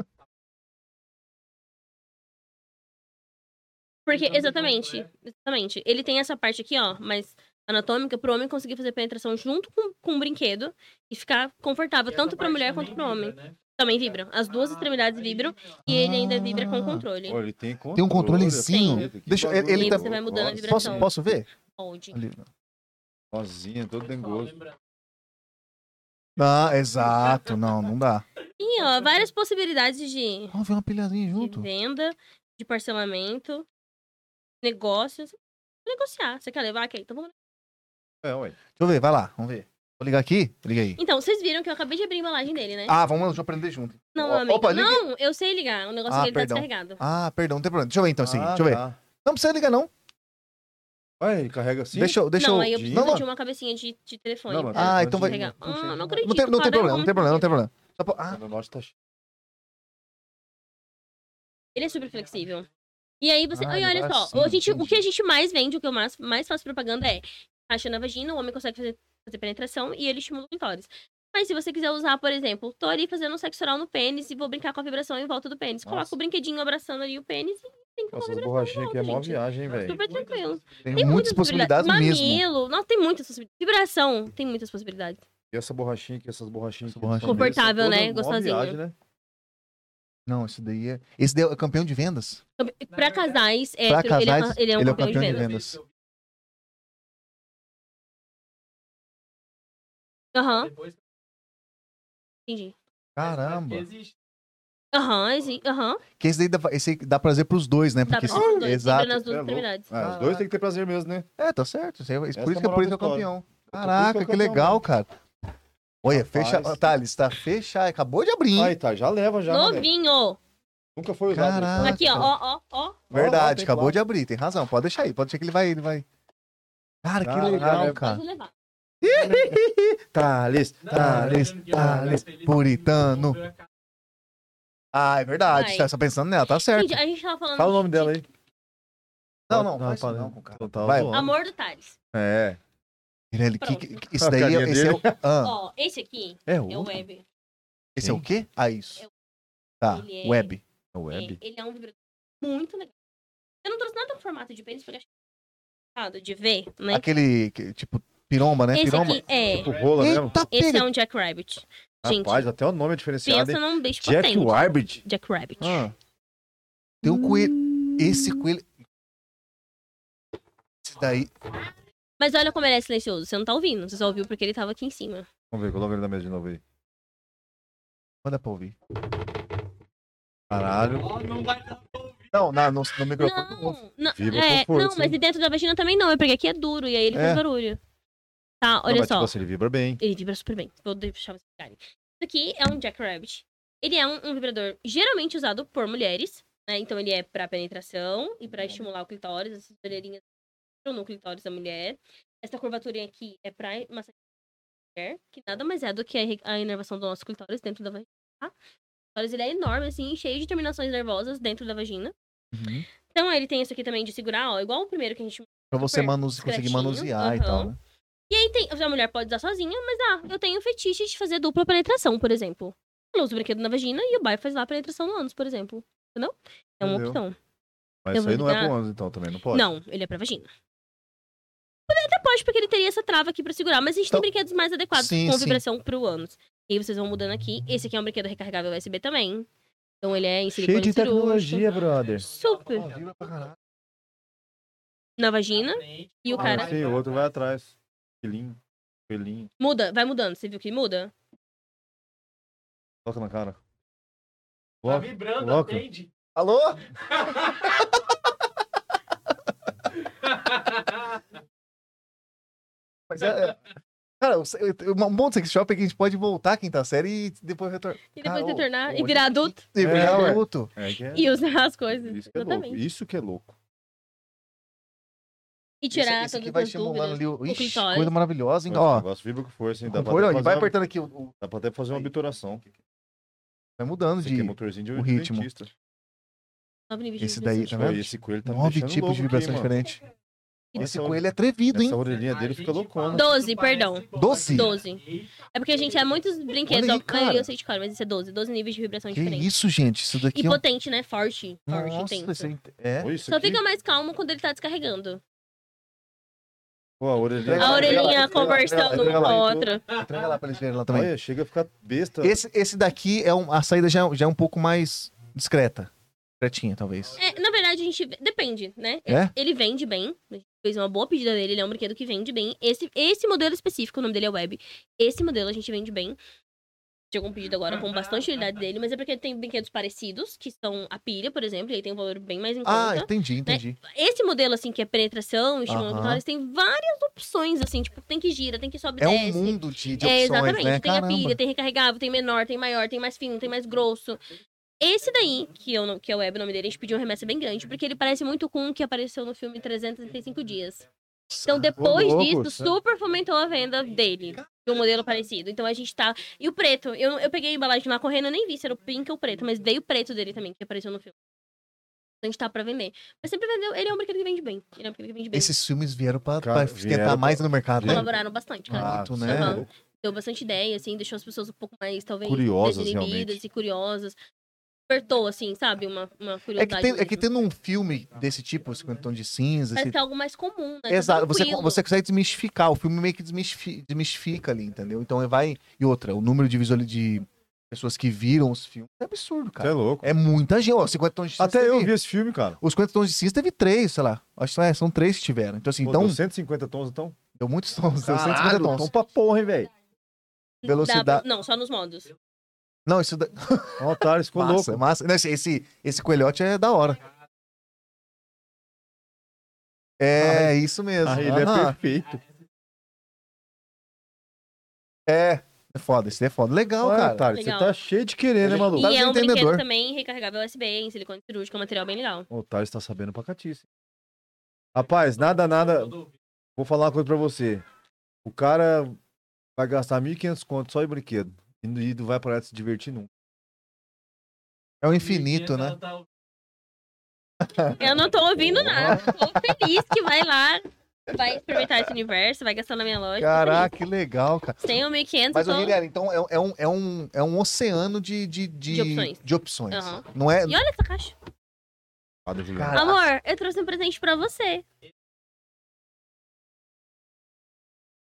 Speaker 2: Porque, exatamente, exatamente. Ele tem essa parte aqui, ó, mas anatômica, pro homem conseguir fazer penetração junto com, com o brinquedo e ficar confortável, tanto pra mulher quanto pro homem.
Speaker 5: né?
Speaker 2: Também vibram. As
Speaker 6: Ah,
Speaker 2: duas extremidades vibram e ele ainda vibra com
Speaker 3: Ah.
Speaker 2: controle.
Speaker 1: Ó, ele tem controle.
Speaker 3: Tem um controlezinho.
Speaker 1: essa fita, que
Speaker 3: Deixa- ele-
Speaker 1: bagulho
Speaker 3: ele tá-
Speaker 2: Você vai mudando a
Speaker 1: Nossa,
Speaker 2: vibração.
Speaker 3: Posso, posso ver?
Speaker 2: Pode.
Speaker 3: Ali.
Speaker 1: Sozinha, todo dengoso.
Speaker 3: Ah, exato. Não, não dá.
Speaker 2: E, ó, várias possibilidades de,
Speaker 3: Vamos ver uma pilhazinha
Speaker 2: de
Speaker 3: junto.
Speaker 2: venda, de parcelamento, negócios. Negociar. Você quer levar? Ok, então vamos
Speaker 1: É, ué.
Speaker 3: Deixa eu ver, vai lá, vamos ver. Vou ligar aqui? Liga aí.
Speaker 2: Então, vocês viram que eu acabei de abrir a embalagem dele, né?
Speaker 3: Ah, vamos lá, deixa eu aprender junto.
Speaker 2: não,
Speaker 3: ó,
Speaker 2: meu amigo.
Speaker 3: opa, ligue-
Speaker 2: não, eu sei ligar. O negócio
Speaker 3: Ah,
Speaker 2: dele tá
Speaker 3: perdão.
Speaker 2: descarregado.
Speaker 3: Ah, perdão, não tem problema. Deixa eu ver então, assim.
Speaker 1: Ah,
Speaker 3: Deixa eu ver.
Speaker 1: tá.
Speaker 3: Não precisa ligar, não.
Speaker 1: Ué, ele carrega assim?
Speaker 3: Deixa eu. Deixa
Speaker 2: não,
Speaker 3: eu...
Speaker 2: aí eu preciso
Speaker 3: Não, não.
Speaker 2: de um uma cabecinha de, de telefone.
Speaker 1: Não, mas-
Speaker 2: pra
Speaker 3: Ah, então vai.
Speaker 2: descarregar. Ah, não acredito.
Speaker 3: Não tem, não tem
Speaker 2: cara,
Speaker 3: problema,
Speaker 2: como
Speaker 3: não tem problema, não tem
Speaker 2: que-
Speaker 3: problema. Só pra- Ah,
Speaker 1: O negócio tá cheio.
Speaker 2: Ele é super flexível. E aí você.
Speaker 3: Ah,
Speaker 2: Ai,
Speaker 3: ele
Speaker 2: olha
Speaker 3: vai
Speaker 2: só,
Speaker 3: assim,
Speaker 2: a gente, o
Speaker 3: entendi.
Speaker 2: que a gente mais vende, o que eu mais, mais faço propaganda é caixa na vagina, o homem consegue fazer, fazer penetração e ele estimula o clitóris. Mas se você quiser usar, por exemplo, tô ali fazendo um sexo oral no pênis e vou brincar com a vibração em volta do pênis. Coloca
Speaker 1: Nossa.
Speaker 2: o brinquedinho abraçando ali o pênis e tem que
Speaker 1: Nossa,
Speaker 2: colocar
Speaker 1: essa
Speaker 2: a
Speaker 1: borrachinha aqui é mó
Speaker 2: gente.
Speaker 1: viagem, hein, velho.
Speaker 2: Super tranquilo.
Speaker 3: tem,
Speaker 2: Tem
Speaker 3: muitas possibilidades mesmo.
Speaker 2: Mamilo, nossa, tem muitas possibilidades. Vibração, tem muitas possibilidades.
Speaker 1: E essa borrachinha aqui, essas borrachinhas aqui.
Speaker 3: borrachinhas.
Speaker 2: Confortável, né?
Speaker 1: Gostosinha.
Speaker 2: Gostosinho.
Speaker 1: né?
Speaker 3: Não, esse daí é. Esse daí é campeão de vendas?
Speaker 2: Pra casais, é,
Speaker 3: Pra
Speaker 2: ele, é,
Speaker 3: casais,
Speaker 2: ele é um
Speaker 3: ele é o
Speaker 2: campeão de
Speaker 3: campeão de
Speaker 2: vendas.
Speaker 3: vendas.
Speaker 2: Aham, entendi.
Speaker 3: Caramba.
Speaker 5: Existe.
Speaker 2: Aham, exi- aham.
Speaker 3: Que esse daí dá, esse aí dá prazer pros dois, né?
Speaker 2: Dá
Speaker 3: Porque
Speaker 2: pra
Speaker 3: esse-
Speaker 2: ser dois, vibra
Speaker 3: Exato.
Speaker 2: nas duas
Speaker 1: É louco.
Speaker 2: extremidades.
Speaker 1: Ah, os dois tem que ter prazer mesmo, né?
Speaker 3: É, tá certo. Isso aí é-
Speaker 1: Essa
Speaker 3: por isso que
Speaker 1: é a
Speaker 3: por isso que é
Speaker 1: moral
Speaker 3: o campeão. Caraca, que legal, cara. Olha, fecha. ó, Thales, tá fechado. Acabou de abrir.
Speaker 1: Aí
Speaker 3: hein?
Speaker 1: tá, já leva já. né, velho?
Speaker 2: Novinho!
Speaker 1: Nunca foi usado. isso, né?
Speaker 3: Caraca. Ah,
Speaker 2: Aqui, ó,
Speaker 3: tá.
Speaker 2: ó, ó, ó.
Speaker 3: Verdade,
Speaker 1: tem
Speaker 3: acabou
Speaker 1: claro.
Speaker 3: de abrir. Tem razão. Pode deixar aí. Pode deixar que ele vai. Ele vai. Cara, que
Speaker 1: Caraca,
Speaker 3: legal,
Speaker 1: velho.
Speaker 3: cara.
Speaker 2: Pode levar.
Speaker 3: Thales, Thales, Thales, puritano. Ah, é verdade.
Speaker 2: Vai.
Speaker 3: Tá só pensando nela, tá certo.
Speaker 2: Gente, a gente tava falando.
Speaker 1: Fala o nome dela aí.
Speaker 3: Não, não, faz
Speaker 1: faz
Speaker 3: isso
Speaker 1: isso
Speaker 3: não com o cara.
Speaker 1: Tá
Speaker 3: Vai.
Speaker 1: zoando.
Speaker 2: Amor do Thales.
Speaker 1: É.
Speaker 3: Pirelli, que-
Speaker 2: Pronto.
Speaker 3: que- que- isso
Speaker 1: A
Speaker 3: daí
Speaker 1: carinha
Speaker 3: é- esse é o. Ah,
Speaker 2: Ó, esse aqui
Speaker 1: É
Speaker 2: é o Web.
Speaker 3: esse é o quê? Ah, isso.
Speaker 2: É o-
Speaker 3: Tá,
Speaker 2: ele é-
Speaker 3: web.
Speaker 2: É, ele é um vibrador muito legal. Eu não trouxe nada no formato de pênis, porque eu achei complicado de ver, né?
Speaker 3: Aquele, que- tipo, piromba, Ah, né?
Speaker 2: esse
Speaker 3: piromba.
Speaker 2: aqui é.
Speaker 1: Tipo rola mesmo.
Speaker 3: Eita,
Speaker 2: Esse
Speaker 3: pega.
Speaker 2: é um Jackrabbit. Gente,
Speaker 1: Rapaz, até o nome é diferenciado.
Speaker 2: pensa
Speaker 1: hein?
Speaker 2: num bicho
Speaker 1: Jack
Speaker 2: potente.
Speaker 1: Warbid.
Speaker 2: Jackrabbit.
Speaker 1: Ah,
Speaker 3: Tem um coelho. Esse coelho. Esse daí.
Speaker 2: Mas olha como ele é silencioso. Você não tá ouvindo. Você só ouviu porque ele tava aqui em cima.
Speaker 1: vamos ver, coloca ele na mesa de novo aí.
Speaker 3: Manda pra ouvir.
Speaker 1: Caralho.
Speaker 5: Ó, não vai dar pra ouvir.
Speaker 3: Não, na, no, no microfone.
Speaker 2: Não, não,
Speaker 1: Vibra
Speaker 2: é,
Speaker 1: com força,
Speaker 2: não mas
Speaker 1: hein?
Speaker 2: e dentro da vagina também não. É porque aqui é duro e aí ele
Speaker 3: É.
Speaker 2: faz barulho. Tá,
Speaker 1: Não,
Speaker 2: olha
Speaker 1: mas,
Speaker 2: só.
Speaker 1: Tipo assim, ele vibra bem.
Speaker 2: Ele vibra super bem. Vou deixar vocês pegarem. Isso aqui é um Jackrabbit. Ele é um, um vibrador geralmente usado por mulheres, né? Então ele é pra penetração e pra estimular o clitóris, essas orelhinhas entram no clitóris da mulher. Essa curvaturinha aqui é pra massagear a mulher, que nada mais é do que a re- a inervação do nosso clitóris dentro da vagina. tá? O clitóris ele é enorme, assim, cheio de terminações nervosas dentro da vagina.
Speaker 3: Uhum.
Speaker 2: Então ele tem isso aqui também de segurar, ó, igual o primeiro que a gente
Speaker 3: Pra você
Speaker 2: Super
Speaker 3: manuse, conseguir
Speaker 2: discretinho,
Speaker 3: manusear e
Speaker 2: aham.
Speaker 3: tal, né?
Speaker 2: E aí tem, a mulher pode usar sozinha, mas ah, eu tenho fetiche de fazer dupla penetração, por exemplo. Ela usa o brinquedo na vagina e o bai faz lá a penetração no ânus, por exemplo. Entendeu? É uma
Speaker 1: Entendeu.
Speaker 2: opção.
Speaker 1: Mas
Speaker 2: Eu
Speaker 1: isso
Speaker 2: vou
Speaker 1: aí não é
Speaker 2: ligar.
Speaker 1: pro ânus, então, também, não pode.
Speaker 2: Não, ele é pra vagina. Ele até pode, porque ele teria essa trava aqui pra segurar, mas a gente
Speaker 3: Então-
Speaker 2: tem brinquedos mais adequados
Speaker 3: Sim,
Speaker 2: com
Speaker 3: sim.
Speaker 2: vibração pro ânus. E aí vocês vão mudando aqui. Esse aqui é um brinquedo recarregável USB também. Então ele é em silicone
Speaker 1: Cheio de
Speaker 2: cirúrgico.
Speaker 1: tecnologia, brother.
Speaker 2: Super. Na vagina. E o cara-
Speaker 1: Ah, sim, o outro vai atrás. Pelinho. Pelinho.
Speaker 2: Muda, vai mudando. Você viu que muda?
Speaker 1: Coloca na cara.
Speaker 5: Tá
Speaker 1: Coloca.
Speaker 5: vibrando,
Speaker 1: Coloca.
Speaker 5: atende.
Speaker 3: Alô? Mas é- é- Cara, o- o- um bom sex shop é que a gente pode voltar à quinta série e depois retornar.
Speaker 2: E depois
Speaker 3: Ah,
Speaker 2: de
Speaker 3: ô,
Speaker 2: tornar e
Speaker 3: ô,
Speaker 2: virar adulto
Speaker 3: E virar
Speaker 1: ué.
Speaker 3: adulto.
Speaker 1: É que é-
Speaker 2: e usar as coisas.
Speaker 1: Isso que é louco.
Speaker 2: Exatamente.
Speaker 1: Isso que é louco.
Speaker 2: E tirar
Speaker 3: esse, esse aqui vai
Speaker 2: todas as
Speaker 3: estimulando
Speaker 2: dúvidas.
Speaker 3: ali o. Ixi,
Speaker 2: clitóris.
Speaker 3: coisa maravilhosa, hein?
Speaker 1: Mas O
Speaker 3: Assim, Ó,
Speaker 1: negócio vibra com força, hein? assim, Dá
Speaker 3: com
Speaker 1: pra,
Speaker 3: força,
Speaker 1: até
Speaker 3: ó, e
Speaker 1: fazer
Speaker 3: vai
Speaker 1: uma-
Speaker 3: apertando aqui. O, o-
Speaker 1: dá pra até fazer uma obturação.
Speaker 3: vai mudando
Speaker 1: Esse aqui é
Speaker 3: de.
Speaker 1: motorzinho de
Speaker 3: o
Speaker 1: um
Speaker 3: ritmo.
Speaker 1: dentista.
Speaker 2: Nove níveis de
Speaker 3: Esse daí,
Speaker 2: vibração.
Speaker 3: tá
Speaker 1: Ó,
Speaker 3: vendo?
Speaker 1: e esse coelho tá me
Speaker 3: Nove
Speaker 1: deixando
Speaker 3: tipos de
Speaker 1: louco aqui,
Speaker 3: vibração
Speaker 1: mano.
Speaker 3: diferente. Esse
Speaker 1: Essa-
Speaker 3: coelho é atrevido, hein?
Speaker 1: Essa orelhinha dele fica loucona.
Speaker 2: Doze, perdão.
Speaker 3: Doze?
Speaker 2: Doze. É porque a gente é muitos brinquedos,
Speaker 3: Olha aí,
Speaker 2: ó, a maioria
Speaker 3: cara.
Speaker 2: eu sei de cor, mas isso é 12, 12 níveis de vibração
Speaker 3: Que
Speaker 2: diferentes.
Speaker 3: isso, gente? Isso daqui
Speaker 2: E
Speaker 3: é um.
Speaker 2: potente, né? Forte, forte,
Speaker 3: Nossa,
Speaker 2: intenso.
Speaker 3: isso é inte- é.
Speaker 1: Olha isso
Speaker 2: Só
Speaker 1: aqui.
Speaker 2: fica mais calmo quando ele tá descarregando.
Speaker 1: Pô, a orelhinha.
Speaker 3: Entrega
Speaker 2: A
Speaker 3: lá,
Speaker 2: orelhinha
Speaker 3: entrega lá,
Speaker 2: conversando
Speaker 3: entrega
Speaker 2: uma
Speaker 3: lá,
Speaker 2: com a
Speaker 3: entrega
Speaker 2: outra.
Speaker 3: Entrega lá pra eles verem lá também.
Speaker 1: Olha, chega a ficar besta.
Speaker 3: Esse, esse daqui é um, a saída já, já é um pouco mais discreta. Discretinha, talvez.
Speaker 2: É, na verdade, a gente. vê- Depende, né?
Speaker 3: É?
Speaker 2: Ele vende bem. A gente fez uma boa pedida dele, ele é um brinquedo que vende bem. Esse, esse modelo específico, o nome dele é Web. Esse modelo a gente vende bem. Chegou um pedido agora com bastante utilidade dele, mas é porque tem brinquedos parecidos, que são a pilha, por exemplo, e aí tem um valor bem mais em
Speaker 3: Ah,
Speaker 2: conta.
Speaker 3: entendi, entendi.
Speaker 2: esse modelo, assim, que é penetração, estimulando
Speaker 3: Aham.
Speaker 2: clitóris, tem várias opções, assim, tipo, tem que gira, tem que sobe e
Speaker 3: É um
Speaker 2: desce.
Speaker 3: mundo de, de opções,
Speaker 2: é, exatamente.
Speaker 3: né?
Speaker 2: Tem a
Speaker 3: Caramba.
Speaker 2: pilha, tem recarregável, tem menor, tem maior, tem mais fino, tem mais grosso. Esse daí, que, eu não, que é o web, o nome dele, a gente pediu uma remessa bem grande, porque ele parece muito com o que apareceu no filme 365 Dias. Então, depois
Speaker 1: louco,
Speaker 2: disso,
Speaker 1: isso é-
Speaker 2: super fomentou a venda dele, de um modelo parecido. Então, a gente tá... E o preto, eu, eu peguei a embalagem lá correndo, eu nem vi se era o pink ou o preto, mas veio o preto dele também, que apareceu no filme. Então, a gente tá pra vender. Mas sempre vendeu, ele é um brinquedo que vende bem. Ele é um brinquedo que vende bem.
Speaker 3: Esses filmes vieram pra,
Speaker 1: Cara,
Speaker 3: pra esquentar
Speaker 1: vieram
Speaker 3: mais no mercado, né?
Speaker 1: vieram-
Speaker 2: Colaboraram bastante, cara.
Speaker 1: Ah,
Speaker 3: Muito,
Speaker 1: cê
Speaker 3: né?
Speaker 1: é louco.
Speaker 2: deu bastante ideia, assim, deixou as pessoas um pouco mais, talvez,
Speaker 1: Curiosas,
Speaker 2: desinibidas
Speaker 1: realmente.
Speaker 2: e curiosas. Despertou, assim, sabe? Uma, uma
Speaker 3: É que,
Speaker 2: curiosidade.
Speaker 3: tem, é que
Speaker 2: mesmo.
Speaker 3: tendo um filme desse tipo, 50 tons de cinza,
Speaker 2: Parece
Speaker 3: esse...
Speaker 2: que é algo mais comum, né?
Speaker 3: Exato, você,
Speaker 2: Tranquilo.
Speaker 3: você consegue desmistificar, o filme meio que desmistifi- desmistifica ali, entendeu? Então ele vai. E outra, o número de visual de pessoas que viram os filmes é absurdo,
Speaker 1: Você é
Speaker 3: cara.
Speaker 1: louco.
Speaker 3: É muita gente. Ó, 50 tons de cinza.
Speaker 1: Até eu
Speaker 3: teve-
Speaker 1: vi esse filme, cara.
Speaker 3: Os 50 tons de cinza teve três, sei lá. Acho que é, são três que tiveram. Então, assim,
Speaker 1: Pô,
Speaker 3: então,
Speaker 1: deu 150 tons, então.
Speaker 3: deu muitos tons, deu 150
Speaker 1: Caralho, então
Speaker 3: tons.
Speaker 1: tom pra porra, hein, velho.
Speaker 2: Dá
Speaker 3: velocidade-
Speaker 2: pra- Não, só nos modos.
Speaker 3: Não, isso da...
Speaker 1: Ó, o Thales É um ficou
Speaker 3: massa, é
Speaker 1: louco.
Speaker 3: massa. Não, esse, esse, esse coelhote é da hora. É, isso mesmo.
Speaker 1: Ah, ele é
Speaker 3: Aham.
Speaker 1: perfeito.
Speaker 3: É. É foda, isso daí é foda. Legal,
Speaker 1: Olha,
Speaker 3: cara.
Speaker 1: Otário, você
Speaker 2: Legal.
Speaker 1: tá cheio de querer, né, maluco?
Speaker 3: Tá
Speaker 2: E é um
Speaker 3: entendedor.
Speaker 2: brinquedo também recarregável USB em silicone cirúrgico, é um material bem legal.
Speaker 1: O Otário está sabendo pra catice. Rapaz,
Speaker 3: é
Speaker 1: nada, nada. Vou falar uma coisa pra você. O cara vai gastar 1.500 conto só em brinquedo. E não- E não vai parar de se divertir nunca.
Speaker 3: É o infinito, né?
Speaker 5: tá
Speaker 3: É.
Speaker 2: Eu não tô ouvindo nada. Tô feliz que vai lá, vai experimentar esse universo, vai gastar na minha loja. tô
Speaker 3: Caraca, que legal, cara.
Speaker 2: feliz. Tem o 1.500,
Speaker 3: Mas, ô,
Speaker 2: então...
Speaker 3: Guilherme, então é, é um, é, um, é um oceano de, de, de,
Speaker 2: De opções.
Speaker 3: de opções.
Speaker 2: Aham.
Speaker 3: Não é.
Speaker 2: E olha essa caixa.
Speaker 1: Ah, do Juliano.
Speaker 3: Caraca.
Speaker 2: Amor, eu trouxe um presente pra você.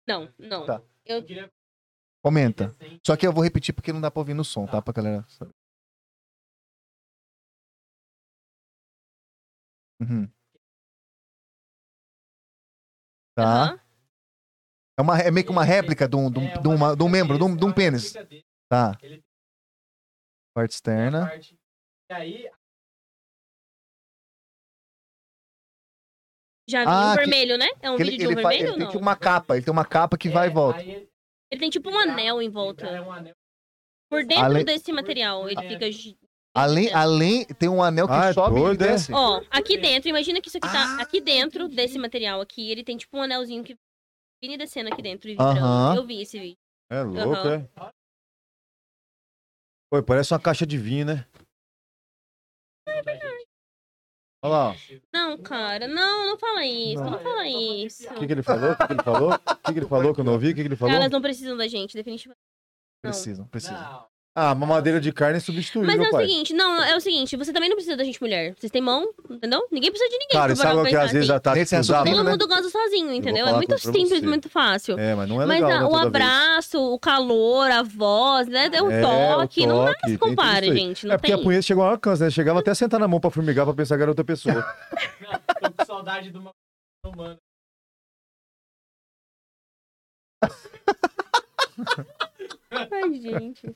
Speaker 2: Não, não.
Speaker 3: Tá.
Speaker 2: Eu...
Speaker 3: Comenta. Só que eu vou repetir porque não dá pra ouvir no som, tá? Pra galera. saber. Uhum. Tá.
Speaker 2: Aham.
Speaker 3: É, uma, é meio que uma réplica de um, de um,
Speaker 5: é assim.
Speaker 3: de uma- de um membro, de um, de um pênis. Tá.
Speaker 5: Ele-
Speaker 3: Parte
Speaker 2: É um
Speaker 3: externa.
Speaker 5: E aí,
Speaker 2: Já vi
Speaker 3: Ah,
Speaker 2: um
Speaker 3: que-
Speaker 2: vermelho, né? É um
Speaker 3: Que ele,
Speaker 2: vídeo de um
Speaker 3: ele faz-
Speaker 2: vermelho
Speaker 3: ele
Speaker 2: ou
Speaker 3: tem
Speaker 2: não?
Speaker 3: tipo uma capa, ele tem uma capa que vai e
Speaker 5: é,
Speaker 3: volta.
Speaker 5: aí ele-
Speaker 2: Ele tem tipo um anel em volta.
Speaker 5: É um anel.
Speaker 2: Por dentro
Speaker 3: Ale-
Speaker 2: desse material, ele
Speaker 5: É.
Speaker 2: fica... gi-
Speaker 3: Além, além, tem um anel que
Speaker 1: Ah, é
Speaker 3: sobe e
Speaker 1: doido, é?
Speaker 3: desce.
Speaker 2: Ó, aqui dentro, imagina que isso aqui tá
Speaker 3: Ah,
Speaker 2: aqui dentro desse material aqui. Ele tem tipo um anelzinho que vindo e descendo aqui dentro e vibrando.
Speaker 3: Aham.
Speaker 2: Eu vi esse vídeo.
Speaker 1: É louco,
Speaker 2: Aham.
Speaker 1: é? Pô, parece uma caixa de vinho, né?
Speaker 2: é
Speaker 1: Olha lá, ó.
Speaker 2: Não, cara, não, não fala isso, não, fala isso.
Speaker 1: o que, que ele falou? O que, que ele falou? O que, que ele falou que eu não ouvi? O que, que ele falou?
Speaker 2: Elas não precisam da gente, definitivamente. Não.
Speaker 3: Precisam, precisam.
Speaker 5: Não,
Speaker 1: Ah, mamadeira de carne é substituível,
Speaker 2: Mas é o
Speaker 1: pai.
Speaker 2: seguinte, não, é o seguinte, você também não precisa da gente mulher. Vocês têm mão, entendeu? Ninguém precisa de ninguém.
Speaker 1: Cara, e
Speaker 2: pra parar
Speaker 1: sabe o
Speaker 2: pra
Speaker 1: que
Speaker 2: pensar
Speaker 1: às vezes tá
Speaker 2: assim.
Speaker 1: a tática
Speaker 3: Nesse
Speaker 1: que usava?
Speaker 3: assunto,
Speaker 2: Todo
Speaker 3: né?
Speaker 2: mundo goza sozinho, entendeu? É
Speaker 1: falar
Speaker 2: muito
Speaker 1: pra
Speaker 2: simples,
Speaker 1: você.
Speaker 2: muito fácil.
Speaker 1: É, mas não é
Speaker 2: Mas
Speaker 1: legal,
Speaker 2: a-
Speaker 1: né,
Speaker 2: o
Speaker 1: toda vez.
Speaker 2: abraço, o calor, a voz, né? O
Speaker 1: É, o
Speaker 2: toque, não
Speaker 1: toque, tem
Speaker 2: se
Speaker 1: tudo
Speaker 2: compara,
Speaker 1: isso aí.
Speaker 2: gente. Não
Speaker 1: É porque
Speaker 2: tem.
Speaker 1: a punheta chegou ao alcance, né? Chegava até a sentar na mão pra formigar pra pensar que era outra pessoa.
Speaker 5: assim, tô tá com saudade de uma humana.
Speaker 2: Ai, gente.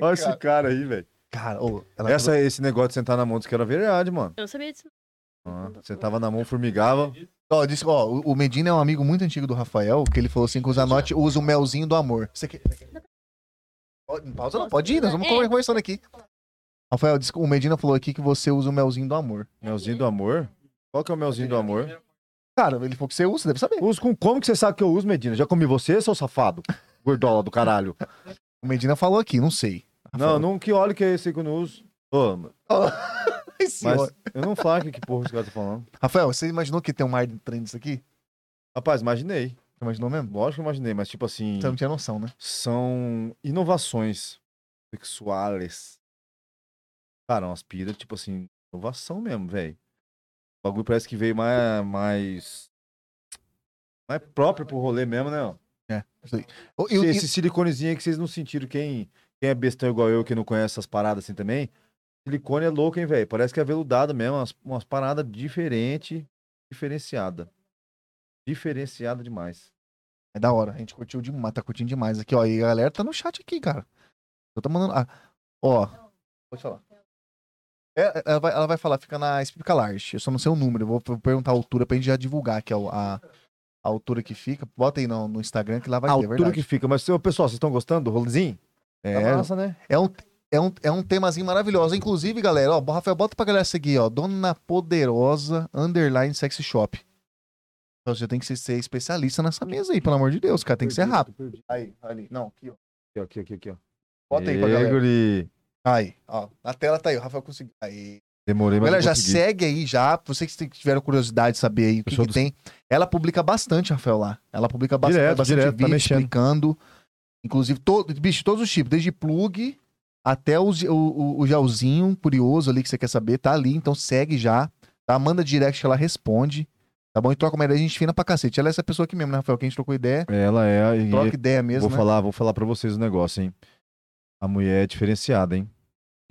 Speaker 1: Olha esse cara aí, velho.
Speaker 3: Cara, ô, ela
Speaker 1: Essa, Esse negócio de sentar na mão diz que era verdade, mano.
Speaker 2: Eu não sabia disso.
Speaker 1: Ah, sentava na mão, formigava.
Speaker 3: Ó, disse, ó, o o Medina é um amigo muito antigo do Rafael, que ele falou assim que o Zanotti usa o melzinho do amor. Você quer... você quer- Ó, não Pausa não, pode ir, nós vamos
Speaker 2: É.
Speaker 3: conversando aqui. Rafael, disse, que o Medina falou aqui que você usa o melzinho do amor.
Speaker 1: Melzinho do amor. Qual que é o melzinho do amor?
Speaker 3: Cara, ele falou que você usa, você deve saber.
Speaker 1: Uso com como que você sabe que eu uso, Medina? Já comi você, seu safado? Gordola do caralho.
Speaker 3: O Medina falou aqui, não sei.
Speaker 1: Não, não, que óleo que é esse aí que eu não uso? Ô,
Speaker 3: <laughs> Mas,
Speaker 1: mas eu não falo que, que porra esse cara tá falando.
Speaker 3: Rafael, você imaginou que tem um ar de trem disso aqui?
Speaker 1: Rapaz, imaginei.
Speaker 3: Você imaginou mesmo?
Speaker 1: Lógico que eu imaginei, mas tipo assim,
Speaker 3: Você não tinha noção, né?
Speaker 1: são inovações sexuais. Cara, um aspira, tipo assim, inovação mesmo, velho. O bagulho parece que veio mais. mais... Mais próprio pro rolê mesmo, né? ó?
Speaker 3: Ô, e o-
Speaker 1: Esse,
Speaker 3: e-
Speaker 1: esse siliconezinho aí que vocês não sentiram, quem, quem é bestão igual eu, que não conhece essas paradas assim também. Silicone é louco, hein, velho? Parece que é veludado mesmo, umas, umas paradas diferentes, diferenciada. Diferenciada demais.
Speaker 3: É da hora. A gente curtiu demais, tá curtindo demais aqui, ó. E a galera tá no chat aqui, cara. Eu tô mandando. ah, ó. Pode falar. É, ela, vai, ela vai falar, fica na Explica Large. Eu só não sei o número. Eu vou p- perguntar a altura pra gente já divulgar aqui a, a, a altura que fica. Bota aí no, no Instagram que lá vai
Speaker 1: a
Speaker 3: ter, é
Speaker 1: altura
Speaker 3: verdade.
Speaker 1: que fica. Mas, ô, pessoal, vocês estão gostando do rolezinho?
Speaker 3: É,
Speaker 1: Tá massa, né?
Speaker 3: é, um, é, um, é um temazinho maravilhoso. Inclusive, galera, ó, Rafael, bota pra galera seguir, ó. Dona Poderosa Underline Sexy Shop. Então, Você tem que ser, ser especialista nessa mesa aí, pelo amor de Deus, cara. Tem que ser rápido. Aí, ali. Não, aqui, ó.
Speaker 1: Aqui, aqui, aqui, ó.
Speaker 3: Bota aí pra
Speaker 1: Ê,
Speaker 3: galera.
Speaker 1: guri.
Speaker 3: Aí, ó. Na tela tá aí, o Rafael conseguiu. Aí.
Speaker 1: Demorei, mas
Speaker 3: Galera, já
Speaker 1: consegui.
Speaker 3: segue aí já. Vocês que tiveram curiosidade de saber aí o que,
Speaker 1: Pessoal
Speaker 3: que
Speaker 1: do-
Speaker 3: tem. Ela publica bastante, Rafael, lá. Ela publica bastante,
Speaker 1: Direto,
Speaker 3: bastante
Speaker 1: direto, tá
Speaker 3: vídeo
Speaker 1: mexendo.
Speaker 3: explicando. Inclusive, todo, bicho, todos os tipos, desde plug até os- o, o, o gelzinho curioso ali que você quer saber, tá ali. Então segue já. Tá? Manda direct que ela responde. Tá bom? E troca uma ideia, a gente fina pra cacete. Ela é essa pessoa aqui mesmo, né, Rafael? Que a gente trocou ideia.
Speaker 1: Ela é. a- e
Speaker 3: Troca ideia mesmo,
Speaker 1: vou
Speaker 3: né?
Speaker 1: falar, vou falar para vocês o negócio, hein? A mulher é diferenciada, hein?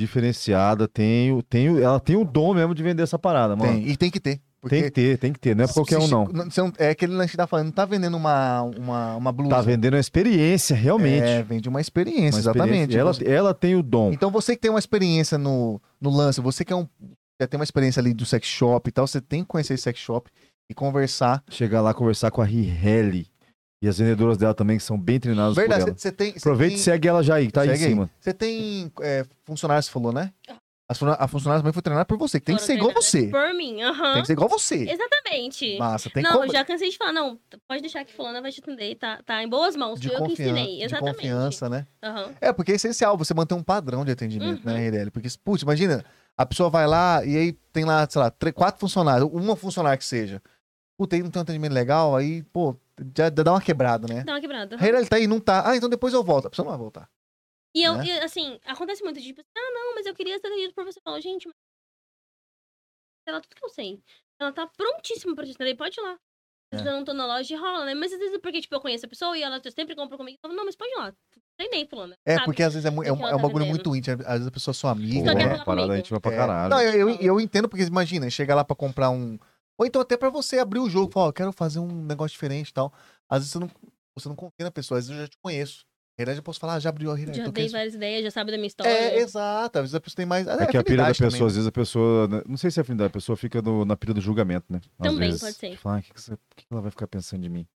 Speaker 1: Diferenciada, tem, o- tem, o- ela tem o dom mesmo de vender essa parada, mano.
Speaker 3: Tem. E tem que ter.
Speaker 1: Tem que ter, tem que ter, não é pra qualquer um
Speaker 3: Se-
Speaker 1: não.
Speaker 3: você não- É aquele lance que tá falando, não tá vendendo uma, uma, uma blusa.
Speaker 1: Tá vendendo uma experiência, realmente.
Speaker 3: É, vende uma experiência,
Speaker 1: Uma
Speaker 3: exatamente.
Speaker 1: experiência. Ela, ela tem o dom.
Speaker 3: Então você que tem uma experiência no, no lance, você que é um, já tem uma experiência ali do sex shop e tal, você tem que conhecer esse sex shop e conversar.
Speaker 1: Chegar lá conversar com a Rihelle. E as vendedoras dela também, que são bem treinadas por
Speaker 3: Verdade,
Speaker 1: ela.
Speaker 3: você tem. cê
Speaker 1: Aproveita
Speaker 3: tem-
Speaker 1: e segue ela já aí, tá aí em
Speaker 3: Segue aí.
Speaker 1: cima.
Speaker 3: Você tem é, funcionários, você falou, né? As fun- a funcionária também foi treinada por você, que tem que
Speaker 2: Ah. Foram
Speaker 3: ser igual
Speaker 2: treinadas
Speaker 3: você.
Speaker 2: Por mim, aham.
Speaker 3: Tem que ser igual você.
Speaker 2: Exatamente.
Speaker 3: Massa, tem
Speaker 2: não,
Speaker 3: como.
Speaker 2: eu já cansei de falar, não, pode deixar que fulana vai te atender, tá, tá em boas mãos,
Speaker 3: De,
Speaker 2: fui eu que
Speaker 3: confian...
Speaker 2: ensinei,
Speaker 3: de
Speaker 2: exatamente.
Speaker 3: confiança, né?
Speaker 2: Aham.
Speaker 3: É, porque é essencial você manter um padrão de atendimento,
Speaker 2: Uhum.
Speaker 3: né, Ireli? Porque, putz, imagina, a pessoa vai lá e aí tem lá, sei lá, três, quatro funcionários, uma funcionária que seja. Puta, aí não tem um atendimento legal, aí, pô, já já dá uma quebrada, né?
Speaker 2: Dá uma quebrada.
Speaker 3: A Ireli tá aí, não tá. Ah, então depois eu volto. A pessoa não vai voltar.
Speaker 2: E eu,
Speaker 3: né?
Speaker 2: e, assim, acontece muito, tipo, ah, não, mas eu queria ser atendido por você. Eu falo, gente, mas... ela tudo que eu sei. Ela tá prontíssima pra te atender, pode ir lá. Às
Speaker 3: É.
Speaker 2: vezes eu não tô na loja e rola, né? Mas às vezes é porque, tipo, eu conheço a pessoa e ela sempre compra comigo. Eu falo, não, mas pode ir lá. Treinei, fulana.
Speaker 3: É,
Speaker 2: sabe?
Speaker 3: porque às vezes é, mu- é
Speaker 2: Porque
Speaker 3: um,
Speaker 2: ela
Speaker 3: é um
Speaker 2: tá
Speaker 3: bagulho
Speaker 2: vendendo.
Speaker 3: muito íntimo. Às vezes a pessoa é sua amiga,
Speaker 2: Só
Speaker 3: né?
Speaker 1: Porra,
Speaker 2: quer falar
Speaker 1: tá parada
Speaker 2: comigo.
Speaker 1: íntima pra
Speaker 3: É.
Speaker 1: caralho.
Speaker 3: Não, eu, eu, eu entendo, porque imagina, chega lá pra comprar um. Ou então até pra você abrir o jogo, falar, ó, quero fazer um negócio diferente e tal. Às vezes você não, você não confia na pessoa, às vezes eu já te conheço. Na verdade, eu posso falar, ah, já abriu a Hillary,
Speaker 2: Já
Speaker 3: tô
Speaker 2: dei
Speaker 3: querendo-
Speaker 2: várias ideias, já sabe da minha história.
Speaker 3: É, exato. Às vezes a pessoa tem mais.
Speaker 1: É que a pilha
Speaker 3: afinidade
Speaker 1: da pessoa,
Speaker 3: também.
Speaker 1: às vezes a pessoa. né, Não sei se é a afinidade, a pessoa fica no- na pilha do julgamento, né? Às
Speaker 2: Também,
Speaker 1: vezes,
Speaker 2: pode ser.
Speaker 1: Fala, ah, o que, que, você- o que que ela vai ficar pensando de mim?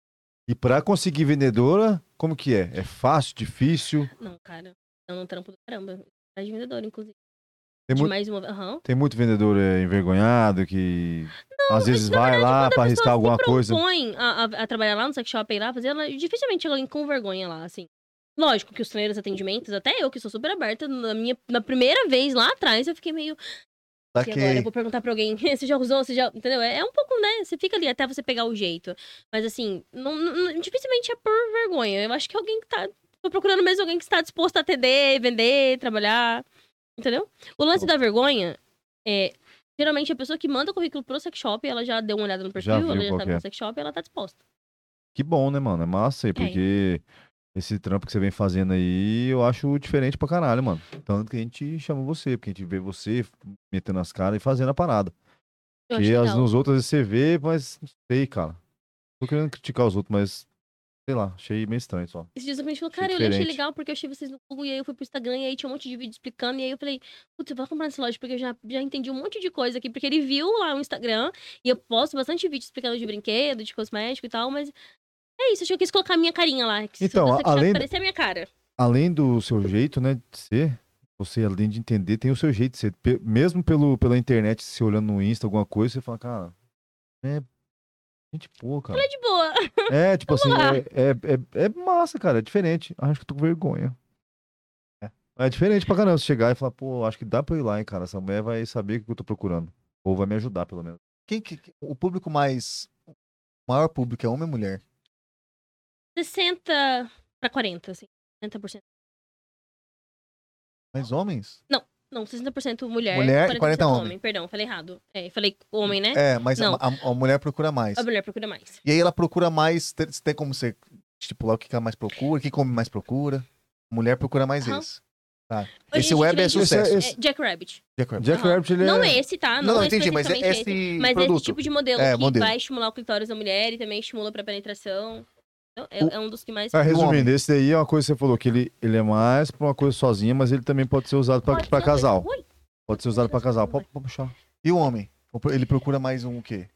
Speaker 1: E pra conseguir vendedora, como que é? É fácil, difícil?
Speaker 2: Não, cara, eu não trampo do caramba. Tá de vendedor, inclusive.
Speaker 1: Tem,
Speaker 2: De
Speaker 1: mu-
Speaker 2: mais uma. Aham.
Speaker 1: tem muito vendedor é, envergonhado que às vezes
Speaker 2: na
Speaker 1: vai lá
Speaker 2: Quando a
Speaker 1: pra
Speaker 2: pessoa se
Speaker 1: arriscar alguma coisa.
Speaker 2: propõe a, a- a trabalhar lá no sex shop, ir lá fazer, ela dificilmente chega alguém com vergonha lá, assim. Lógico que os primeiros atendimentos, até eu que sou super aberta, na, minha, na primeira vez lá atrás eu fiquei meio.
Speaker 3: tá
Speaker 2: E agora eu
Speaker 3: Saquei.
Speaker 2: vou perguntar pra alguém, <laughs> você já usou, você já. Entendeu? É, é um pouco, né? Você fica ali até você pegar o jeito. Mas assim, não, não- não- dificilmente é por vergonha. Eu acho que alguém que tá. Tô procurando mesmo alguém que está disposto a atender, vender, trabalhar. Entendeu? O lance da vergonha é. Geralmente a pessoa que manda o currículo pro sex shop, ela já deu uma olhada no perfil,
Speaker 1: Já viu
Speaker 2: ela já
Speaker 1: qual
Speaker 2: sabe
Speaker 1: que
Speaker 2: que
Speaker 1: é.
Speaker 2: é sex shop, ela tá disposta.
Speaker 1: Que bom, né, mano? É massa aí, porque esse trampo que você vem fazendo aí, eu acho diferente pra caralho, mano. Tanto que a gente chama você, porque a gente vê você metendo as caras e fazendo a parada.
Speaker 2: Eu acho
Speaker 1: Porque é as,
Speaker 2: legal.
Speaker 1: nos outros você vê, mas não sei, cara. Tô querendo criticar os outros, mas sei lá, achei meio estranho só.
Speaker 2: Esses dias a gente falou,
Speaker 1: Achei
Speaker 2: cara, eu achei
Speaker 1: diferente.
Speaker 2: legal porque eu achei vocês no Google e aí eu fui pro Instagram e aí tinha um monte de vídeo explicando. E aí eu falei, putz, eu vou comprar nessa loja porque eu já, já entendi um monte de coisa aqui. Porque ele viu lá no Instagram e eu posto bastante vídeo explicando de brinquedo, de cosmético e tal, mas é isso. Acho que eu quis colocar a minha carinha lá. Que se
Speaker 1: Então,
Speaker 2: você achar
Speaker 1: além-
Speaker 2: que parecia a minha cara.
Speaker 1: Além do seu jeito, né, de ser, você além de entender, tem o seu jeito de ser. Pe- mesmo pelo, pela internet, se olhando no Insta, alguma coisa, você fala, cara, é gente boa, cara.
Speaker 2: É de boa. <laughs>
Speaker 1: É, tipo assim,
Speaker 2: lá.
Speaker 1: é, é, é, é massa, cara, é diferente. Acho que eu tô com vergonha. É. É diferente pra caramba você chegar e falar, pô, acho que dá pra eu ir lá, hein, cara. Essa mulher vai saber o que eu tô procurando. Ou vai me ajudar, pelo menos.
Speaker 3: Quem que- que- o público mais. O maior público é homem ou mulher?
Speaker 2: 60 pra 40, assim. 60%.
Speaker 3: Mais homens?
Speaker 2: Não, 60% mulher,
Speaker 3: Mulher e 40% homem.
Speaker 2: Perdão, falei errado. É, falei homem, né?
Speaker 3: É, mas a,
Speaker 2: Não.
Speaker 3: a- a mulher procura mais.
Speaker 2: A mulher procura mais.
Speaker 3: E aí ela procura mais. Tem, tem como você estipular o que que ela mais procura, o que que homem mais procura? Mulher procura mais
Speaker 2: Aham.
Speaker 3: esse. Tá.
Speaker 2: Hoje
Speaker 3: Esse
Speaker 2: a gente
Speaker 3: web é
Speaker 2: vende-
Speaker 3: sucesso.
Speaker 2: É Jack Rabbit.
Speaker 3: Jack Rabbit.
Speaker 1: Jack
Speaker 2: Aham.
Speaker 1: Rabbit, ele
Speaker 2: Não
Speaker 1: é...
Speaker 2: esse, tá?
Speaker 3: Não, não, entendi, mas é
Speaker 2: especificamente
Speaker 3: esse,
Speaker 2: Mas é esse
Speaker 3: produto.
Speaker 2: tipo de modelo
Speaker 3: É,
Speaker 2: que
Speaker 3: modelo.
Speaker 2: vai estimular o clitóris da mulher e também estimula pra penetração. Então, é,
Speaker 1: O-
Speaker 2: é um dos que mais.
Speaker 1: Ah, resumindo,
Speaker 3: homem.
Speaker 1: esse daí é uma coisa que você falou, que ele, ele é mais pra uma coisa sozinha, mas ele também pode ser usado pra,
Speaker 2: Pode
Speaker 1: pra
Speaker 2: ser
Speaker 1: casal.
Speaker 2: dois. Ui,
Speaker 1: Pode ser usado pra casal. Pode, pode puxar.
Speaker 3: E o homem? O- Ele procura mais um o quê?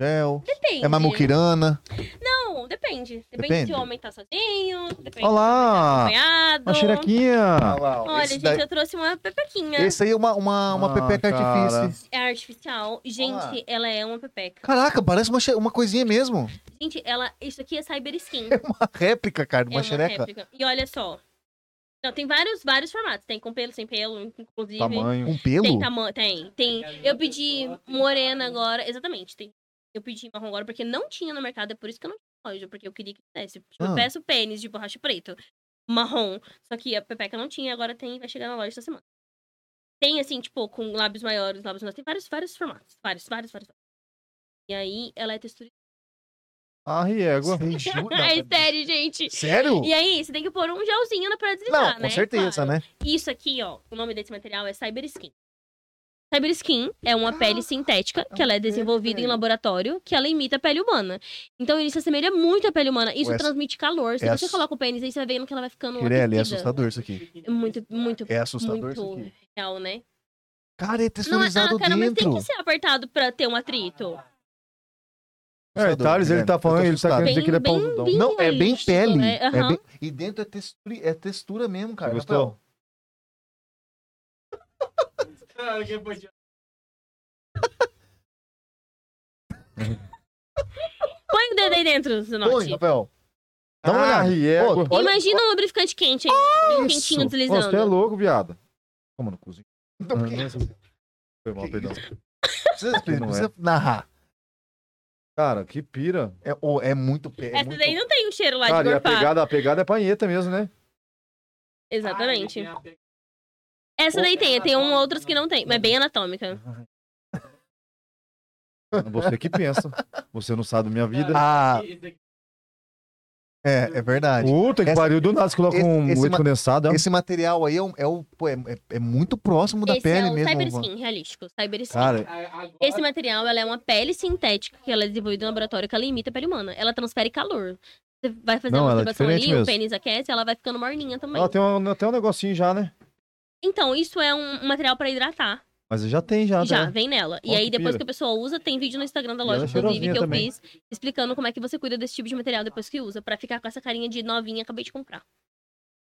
Speaker 3: Gel.
Speaker 2: depende.
Speaker 3: É mais muquirana.
Speaker 2: Não, depende. Depende,
Speaker 3: Depende.
Speaker 2: se o homem tá sozinho, depende
Speaker 1: Olha lá!
Speaker 2: se o homem tá acompanhado.
Speaker 1: Uma xerequinha!
Speaker 2: Olha,
Speaker 3: esse,
Speaker 2: gente,
Speaker 3: daí-
Speaker 2: eu trouxe uma pepequinha.
Speaker 3: esse aí é uma, uma, uma
Speaker 1: Ah,
Speaker 3: pepeca
Speaker 1: cara.
Speaker 3: artifício.
Speaker 2: É artificial. Gente,
Speaker 3: Olha lá.
Speaker 2: ela é uma pepeca.
Speaker 3: Caraca, parece uma, xe- uma coisinha mesmo. <laughs>
Speaker 2: Gente, ela. Isso aqui é cyber skin.
Speaker 3: Uma réplica, cara, de
Speaker 2: é
Speaker 3: uma xereca.
Speaker 2: réplica. E olha só. Não, tem vários, vários formatos. Tem com pelo, sem pelo, inclusive.
Speaker 1: Tamanho.
Speaker 3: Com Um pelo?
Speaker 2: Tem tamanho, tem. Tem.
Speaker 5: Tem
Speaker 2: Eu
Speaker 5: carinha,
Speaker 2: pedi
Speaker 5: pessoa, tem
Speaker 2: morena
Speaker 5: tamanho.
Speaker 2: agora, exatamente. Tem. Eu pedi marrom agora porque não tinha no mercado, é por isso que eu não tinha loja, porque eu queria que tivesse. Tipo,
Speaker 3: Ah.
Speaker 2: Eu peço pênis de borracha preto, marrom, só que a Pepeca não tinha, agora tem, vai chegar na loja essa semana. Tem assim, tipo, com lábios maiores, lábios menores, tem vários, vários formatos, vários, vários, vários. E aí, ela é textura.
Speaker 1: Ah, riégua.
Speaker 3: Você jura?
Speaker 2: <laughs> é sério, gente.
Speaker 3: Sério?
Speaker 2: E aí, você tem que pôr um gelzinho na pra deslizar,
Speaker 3: Não,
Speaker 2: né?
Speaker 3: com certeza,
Speaker 2: Claro.
Speaker 3: né?
Speaker 2: Isso aqui, ó, o nome desse material é Cyber Skin. Cyber Skin é uma pele sintética que ela é desenvolvida em laboratório, que ela imita a pele humana. Então ele se assemelha muito à pele humana. Isso
Speaker 3: Ué,
Speaker 2: transmite calor. Se
Speaker 3: é
Speaker 2: você
Speaker 3: ass-
Speaker 2: coloca o pênis aí, você vai vendo que ela vai ficando
Speaker 3: Pirelli, é
Speaker 2: aquecida.
Speaker 3: assustador isso aqui.
Speaker 2: É muito, muito,
Speaker 3: É assustador isso
Speaker 2: muito
Speaker 3: aqui.
Speaker 2: real, né?
Speaker 3: Cara, é
Speaker 2: Não é,
Speaker 3: texturizado
Speaker 2: ah, cara, mas tem
Speaker 3: dentro.
Speaker 2: que ser apertado pra ter um atrito.
Speaker 1: É,
Speaker 3: assustador.
Speaker 1: Thales, ele
Speaker 3: Guilherme.
Speaker 1: tá
Speaker 3: Eu tô
Speaker 1: falando, ele tá
Speaker 3: assustado.
Speaker 1: querendo
Speaker 2: Bem-
Speaker 1: dizer que ele é
Speaker 2: bem-
Speaker 1: pausudão.
Speaker 2: bem-
Speaker 3: Não, é bem
Speaker 2: realístico,
Speaker 3: pele.
Speaker 2: né?
Speaker 3: É
Speaker 2: Aham.
Speaker 3: bem- E dentro é textura, é textura mesmo, cara.
Speaker 1: Você gostou?
Speaker 5: Ah, ninguém pode-
Speaker 2: Põe o dedo aí dentro,
Speaker 3: Rafael, põe,
Speaker 2: Zanotti.
Speaker 3: Rafael.
Speaker 1: Dá
Speaker 2: Ah,
Speaker 1: uma olhada. é
Speaker 4: Riego.
Speaker 1: Pô, olha-
Speaker 2: Imagina um lubrificante quente aí, bem quentinho,
Speaker 1: Isso. Nossa,
Speaker 2: deslizando.
Speaker 1: você é louco, viado. Como no cozinho? Hum.
Speaker 3: Então, que-
Speaker 1: Foi mal,
Speaker 3: Que
Speaker 1: perdão.
Speaker 3: precisa, precisa,
Speaker 1: Não é.
Speaker 3: precisa narrar.
Speaker 1: Cara, que pira.
Speaker 3: É, ô, é muito pé. É
Speaker 2: Essa
Speaker 3: muito...
Speaker 2: daí não tem um cheiro lá
Speaker 1: Cara,
Speaker 2: de
Speaker 1: e a
Speaker 2: gorfar.
Speaker 1: pegada, a pegada é panheta mesmo, né?
Speaker 2: Exatamente.
Speaker 5: Ah, ele tem a
Speaker 2: Essa daí
Speaker 5: Ou-
Speaker 2: tem, tem um, outras que não tem, mas bem anatômica.
Speaker 1: Você que pensa. Você não sabe da minha vida.
Speaker 3: Ah,
Speaker 5: pegada- Esse daqui-
Speaker 3: é, é verdade.
Speaker 1: Puta que
Speaker 3: Essa-
Speaker 1: pariu, do nada você coloca
Speaker 3: esse-
Speaker 1: um
Speaker 3: esse
Speaker 1: leite
Speaker 3: ma-
Speaker 1: condensado. ó.
Speaker 3: Esse material aí é, um- é o, pô, é, é- é muito próximo da
Speaker 2: Esse
Speaker 3: pele
Speaker 2: é o
Speaker 3: mesmo.
Speaker 2: Cyber
Speaker 3: Van.
Speaker 2: Skin, realístico. Cyber Skin.
Speaker 1: Cara,
Speaker 5: a- Ah, agora-
Speaker 2: Esse material ela é uma pele sintética que ela é desenvolvida em laboratório que ela imita a pele humana. Ela transfere calor. Você vai fazer
Speaker 1: Não,
Speaker 2: uma
Speaker 1: ela é
Speaker 2: masturbação ali,
Speaker 1: diferente
Speaker 2: o
Speaker 1: mesmo.
Speaker 2: pênis aquece, ela vai ficando morninha também.
Speaker 1: ela tem um, tem um negocinho já, né?
Speaker 2: Então, isso é um, um material pra hidratar.
Speaker 1: Mas já tem, já.
Speaker 2: já,
Speaker 1: né?
Speaker 2: vem nela. E
Speaker 1: Ó,
Speaker 2: aí,
Speaker 1: que
Speaker 2: depois
Speaker 1: pira.
Speaker 2: que a pessoa usa, tem vídeo no Instagram da
Speaker 1: E ela
Speaker 2: loja,
Speaker 1: é
Speaker 2: inclusive,
Speaker 1: cheirosinha
Speaker 2: que eu
Speaker 1: também.
Speaker 2: fiz, explicando como é que você cuida desse tipo de material depois que usa, pra ficar com essa carinha de novinha, acabei de comprar.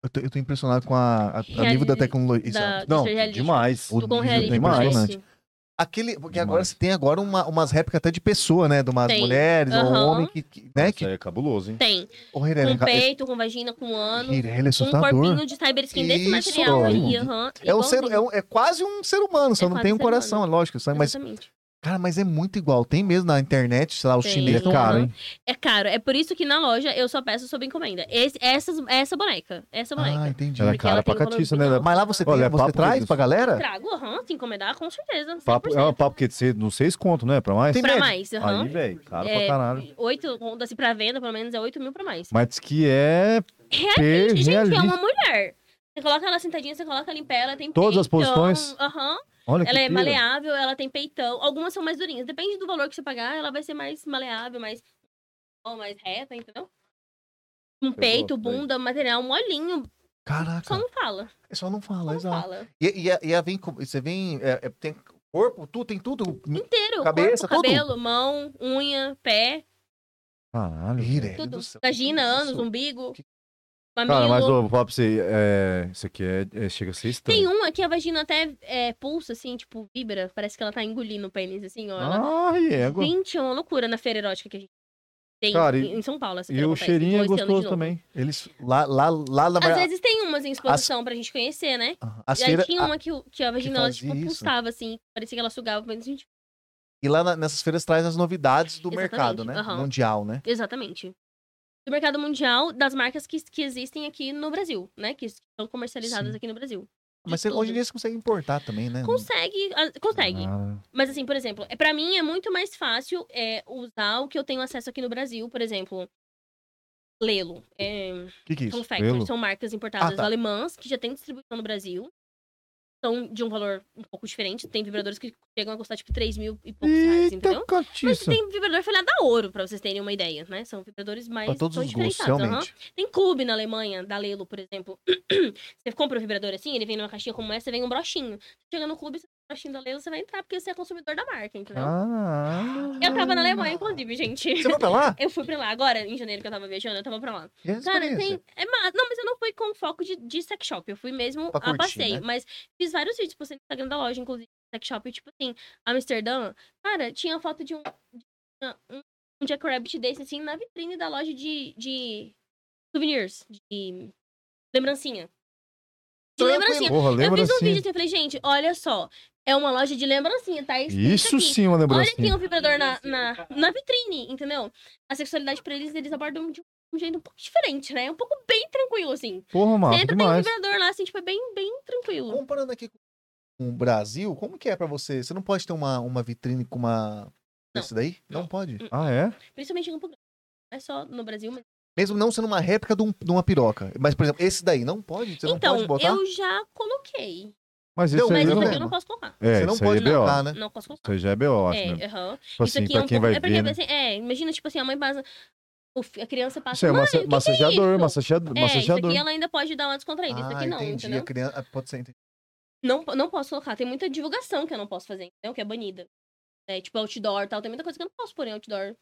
Speaker 3: Eu tô, eu tô impressionado com a, a, a nível da
Speaker 2: Reali-
Speaker 3: tecnologia. Isso,
Speaker 2: da-
Speaker 3: ó.
Speaker 1: Não,
Speaker 2: Seja realista.
Speaker 1: demais.
Speaker 3: O
Speaker 2: Do com
Speaker 3: nível
Speaker 2: realista.
Speaker 3: é impressionante.
Speaker 2: parece.
Speaker 3: Aquele, porque
Speaker 1: Demais.
Speaker 3: agora você tem agora uma- umas réplicas até de pessoa, né? De umas
Speaker 2: Tem.
Speaker 3: mulheres ou
Speaker 2: Aham.
Speaker 3: homem que, que- né?
Speaker 1: Isso
Speaker 3: Que,
Speaker 1: aí é cabuloso, hein?
Speaker 2: Tem.
Speaker 3: o
Speaker 2: Com
Speaker 1: né,
Speaker 3: Rirelli,
Speaker 2: peito, com vagina, com ano.
Speaker 3: Rirelli é
Speaker 2: Um
Speaker 3: assustador.
Speaker 2: corpinho de cyber skin desse
Speaker 3: Isso,
Speaker 2: material aí.
Speaker 1: gente.
Speaker 2: aham,
Speaker 3: É, um ser,
Speaker 2: igualzinho.
Speaker 3: é, um- é quase um ser humano, só
Speaker 2: É
Speaker 3: não
Speaker 2: quase
Speaker 3: tem um
Speaker 2: ser
Speaker 3: coração, é lógico.
Speaker 1: né,
Speaker 3: Sabe? Mas,
Speaker 2: Exatamente.
Speaker 3: cara, mas é muito igual. Tem mesmo na internet, sei lá, os
Speaker 2: Tem.
Speaker 1: E
Speaker 3: chineses
Speaker 1: é
Speaker 3: estão
Speaker 1: caro,
Speaker 2: Aham.
Speaker 1: hein?
Speaker 2: É caro. É por isso que na loja eu só peço sob encomenda. Esse, essas, essa boneca. Essa
Speaker 3: Ah,
Speaker 2: boneca.
Speaker 3: entendi.
Speaker 1: Ela é
Speaker 2: Porque
Speaker 1: cara
Speaker 2: ela
Speaker 1: pra
Speaker 2: tem um valor
Speaker 1: catiça, né?
Speaker 2: muito
Speaker 1: Ela-
Speaker 2: alto.
Speaker 3: Mas lá você, tem,
Speaker 1: Olha, é
Speaker 3: você
Speaker 1: papo
Speaker 3: traz
Speaker 1: deles.
Speaker 3: pra galera?
Speaker 2: Trago, aham. se encomendar, com certeza. 100%.
Speaker 1: Papo, é um papo que você não sei quanto, né? Pra mais?
Speaker 3: Tem
Speaker 2: Pra
Speaker 3: média.
Speaker 2: mais, aham.
Speaker 1: Aí, velho, caro pra
Speaker 2: É,
Speaker 1: caralho.
Speaker 2: Oito, assim, pra venda, pelo menos, é 8 mil pra mais.
Speaker 1: Mas diz que é.
Speaker 2: Realmente, gente, é
Speaker 1: realista.
Speaker 2: uma mulher. Você coloca ela sentadinha, você coloca ela em pé, ela tem
Speaker 1: Todas as
Speaker 2: peitão,
Speaker 1: posições?
Speaker 2: Aham.
Speaker 1: Olha
Speaker 2: Ela
Speaker 1: que
Speaker 2: é
Speaker 1: pira.
Speaker 2: maleável, ela tem peitão. Algumas são mais durinhas. Depende do valor que você pagar, ela vai ser mais maleável, mais, ou mais reta, entendeu? Um peito,
Speaker 1: gosto, Tá. hein?
Speaker 2: bunda, material molinho. Só
Speaker 3: Caraca, é
Speaker 2: não fala.
Speaker 3: só não
Speaker 2: Só
Speaker 3: fala,
Speaker 2: não
Speaker 3: exato.
Speaker 2: fala.
Speaker 3: E, e, a- e a vem, com- você vem, é, é, tem corpo, tudo, tem tudo.
Speaker 1: hum,
Speaker 2: Inteiro.
Speaker 3: Cabeça,
Speaker 2: corpo,
Speaker 3: tudo?
Speaker 2: cabelo, mão, unha, pé,
Speaker 1: Caralho. velho.
Speaker 3: Rirelli
Speaker 2: tudo. um
Speaker 3: do céu, que
Speaker 2: Vagina,
Speaker 3: isso?
Speaker 2: ânus, umbigo,
Speaker 3: Que-
Speaker 2: mamilo.
Speaker 1: Cara, mas ô, vou falar pra você. É... Isso aqui é... é- chega a ser estranho.
Speaker 2: é Tem uma que a vagina até é, pulsa, assim, tipo, vibra. Parece que ela tá engolindo o pênis, assim, ó. Ela...
Speaker 1: Ah, riego.
Speaker 2: Gente, é uma loucura na feira erótica que a gente tem
Speaker 1: Cara, e-
Speaker 2: em em São Paulo. Essa
Speaker 1: E
Speaker 2: feira
Speaker 1: o
Speaker 2: acontece.
Speaker 1: cheirinho é
Speaker 2: Vou esse ano de
Speaker 1: gostoso
Speaker 2: novo.
Speaker 1: também.
Speaker 3: Eles lá, lá, lá, lá
Speaker 2: Às vezes tem umas em exposição pra gente conhecer, né?
Speaker 3: Aham. As
Speaker 2: e aí
Speaker 3: feira-
Speaker 2: tinha
Speaker 3: a-
Speaker 2: uma que, o- que a vagina, ela,
Speaker 3: fazia
Speaker 2: tipo,
Speaker 3: isso.
Speaker 2: pulsava, assim. Parecia que ela sugava. Mas, gente,
Speaker 3: e lá na- nessas feiras traz as novidades do
Speaker 2: Exatamente,
Speaker 3: mercado, né?
Speaker 2: aham.
Speaker 3: Mundial, né?
Speaker 2: exatamente. Do mercado mundial, das marcas que, que existem aqui no Brasil, né? Que são comercializadas
Speaker 3: Sim. Ah,
Speaker 2: aqui no Brasil. De
Speaker 3: Mas você-
Speaker 2: tudo.
Speaker 3: hoje em dia você consegue importar também, né?
Speaker 2: Consegue, a- consegue.
Speaker 1: Ah,
Speaker 2: Mas assim, por exemplo, é- pra mim é muito mais fácil é, usar o que eu tenho acesso aqui no Brasil, por exemplo. Lelo. É,
Speaker 3: O que, que é isso?
Speaker 2: são factories,
Speaker 1: Lelo?
Speaker 2: são marcas importadas
Speaker 3: Ah, tá.
Speaker 2: alemãs que já têm distribuição no Brasil. São de um valor um pouco diferente. Tem vibradores que chegam a custar tipo 3 mil e poucos reais, entendeu?
Speaker 1: Eita,
Speaker 2: Mas
Speaker 1: catiça.
Speaker 2: tem vibrador falhado a ouro, pra vocês terem uma ideia, né? São vibradores mais.
Speaker 3: Pra todos
Speaker 2: são
Speaker 3: os gostos,
Speaker 2: diferenciados, aham.
Speaker 3: realmente.
Speaker 2: Tem clube na Alemanha, da Lelo, por exemplo. <clears throat> você compra um vibrador assim, ele vem numa caixinha como essa, vem um brochinho. Chega no clube, você tem um brochinho da Lelo, você vai entrar, porque você é consumidor da marca, entendeu?
Speaker 1: Caralho.
Speaker 2: Eu tava na Alemanha, inclusive, gente.
Speaker 3: Ah. Você foi pra
Speaker 2: <laughs>
Speaker 3: lá?
Speaker 2: Eu fui pra lá agora, em janeiro que eu tava viajando, eu tava pra lá.
Speaker 3: E essa
Speaker 2: Cara,
Speaker 3: experiência?
Speaker 2: tem. É ma- Não, mas eu não fui com foco de, de sex shop. Eu fui mesmo
Speaker 3: Pra curtir,
Speaker 2: a passeio.
Speaker 3: né?
Speaker 2: Mas fiz vários vídeos pro Instagram da loja, inclusive, sex shop, tipo assim, Amsterdã. Cara, tinha foto de um. de um, um Jackrabbit desse, assim, na vitrine da loja de. de souvenirs, de lembrancinha. De
Speaker 3: Tranquilo.
Speaker 2: lembrancinha.
Speaker 1: Porra,
Speaker 2: Eu
Speaker 1: lembra
Speaker 2: fiz um
Speaker 1: assim?
Speaker 2: vídeo assim, eu falei, gente, olha só. É uma loja de lembrancinha, tá? escrito
Speaker 1: Isso
Speaker 2: aqui.
Speaker 1: sim, uma
Speaker 2: Olha aqui
Speaker 1: lembrancinha.
Speaker 2: um vibrador na, na, na vitrine, entendeu? A sexualidade pra eles, eles abordam de um jeito um pouco diferente, né? Um pouco bem tranquilo, assim.
Speaker 1: Porra,
Speaker 2: Você
Speaker 1: mano,
Speaker 2: entra, tem um
Speaker 1: demais.
Speaker 2: vibrador lá, assim, tipo, é bem, bem tranquilo.
Speaker 3: Comparando aqui com o Brasil, como que é pra você? Você não pode ter uma, uma vitrine com uma...
Speaker 2: Não.
Speaker 3: Esse daí? Não,
Speaker 2: Não. Hum.
Speaker 3: pode?
Speaker 1: Ah, é?
Speaker 2: Principalmente em Campo Grande. Não é só no Brasil, mas...
Speaker 3: Mesmo não sendo uma réplica de, um- de uma piroca. Mas, por exemplo, esse daí não pode? Você
Speaker 2: Então,
Speaker 3: não pode botar?
Speaker 2: eu já coloquei.
Speaker 1: Mas
Speaker 3: Não,
Speaker 1: isso aí
Speaker 2: Mas
Speaker 3: eu
Speaker 2: isso
Speaker 1: não.
Speaker 2: aqui eu
Speaker 3: lembro.
Speaker 2: não posso colocar.
Speaker 1: É,
Speaker 3: um você não
Speaker 1: isso aí é
Speaker 3: pode
Speaker 1: B.O.
Speaker 3: botar, né?
Speaker 2: Não posso colocar.
Speaker 1: Isso aí já é B.O., acho mesmo.
Speaker 2: É, aham.
Speaker 1: Tipo assim, pra
Speaker 2: um
Speaker 1: quem
Speaker 2: pouco-
Speaker 1: vai
Speaker 2: é porque,
Speaker 1: ver, né?
Speaker 2: assim, é, imagina, tipo assim, a mãe passa... o fi- A criança
Speaker 1: Isso
Speaker 2: passa...
Speaker 1: é
Speaker 2: Mãe,
Speaker 1: massa-
Speaker 2: o que que
Speaker 1: massageador,
Speaker 2: isso?
Speaker 1: massageador,
Speaker 2: É, isso
Speaker 1: massageador.
Speaker 2: aqui ela ainda pode dar uma descontraída.
Speaker 1: Ah,
Speaker 2: isso aqui não,
Speaker 3: entendi.
Speaker 2: entendeu?
Speaker 3: A criança... ah, Pode ser, entendi.
Speaker 2: não, po- não posso colocar. Tem muita divulgação que eu não posso fazer, entendeu? Que é banida. É, tipo, outdoor e tal. Tem muita coisa que eu não posso pôr em outdoor.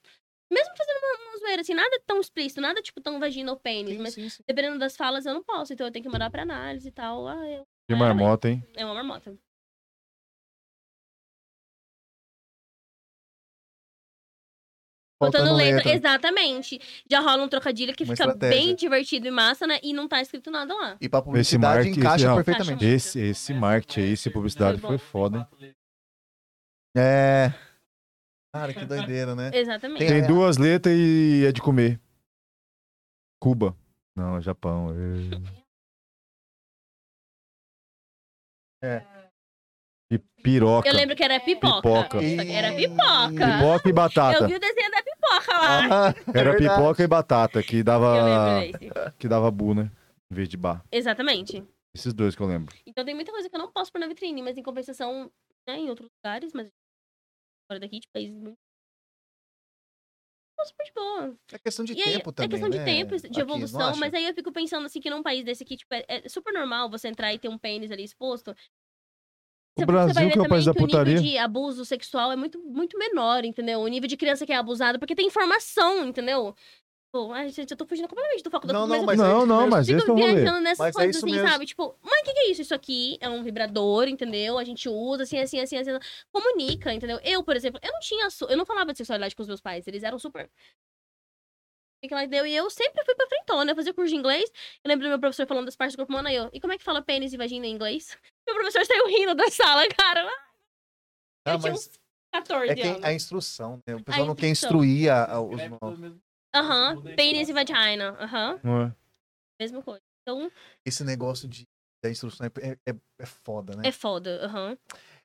Speaker 2: Mesmo fazendo uma, uma zoeira, assim, nada tão explícito, nada tipo tão vagina ou pênis, mas
Speaker 1: sim, sim.
Speaker 2: dependendo das falas eu não posso, então eu tenho que mandar pra análise e tal. Ah, é-
Speaker 1: Que marmota, hein?
Speaker 2: é uma marmota. Botando letra. exatamente. Já rola um trocadilho que
Speaker 3: é, tá? Uma
Speaker 2: fica
Speaker 3: estratégia.
Speaker 2: bem divertido e massa, né? E não tá escrito nada lá.
Speaker 3: E pra
Speaker 1: Esse
Speaker 3: publicidade
Speaker 1: marketing,
Speaker 3: encaixa
Speaker 1: esse, ó,
Speaker 3: perfeitamente.
Speaker 1: Esse, esse marketing aí, essa publicidade foi
Speaker 2: Foi
Speaker 1: foda, hein?
Speaker 2: <laughs>
Speaker 3: É. Cara, que doideira, né?
Speaker 2: Exatamente.
Speaker 3: Tem-
Speaker 1: Tem duas letras e é de comer. Cuba. Não, é Japão. é.
Speaker 3: É.
Speaker 1: E piroca.
Speaker 2: Eu lembro que era pipoca.
Speaker 1: Pipoca.
Speaker 2: Era pipoca.
Speaker 1: Pipoca e
Speaker 2: Eu
Speaker 1: batata.
Speaker 2: vi o desenho da pipoca lá.
Speaker 3: Ah, <laughs>
Speaker 1: Era
Speaker 3: verdade.
Speaker 1: pipoca e batata que
Speaker 2: Eu
Speaker 1: dava
Speaker 2: lembro desse.
Speaker 1: que dava bu, né? Em vez de bar.
Speaker 2: Exatamente.
Speaker 1: Esses dois que eu lembro.
Speaker 2: Então tem muita coisa que eu não posso pôr na vitrine, mas em compensação, né, em outros lugares, mas fora daqui, de países muito. Nossa, de boa.
Speaker 3: É questão de
Speaker 2: e aí,
Speaker 3: tempo
Speaker 2: é
Speaker 3: também.
Speaker 2: questão de
Speaker 3: né?
Speaker 2: tempo,
Speaker 3: Aqui,
Speaker 2: de
Speaker 3: não
Speaker 2: evolução,
Speaker 3: acha?
Speaker 2: mas aí eu fico pensando assim que num país desse aqui, tipo, é, é super normal você entrar e ter um pênis ali exposto.
Speaker 1: O
Speaker 2: Você- você
Speaker 1: Brasil
Speaker 2: vai ver
Speaker 1: que é o
Speaker 2: também
Speaker 1: país da
Speaker 2: o
Speaker 1: putaria.
Speaker 2: nível de abuso sexual é muito, muito menor, entendeu? O nível de criança que é abusada, porque tem informação, entendeu? Pô, ai, gente, eu tô fugindo completamente do foco da
Speaker 3: Não,
Speaker 2: mas
Speaker 3: não,
Speaker 2: eu
Speaker 3: mas
Speaker 1: não,
Speaker 3: aí-
Speaker 1: não,
Speaker 2: eu
Speaker 1: mas esse é
Speaker 2: fico
Speaker 1: o rolê.
Speaker 2: viajando nessas
Speaker 3: Mas é
Speaker 2: coisas
Speaker 3: isso
Speaker 2: assim,
Speaker 3: mesmo.
Speaker 2: sabe? Tipo, mas o que, que é isso? Isso aqui é um vibrador, entendeu? A gente usa assim, assim, assim, assim. Comunica, entendeu? Eu, por exemplo, eu não tinha. assu- Eu não falava de sexualidade com os meus pais. Eles eram super. O que ela deu? E eu sempre fui pra frentona. Eu fazia curso de inglês. Eu lembro do meu professor falando das partes do corpo humano. Aí eu, e como é que fala pênis e vagina em inglês? <laughs> Meu professor saiu rindo da sala, <laughs> cara.
Speaker 3: Ah,
Speaker 2: eu tinha um
Speaker 3: mas
Speaker 2: uns 14
Speaker 3: é quem,
Speaker 2: anos.
Speaker 3: a instrução, né? O pessoal não quer
Speaker 2: instrução.
Speaker 3: instruir a, a- os
Speaker 6: É
Speaker 5: Escreve
Speaker 3: novos.
Speaker 5: tudo mesmo.
Speaker 2: Aham. Pênis
Speaker 3: né?
Speaker 2: e vagina. Aham.
Speaker 1: Não é?
Speaker 2: Mesma coisa. Então,
Speaker 3: Esse negócio de, da instrução é, é, é- é foda, né?
Speaker 2: é foda. Aham.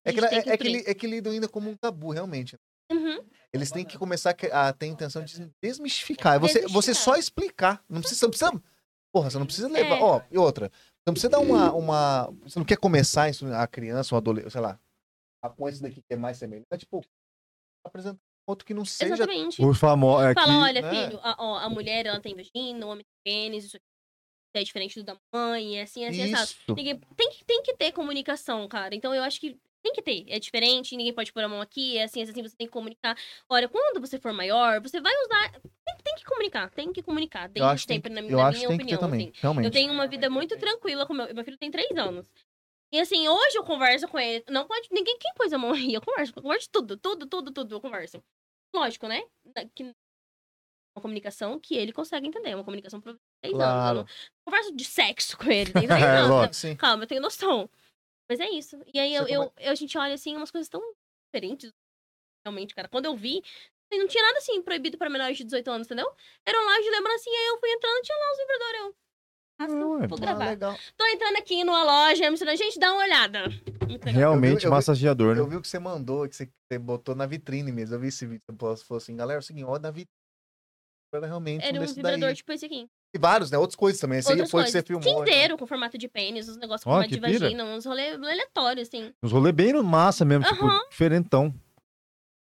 Speaker 3: É,
Speaker 2: a
Speaker 3: que,
Speaker 2: gente
Speaker 3: ela-
Speaker 2: tem
Speaker 3: é,
Speaker 2: que
Speaker 3: é que,
Speaker 2: instruir.
Speaker 3: li- é que lidam ainda como um tabu, realmente.
Speaker 2: Uhum.
Speaker 3: Eles têm que começar a que- a, ter a intenção de desmistificar. É Você,
Speaker 2: Desmistificar.
Speaker 3: você só explicar. Não precisa, você não precisa. Porra, você não precisa levar.
Speaker 2: É.
Speaker 3: Ó, e outra. Você não precisa dar uma, uma. Você não quer começar isso a criança, um adolescente, sei lá. A com esse daqui que é mais semelhante. Tipo, apresentar outro que não seja.
Speaker 2: Exatamente.
Speaker 1: Os famosos. É
Speaker 2: Fala,
Speaker 1: que
Speaker 2: olha,
Speaker 3: né?
Speaker 2: filho, a, ó, a mulher ela tem vagina, o homem tem pênis, isso aqui é diferente do da mãe, é assim, é assim, é assado.
Speaker 3: Isso.
Speaker 2: Ninguém, tem, que- tem que ter comunicação, cara. Então eu acho que tem que ter. É diferente, ninguém pode pôr a mão aqui, é assim, é assim, você tem que comunicar. Olha, quando você for maior, você vai usar. Tem, tem que comunicar, tem que comunicar. Desde
Speaker 3: Eu acho que tem
Speaker 2: sempre, na,
Speaker 3: que-
Speaker 2: mi-
Speaker 3: eu
Speaker 2: na
Speaker 3: acho que
Speaker 2: minha
Speaker 3: tem que ter
Speaker 2: opinião.
Speaker 3: também.
Speaker 2: assim.
Speaker 3: Realmente.
Speaker 2: Eu tenho uma vida muito tranquila com meu. Meu filho tem três anos. E assim, hoje eu converso com ele. Não pode. Ninguém quem pôs a mão aí. Eu converso. Eu converso tudo, tudo, tudo, tudo. Eu converso. Lógico, né? Da- Que... Uma comunicação que ele consegue entender. Uma comunicação para três
Speaker 3: Claro.
Speaker 2: anos. Eu não converso de sexo com ele. Tem três
Speaker 1: É,
Speaker 2: anos.
Speaker 1: lógico.
Speaker 3: Sim.
Speaker 2: Calma, eu tenho noção. Mas é isso. E aí
Speaker 3: Você
Speaker 2: eu, eu, eu- a gente olha assim, umas coisas tão diferentes. Realmente, cara. Quando eu vi, assim, não tinha nada assim proibido pra menores de 18 anos, entendeu? Era um lounge lembrancinha, aí eu fui entrando, tinha lá os vibradores. Eu. Ah,
Speaker 1: Não, é
Speaker 2: vou
Speaker 1: bom.
Speaker 3: Ah,
Speaker 2: gravar.
Speaker 3: legal.
Speaker 2: Tô entrando aqui numa loja, Amsterdã. Gente, dá uma olhada. Muito legal.
Speaker 1: realmente
Speaker 3: Eu vi- eu vi-
Speaker 1: massageador, né?
Speaker 3: Eu vi o que você mandou, que você, você botou na vitrine mesmo. Eu vi esse vídeo. Você falou- falou assim, galera, é o seguinte, olha na vitrine. Era realmente
Speaker 2: Era
Speaker 3: um
Speaker 2: um
Speaker 3: desse
Speaker 2: vibrador
Speaker 3: daí.
Speaker 2: tipo esse aqui.
Speaker 3: E vários, né? Outras coisas também. Esse aí
Speaker 2: Outras
Speaker 3: foi o que você
Speaker 2: coisas.
Speaker 3: filmou. né?
Speaker 2: Quinteiro com formato de pênis, uns negócios com
Speaker 1: Ó,
Speaker 2: formato
Speaker 1: que
Speaker 2: de
Speaker 1: pira.
Speaker 2: vagina, uns rolê aleatórios, assim.
Speaker 1: Uns rolê bem no massa mesmo, tipo,
Speaker 2: Aham.
Speaker 1: diferentão.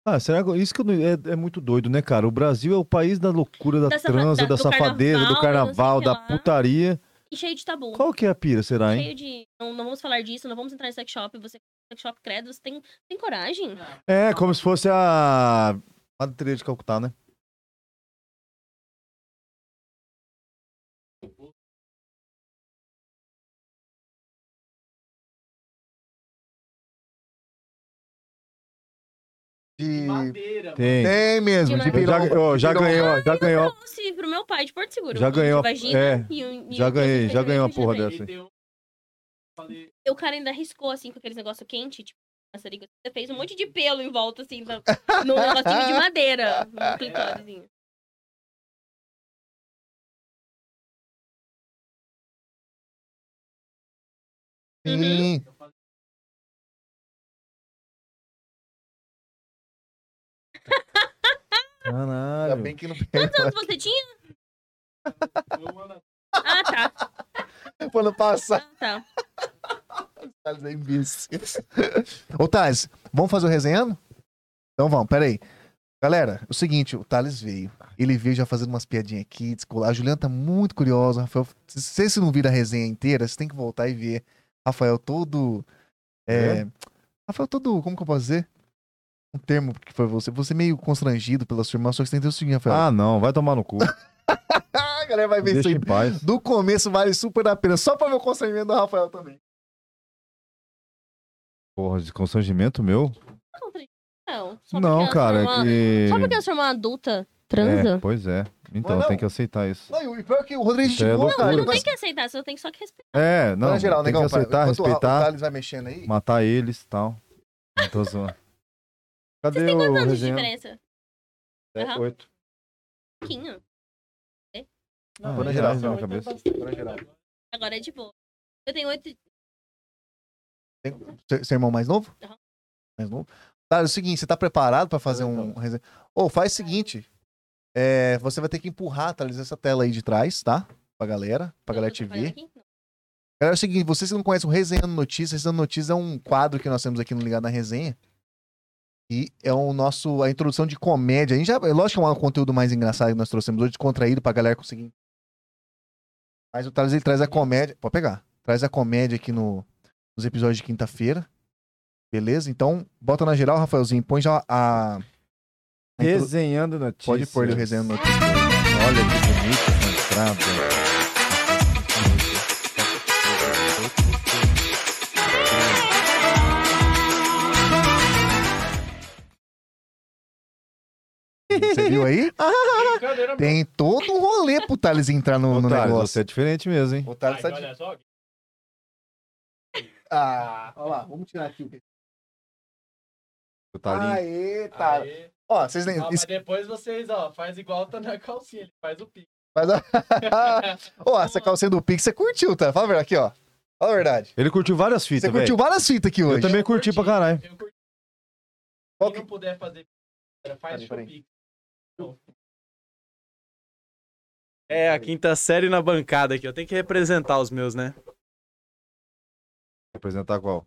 Speaker 1: Ah, será que isso que eu não- é, é muito doido, né, cara? O Brasil é o país da loucura, da,
Speaker 2: Da safa-
Speaker 1: transa,
Speaker 2: da-
Speaker 1: da,
Speaker 2: do
Speaker 1: safadeza, do carnaval,
Speaker 2: carnaval, não sei o
Speaker 1: da
Speaker 2: que lá.
Speaker 1: putaria.
Speaker 2: E cheio de tabu.
Speaker 1: Qual que é a pira, será, hein?
Speaker 2: Cheio de. Não, não vamos falar disso, não vamos entrar em sex shop. Você é sex shop credo, você tem, tem coragem?
Speaker 1: É, como se fosse a Madre Teresa de Calcutá, né?
Speaker 5: De
Speaker 3: De...
Speaker 5: madeira, mano.
Speaker 1: Tem.
Speaker 3: Tem mesmo,
Speaker 2: De
Speaker 3: de
Speaker 1: Eu já,
Speaker 3: piromba.
Speaker 1: eu já ganhei, ó, já ganhei, ó.
Speaker 2: trouxe pro meu pai de Porto Seguro.
Speaker 1: Já
Speaker 2: um de
Speaker 1: ganhou a-
Speaker 2: Vagina,
Speaker 1: é,
Speaker 2: e um- e
Speaker 1: já
Speaker 2: um de
Speaker 1: ganhei, já
Speaker 2: vagina
Speaker 1: ganhei uma
Speaker 2: e
Speaker 1: porra
Speaker 2: vagina.
Speaker 1: dessa.
Speaker 5: E tem um- Falei,
Speaker 2: E O cara ainda arriscou, assim, com aqueles negócio quente, tipo, maçarico. Você fez um monte de pelo em volta, assim, no, no negocinho
Speaker 1: <laughs>
Speaker 2: de madeira. um No clitóriszinho. Uhum.
Speaker 3: Sim. Ainda
Speaker 2: Uhum.
Speaker 1: Caralho.
Speaker 3: bem que não
Speaker 2: Quantos anos você tinha?
Speaker 5: eu mando
Speaker 2: Ah, tá.
Speaker 3: Pro <laughs> ano passado.
Speaker 2: Ah, tá. Ah.
Speaker 3: Thales é imbecil. <laughs> Ô, Thales, vamos fazer o resenhando? Então vamos, peraí. Galera, é o seguinte, o Thales veio. Ele veio já fazendo umas piadinhas aqui, descolar. A Juliana tá muito curiosa, Rafael. Se vocês não viram a resenha inteira, vocês têm que voltar e É.
Speaker 1: é.
Speaker 3: ver. Rafael todo. é, Rafael todo. Como que eu posso dizer? um termo que foi você. Você meio constrangido pela sua irmã, só que você entendeu o seguinte, Rafael.
Speaker 1: Ah, não, vai tomar
Speaker 3: <laughs>
Speaker 1: no cu.
Speaker 3: Ah, a galera vai ver isso
Speaker 1: Deixa
Speaker 3: aí.
Speaker 1: em paz.
Speaker 3: Do começo vale super a pena. Só pra ver o constrangimento do Rafael também.
Speaker 1: Porra, de constrangimento meu?
Speaker 2: Não, só
Speaker 1: não,
Speaker 2: porque a sua
Speaker 1: cara, é
Speaker 2: irmã-
Speaker 1: que.
Speaker 2: Só porque a sua irmã adulta
Speaker 1: É,
Speaker 2: transa?
Speaker 1: pois é. Então,
Speaker 3: Mas não.
Speaker 1: tem que aceitar isso.
Speaker 3: Não, e o pior é que o Rodrigo é gente
Speaker 1: Isso é
Speaker 3: boa,
Speaker 1: loucura.
Speaker 3: cara.
Speaker 2: Você
Speaker 1: Não,
Speaker 2: não tem que aceitar, você tem só que respeitar.
Speaker 1: É, não.
Speaker 3: Fala geral,
Speaker 1: tem
Speaker 3: negão,
Speaker 1: que aceitar,
Speaker 3: pra- enquanto o Ra- O
Speaker 1: respeitar,
Speaker 3: Thales vai mexendo aí.
Speaker 1: matar eles e tal. Não tô zoando. Cadê
Speaker 2: Vocês têm
Speaker 1: o
Speaker 2: quantos anos de
Speaker 1: resenha?
Speaker 2: diferença?
Speaker 1: É,
Speaker 2: Aham.
Speaker 1: Oito.
Speaker 2: Pouquinho.
Speaker 1: Ah,
Speaker 3: vou na
Speaker 1: já,
Speaker 3: geral.
Speaker 1: já, cabeça.
Speaker 5: né?
Speaker 2: Agora é de boa. Eu tenho oito.
Speaker 3: Seu, seu irmão mais novo?
Speaker 2: Aham.
Speaker 3: Mais novo. Tá, é o seguinte, você tá preparado pra fazer um resenha? Ô, faz o seguinte. é, você vai ter que empurrar, Thales, essa tela aí de trás, tá? Pra galera, pra galera te ver. Galera, é o seguinte, vocês que não conhecem o Resenhando Notícias, Resenhando Notícias é um quadro que nós temos aqui no Ligado na Resenha. E é o nosso, a introdução de comédia. A gente já, é lógico que é um conteúdo mais engraçado que nós trouxemos hoje, descontraído pra galera conseguir. Mas o Thales, ele traz a comédia, pode pegar, traz a comédia aqui no, nos episódios de quinta-feira. Beleza? Então, bota na geral, Rafaelzinho, põe já a... a intro-
Speaker 1: Resenhando notícias.
Speaker 3: Pode pôr ele o Resenhando Notícias.
Speaker 1: Olha que bonito
Speaker 3: né?
Speaker 1: essa entrada.
Speaker 3: Você viu aí? <laughs>
Speaker 5: Brincadeira, meu.
Speaker 3: Tem todo um rolê pro Thales entrar no, no
Speaker 1: Ô, Thales,
Speaker 3: negócio.
Speaker 1: você é diferente mesmo, hein?
Speaker 3: O
Speaker 5: Ai,
Speaker 3: Thales tá de...
Speaker 5: olha só.
Speaker 3: Ah, olha lá, vamos tirar aqui o
Speaker 1: O Talinho.
Speaker 3: Aê, tá.
Speaker 5: Aí,
Speaker 3: Ó, vocês nem.
Speaker 5: ó, mas
Speaker 3: isso-
Speaker 5: depois vocês, ó, faz igual tá na calcinha, ele faz o pique.
Speaker 3: Mas,
Speaker 5: <laughs>
Speaker 3: ó, <laughs> essa calcinha do Pix você curtiu, tá? Fala a verdade aqui, ó. Fala a verdade.
Speaker 1: Ele curtiu várias
Speaker 3: Você
Speaker 1: fitas,
Speaker 3: curtiu
Speaker 1: velho.
Speaker 3: várias fitas aqui
Speaker 1: Eu
Speaker 3: hoje.
Speaker 1: também curti pra caralho.
Speaker 5: Eu curti.
Speaker 3: Qual
Speaker 5: Quem
Speaker 3: que-
Speaker 5: não puder fazer, faz
Speaker 3: Peraí, peraí.
Speaker 5: o pique.
Speaker 6: É, a quinta série na bancada aqui. Eu tenho que representar os meus, né?
Speaker 1: Representar qual?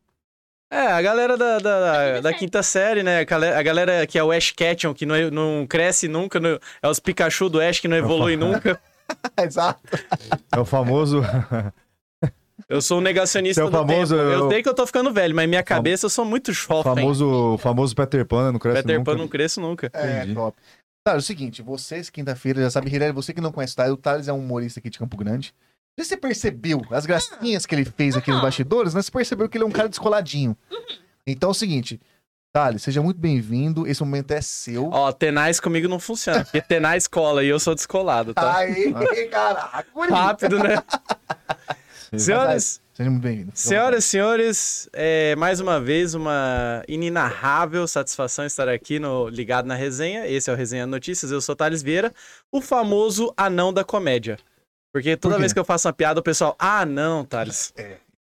Speaker 6: É, a galera da, da, da,
Speaker 2: quinta
Speaker 6: da
Speaker 2: série.
Speaker 6: quinta série, né? A gale- a galera que é o Ash Ketchum, que não, não cresce nunca. não- é os Pikachu do Ash que não evolui nunca.
Speaker 3: tá? <laughs> Exato.
Speaker 1: É o <laughs> famoso.
Speaker 6: Eu sou um negacionista
Speaker 1: Você é o
Speaker 6: do
Speaker 1: famoso-
Speaker 6: tempo.
Speaker 1: eu-
Speaker 6: Eu sei que eu tô ficando velho, mas minha cabeça eu sou muito jovem.
Speaker 1: famoso, famoso Peter Pan, né? não cresce
Speaker 6: Peter
Speaker 1: nunca.
Speaker 6: Pan não cresce nunca.
Speaker 3: É,
Speaker 1: Entendi.
Speaker 3: top. Tá, é o seguinte, vocês, quinta-feira, já sabe, Hirelli, você que não conhece o Thales, o Thales é um humorista aqui de Campo Grande. Não sei se Você percebeu as gracinhas que ele fez aqui nos
Speaker 2: Aham.
Speaker 3: bastidores, né? Você percebeu que ele é um cara descoladinho. Então é o seguinte, Thales, seja muito bem-vindo. Esse momento é seu.
Speaker 6: Ó, Tenais comigo não funciona, porque Tenais cola e eu sou descolado, tá?
Speaker 3: Aí, caraca. bonito.
Speaker 6: Rápido, né?
Speaker 1: Sim.
Speaker 6: Senhoras,
Speaker 3: Seja muito bem-vindo.
Speaker 6: senhoras e senhores, é, mais uma vez uma inenarrável satisfação estar aqui no Ligado na Resenha. Esse é o Resenha Notícias, eu sou Thales Vieira, o famoso anão da comédia. Porque toda
Speaker 3: Por quê?
Speaker 6: vez que eu faço uma piada, o pessoal, ah, não, Thales.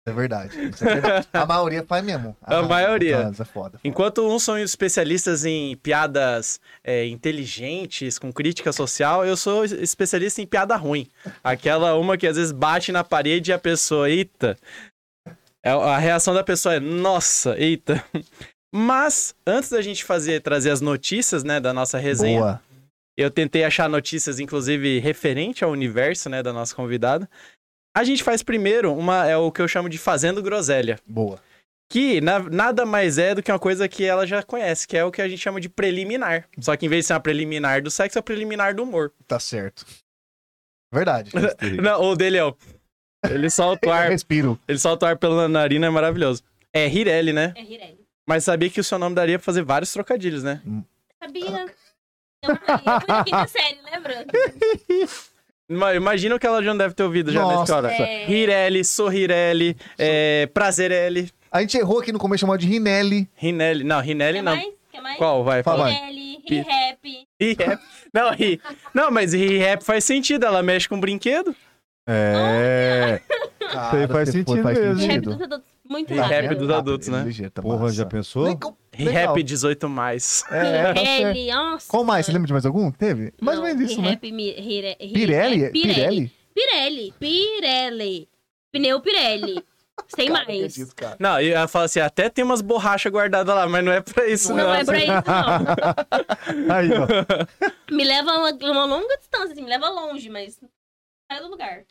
Speaker 3: É verdade. Isso é verdade. A maioria faz mesmo.
Speaker 6: A maioria.
Speaker 3: Thales, é foda.
Speaker 6: Enquanto uns são especialistas em piadas é, inteligentes, com crítica social, eu sou especialista em piada ruim. Aquela uma que às vezes bate na parede e a pessoa, eita. É, A reação da pessoa é, nossa, eita. Mas, antes da gente fazer, trazer as notícias, né, da nossa resenha,
Speaker 3: Boa.
Speaker 6: eu tentei achar notícias, inclusive, referente ao universo, né, da nossa convidada. A gente faz primeiro uma, é o que eu chamo de Fazendo Groselha.
Speaker 3: Boa.
Speaker 6: Que na- nada mais é do que uma coisa que ela já conhece, que é o que a gente chama de preliminar. Só que em vez de ser uma preliminar do sexo, é a preliminar do humor.
Speaker 3: Tá certo.
Speaker 6: <laughs>
Speaker 3: Verdade.
Speaker 6: Não, ou dele é o. Ele solta o
Speaker 3: Eu <laughs>
Speaker 6: ar,
Speaker 3: respiro.
Speaker 6: ele solta o ar pela narina, é maravilhoso. É Hirelli, né?
Speaker 2: É Rirelli.
Speaker 6: Mas sabia que o seu nome daria pra fazer vários trocadilhos, né?
Speaker 2: Sabia? Eu é fui na quinta série,
Speaker 6: <laughs>
Speaker 2: lembra?
Speaker 6: Ima- Imagina o que ela já não deve ter ouvido já
Speaker 3: Nossa.
Speaker 6: nessa hora.
Speaker 2: É.
Speaker 6: Hirelli, Sorrirelli, é, Prazerelli,
Speaker 3: A gente errou aqui no começo chamado de Rinelli.
Speaker 6: Rinelli. Não, Rinelli
Speaker 2: Quer
Speaker 6: não.
Speaker 2: mais? Quer mais?
Speaker 6: Qual? Vai,
Speaker 3: Fala.
Speaker 6: fala.
Speaker 2: Rirelli, Rirap.
Speaker 6: Hi-rap. Não, hi... não, mas hi-rap faz sentido, ela mexe com brinquedo.
Speaker 1: É.
Speaker 3: Isso
Speaker 1: aí faz sentido mesmo.
Speaker 2: Rap dos adultos. Muito
Speaker 3: Tá,
Speaker 6: Rap
Speaker 2: rápido.
Speaker 6: dos adultos, né?
Speaker 1: Porra, já pensou?
Speaker 6: Rap 18 mais.
Speaker 3: É,
Speaker 2: Rirelli, nossa.
Speaker 3: Qual mais? Você lembra de mais algum? que Teve? tá Mais ou
Speaker 2: Não,
Speaker 3: menos isso, né?
Speaker 2: Rirap, mi- Rire- Ri-
Speaker 3: Pirelli?
Speaker 2: é, Pirelli.
Speaker 3: Pirelli?
Speaker 2: Pirelli. Pirelli.
Speaker 3: <laughs>
Speaker 2: Pneu Pirelli. Sem
Speaker 3: Cara, não
Speaker 2: mais.
Speaker 3: acredito, cara.
Speaker 6: Não, e ela fala assim, até tem umas borrachas guardadas lá, mas não é pra isso, não.
Speaker 2: Não é
Speaker 3: assim.
Speaker 2: pra
Speaker 3: <laughs>
Speaker 2: isso, não.
Speaker 1: Aí, ó.
Speaker 2: Me leva uma, uma longa distância, assim, me leva longe, mas sai do lugar.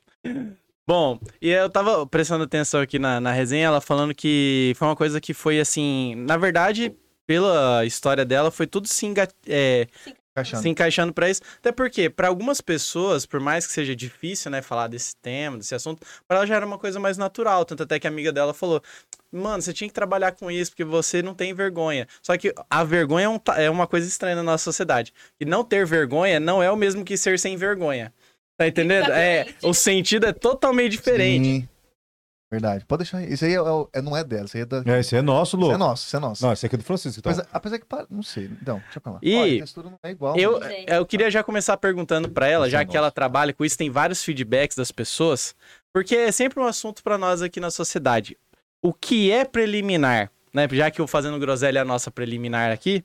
Speaker 6: Bom, e eu tava prestando atenção aqui na, na resenha, ela falando que foi uma coisa que foi assim. Na verdade, pela história dela, foi tudo se, enga- é,
Speaker 3: Encaixando.
Speaker 6: se encaixando pra isso. Até porque, pra algumas pessoas, por mais que seja difícil, né, falar desse tema, desse assunto, pra ela já era uma coisa mais natural. Tanto até que a amiga dela falou: Mano, você tinha que trabalhar com isso, porque você não tem vergonha. Só que a vergonha é, um ta- é uma coisa estranha na nossa sociedade. E não ter vergonha não é o mesmo que ser sem vergonha. Tá entendendo? É,
Speaker 2: Exatamente.
Speaker 6: o sentido é totalmente diferente.
Speaker 3: Sim. Verdade. Pode deixar. aí. Isso aí é, o- é- não é dela. Isso aí é, da...
Speaker 1: É, esse é
Speaker 3: isso
Speaker 1: nosso, louco.
Speaker 3: é nosso. Isso é nosso.
Speaker 1: Não, esse aqui é do Francisco, então.
Speaker 3: Mas, apesar que. pa- Não sei. Então, deixa pra lá.
Speaker 6: E-
Speaker 3: Olha, a textura não é igual.
Speaker 6: Eu,
Speaker 3: mas-
Speaker 2: Gente.
Speaker 6: eu queria já começar perguntando pra ela,
Speaker 3: Esse é
Speaker 6: já que
Speaker 3: nosso.
Speaker 6: ela trabalha com isso, tem vários feedbacks das pessoas, porque é sempre um assunto pra nós aqui na sociedade. O que é preliminar? Né? Já que o Fazendo Groselha é a nossa preliminar aqui,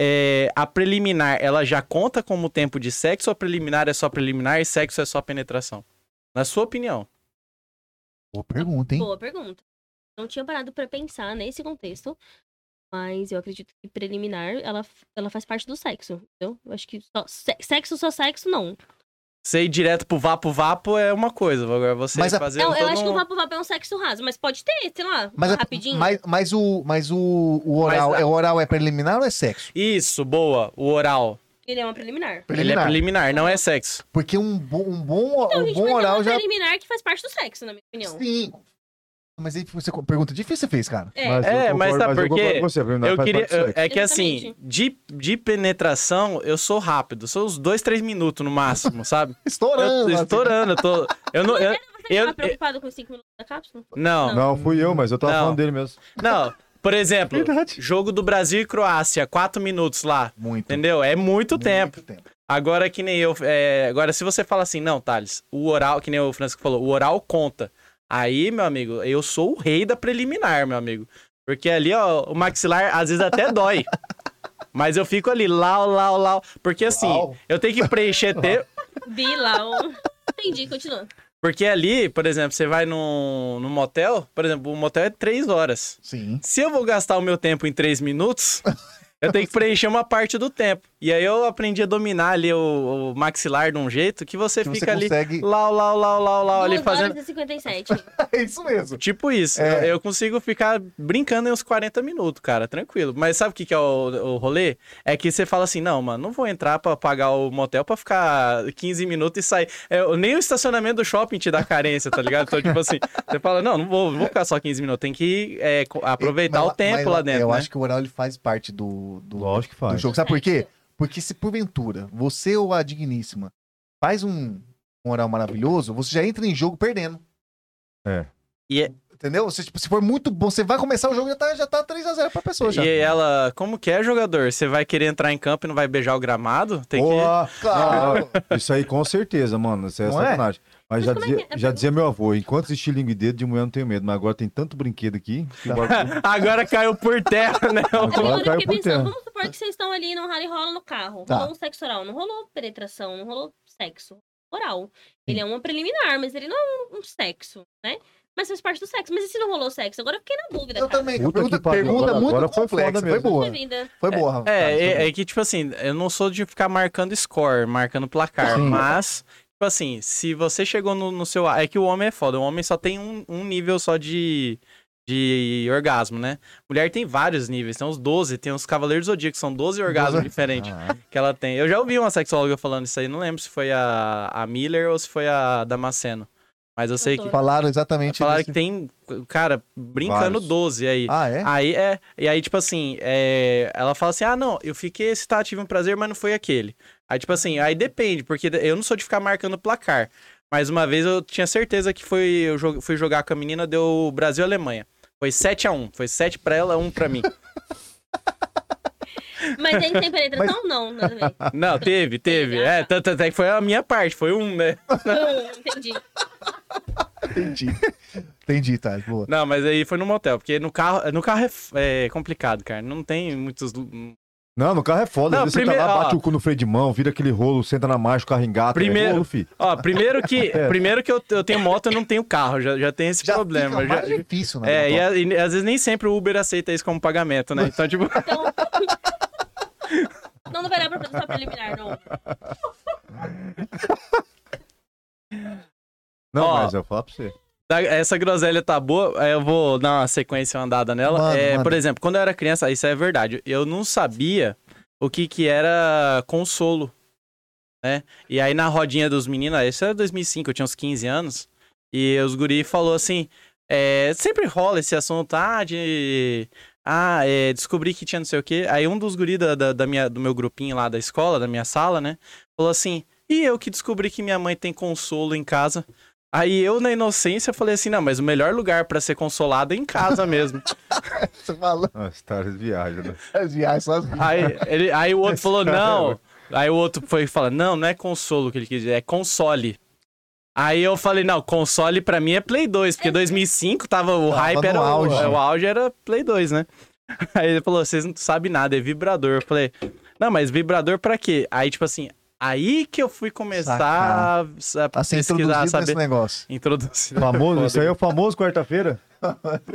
Speaker 6: é, a preliminar, ela já conta como tempo de sexo ou a preliminar é só preliminar e sexo é só penetração? Na sua opinião.
Speaker 3: Boa pergunta, hein?
Speaker 2: Boa pergunta. Não tinha parado pra pensar nesse contexto, mas eu acredito que preliminar ela, ela faz parte do sexo, entendeu? Eu acho que só se- sexo só sexo não.
Speaker 6: Você ir direto pro vapo vapo é uma coisa, agora você
Speaker 3: Mas a-
Speaker 6: fazer
Speaker 2: Não, É, eu
Speaker 6: todo
Speaker 2: acho que
Speaker 6: um-
Speaker 2: o papo papo é um sexo raso, mas pode ter, sei lá,
Speaker 3: Mas, a-
Speaker 2: rapidinho.
Speaker 3: mas, mas o, mas o, o oral,
Speaker 6: Mas a-
Speaker 3: é, o oral é preliminar ou é sexo?
Speaker 6: Isso, boa, o oral.
Speaker 2: Ele é uma preliminar.
Speaker 6: Ele é
Speaker 3: Preliminar.
Speaker 6: preliminar, não é sexo.
Speaker 3: Porque um, bo, um bom,
Speaker 2: Então, a
Speaker 3: um
Speaker 2: gente
Speaker 3: bom
Speaker 2: pode ter
Speaker 3: oral
Speaker 2: uma
Speaker 3: já.
Speaker 2: preliminar que faz parte do sexo, na minha opinião.
Speaker 3: Sim. Mas aí você pergunta difícil, você fez, cara.
Speaker 1: eu
Speaker 2: É.
Speaker 6: É, mas
Speaker 1: concordo-
Speaker 6: tá
Speaker 1: eu concordo
Speaker 6: porque
Speaker 1: com você, Bruno,
Speaker 6: Eu
Speaker 1: faz
Speaker 6: queria.
Speaker 1: parte do
Speaker 6: eu-
Speaker 1: sexo.
Speaker 6: é que
Speaker 2: Exatamente.
Speaker 6: assim, de, de penetração, eu sou rápido. Sou uns dois, três minutos no máximo, sabe? Eu
Speaker 3: Estourando.
Speaker 6: tô
Speaker 3: assim.
Speaker 6: estourando, eu tô. Eu não. eu-
Speaker 2: Você
Speaker 6: eu-
Speaker 2: tava preocupado com os 5 minutos da cápsula?
Speaker 6: não,
Speaker 1: Não, fui eu, mas eu tava
Speaker 6: Não.
Speaker 1: falando dele mesmo.
Speaker 6: não. Por exemplo,
Speaker 1: Verdade.
Speaker 6: jogo do Brasil e Croácia, quatro minutos lá.
Speaker 3: Muito.
Speaker 6: Entendeu? É muito
Speaker 1: Hum.
Speaker 6: tempo.
Speaker 3: Muito tempo.
Speaker 6: Agora que nem eu. é, agora, se você fala assim, não, Thales, o oral, que nem o Francisco falou, o oral conta. Aí, meu amigo, eu sou o rei da preliminar, meu amigo. Porque ali, ó, o maxilar às vezes até dói. Mas eu fico ali, lau, lau, lau. Porque assim,
Speaker 3: Lau.
Speaker 6: eu tenho que preencher tempo.
Speaker 2: Bilal. Entendi, continua.
Speaker 6: Porque ali, por exemplo, você vai num, num motel, por exemplo, o motel é três horas.
Speaker 3: Sim. <laughs>
Speaker 6: Se eu vou gastar o meu tempo em três minutos, eu tenho que preencher uma parte do tempo. E aí eu aprendi a dominar ali o, o maxilar de um jeito que você
Speaker 3: Que você
Speaker 6: fica ali.
Speaker 3: consegue.
Speaker 6: Lau, lau, lau, lau, lau, ali
Speaker 2: Duas
Speaker 6: fazendo.
Speaker 2: horas e 57.
Speaker 3: É isso mesmo.
Speaker 6: Tipo isso.
Speaker 3: É.
Speaker 6: Eu, eu consigo ficar brincando em uns 40 minutos, cara, tranquilo. Mas sabe o que, que é o, o rolê? É que você fala assim: não, mano, não vou entrar pra pagar o motel pra ficar 15 minutos e sair. É, nem o estacionamento do shopping te dá carência, tá ligado? Então, tipo assim, você fala: não, não vou, não vou ficar só 15 minutos, tem que é, co- aproveitar
Speaker 3: Mas-
Speaker 6: o tempo
Speaker 3: mas
Speaker 6: lá dentro.
Speaker 3: Eu
Speaker 6: né?
Speaker 3: acho que o oral ele faz parte do, do,
Speaker 1: Lógico
Speaker 3: do
Speaker 1: que faz.
Speaker 3: jogo. Sabe por quê?
Speaker 2: É.
Speaker 3: Porque se porventura você ou a digníssima faz um, um oral maravilhoso, você já entra em jogo perdendo.
Speaker 1: É.
Speaker 6: E é-
Speaker 3: Entendeu? Você, tipo, se for muito bom, você vai começar o jogo e já tá, já tá 3x0 pra pessoa já.
Speaker 6: E ela, como que é, jogador? Você vai querer entrar em campo e não vai beijar o gramado? Tem que.
Speaker 1: Boa!
Speaker 3: Claro.
Speaker 1: Isso aí com certeza, mano. Isso é
Speaker 3: Não é?
Speaker 1: sacanagem. Mas,
Speaker 2: Mas
Speaker 1: já,
Speaker 2: como é
Speaker 1: dizia,
Speaker 2: que é?
Speaker 1: já dizia meu avô, enquanto existir língua e dedo, de mulher eu não tenho medo. Mas agora tem tanto brinquedo aqui.
Speaker 6: Tá.
Speaker 1: Que o bagulho-
Speaker 6: <laughs> Agora caiu por terra, né?
Speaker 1: Então, Agora
Speaker 2: Agora eu
Speaker 1: caiu
Speaker 2: fiquei
Speaker 1: por
Speaker 2: pensando,
Speaker 1: terra.
Speaker 2: vamos supor que vocês estão ali no rally rola no carro.
Speaker 3: Tá.
Speaker 2: Rolou um sexo oral. Não rolou penetração, não rolou sexo. Oral. Ele é uma preliminar, mas ele não é um, um sexo, né? Mas faz parte do sexo. Mas e se não rolou sexo? Agora eu fiquei na dúvida.
Speaker 3: Eu
Speaker 2: cara.
Speaker 3: também.
Speaker 1: Puta
Speaker 3: pergunta
Speaker 1: que pariu,
Speaker 3: pergunta
Speaker 1: agora-
Speaker 3: muito
Speaker 1: agora foi
Speaker 3: complexa.
Speaker 1: foda
Speaker 3: Foi,
Speaker 1: mesmo.
Speaker 3: boa.
Speaker 2: Bem-vinda.
Speaker 3: Foi boa, Rafa. Tá,
Speaker 6: É,
Speaker 3: foi
Speaker 6: é,
Speaker 3: boa.
Speaker 6: é que, tipo assim, eu não sou de ficar marcando score, marcando placar,
Speaker 3: Sim.
Speaker 6: mas, tipo assim, se você chegou no, no seu. É que o homem é foda, o homem só tem um, um nível só de, de orgasmo, né? Mulher tem vários níveis, tem uns 12, tem uns Cavaleiros do Zodíaco, são 12 orgasmos diferentes
Speaker 3: Caralho.
Speaker 6: que ela tem. Eu já ouvi uma sexóloga falando isso aí, não lembro se foi a, a Miller ou se foi a Damasceno, mas eu sei que.
Speaker 3: Falaram exatamente
Speaker 6: é. Falaram
Speaker 3: desse-
Speaker 6: que tem, cara, brincando
Speaker 1: Vários.
Speaker 6: 12 aí.
Speaker 3: Ah, é?
Speaker 6: Aí é. E aí, tipo assim, é, ela fala assim: ah, não, eu fiquei excitado, tive um prazer, mas não foi aquele. Aí, tipo assim, aí depende, porque eu não sou de ficar marcando placar. Mas uma vez eu tinha certeza que foi, eu jo- fui jogar com a menina, deu Brasil e Alemanha. Foi 7 a 1 Foi 7 pra ela, 1
Speaker 3: <laughs>
Speaker 6: pra mim.
Speaker 2: Mas ele tem penetração? Não, nada a ver.
Speaker 6: <laughs> Não, teve, teve. É, tanto até que foi a minha parte, foi um, né?
Speaker 2: Hum, Entendi.
Speaker 3: Entendi. Entendi, tá. Boa.
Speaker 6: Não, mas aí foi no motel, porque no carro, no carro é f- é, complicado, cara. Não tem muitos. lu-
Speaker 1: Não, no carro é foda.
Speaker 6: Não,
Speaker 1: Às vezes você tá
Speaker 6: primeiro-
Speaker 1: lá, bate
Speaker 6: ó.
Speaker 1: o cu no freio de mão, vira aquele rolo, senta na marcha, o carro engata.
Speaker 6: Primeiro-
Speaker 1: É rolo, fi.
Speaker 6: Ó, primeiro
Speaker 3: <laughs>
Speaker 6: que,
Speaker 3: É.
Speaker 6: primeiro que eu, eu tenho moto, eu não tenho carro, já, já tem esse problema.
Speaker 3: fica
Speaker 6: já-
Speaker 3: mais difícil, né?
Speaker 6: É, e, a- e às vezes nem sempre o Uber aceita isso como pagamento, né? Então, tipo,
Speaker 2: Então. <laughs> Não, não vai dar pra fazer só preliminar, não.
Speaker 1: Não,
Speaker 6: Ó.
Speaker 1: mas eu vou falar pra você.
Speaker 6: Da- Essa groselha tá boa, eu vou dar uma sequência uma andada nela.
Speaker 3: Manda,
Speaker 6: É,
Speaker 3: manda.
Speaker 6: Por exemplo, quando eu era criança, isso é verdade, eu não sabia o que que era consolo, né? E aí na rodinha dos meninos, isso é era 2005, eu tinha uns 15 anos, e os guri falou assim, é, sempre rola esse assunto, ah, de... Ah, é, descobri que tinha não sei o quê. Aí um dos guri da, da- da minha, do meu grupinho lá da escola, da minha sala, né? Falou assim, e eu que descobri que minha mãe tem consolo em casa. Aí eu, na inocência, falei assim: não, mas o melhor lugar pra ser consolado é em casa
Speaker 3: <laughs>
Speaker 6: mesmo.
Speaker 3: Você falou
Speaker 1: Ah, Stars viaja, né?
Speaker 3: as viagens, só tá as
Speaker 6: aí, ele- aí o outro falou: não. Aí o outro foi falar: não, não é consolo que ele quis dizer, é console. Aí eu falei: não, console pra mim é Play 2, porque 2005 tava o
Speaker 3: Tava
Speaker 6: hype,
Speaker 3: no
Speaker 6: era
Speaker 3: auge.
Speaker 6: O, o auge era Play 2, né? <laughs> Aí ele falou: vocês não sabem nada, é vibrador. Eu falei: não, mas vibrador pra quê? Aí, tipo assim, aí que eu fui começar a, a
Speaker 3: a ser
Speaker 6: pesquisar,
Speaker 3: introduzido nesse
Speaker 6: saber.
Speaker 3: negócio.
Speaker 6: Introduzir.
Speaker 4: Famoso, isso aí é o famoso quarta-feira.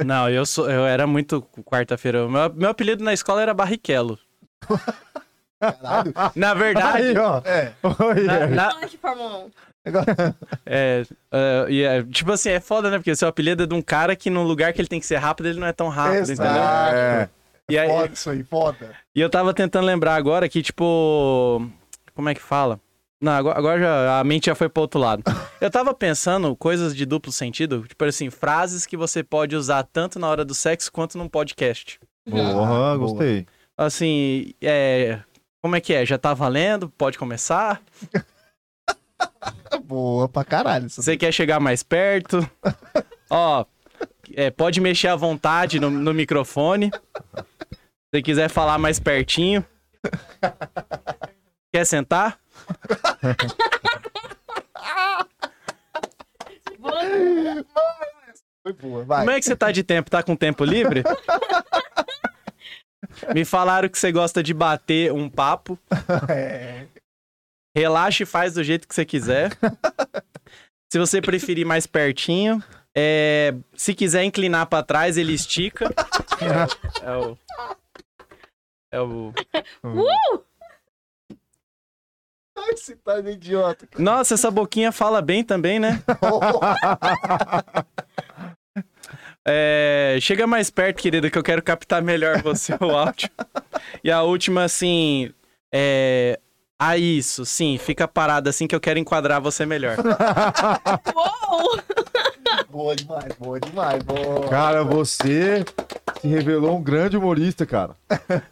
Speaker 6: Não, eu sou, eu era muito quarta-feira. Meu, meu apelido na escola era Barrichello.
Speaker 3: Caralho.
Speaker 6: <laughs> Na verdade,
Speaker 4: Aí, ó.
Speaker 3: É.
Speaker 4: Oi,
Speaker 6: na- na-
Speaker 2: Fala de Fórmula 1.
Speaker 6: é, é, e é, tipo assim, é foda, né? Porque seu apelido é de um cara que no lugar que ele tem que ser rápido, ele não é tão rápido,
Speaker 3: Exato.
Speaker 6: entendeu?
Speaker 3: Ah,
Speaker 1: é.
Speaker 6: E, aí-
Speaker 3: Foda isso aí, foda.
Speaker 6: e eu tava tentando lembrar agora que, tipo. Como é que fala? Não, agora, agora já, a mente já foi pro outro lado. Eu tava pensando coisas de duplo sentido, tipo assim, frases que você pode usar tanto na hora do sexo quanto num podcast.
Speaker 1: Porra,
Speaker 3: Boa.
Speaker 1: gostei. <laughs>
Speaker 6: assim, é. Como é que é? Já tá valendo? Pode começar?
Speaker 3: É Boa pra caralho. Isso
Speaker 6: Você quer chegar mais perto? Ó, é, pode mexer à vontade no, no microfone. Se quiser falar mais pertinho. Quer sentar?
Speaker 3: foi boa, vai.
Speaker 6: Como é que você tá de tempo? Tá com tempo livre? Me falaram que você gosta de bater um papo.
Speaker 3: É.
Speaker 6: Relaxa e faz do jeito que você quiser. se você preferir mais pertinho, é, se quiser inclinar pra trás, ele estica. É o. É o.
Speaker 3: Ai, você tá de idiota. <laughs>
Speaker 6: Nossa, essa boquinha fala bem também, né? É, chega mais perto, querida, que eu quero captar melhor você o áudio. E a última, assim. É. Ah, isso, sim, fica parada assim que eu quero enquadrar você melhor.
Speaker 2: Uou!
Speaker 3: boa demais, boa demais, boa.
Speaker 1: Cara, você se revelou um grande humorista, cara.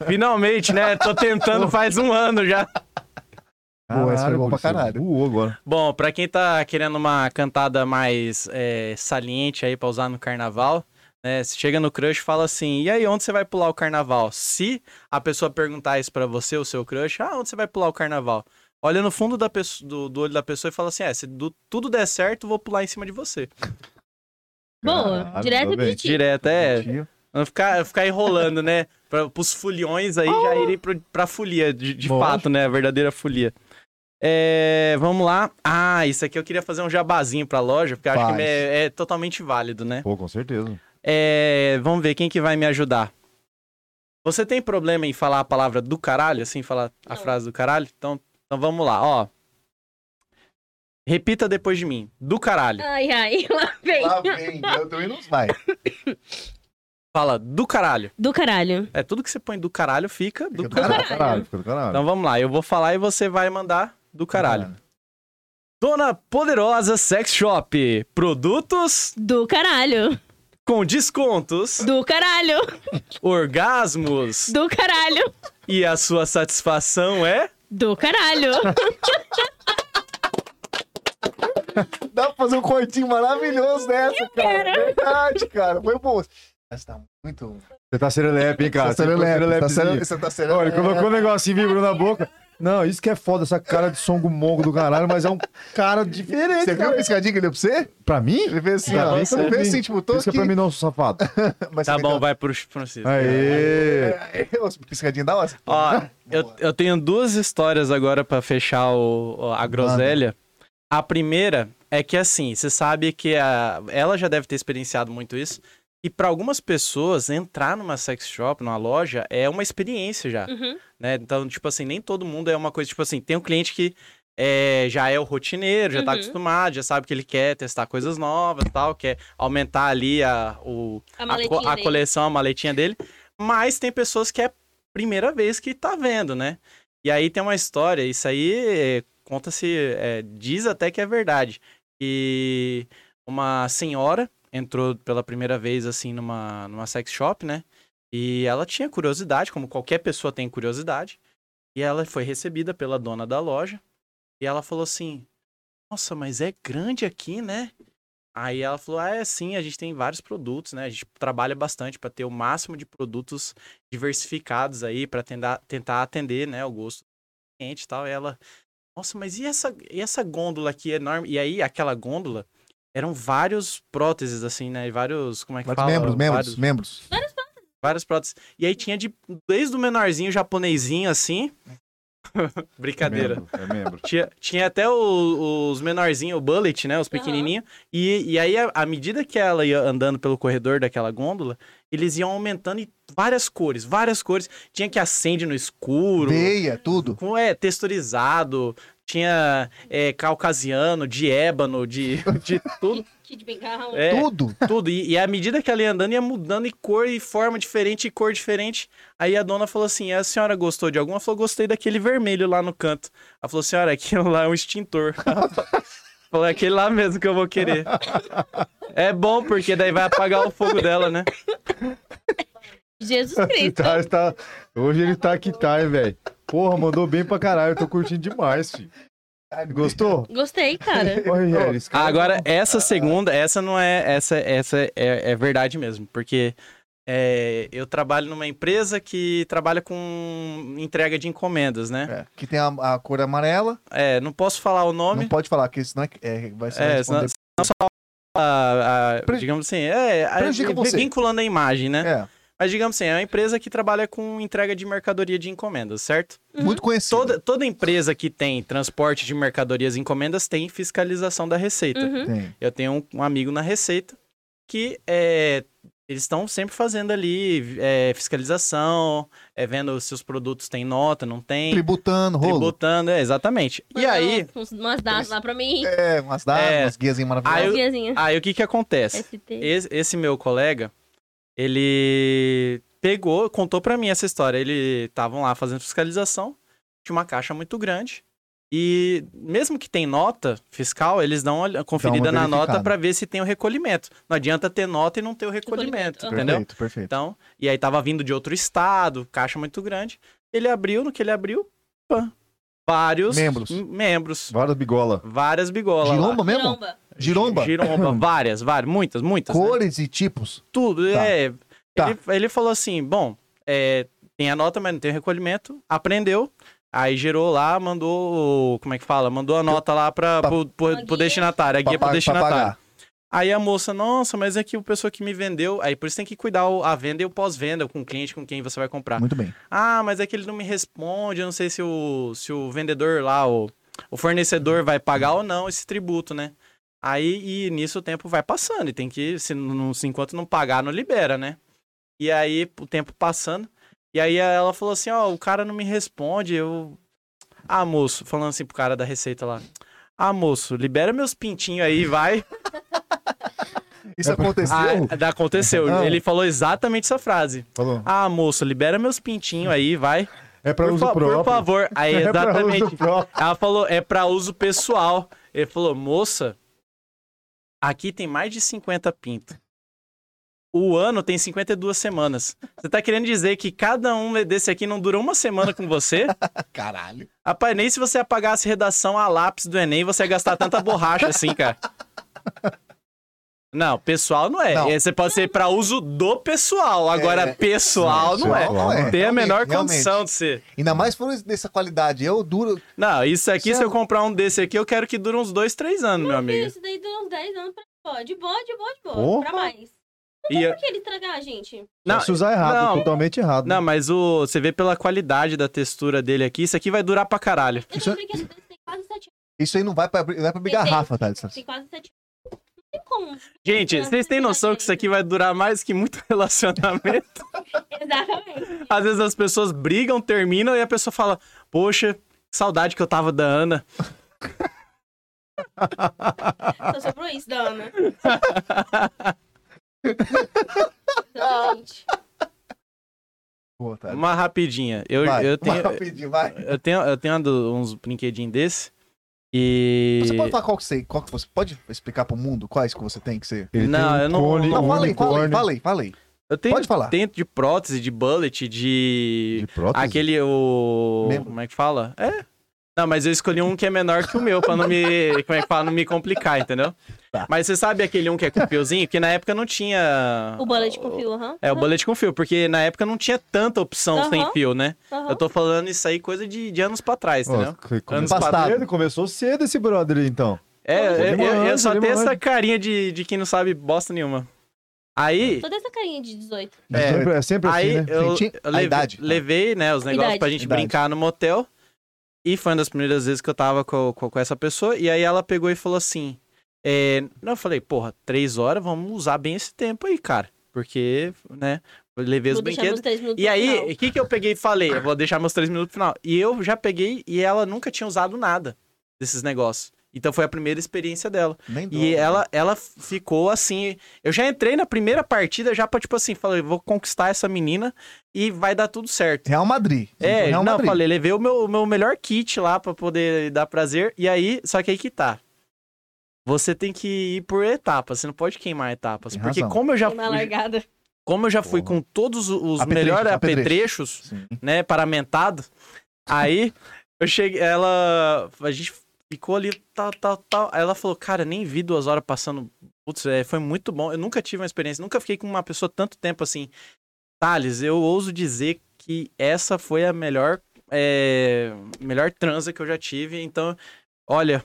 Speaker 6: Finalmente, né? Tô tentando faz um ano já.
Speaker 3: Boa, esse foi
Speaker 1: Caralho,
Speaker 3: bom pra
Speaker 1: você
Speaker 3: caralho.
Speaker 1: Voou agora.
Speaker 6: Bom, pra quem tá querendo uma cantada mais é, saliente aí pra usar no carnaval, né? Você chega no crush e fala assim: e aí, onde você vai pular o carnaval? Se a pessoa perguntar isso pra você, o seu crush, ah, onde você vai pular o carnaval? Olha no fundo da pesso- do, do olho da pessoa e fala assim: é, se du- tudo der certo, eu vou pular em cima de você.
Speaker 2: Boa,
Speaker 1: Caralho,
Speaker 2: direto
Speaker 1: mandou
Speaker 2: e
Speaker 1: bem.
Speaker 2: objetivo.
Speaker 6: Direto, é.
Speaker 1: Tio.
Speaker 6: Não ficar, ficar enrolando, né? Pra, pros foliões aí já
Speaker 3: Oh!
Speaker 6: irem pro, pra folia, de, de
Speaker 1: Lógico.
Speaker 6: fato, né? A verdadeira folia. É, vamos lá. Ah, isso aqui eu queria fazer um jabazinho pra loja, porque eu acho
Speaker 3: Faz.
Speaker 6: que é, é totalmente válido, né?
Speaker 1: Pô, com certeza.
Speaker 6: É, vamos ver quem que vai me ajudar. Você tem problema em falar a palavra do caralho, assim, falar a
Speaker 2: Não.
Speaker 6: frase do caralho? Então, então vamos lá, ó. Repita depois de mim. Do caralho.
Speaker 2: Ai, ai, <laughs> lá vem.
Speaker 3: Lá vem, né? eu também não vai.
Speaker 6: Fala do caralho.
Speaker 2: Do caralho.
Speaker 6: É tudo que você põe do caralho fica do,
Speaker 3: Fica do
Speaker 6: caralho.
Speaker 3: caralho.
Speaker 1: Caralho, fica do caralho.
Speaker 6: Então vamos lá, eu vou falar e você vai mandar do caralho. Dona Poderosa Sex Shop. Produtos
Speaker 2: Do caralho.
Speaker 6: com descontos,
Speaker 2: Do caralho.
Speaker 6: orgasmos
Speaker 2: Do caralho.
Speaker 6: e a sua satisfação é.
Speaker 2: Do caralho.
Speaker 3: Dá pra fazer um cortinho maravilhoso dessa, cara. Verdade, cara. Foi bom. Mas tá muito.
Speaker 1: Você tá serelepe, hein, cara?
Speaker 3: Você tá sendo leve,
Speaker 1: Você
Speaker 3: tá
Speaker 1: tá
Speaker 3: sendo-
Speaker 1: serelepezinho.
Speaker 3: Você tá sendo
Speaker 1: Olha,
Speaker 3: leve.
Speaker 6: É.
Speaker 1: colocou um negocinho vibrando na boca. Não, isso que é foda, essa cara de songo mongo do caralho, mas é um cara diferente.
Speaker 3: Você viu a piscadinha que ele deu pra você?
Speaker 1: Pra mim?
Speaker 3: Ele fez assim,
Speaker 1: Pra
Speaker 3: ó.
Speaker 1: mim,
Speaker 3: Ele
Speaker 1: pra
Speaker 3: fez
Speaker 1: mim.
Speaker 3: assim, tipo, tô
Speaker 1: Isso
Speaker 3: aqui.
Speaker 1: que é pra mim não, seu safado.
Speaker 3: Mas é,
Speaker 6: Tá
Speaker 3: você
Speaker 6: bom,
Speaker 3: vê
Speaker 6: vai pro Francisco. é
Speaker 1: Aê!
Speaker 3: que- Ô, Piscadinha da hora.
Speaker 6: Ó, eu,
Speaker 3: Boa.
Speaker 6: eu tenho duas histórias agora pra fechar o- o- a groselha. A primeira é que, assim, você sabe que a, ela já deve ter experienciado muito isso. E pra algumas pessoas, entrar numa sex shop, numa loja, é uma experiência já.
Speaker 2: Uhum.
Speaker 6: né? Então, tipo assim, nem todo mundo é uma coisa, tipo assim, tem um cliente que é, já é o rotineiro, já tá
Speaker 2: Uhum.
Speaker 6: acostumado, já sabe que ele quer testar coisas novas tal, quer aumentar ali a, o,
Speaker 2: A
Speaker 6: a, co-
Speaker 2: maletinha
Speaker 6: a
Speaker 2: dele.
Speaker 6: coleção, a maletinha dele. Mas tem pessoas que é a primeira vez que tá vendo, né? E aí tem uma história, isso aí é, conta-se, é, diz até que é verdade. Que uma senhora entrou pela primeira vez, assim, numa, numa sex shop, né? E ela tinha curiosidade, como qualquer pessoa tem curiosidade. E ela foi recebida pela dona da loja. E ela falou assim: Nossa, mas é grande aqui, né? Aí ela falou: "Ah, É sim, a gente tem vários produtos, né? A gente trabalha bastante para ter o máximo de produtos diversificados aí, para tentar atender, né, o gosto do cliente e tal. E ela: Nossa, mas e essa, e essa gôndola aqui é enorme? E aí, aquela gôndola. Eram vários próteses, assim, né? E Vários. Como é que
Speaker 3: Mas
Speaker 6: fala?
Speaker 3: membros, membros,
Speaker 6: Vários-
Speaker 3: membros.
Speaker 6: Várias próteses. E aí tinha de, desde o menorzinho japonesinho assim. <laughs> Brincadeira.
Speaker 1: Membro, é membro.
Speaker 6: Tinha, tinha até o- os menorzinhos, o bullet, né? Os pequenininhos. E, e aí, a- à medida que ela ia andando pelo corredor daquela gôndola, eles iam aumentando e várias cores, várias cores. Tinha que acende no escuro.
Speaker 3: Veia, tudo.
Speaker 6: Com, é, texturizado. Tinha é, caucasiano, de ébano, de, de tudo.
Speaker 2: Kit de bengala. um
Speaker 6: É,
Speaker 3: Tudo.
Speaker 6: tudo. E, e à medida que ela ia andando, ia mudando e cor e forma diferente e cor diferente. Aí a dona falou assim: a senhora gostou de alguma? Ela falou: gostei daquele vermelho lá no canto. Ela falou: senhora, aquilo lá é um extintor. <laughs> Falei, aquele lá mesmo que eu vou querer. É bom, porque daí vai apagar o fogo dela, né? <laughs>
Speaker 2: Jesus
Speaker 1: Ele
Speaker 2: Cristo.
Speaker 1: tá- ele tá- Hoje ele tá que tá, hein, velho. Porra, mandou bem pra caralho. Eu tô curtindo demais, filho. Gostou?
Speaker 6: <laughs>
Speaker 2: Gostei, cara.
Speaker 1: Olha, Rogério, esse cara-
Speaker 6: Ah, Agora, essa segunda, essa não é. Essa, essa é, é verdade mesmo, porque é, eu trabalho numa empresa que trabalha com entrega de encomendas, né?
Speaker 3: É, Que tem a, a cor amarela.
Speaker 6: É, não posso falar o nome.
Speaker 3: Não pode falar, que senão é, é, vai ser.
Speaker 6: É, senão,
Speaker 3: responder-
Speaker 6: senão só. a- a-
Speaker 3: Pre-
Speaker 6: digamos assim, é, a-
Speaker 3: prejudica você.
Speaker 6: vinculando a imagem, né?
Speaker 3: É,
Speaker 6: Mas digamos assim, é uma empresa que trabalha com entrega de mercadoria de encomendas, certo?
Speaker 2: Uhum.
Speaker 3: muito conhecido.
Speaker 6: Toda, toda empresa que tem transporte de mercadorias e encomendas tem fiscalização da Receita.
Speaker 2: Uhum.
Speaker 3: Tem.
Speaker 6: Eu tenho um, um amigo na Receita que é, eles estão sempre fazendo ali é, fiscalização, é, vendo se os produtos têm nota, não tem,
Speaker 3: Tributando, rolo.
Speaker 6: tributando, é, exatamente. E
Speaker 2: Mandar
Speaker 6: aí,
Speaker 2: uns- Umas datas lá pra mim.
Speaker 3: É, umas datas,
Speaker 6: É.
Speaker 3: umas guias
Speaker 6: Aí eu- Ah, é
Speaker 3: maravilhosas.
Speaker 2: Sozinha.
Speaker 6: aí o que que acontece?
Speaker 2: ST.
Speaker 6: Esse, esse meu colega, ele pegou, contou pra mim essa história. Ele estavam lá fazendo fiscalização, tinha uma caixa muito grande. E mesmo que tem nota fiscal, eles dão uma olha- conferida na
Speaker 3: verificada.
Speaker 6: nota pra ver se tem o recolhimento. Não adianta ter nota e não ter o recolhimento,
Speaker 2: Recolhimento, aham.
Speaker 6: entendeu?
Speaker 3: Perfeito, perfeito.
Speaker 6: Então, e aí tava vindo de outro estado, caixa muito grande. Ele abriu, no que ele abriu, pã, vários
Speaker 3: Membros.
Speaker 6: m- membros,
Speaker 1: Várias bigola.
Speaker 6: várias bigolas. lá.
Speaker 3: Giromba mesmo?
Speaker 2: Tromba.
Speaker 3: Giromba? <laughs>
Speaker 6: Giromba, várias, várias, muitas, muitas. né?
Speaker 3: Cores e tipos.
Speaker 6: tudo.
Speaker 3: Tá.
Speaker 6: É,
Speaker 3: Tá.
Speaker 6: Ele, ele falou assim: bom, é, tem a nota, mas não tem o recolhimento. Aprendeu. Aí gerou lá, mandou. o- Como é que fala? Mandou a nota lá para
Speaker 3: Pra-
Speaker 6: pro, pro-
Speaker 2: Uma
Speaker 6: pro
Speaker 2: guia.
Speaker 6: destinatário, a guia pro
Speaker 3: pa-
Speaker 6: destinatário. Aí a moça, nossa, mas é que o pessoa que me vendeu. Aí por isso tem que cuidar o- a venda e o pós-venda com o cliente com quem você vai comprar.
Speaker 3: Muito bem.
Speaker 6: Ah, mas é que ele não me responde, eu não sei se o, se o vendedor lá, o, o fornecedor vai pagar ou não esse tributo, né? Aí, e nisso o tempo vai passando, e tem que, se, não, se enquanto não pagar, não libera, né? E aí, o tempo passando, e aí ela falou assim, ó, o cara não me responde, eu... Ah, moço, falando assim pro cara da receita lá, ah, moço, libera meus pintinhos aí, vai.
Speaker 3: Isso aconteceu?
Speaker 6: Ah, aconteceu,
Speaker 3: Ah.
Speaker 6: ele falou exatamente essa frase.
Speaker 1: Falou.
Speaker 6: Ah, moço, libera meus pintinhos aí, vai.
Speaker 1: É pra
Speaker 6: Por,
Speaker 1: uso
Speaker 6: fa- por
Speaker 1: próprio. <laughs>
Speaker 6: favor. Aí,
Speaker 1: É pra
Speaker 6: exatamente.
Speaker 1: uso próprio.
Speaker 6: Ela falou, é pra uso pessoal. Ele falou, moça, aqui tem mais de 50 pintos. O ano tem 52 semanas. Você tá querendo dizer que cada um desse aqui não dura uma semana com você?
Speaker 3: é. Caralho.
Speaker 6: Rapaz, nem se você apagasse redação a lápis do Enem, você ia gastar tanta borracha assim, cara. Não, pessoal não é.
Speaker 3: Não.
Speaker 6: Esse Você pode ser pra uso do pessoal. Agora,
Speaker 3: É.
Speaker 6: pessoal não, é.
Speaker 1: pessoal não é.
Speaker 6: Tem a
Speaker 3: Realmente,
Speaker 6: menor
Speaker 3: realmente.
Speaker 6: condição de ser.
Speaker 3: Ainda mais foram dessa qualidade. Eu duro.
Speaker 6: Não, isso aqui, se
Speaker 3: Certo.
Speaker 6: eu comprar um desse aqui, eu quero que dure uns dois, três anos, meu amigo.
Speaker 2: Isso daí deu uns 10 anos pra boa. De boa, de boa, de boa.
Speaker 1: Porra.
Speaker 2: Pra mais.
Speaker 6: E eu-
Speaker 2: Por que ele tragar, gente?
Speaker 1: Não,
Speaker 6: Não,
Speaker 1: se usar errado,
Speaker 6: não.
Speaker 1: totalmente errado.
Speaker 6: não, mas o, você vê pela qualidade da textura dele aqui, isso aqui vai durar pra caralho.
Speaker 2: Eu
Speaker 3: Isso é-
Speaker 2: tenho um brinquedo desse, tem quase 7
Speaker 3: Isso aí não vai pra, não vai pra abrir
Speaker 2: Tem-
Speaker 3: garrafa, tá?
Speaker 2: anos. Tem quase 7 anos. Não tem como.
Speaker 6: Gente, vocês têm noção que isso aqui vai durar mais que muito <laughs> relacionamento?
Speaker 2: Exatamente.
Speaker 6: Às vezes as pessoas brigam, terminam e a pessoa fala: Poxa, que saudade que eu tava da Ana.
Speaker 2: Só sobrou isso da
Speaker 6: <laughs>
Speaker 2: Ana.
Speaker 6: Ah,
Speaker 2: Exatamente.
Speaker 3: Pô, tá.
Speaker 6: Uma rapidinha. Eu,
Speaker 3: Vai,
Speaker 6: eu tenho,
Speaker 3: vai rapidinho, vai.
Speaker 6: eu tenho, eu tenho ando- uns brinquedinhos desse. E.
Speaker 3: Você pode falar qual que você, qual que você pode explicar pro mundo quais que você tem que ser?
Speaker 1: Ele
Speaker 6: Não,
Speaker 1: tem um
Speaker 6: eu não- não,
Speaker 1: cone, um
Speaker 3: Não, fala aí, fala aí,
Speaker 1: unicórnio
Speaker 3: fala aí, fala aí.
Speaker 6: Eu tenho
Speaker 3: Pode falar.
Speaker 6: Tento de prótese, de bullet, de.
Speaker 1: de prótese.
Speaker 6: Aquele. O...
Speaker 3: Membro.
Speaker 6: Como é que fala? É. Não, mas eu escolhi um que é menor que o meu, pra não me. <laughs> Como é que fala? Não me complicar, entendeu?
Speaker 3: Tá.
Speaker 6: Mas você sabe aquele um que é com fiozinho? Que na época não tinha.
Speaker 2: O bullet com fio, aham.
Speaker 6: É, o bullet com fio, porque na época não tinha tanta opção sem
Speaker 2: Aham.
Speaker 6: fio, né?
Speaker 2: Aham.
Speaker 6: Eu tô falando isso aí coisa de, de anos pra trás,
Speaker 1: Ó,
Speaker 6: entendeu?
Speaker 1: que- como-
Speaker 6: Anos
Speaker 1: Tá,
Speaker 6: passado.
Speaker 1: Ele começou cedo esse brother, então.
Speaker 6: É, eu, eu- eu
Speaker 1: Demorando,
Speaker 6: só tenho
Speaker 1: demorando.
Speaker 6: essa carinha de, de quem não sabe bosta nenhuma. Aí,
Speaker 2: Toda essa carinha de 18.
Speaker 1: É,
Speaker 6: É.
Speaker 1: sempre, é sempre
Speaker 6: aí
Speaker 1: assim, né?
Speaker 6: eu,
Speaker 3: Gente,
Speaker 6: eu
Speaker 3: a
Speaker 6: leve-
Speaker 3: idade.
Speaker 6: levei, né, os negócios
Speaker 2: Idade.
Speaker 6: pra gente
Speaker 3: Idade.
Speaker 6: brincar no motel. E foi uma das primeiras vezes que eu tava com, com, com essa pessoa. E aí ela pegou e falou assim: é, Não, eu falei, porra, três horas, vamos usar bem esse tempo aí, cara. Porque, né, eu levei os
Speaker 2: Vou deixar
Speaker 6: brinquedos.
Speaker 2: meus 3 minutos
Speaker 6: E
Speaker 2: no
Speaker 6: aí,
Speaker 2: final.
Speaker 6: o que, que eu peguei e falei? Eu vou deixar meus três minutos pro final. E eu já peguei e ela nunca tinha usado nada desses negócios. Então foi a primeira experiência dela.
Speaker 3: Nem dó,
Speaker 6: E
Speaker 3: né?
Speaker 6: ela, ela ficou assim. Eu já entrei na primeira partida, já pra, tipo assim, falei, vou conquistar essa menina e vai dar tudo certo.
Speaker 3: Real Madrid.
Speaker 6: É,
Speaker 3: Real
Speaker 6: não, eu
Speaker 3: Madrid.
Speaker 6: falei, levei o meu, o meu melhor kit lá pra poder dar prazer. E aí, só que aí que tá. Você tem que ir por etapas, você não pode queimar etapas.
Speaker 3: Tem
Speaker 6: porque
Speaker 3: razão.
Speaker 6: como eu já
Speaker 2: Tem uma largada.
Speaker 6: como eu já fui
Speaker 1: Porra.
Speaker 6: com todos os
Speaker 3: Apetrecho,
Speaker 6: melhores
Speaker 3: apetrecho.
Speaker 6: apetrechos,
Speaker 3: Sim.
Speaker 6: né, paramentado, aí eu cheguei, ela, a gente ficou ali, tal, tal, tal, aí ela falou, cara, nem vi duas horas passando, putz, é, foi muito bom, eu nunca tive uma experiência, nunca fiquei com uma pessoa tanto tempo assim, Thales, eu ouso dizer que essa foi a melhor, é, melhor transa que eu já tive, então, olha...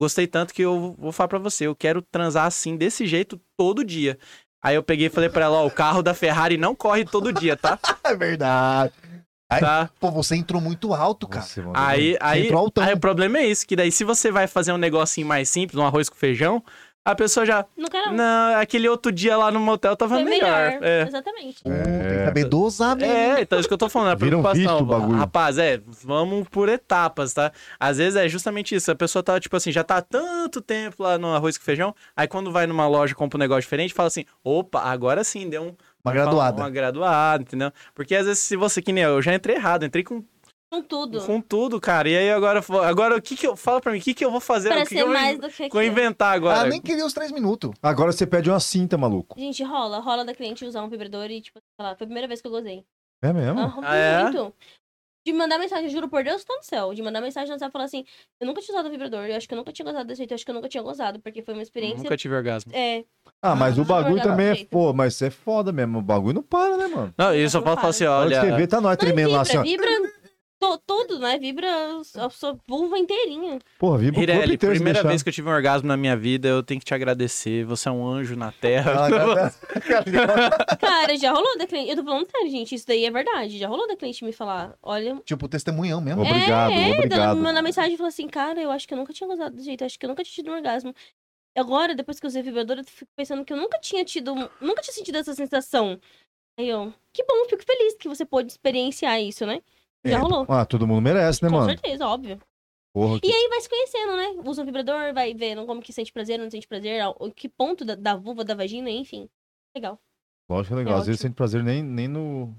Speaker 6: Gostei tanto que eu vou falar pra você, eu quero transar assim, desse jeito, todo dia. Aí eu peguei e falei pra ela, ó, o carro da Ferrari não corre todo dia, tá?
Speaker 3: É verdade. Ai,
Speaker 6: tá?
Speaker 3: Pô, você entrou muito alto, cara.
Speaker 1: Nossa, é, mano.
Speaker 6: Aí, aí,
Speaker 3: entrou um altão.
Speaker 6: aí o problema é isso, que daí se você vai fazer um negocinho mais simples, um arroz com feijão, a pessoa já,
Speaker 2: No canal.
Speaker 6: não, aquele outro dia lá no motel tava
Speaker 2: Foi melhor.
Speaker 6: melhor. É.
Speaker 2: Exatamente.
Speaker 3: Pô, Tem que saber dosar mesmo.
Speaker 6: É, então é isso que eu tô falando, a
Speaker 1: Vira um
Speaker 6: preocupação.
Speaker 1: vício o bagulho.
Speaker 6: Rapaz, é, vamos por etapas, tá? Às vezes é justamente isso, a pessoa tá, tipo assim, já tá há tanto tempo lá no arroz com feijão, aí quando vai numa loja e compra um negócio diferente, fala assim, opa, agora sim, deu um
Speaker 3: Uma
Speaker 6: Fala
Speaker 3: graduada.
Speaker 6: Uma graduada, entendeu? Porque às vezes, se você, que nem eu, eu já entrei errado, entrei com,
Speaker 2: Com tudo.
Speaker 6: com tudo, cara. E aí agora, fo- agora o que que eu. Fala pra mim, o que que eu vou fazer?
Speaker 2: Pra
Speaker 6: o que que
Speaker 2: ser
Speaker 6: eu
Speaker 2: mais
Speaker 6: vou,
Speaker 2: do que
Speaker 6: vou
Speaker 2: aquilo.
Speaker 6: inventar agora?
Speaker 3: Ah, nem queria os três minutos.
Speaker 1: Agora você pede uma cinta, maluco.
Speaker 2: Gente, rola. Rola da cliente usar um vibrador e, tipo, falar, foi a primeira vez que eu gozei.
Speaker 1: É mesmo?
Speaker 2: Ah,
Speaker 6: Ah, é?
Speaker 2: muito. De mandar mensagem, eu juro por Deus, tô no céu. De mandar mensagem no WhatsApp e falar assim, eu nunca tinha usado vibrador, eu acho que eu nunca tinha gozado desse jeito, eu acho que eu nunca tinha gozado, porque foi uma experiência...
Speaker 6: Nunca tive orgasmo.
Speaker 2: É,
Speaker 1: Ah, mas o
Speaker 2: Ah,
Speaker 1: bagulho
Speaker 2: legal,
Speaker 1: também é.
Speaker 2: perfeito.
Speaker 1: Pô, mas isso é foda mesmo. O bagulho não para, né, mano?
Speaker 6: Não, eu só
Speaker 2: Não
Speaker 6: falo,
Speaker 2: para.
Speaker 6: falo assim,
Speaker 1: Na hora que
Speaker 6: olha.
Speaker 1: você vê, tá nós tremendo lá assim,
Speaker 2: é vibra,
Speaker 1: ó.
Speaker 2: vibra to- tudo, né? Vibra a sua vulva inteirinha.
Speaker 1: Porra, vibra o corpo
Speaker 6: Pirelli,
Speaker 1: inteiro se
Speaker 6: primeira
Speaker 1: deixar.
Speaker 6: vez que eu tive um orgasmo na minha vida, eu tenho que te agradecer. Você é um anjo na terra.
Speaker 1: Ah, tá
Speaker 6: <laughs>
Speaker 2: Cara, já rolou da cliente... Eu tô falando sério, gente, isso daí é verdade. Já rolou da cliente me falar, olha...
Speaker 3: tipo, testemunhão mesmo.
Speaker 1: Ô, Obrigado,
Speaker 2: é, é, dela
Speaker 1: obrigado.
Speaker 2: me mandar mensagem e falar assim, cara, eu acho que eu nunca tinha gozado desse jeito, eu acho que eu nunca tinha tido um orgasmo. Agora, depois que eu usei vibrador, eu fico pensando que eu nunca tinha tido, um, nunca tinha sentido essa sensação. Aí eu, que bom, fico feliz que você pôde experienciar isso, né? Já rolou.
Speaker 1: Ah, todo mundo merece, né,
Speaker 2: Com
Speaker 1: mano?
Speaker 2: certeza, óbvio.
Speaker 1: Porra, que...
Speaker 2: E aí vai se conhecendo, né? Usa um vibrador, vai vendo como que sente prazer, não sente prazer, ao- que ponto da, da vulva, da vagina, enfim. Legal.
Speaker 1: lógico que é legal.
Speaker 2: É
Speaker 1: Às vezes
Speaker 2: ótimo.
Speaker 1: sente prazer nem, nem no...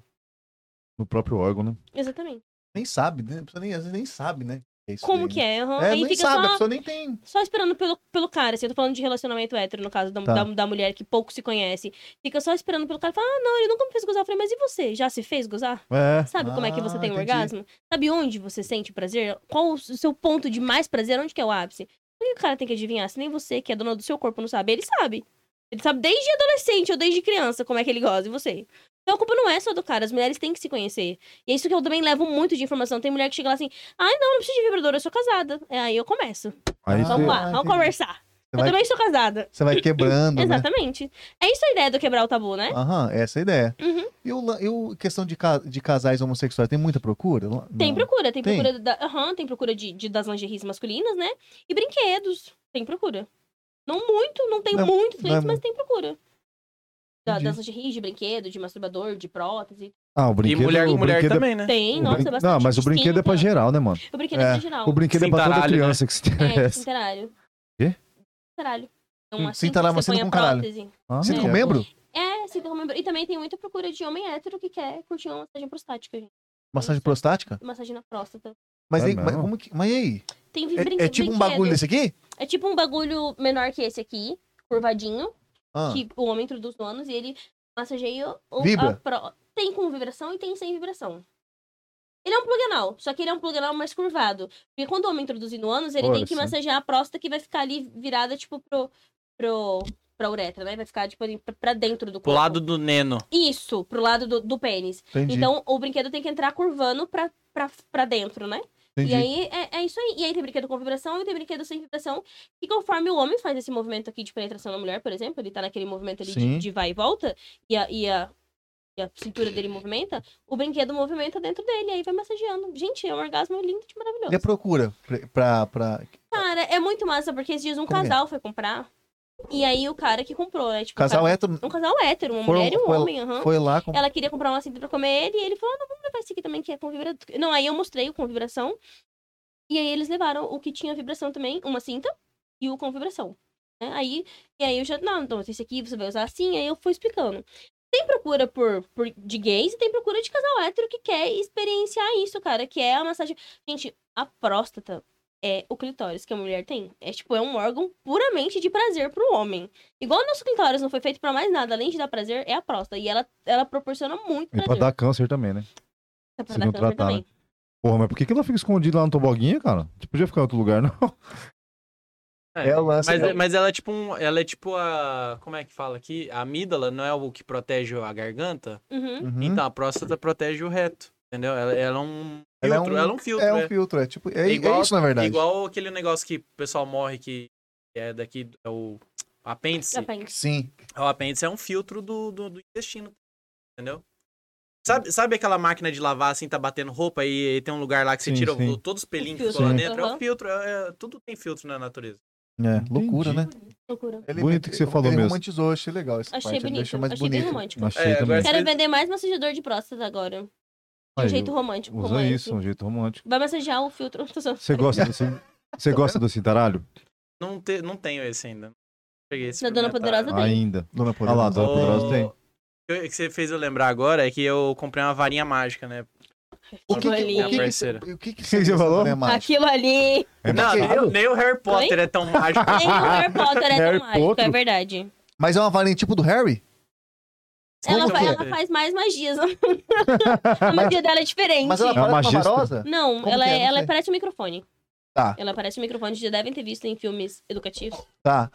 Speaker 1: no próprio órgão, né?
Speaker 2: Exatamente.
Speaker 3: Nem sabe, né? A pessoa nem, às vezes nem sabe, né?
Speaker 2: Como que é? aham.
Speaker 3: É,
Speaker 2: aí
Speaker 3: nem
Speaker 2: fica
Speaker 3: sabe, a
Speaker 2: só,
Speaker 3: pessoa nem tem.
Speaker 2: só esperando pelo, pelo cara, assim, eu tô falando de relacionamento hétero, no caso da,
Speaker 1: Tá.
Speaker 2: da, da mulher que pouco se conhece. Fica só esperando pelo cara e fala, ah, não, ele nunca me fez gozar. Eu falei, mas e você? Já se fez gozar?
Speaker 1: É.
Speaker 2: Sabe como é que você
Speaker 3: Ah,
Speaker 2: tem um
Speaker 3: entendi.
Speaker 2: orgasmo? Sabe onde você sente prazer? Qual o seu ponto de mais prazer? Onde que é o ápice? Por que o cara tem que adivinhar? Se nem você, que é dona do seu corpo, não sabe, ele sabe. Ele sabe desde adolescente ou desde criança como é que ele goza, e você? Então a culpa não é só do cara, as mulheres têm que se conhecer. E é isso que eu também levo muito de informação. Tem mulher que chega lá assim, ai não, não preciso de vibrador, eu sou casada. É, aí eu começo.
Speaker 1: Aí
Speaker 3: Ah,
Speaker 1: você...
Speaker 2: Vamos lá, vamos
Speaker 3: entendi.
Speaker 2: conversar. Eu
Speaker 3: vai-
Speaker 2: também sou casada.
Speaker 3: Você
Speaker 2: <coughs>
Speaker 3: vai quebrando, né?
Speaker 2: Exatamente. É isso a ideia do quebrar o tabu, né?
Speaker 3: Aham, essa é a ideia.
Speaker 2: Uhum.
Speaker 3: E o lan- e o questão de, ca- de casais homossexuais, tem muita procura? Não.
Speaker 2: Tem procura, tem
Speaker 3: Tem?
Speaker 2: procura, da, aham, tem procura de, de- das lingeries masculinas, né? E brinquedos, tem procura. Não muito, não tem
Speaker 3: Não,
Speaker 2: muitos
Speaker 3: não é
Speaker 2: clientes, mas tem procura. Da,
Speaker 3: Entendi.
Speaker 2: das lingeries, de brinquedo, de masturbador, de prótese.
Speaker 1: Ah, o
Speaker 6: E
Speaker 1: brinquedo...
Speaker 6: mulher
Speaker 1: o
Speaker 6: com mulher
Speaker 1: brinquedo é-
Speaker 6: também, né?
Speaker 2: Tem,
Speaker 1: o
Speaker 2: nossa,
Speaker 1: brin-
Speaker 2: bastante.
Speaker 1: Não, mas o brinquedo é pra
Speaker 2: cinta.
Speaker 1: geral, né, mano?
Speaker 2: O brinquedo é,
Speaker 3: É,
Speaker 2: pra geral.
Speaker 6: né?
Speaker 1: O brinquedo é pra toda
Speaker 6: Cintaralho,
Speaker 1: criança que se
Speaker 2: É, de
Speaker 1: interessa.
Speaker 2: cintaralho.
Speaker 1: Quê?
Speaker 2: Caralho. É
Speaker 3: Hum,
Speaker 2: uma
Speaker 3: cinta lá, uma
Speaker 2: você
Speaker 3: cinta
Speaker 2: põe
Speaker 3: com
Speaker 2: a
Speaker 3: caralho.
Speaker 2: prótese.
Speaker 1: Ah,
Speaker 3: Sinto
Speaker 2: É.
Speaker 3: com membro?
Speaker 2: É, cinta com membro. E também tem muita procura de homem hétero que quer curtir uma massagem prostática, gente.
Speaker 3: Massagem prostática?
Speaker 2: Massagem na próstata.
Speaker 3: Mas,
Speaker 6: Ah,
Speaker 1: É
Speaker 3: aí, mas,
Speaker 1: mesmo?
Speaker 3: como que, mas e aí?
Speaker 2: Tem
Speaker 3: É-
Speaker 2: brinque-
Speaker 3: É, tipo um
Speaker 2: brinquedo.
Speaker 3: bagulho desse aqui?
Speaker 2: É tipo um bagulho menor que esse aqui, curvadinho,
Speaker 3: Ah,
Speaker 2: que o homem introduz no ânus e ele massageia o,
Speaker 3: Vibra?
Speaker 2: a pró- Tem com vibração e tem sem vibração. Ele é um plug anal, só que ele é um plug anal mais curvado. Porque quando o homem introduz no ânus, ele
Speaker 1: Olha
Speaker 2: tem que
Speaker 1: só.
Speaker 2: massagear a próstata que vai ficar ali virada, tipo, pro, pro, pra uretra, né? Vai ficar, tipo, ali pra- pra dentro do corpo.
Speaker 6: Pro lado do Neno.
Speaker 1: Tá
Speaker 2: Isso, pro lado do, do pênis.
Speaker 3: entendi.
Speaker 2: Então, o brinquedo tem que entrar curvando pra, pra, pra dentro, né?
Speaker 3: entendi.
Speaker 2: E aí é, é isso aí. E aí tem brinquedo com vibração e tem brinquedo sem vibração. E conforme o homem faz esse movimento aqui de penetração na mulher, por exemplo, ele tá naquele movimento ali
Speaker 3: Sim.
Speaker 2: de, de vai e volta, e a, e, a, e a cintura dele movimenta, o brinquedo movimenta dentro dele, aí vai massageando. Gente, é um orgasmo lindo de maravilhoso.
Speaker 3: E a procura pra- pra. pra...
Speaker 2: Cara, é muito massa, porque esses dias um
Speaker 3: Como é?
Speaker 2: casal foi comprar. E aí o cara que comprou, né? Tipo,
Speaker 3: Casal
Speaker 2: um cara-
Speaker 3: hétero
Speaker 2: Um casal hétero, uma
Speaker 3: Foram-
Speaker 2: mulher e um
Speaker 3: foi-
Speaker 2: homem, aham.
Speaker 3: foi lá com.
Speaker 2: Ela queria comprar uma cinta pra comer ele, e ele falou, "Ah, não, vamos levar esse aqui também, que é com vibração. Não, aí eu mostrei o com vibração. E aí eles levaram o que tinha vibração também, uma cinta, e o com vibração. né? Aí, e aí eu já, não, então esse aqui você vai usar assim, aí eu fui explicando. Tem procura por, por de gays e tem procura de casal hétero que quer experienciar isso, cara, que é a massagem. Gente, a próstata é o clitóris que a mulher tem. É tipo, é um órgão puramente de prazer pro homem. Igual o nosso clitóris não foi feito pra mais nada, além de dar prazer, é a próstata. E ela, ela proporciona
Speaker 1: E
Speaker 2: muito prazer.
Speaker 1: pra dar câncer também, né?
Speaker 2: Dá pra
Speaker 1: se
Speaker 2: dar
Speaker 1: não
Speaker 2: câncer
Speaker 1: tratar, né? Porra, mas por que, que ela fica escondida lá no toboguinha, cara? Você podia ficar em outro lugar, <laughs> não?
Speaker 3: É o lance.
Speaker 6: Mas, mas ela é tipo um. Ela é tipo a. Como é que fala aqui? A amígdala não é o que protege a garganta?
Speaker 2: Uhum.
Speaker 3: Uhum.
Speaker 6: Então, a próstata protege o reto. Entendeu? Ela, ela é um
Speaker 3: Ela é
Speaker 6: filtro.
Speaker 3: um-
Speaker 6: Ela é um filtro.
Speaker 3: é um
Speaker 6: é.
Speaker 3: filtro, é tipo.
Speaker 6: É
Speaker 3: É,
Speaker 6: igual-
Speaker 3: é isso, na verdade.
Speaker 6: Igual aquele negócio que o pessoal morre que é daqui. É o apêndice.
Speaker 2: Dá pra ir.
Speaker 3: Sim.
Speaker 6: O apêndice é um filtro do, do, do intestino. Entendeu? Sabe, sabe aquela máquina de lavar assim, tá batendo roupa e, tem um lugar lá que você
Speaker 1: Sim,
Speaker 6: tira o-
Speaker 1: sim.
Speaker 6: todos os pelinhos
Speaker 2: O
Speaker 6: que ficou lá
Speaker 2: filtro,
Speaker 6: dentro? É
Speaker 2: aham.
Speaker 6: o filtro. é- é- tudo tem filtro na natureza.
Speaker 3: É, loucura, né?
Speaker 2: Loucura.
Speaker 3: Ele,
Speaker 1: Bonito que você
Speaker 3: ele-
Speaker 1: falou
Speaker 3: ele
Speaker 1: mesmo.
Speaker 3: romantizou, achei legal essa
Speaker 2: Achei
Speaker 3: parte. Ele
Speaker 2: bonito.
Speaker 3: deixou mais
Speaker 2: Achei bem
Speaker 3: bonito.
Speaker 2: romântico.
Speaker 1: Achei
Speaker 6: É,
Speaker 1: também.
Speaker 6: agora-
Speaker 2: Quero vender mais massageador de próstata agora. De um
Speaker 1: Aí,
Speaker 2: jeito romântico.
Speaker 1: Usa
Speaker 2: como
Speaker 1: isso,
Speaker 2: esse.
Speaker 1: um jeito romântico.
Speaker 2: Vai massagear o filtro. Tô só-
Speaker 1: Você
Speaker 3: <laughs>
Speaker 1: gosta do, cin- você gosta do cintaralho?
Speaker 6: Não, te, não tenho esse ainda. Peguei esse.
Speaker 2: Na Dona Tá
Speaker 3: Ah,
Speaker 2: Poderosa tem.
Speaker 1: Ainda.
Speaker 3: Dona
Speaker 1: Olha lá,
Speaker 3: Poderosa.
Speaker 1: Dona Poderosa
Speaker 6: O-
Speaker 1: tem.
Speaker 6: O que você fez eu lembrar agora é que eu comprei uma varinha mágica, né?
Speaker 3: O que, que,
Speaker 2: Bolinha.
Speaker 3: o que, que,
Speaker 6: Parceira.
Speaker 3: o
Speaker 6: <laughs>
Speaker 3: que, que
Speaker 1: que você falou?
Speaker 3: é mágico?
Speaker 2: Aquilo ali.
Speaker 1: É
Speaker 6: não, nem,
Speaker 1: embaçado?
Speaker 6: o- nem o Harry Potter é tão
Speaker 2: <laughs>
Speaker 6: mágico.
Speaker 3: <laughs>
Speaker 2: Nem o Harry Potter é
Speaker 1: Harry
Speaker 2: tão mágico, é
Speaker 1: Potter?
Speaker 2: verdade.
Speaker 3: Mas é uma varinha tipo do Harry?
Speaker 2: Ela,
Speaker 6: que
Speaker 2: fa-
Speaker 6: é?
Speaker 2: ela faz mais magias. né?
Speaker 3: <laughs>
Speaker 2: a magia dela é diferente.
Speaker 3: Mas ela parece
Speaker 1: magista.
Speaker 3: pavarosa?
Speaker 2: Não,
Speaker 3: Como
Speaker 2: ela,
Speaker 3: que é? Não
Speaker 2: ela
Speaker 3: sei.
Speaker 2: parece um microfone.
Speaker 3: Tá.
Speaker 2: Ela parece um microfone, já devem ter visto em filmes educativos.
Speaker 3: Tá.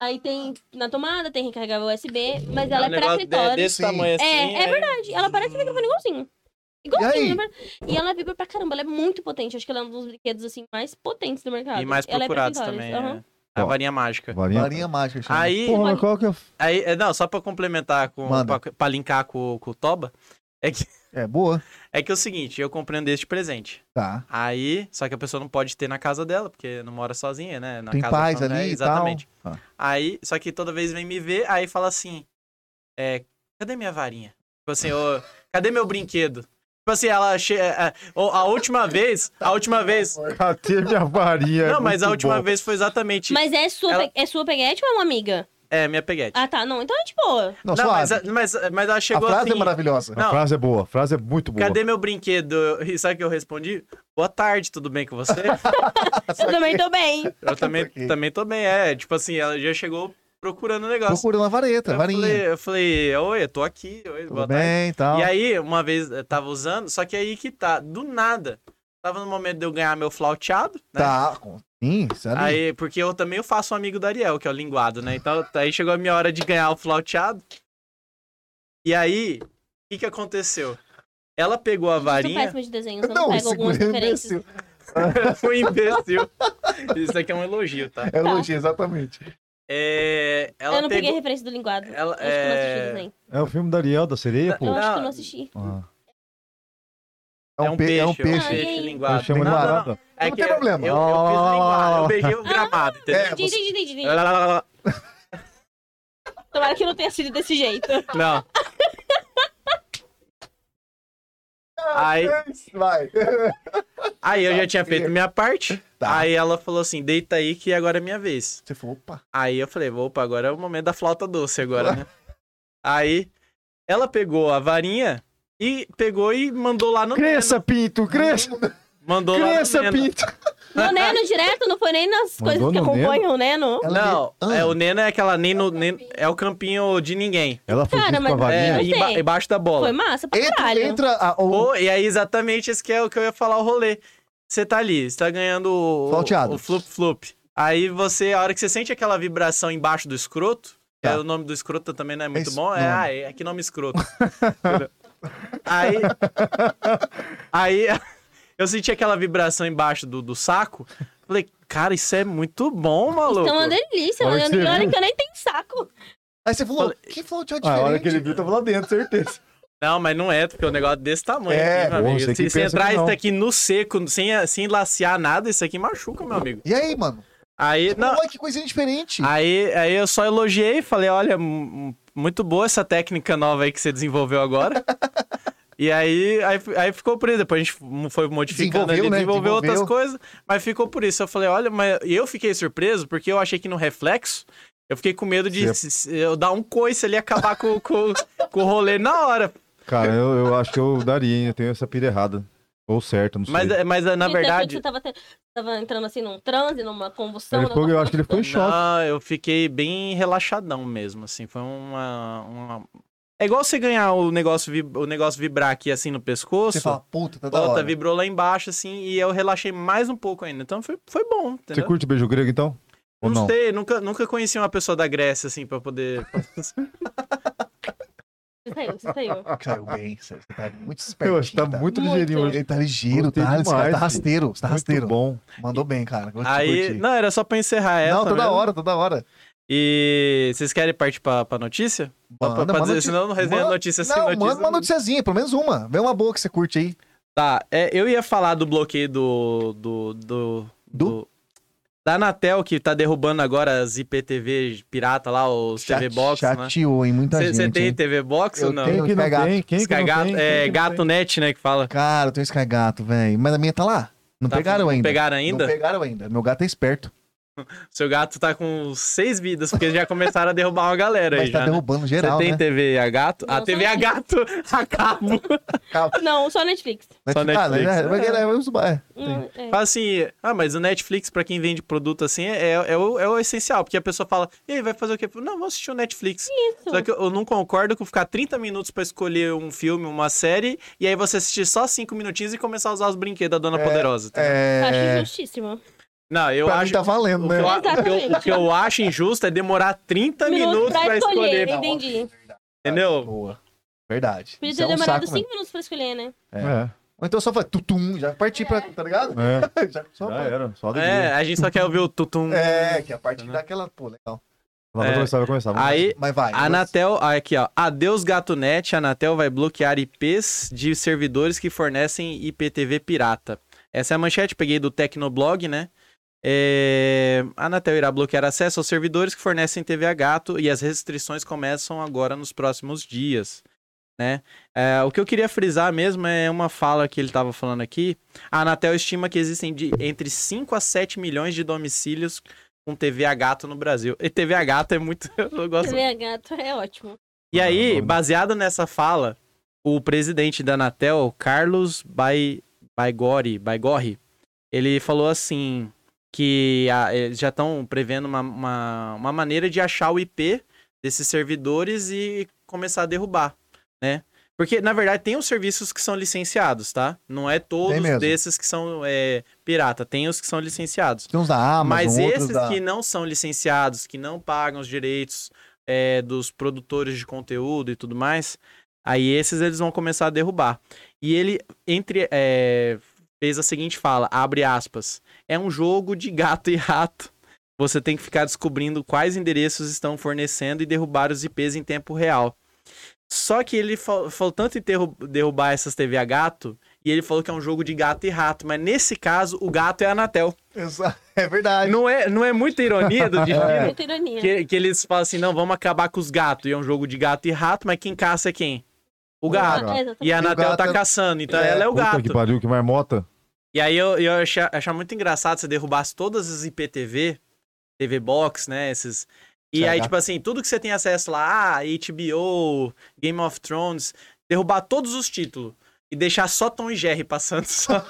Speaker 2: Aí tem na tomada, tem recarregável USB, mas
Speaker 6: um
Speaker 2: ela é pra
Speaker 6: negócio de-
Speaker 2: clitóris.
Speaker 6: desse
Speaker 3: Sim.
Speaker 6: tamanho assim.
Speaker 2: É, é verdade. Ela parece um microfone igualzinho. Igualzinho,
Speaker 3: E aí?
Speaker 2: na verdade. E ela vibra pra caramba. Ela é muito potente. Acho que ela é um dos brinquedos, assim, mais potentes do mercado.
Speaker 6: E mais
Speaker 2: ela
Speaker 6: procurados
Speaker 2: é pra
Speaker 6: também.
Speaker 2: clitóris,
Speaker 6: é.
Speaker 2: aham.
Speaker 6: A
Speaker 1: Ó.
Speaker 6: varinha mágica.
Speaker 1: Varinha.
Speaker 3: Varinha é mágica. chama.
Speaker 6: Aí,
Speaker 1: Porra, mas qual que é.
Speaker 6: aí é, não, só pra complementar, com,
Speaker 3: Manda.
Speaker 6: pra, pra linkar com, com o Toba,
Speaker 3: É boa.
Speaker 6: é que é o seguinte, eu comprei um desse de presente.
Speaker 3: Tá.
Speaker 6: Aí, só que a pessoa não pode ter na casa dela, porque não mora sozinha, né? Na
Speaker 3: Tem
Speaker 6: casa
Speaker 3: paz
Speaker 6: só- é,
Speaker 3: ali e tal.
Speaker 6: Exatamente.
Speaker 3: Tá.
Speaker 6: Aí, só que toda vez vem me ver, aí fala assim, é, cadê minha varinha? Tipo assim, ô, cadê meu brinquedo? Tipo assim, ela che... é, ô, a última vez, a última
Speaker 3: <laughs>
Speaker 6: vez...
Speaker 1: Cadê minha
Speaker 6: <laughs>
Speaker 1: varinha? É
Speaker 6: não, mas a
Speaker 1: muito
Speaker 6: última
Speaker 1: bom.
Speaker 6: vez foi exatamente...
Speaker 2: Mas é sua,
Speaker 6: Ela-
Speaker 2: pe- é sua peguete ou é uma amiga?
Speaker 6: É, minha peguete.
Speaker 2: Ah, tá. Não, então é de boa.
Speaker 3: Não,
Speaker 6: não, mas,
Speaker 3: tá suave.
Speaker 6: a- mas, mas ela
Speaker 3: a
Speaker 6: chegou
Speaker 3: frase é
Speaker 6: assim...
Speaker 3: maravilhosa.
Speaker 1: A
Speaker 6: Não.
Speaker 1: frase é boa, a frase é muito boa.
Speaker 6: Cadê meu brinquedo? E sabe o que eu respondi? Boa tarde, tudo bem com
Speaker 3: <laughs>
Speaker 6: você?
Speaker 3: Ah,
Speaker 2: Eu também tô bem.
Speaker 6: Eu também,
Speaker 3: Saquei.
Speaker 6: também tô bem, é. Tipo assim, ela já chegou procurando o negócio.
Speaker 3: Procurando a vareta,
Speaker 6: Eu
Speaker 3: varinha.
Speaker 6: falei, eu falei, oi, eu tô aqui, oi,
Speaker 3: Tudo
Speaker 6: boa tarde.
Speaker 3: bem e tal.
Speaker 6: E aí, uma vez eu tava usando, só que aí que tá, do nada. Tava no momento de eu ganhar meu flauteado, né?
Speaker 3: Tá. com- Sim, sabe?
Speaker 6: Aí, porque eu também eu faço um amigo do Ariel, que é o linguado, né? Então, aí chegou a minha hora de ganhar o flauteado. E aí, o que que aconteceu? Ela pegou a
Speaker 2: Eu sou
Speaker 6: varinha.
Speaker 2: péssima de desenho, eu só não,
Speaker 3: não,
Speaker 2: pego
Speaker 3: esse
Speaker 2: algumas
Speaker 3: guri é
Speaker 2: referências.
Speaker 6: <laughs>
Speaker 3: imbecil.
Speaker 6: um imbecil. Isso aqui é um elogio, tá?
Speaker 3: É elogio, exatamente.
Speaker 6: É, ela
Speaker 2: Eu não peguei
Speaker 6: pegou.
Speaker 2: referência do linguado.
Speaker 6: Ela,
Speaker 2: Eu acho que eu não assisti o
Speaker 6: é...
Speaker 2: desenho.
Speaker 1: É o filme da Ariel, da sereia, pô.
Speaker 2: Eu acho que eu não
Speaker 6: Não.
Speaker 2: assisti.
Speaker 1: Ah,
Speaker 3: É um, peixe, é um
Speaker 6: é um
Speaker 3: peixe.
Speaker 2: Ah, e
Speaker 6: peixe
Speaker 2: aí?
Speaker 1: eu
Speaker 6: linguado.
Speaker 1: chamo
Speaker 6: Não,
Speaker 1: de
Speaker 6: não, não.
Speaker 1: varada.
Speaker 6: É
Speaker 3: Não
Speaker 6: que
Speaker 3: tem
Speaker 6: eu-
Speaker 3: problema.
Speaker 6: Eu, eu fiz o linguado, eu beijei
Speaker 3: <laughs>
Speaker 6: o gramado,
Speaker 3: É,
Speaker 6: entendeu? Tipo,
Speaker 2: Entendi, entendi, entendi. entendi.
Speaker 6: Lá, lá, lá, lá.
Speaker 2: Tomara que não tenha sido desse
Speaker 6: <laughs>
Speaker 2: jeito.
Speaker 6: Não. Aí,
Speaker 3: Vai. Ah, é.
Speaker 6: aí eu já tinha feito minha parte.
Speaker 3: Tá.
Speaker 6: Aí ela falou assim: deita aí que agora é minha vez.
Speaker 3: Você falou, opa.
Speaker 6: Aí eu falei, vou, opa, agora é o momento da flauta doce agora, né? Aí ela pegou a varinha e pegou e mandou lá no
Speaker 4: Cresça, Pinto, cresça,
Speaker 6: Neno. Mandou
Speaker 4: cresça,
Speaker 6: lá no Neno.
Speaker 4: Pinto.
Speaker 2: No Neno direto, não foi nem
Speaker 1: Mandou
Speaker 2: nas coisas que
Speaker 1: no Neno?
Speaker 2: acompanham né? o Neno.
Speaker 6: <laughs>
Speaker 3: Ela
Speaker 6: Não,
Speaker 3: veio-
Speaker 6: é,
Speaker 3: Ah,
Speaker 6: o Neno é aquela nem no, nem- é o campinho de ninguém.
Speaker 1: Ela foi
Speaker 2: Cara,
Speaker 1: junto com a
Speaker 2: mas-
Speaker 1: varinha.
Speaker 6: É,
Speaker 2: Não
Speaker 6: emba-
Speaker 2: tem.
Speaker 6: embaixo da bola.
Speaker 2: Foi massa pra
Speaker 3: Entra,
Speaker 2: caralho.
Speaker 3: entra a, o,
Speaker 6: Pô, e aí exatamente esse que é o que eu ia falar o rolê. Você tá ali, você tá ganhando o,
Speaker 3: Flauteado.
Speaker 6: o flup flup. Aí você, a hora que você sente aquela vibração embaixo do escroto, que
Speaker 3: Tá.
Speaker 6: é o nome do escroto também não é muito
Speaker 3: Esse
Speaker 6: bom, é,
Speaker 3: nome.
Speaker 6: ah, é, que nome escroto. Entendeu? aí, aí <laughs> eu senti aquela vibração embaixo do, do saco, falei, cara, isso é muito bom, maluco.
Speaker 2: Isso é uma delícia,
Speaker 1: Olha
Speaker 2: mano.
Speaker 1: que você
Speaker 2: Olha
Speaker 1: viu.
Speaker 2: que eu nem tenho saco.
Speaker 3: Aí você falou, que flauteado
Speaker 1: Ah,
Speaker 3: diferente. né?
Speaker 1: a hora que ele viu, tava lá dentro, certeza.
Speaker 6: Não, mas não é, porque é um negócio desse tamanho.
Speaker 3: É,
Speaker 6: aqui, meu
Speaker 1: porra,
Speaker 6: amigo.
Speaker 1: você que
Speaker 6: Se você
Speaker 1: pensa
Speaker 6: entrar
Speaker 1: que
Speaker 6: isso
Speaker 1: não.
Speaker 6: aqui no seco, sem, sem lacear nada, isso aqui machuca, meu amigo.
Speaker 3: E aí, mano?
Speaker 6: Aí, não,
Speaker 3: Pô, que coisinha diferente.
Speaker 6: aí, aí eu só elogiei e falei: olha, m- m- muito boa essa técnica nova aí que você desenvolveu
Speaker 3: <laughs>
Speaker 6: agora. e aí, aí, fi- aí ficou por isso. Depois a gente f- foi modificando
Speaker 3: Desenvolveu,
Speaker 6: ali,
Speaker 3: né?
Speaker 6: desenvolveu outras
Speaker 3: Desenvolveu.
Speaker 6: coisas, mas ficou por isso. Eu falei: olha, mas e eu fiquei surpreso porque eu achei que no reflexo. Eu fiquei com medo de
Speaker 1: Você-
Speaker 6: se- se eu dar um coice ali e acabar com, com, com o rolê na hora.
Speaker 1: Cara, eu, eu acho que eu daria, hein? Eu tenho essa pira errada. Ou certa, não sei.
Speaker 6: Mas, é- mas na
Speaker 2: Ele achou que
Speaker 6: verdade.
Speaker 2: Você tava, te- tava entrando assim num transe, numa convulsão.
Speaker 1: Ele ficou-
Speaker 2: numa-
Speaker 1: eu acho que ele ficou em choque.
Speaker 6: Não, eu fiquei bem relaxadão mesmo, assim. Foi uma. uma- É igual você ganhar o negócio, vib- o negócio vibrar aqui assim no pescoço.
Speaker 3: Você fala, puta, tá da
Speaker 6: Puta,
Speaker 3: hora.
Speaker 6: vibrou lá embaixo, assim, e eu relaxei mais um pouco ainda. Então foi, foi bom,
Speaker 1: Você
Speaker 6: entendeu?
Speaker 1: curte beijo grego, então? Ou
Speaker 6: não
Speaker 1: não?
Speaker 6: sei, nunca, nunca conheci uma pessoa da Grécia, assim, pra
Speaker 3: <laughs>
Speaker 6: poder.
Speaker 2: Você saiu, você saiu.
Speaker 3: Saiu bem, você você tá muito
Speaker 1: <laughs> Eu
Speaker 3: espertinho.
Speaker 1: acho que tá muito
Speaker 2: Muito.
Speaker 1: ligeirinho hoje.
Speaker 3: Ele tá ligeiro,
Speaker 1: Gostei
Speaker 3: tá? Esse cara tá
Speaker 1: demais, filho.
Speaker 3: rasteiro, você tá rasteiro.
Speaker 1: Muito bom.
Speaker 3: Mandou bem, cara. Gostei,
Speaker 6: Aí.
Speaker 3: curti.
Speaker 6: Não, era só pra encerrar essa.
Speaker 3: Não, toda
Speaker 6: mesmo.
Speaker 3: hora, toda hora.
Speaker 6: E vocês querem partir pra, pra notícia? Só pra- pra
Speaker 3: manda
Speaker 6: dizer,
Speaker 3: noti-
Speaker 6: senão eu não resenha
Speaker 3: manda-
Speaker 6: notícia sem
Speaker 3: Não,
Speaker 6: notícia.
Speaker 3: manda uma noticiazinha, pelo menos uma. Vê uma boa que você curte aí.
Speaker 6: Tá, é, eu ia falar do bloqueio do. do. do.
Speaker 3: Do?
Speaker 6: da Anatel, que tá derrubando agora as IPTV pirata lá, os TV Box, né?
Speaker 3: Chateou, hein? Muita gente.
Speaker 6: Você tem
Speaker 3: hein?
Speaker 6: TV Box
Speaker 3: Eu
Speaker 6: ou não?
Speaker 3: tenho.
Speaker 1: Quem que não
Speaker 3: Sky Gato.
Speaker 1: tem? Quem que
Speaker 6: Sky
Speaker 1: não
Speaker 6: Tá. Gato- é,
Speaker 1: tem? Quem que não
Speaker 6: Gato
Speaker 1: tem?
Speaker 6: Net, né, que fala.
Speaker 3: Cara, eu tenho Sky Gato, velho. Mas a minha tá lá. Não
Speaker 6: Tá-
Speaker 3: pegaram ainda.
Speaker 6: Pegaram ainda?
Speaker 3: Não pegaram ainda. Meu gato é esperto.
Speaker 6: Seu gato tá com seis vidas, porque já começaram a derrubar uma galera aí
Speaker 3: Mas tá
Speaker 6: já, né?
Speaker 3: derrubando geral,
Speaker 6: Você tem
Speaker 3: né?
Speaker 6: TV a gato? a
Speaker 2: Não,
Speaker 6: TV a
Speaker 2: só
Speaker 6: gato <laughs> a cabo.
Speaker 2: Não, só Netflix.
Speaker 3: Mas-
Speaker 6: Só
Speaker 3: ah,
Speaker 6: Netflix.
Speaker 3: né? Mas-
Speaker 6: É.
Speaker 3: mas- mas-
Speaker 2: Hum, é.
Speaker 6: Fala assim, ah, mas o Netflix, pra quem vende produto assim, é, é, o, é o essencial, porque a pessoa fala, e aí, vai fazer o quê? Não, vou assistir o Netflix. Só que eu não concordo com ficar 30 minutos pra escolher um filme, uma série, e aí você assistir só 5 minutinhos e começar a usar os brinquedos da Dona Poderosa. tá?
Speaker 2: Acho
Speaker 3: É...
Speaker 2: justíssimo.
Speaker 6: Não, eu
Speaker 3: Pra mim
Speaker 6: acho.
Speaker 3: tá valendo,
Speaker 6: O
Speaker 3: né?
Speaker 6: que, eu, o que eu-
Speaker 2: Exatamente.
Speaker 6: o que eu acho injusto é demorar 30 minutos pra, escolher,
Speaker 2: entendi.
Speaker 6: entendeu?
Speaker 3: Boa. Verdade.
Speaker 2: Podia
Speaker 3: Isso
Speaker 2: ter
Speaker 3: é um saco,
Speaker 2: demorado cinco
Speaker 3: mano.
Speaker 2: minutos pra escolher, né?
Speaker 1: É.
Speaker 3: Ou então só faz tutum, já parti pra. Tá ligado? <laughs>
Speaker 1: É.
Speaker 3: Já, só
Speaker 1: Já
Speaker 3: pra-
Speaker 1: era. Né? Só alegria.
Speaker 6: É, a gente só quer ouvir o tutum.
Speaker 3: É, que a parte que dá aquela. Pô, legal.
Speaker 1: Vai
Speaker 6: É.
Speaker 1: começar, vai começar. vamos
Speaker 6: Aí,
Speaker 3: Mas vai.
Speaker 6: A Anatel, ah, aqui ó, adeus GatoNet, a Anatel vai bloquear IPs de servidores que fornecem IPTV pirata. Essa é a manchete, peguei do Tecnoblog, né? É, A Anatel irá bloquear acesso aos servidores que fornecem TV a gato e as restrições começam agora nos próximos dias, né? É, o que eu queria frisar mesmo é uma fala que ele estava falando aqui. A Anatel estima que existem de- entre 5 a 7 milhões de domicílios com TV a gato no Brasil. E TV a gato é muito... <laughs> Eu gosto
Speaker 2: TV a gato é ótimo.
Speaker 6: e
Speaker 1: Ah,
Speaker 6: aí,
Speaker 1: vamos.
Speaker 6: baseado nessa fala, o presidente da Anatel, Carlos Bai- Baigori, Baigorri, ele falou assim que a- eles já estão prevendo uma, uma, uma maneira de achar o IP desses servidores e começar a derrubar, né? Porque, na verdade, tem os serviços que são licenciados, tá? Não é todos
Speaker 3: mesmo.
Speaker 6: desses que são é, pirata, tem os que são licenciados.
Speaker 3: Tem uns da Amazon,
Speaker 6: Mas
Speaker 3: outros
Speaker 6: esses
Speaker 3: da...
Speaker 6: que não são licenciados, que não pagam os direitos é, dos produtores de conteúdo e tudo mais, aí esses eles vão começar a derrubar. E ele entre é, fez a seguinte fala, abre aspas, é um jogo de gato e rato. Você tem que ficar descobrindo quais endereços estão fornecendo e derrubar os IPs em tempo real. Só que ele fa- falou tanto em terru- derrubar essas TV a gato, e ele falou que é um jogo de gato e rato, mas nesse caso o gato é a Anatel.
Speaker 3: Exa- <laughs> É verdade.
Speaker 6: Não é, não é muita ironia
Speaker 3: <laughs>
Speaker 6: do
Speaker 3: É.
Speaker 6: destino
Speaker 2: Muita ironia.
Speaker 6: que, que eles falam assim, não, vamos acabar com os gatos. E é um jogo de gato e rato, mas quem caça é quem? O
Speaker 1: O gato.
Speaker 6: gato.
Speaker 2: Ah, exatamente.
Speaker 6: E a
Speaker 3: E o
Speaker 6: Anatel
Speaker 3: gato
Speaker 6: tá
Speaker 3: é-
Speaker 6: caçando, então
Speaker 3: É,
Speaker 6: ela é o
Speaker 1: Puta
Speaker 6: gato.
Speaker 1: que pariu, que marmota.
Speaker 6: E aí eu, eu achar, achar muito engraçado se derrubasse todas as IPTV, TV Box, né? Esses. E
Speaker 3: Será?
Speaker 6: aí, tipo assim, tudo que você tem acesso lá, ah, HBO, Game of Thrones, derrubar todos os títulos e deixar só Tom e Jerry passando
Speaker 3: <laughs>
Speaker 6: só.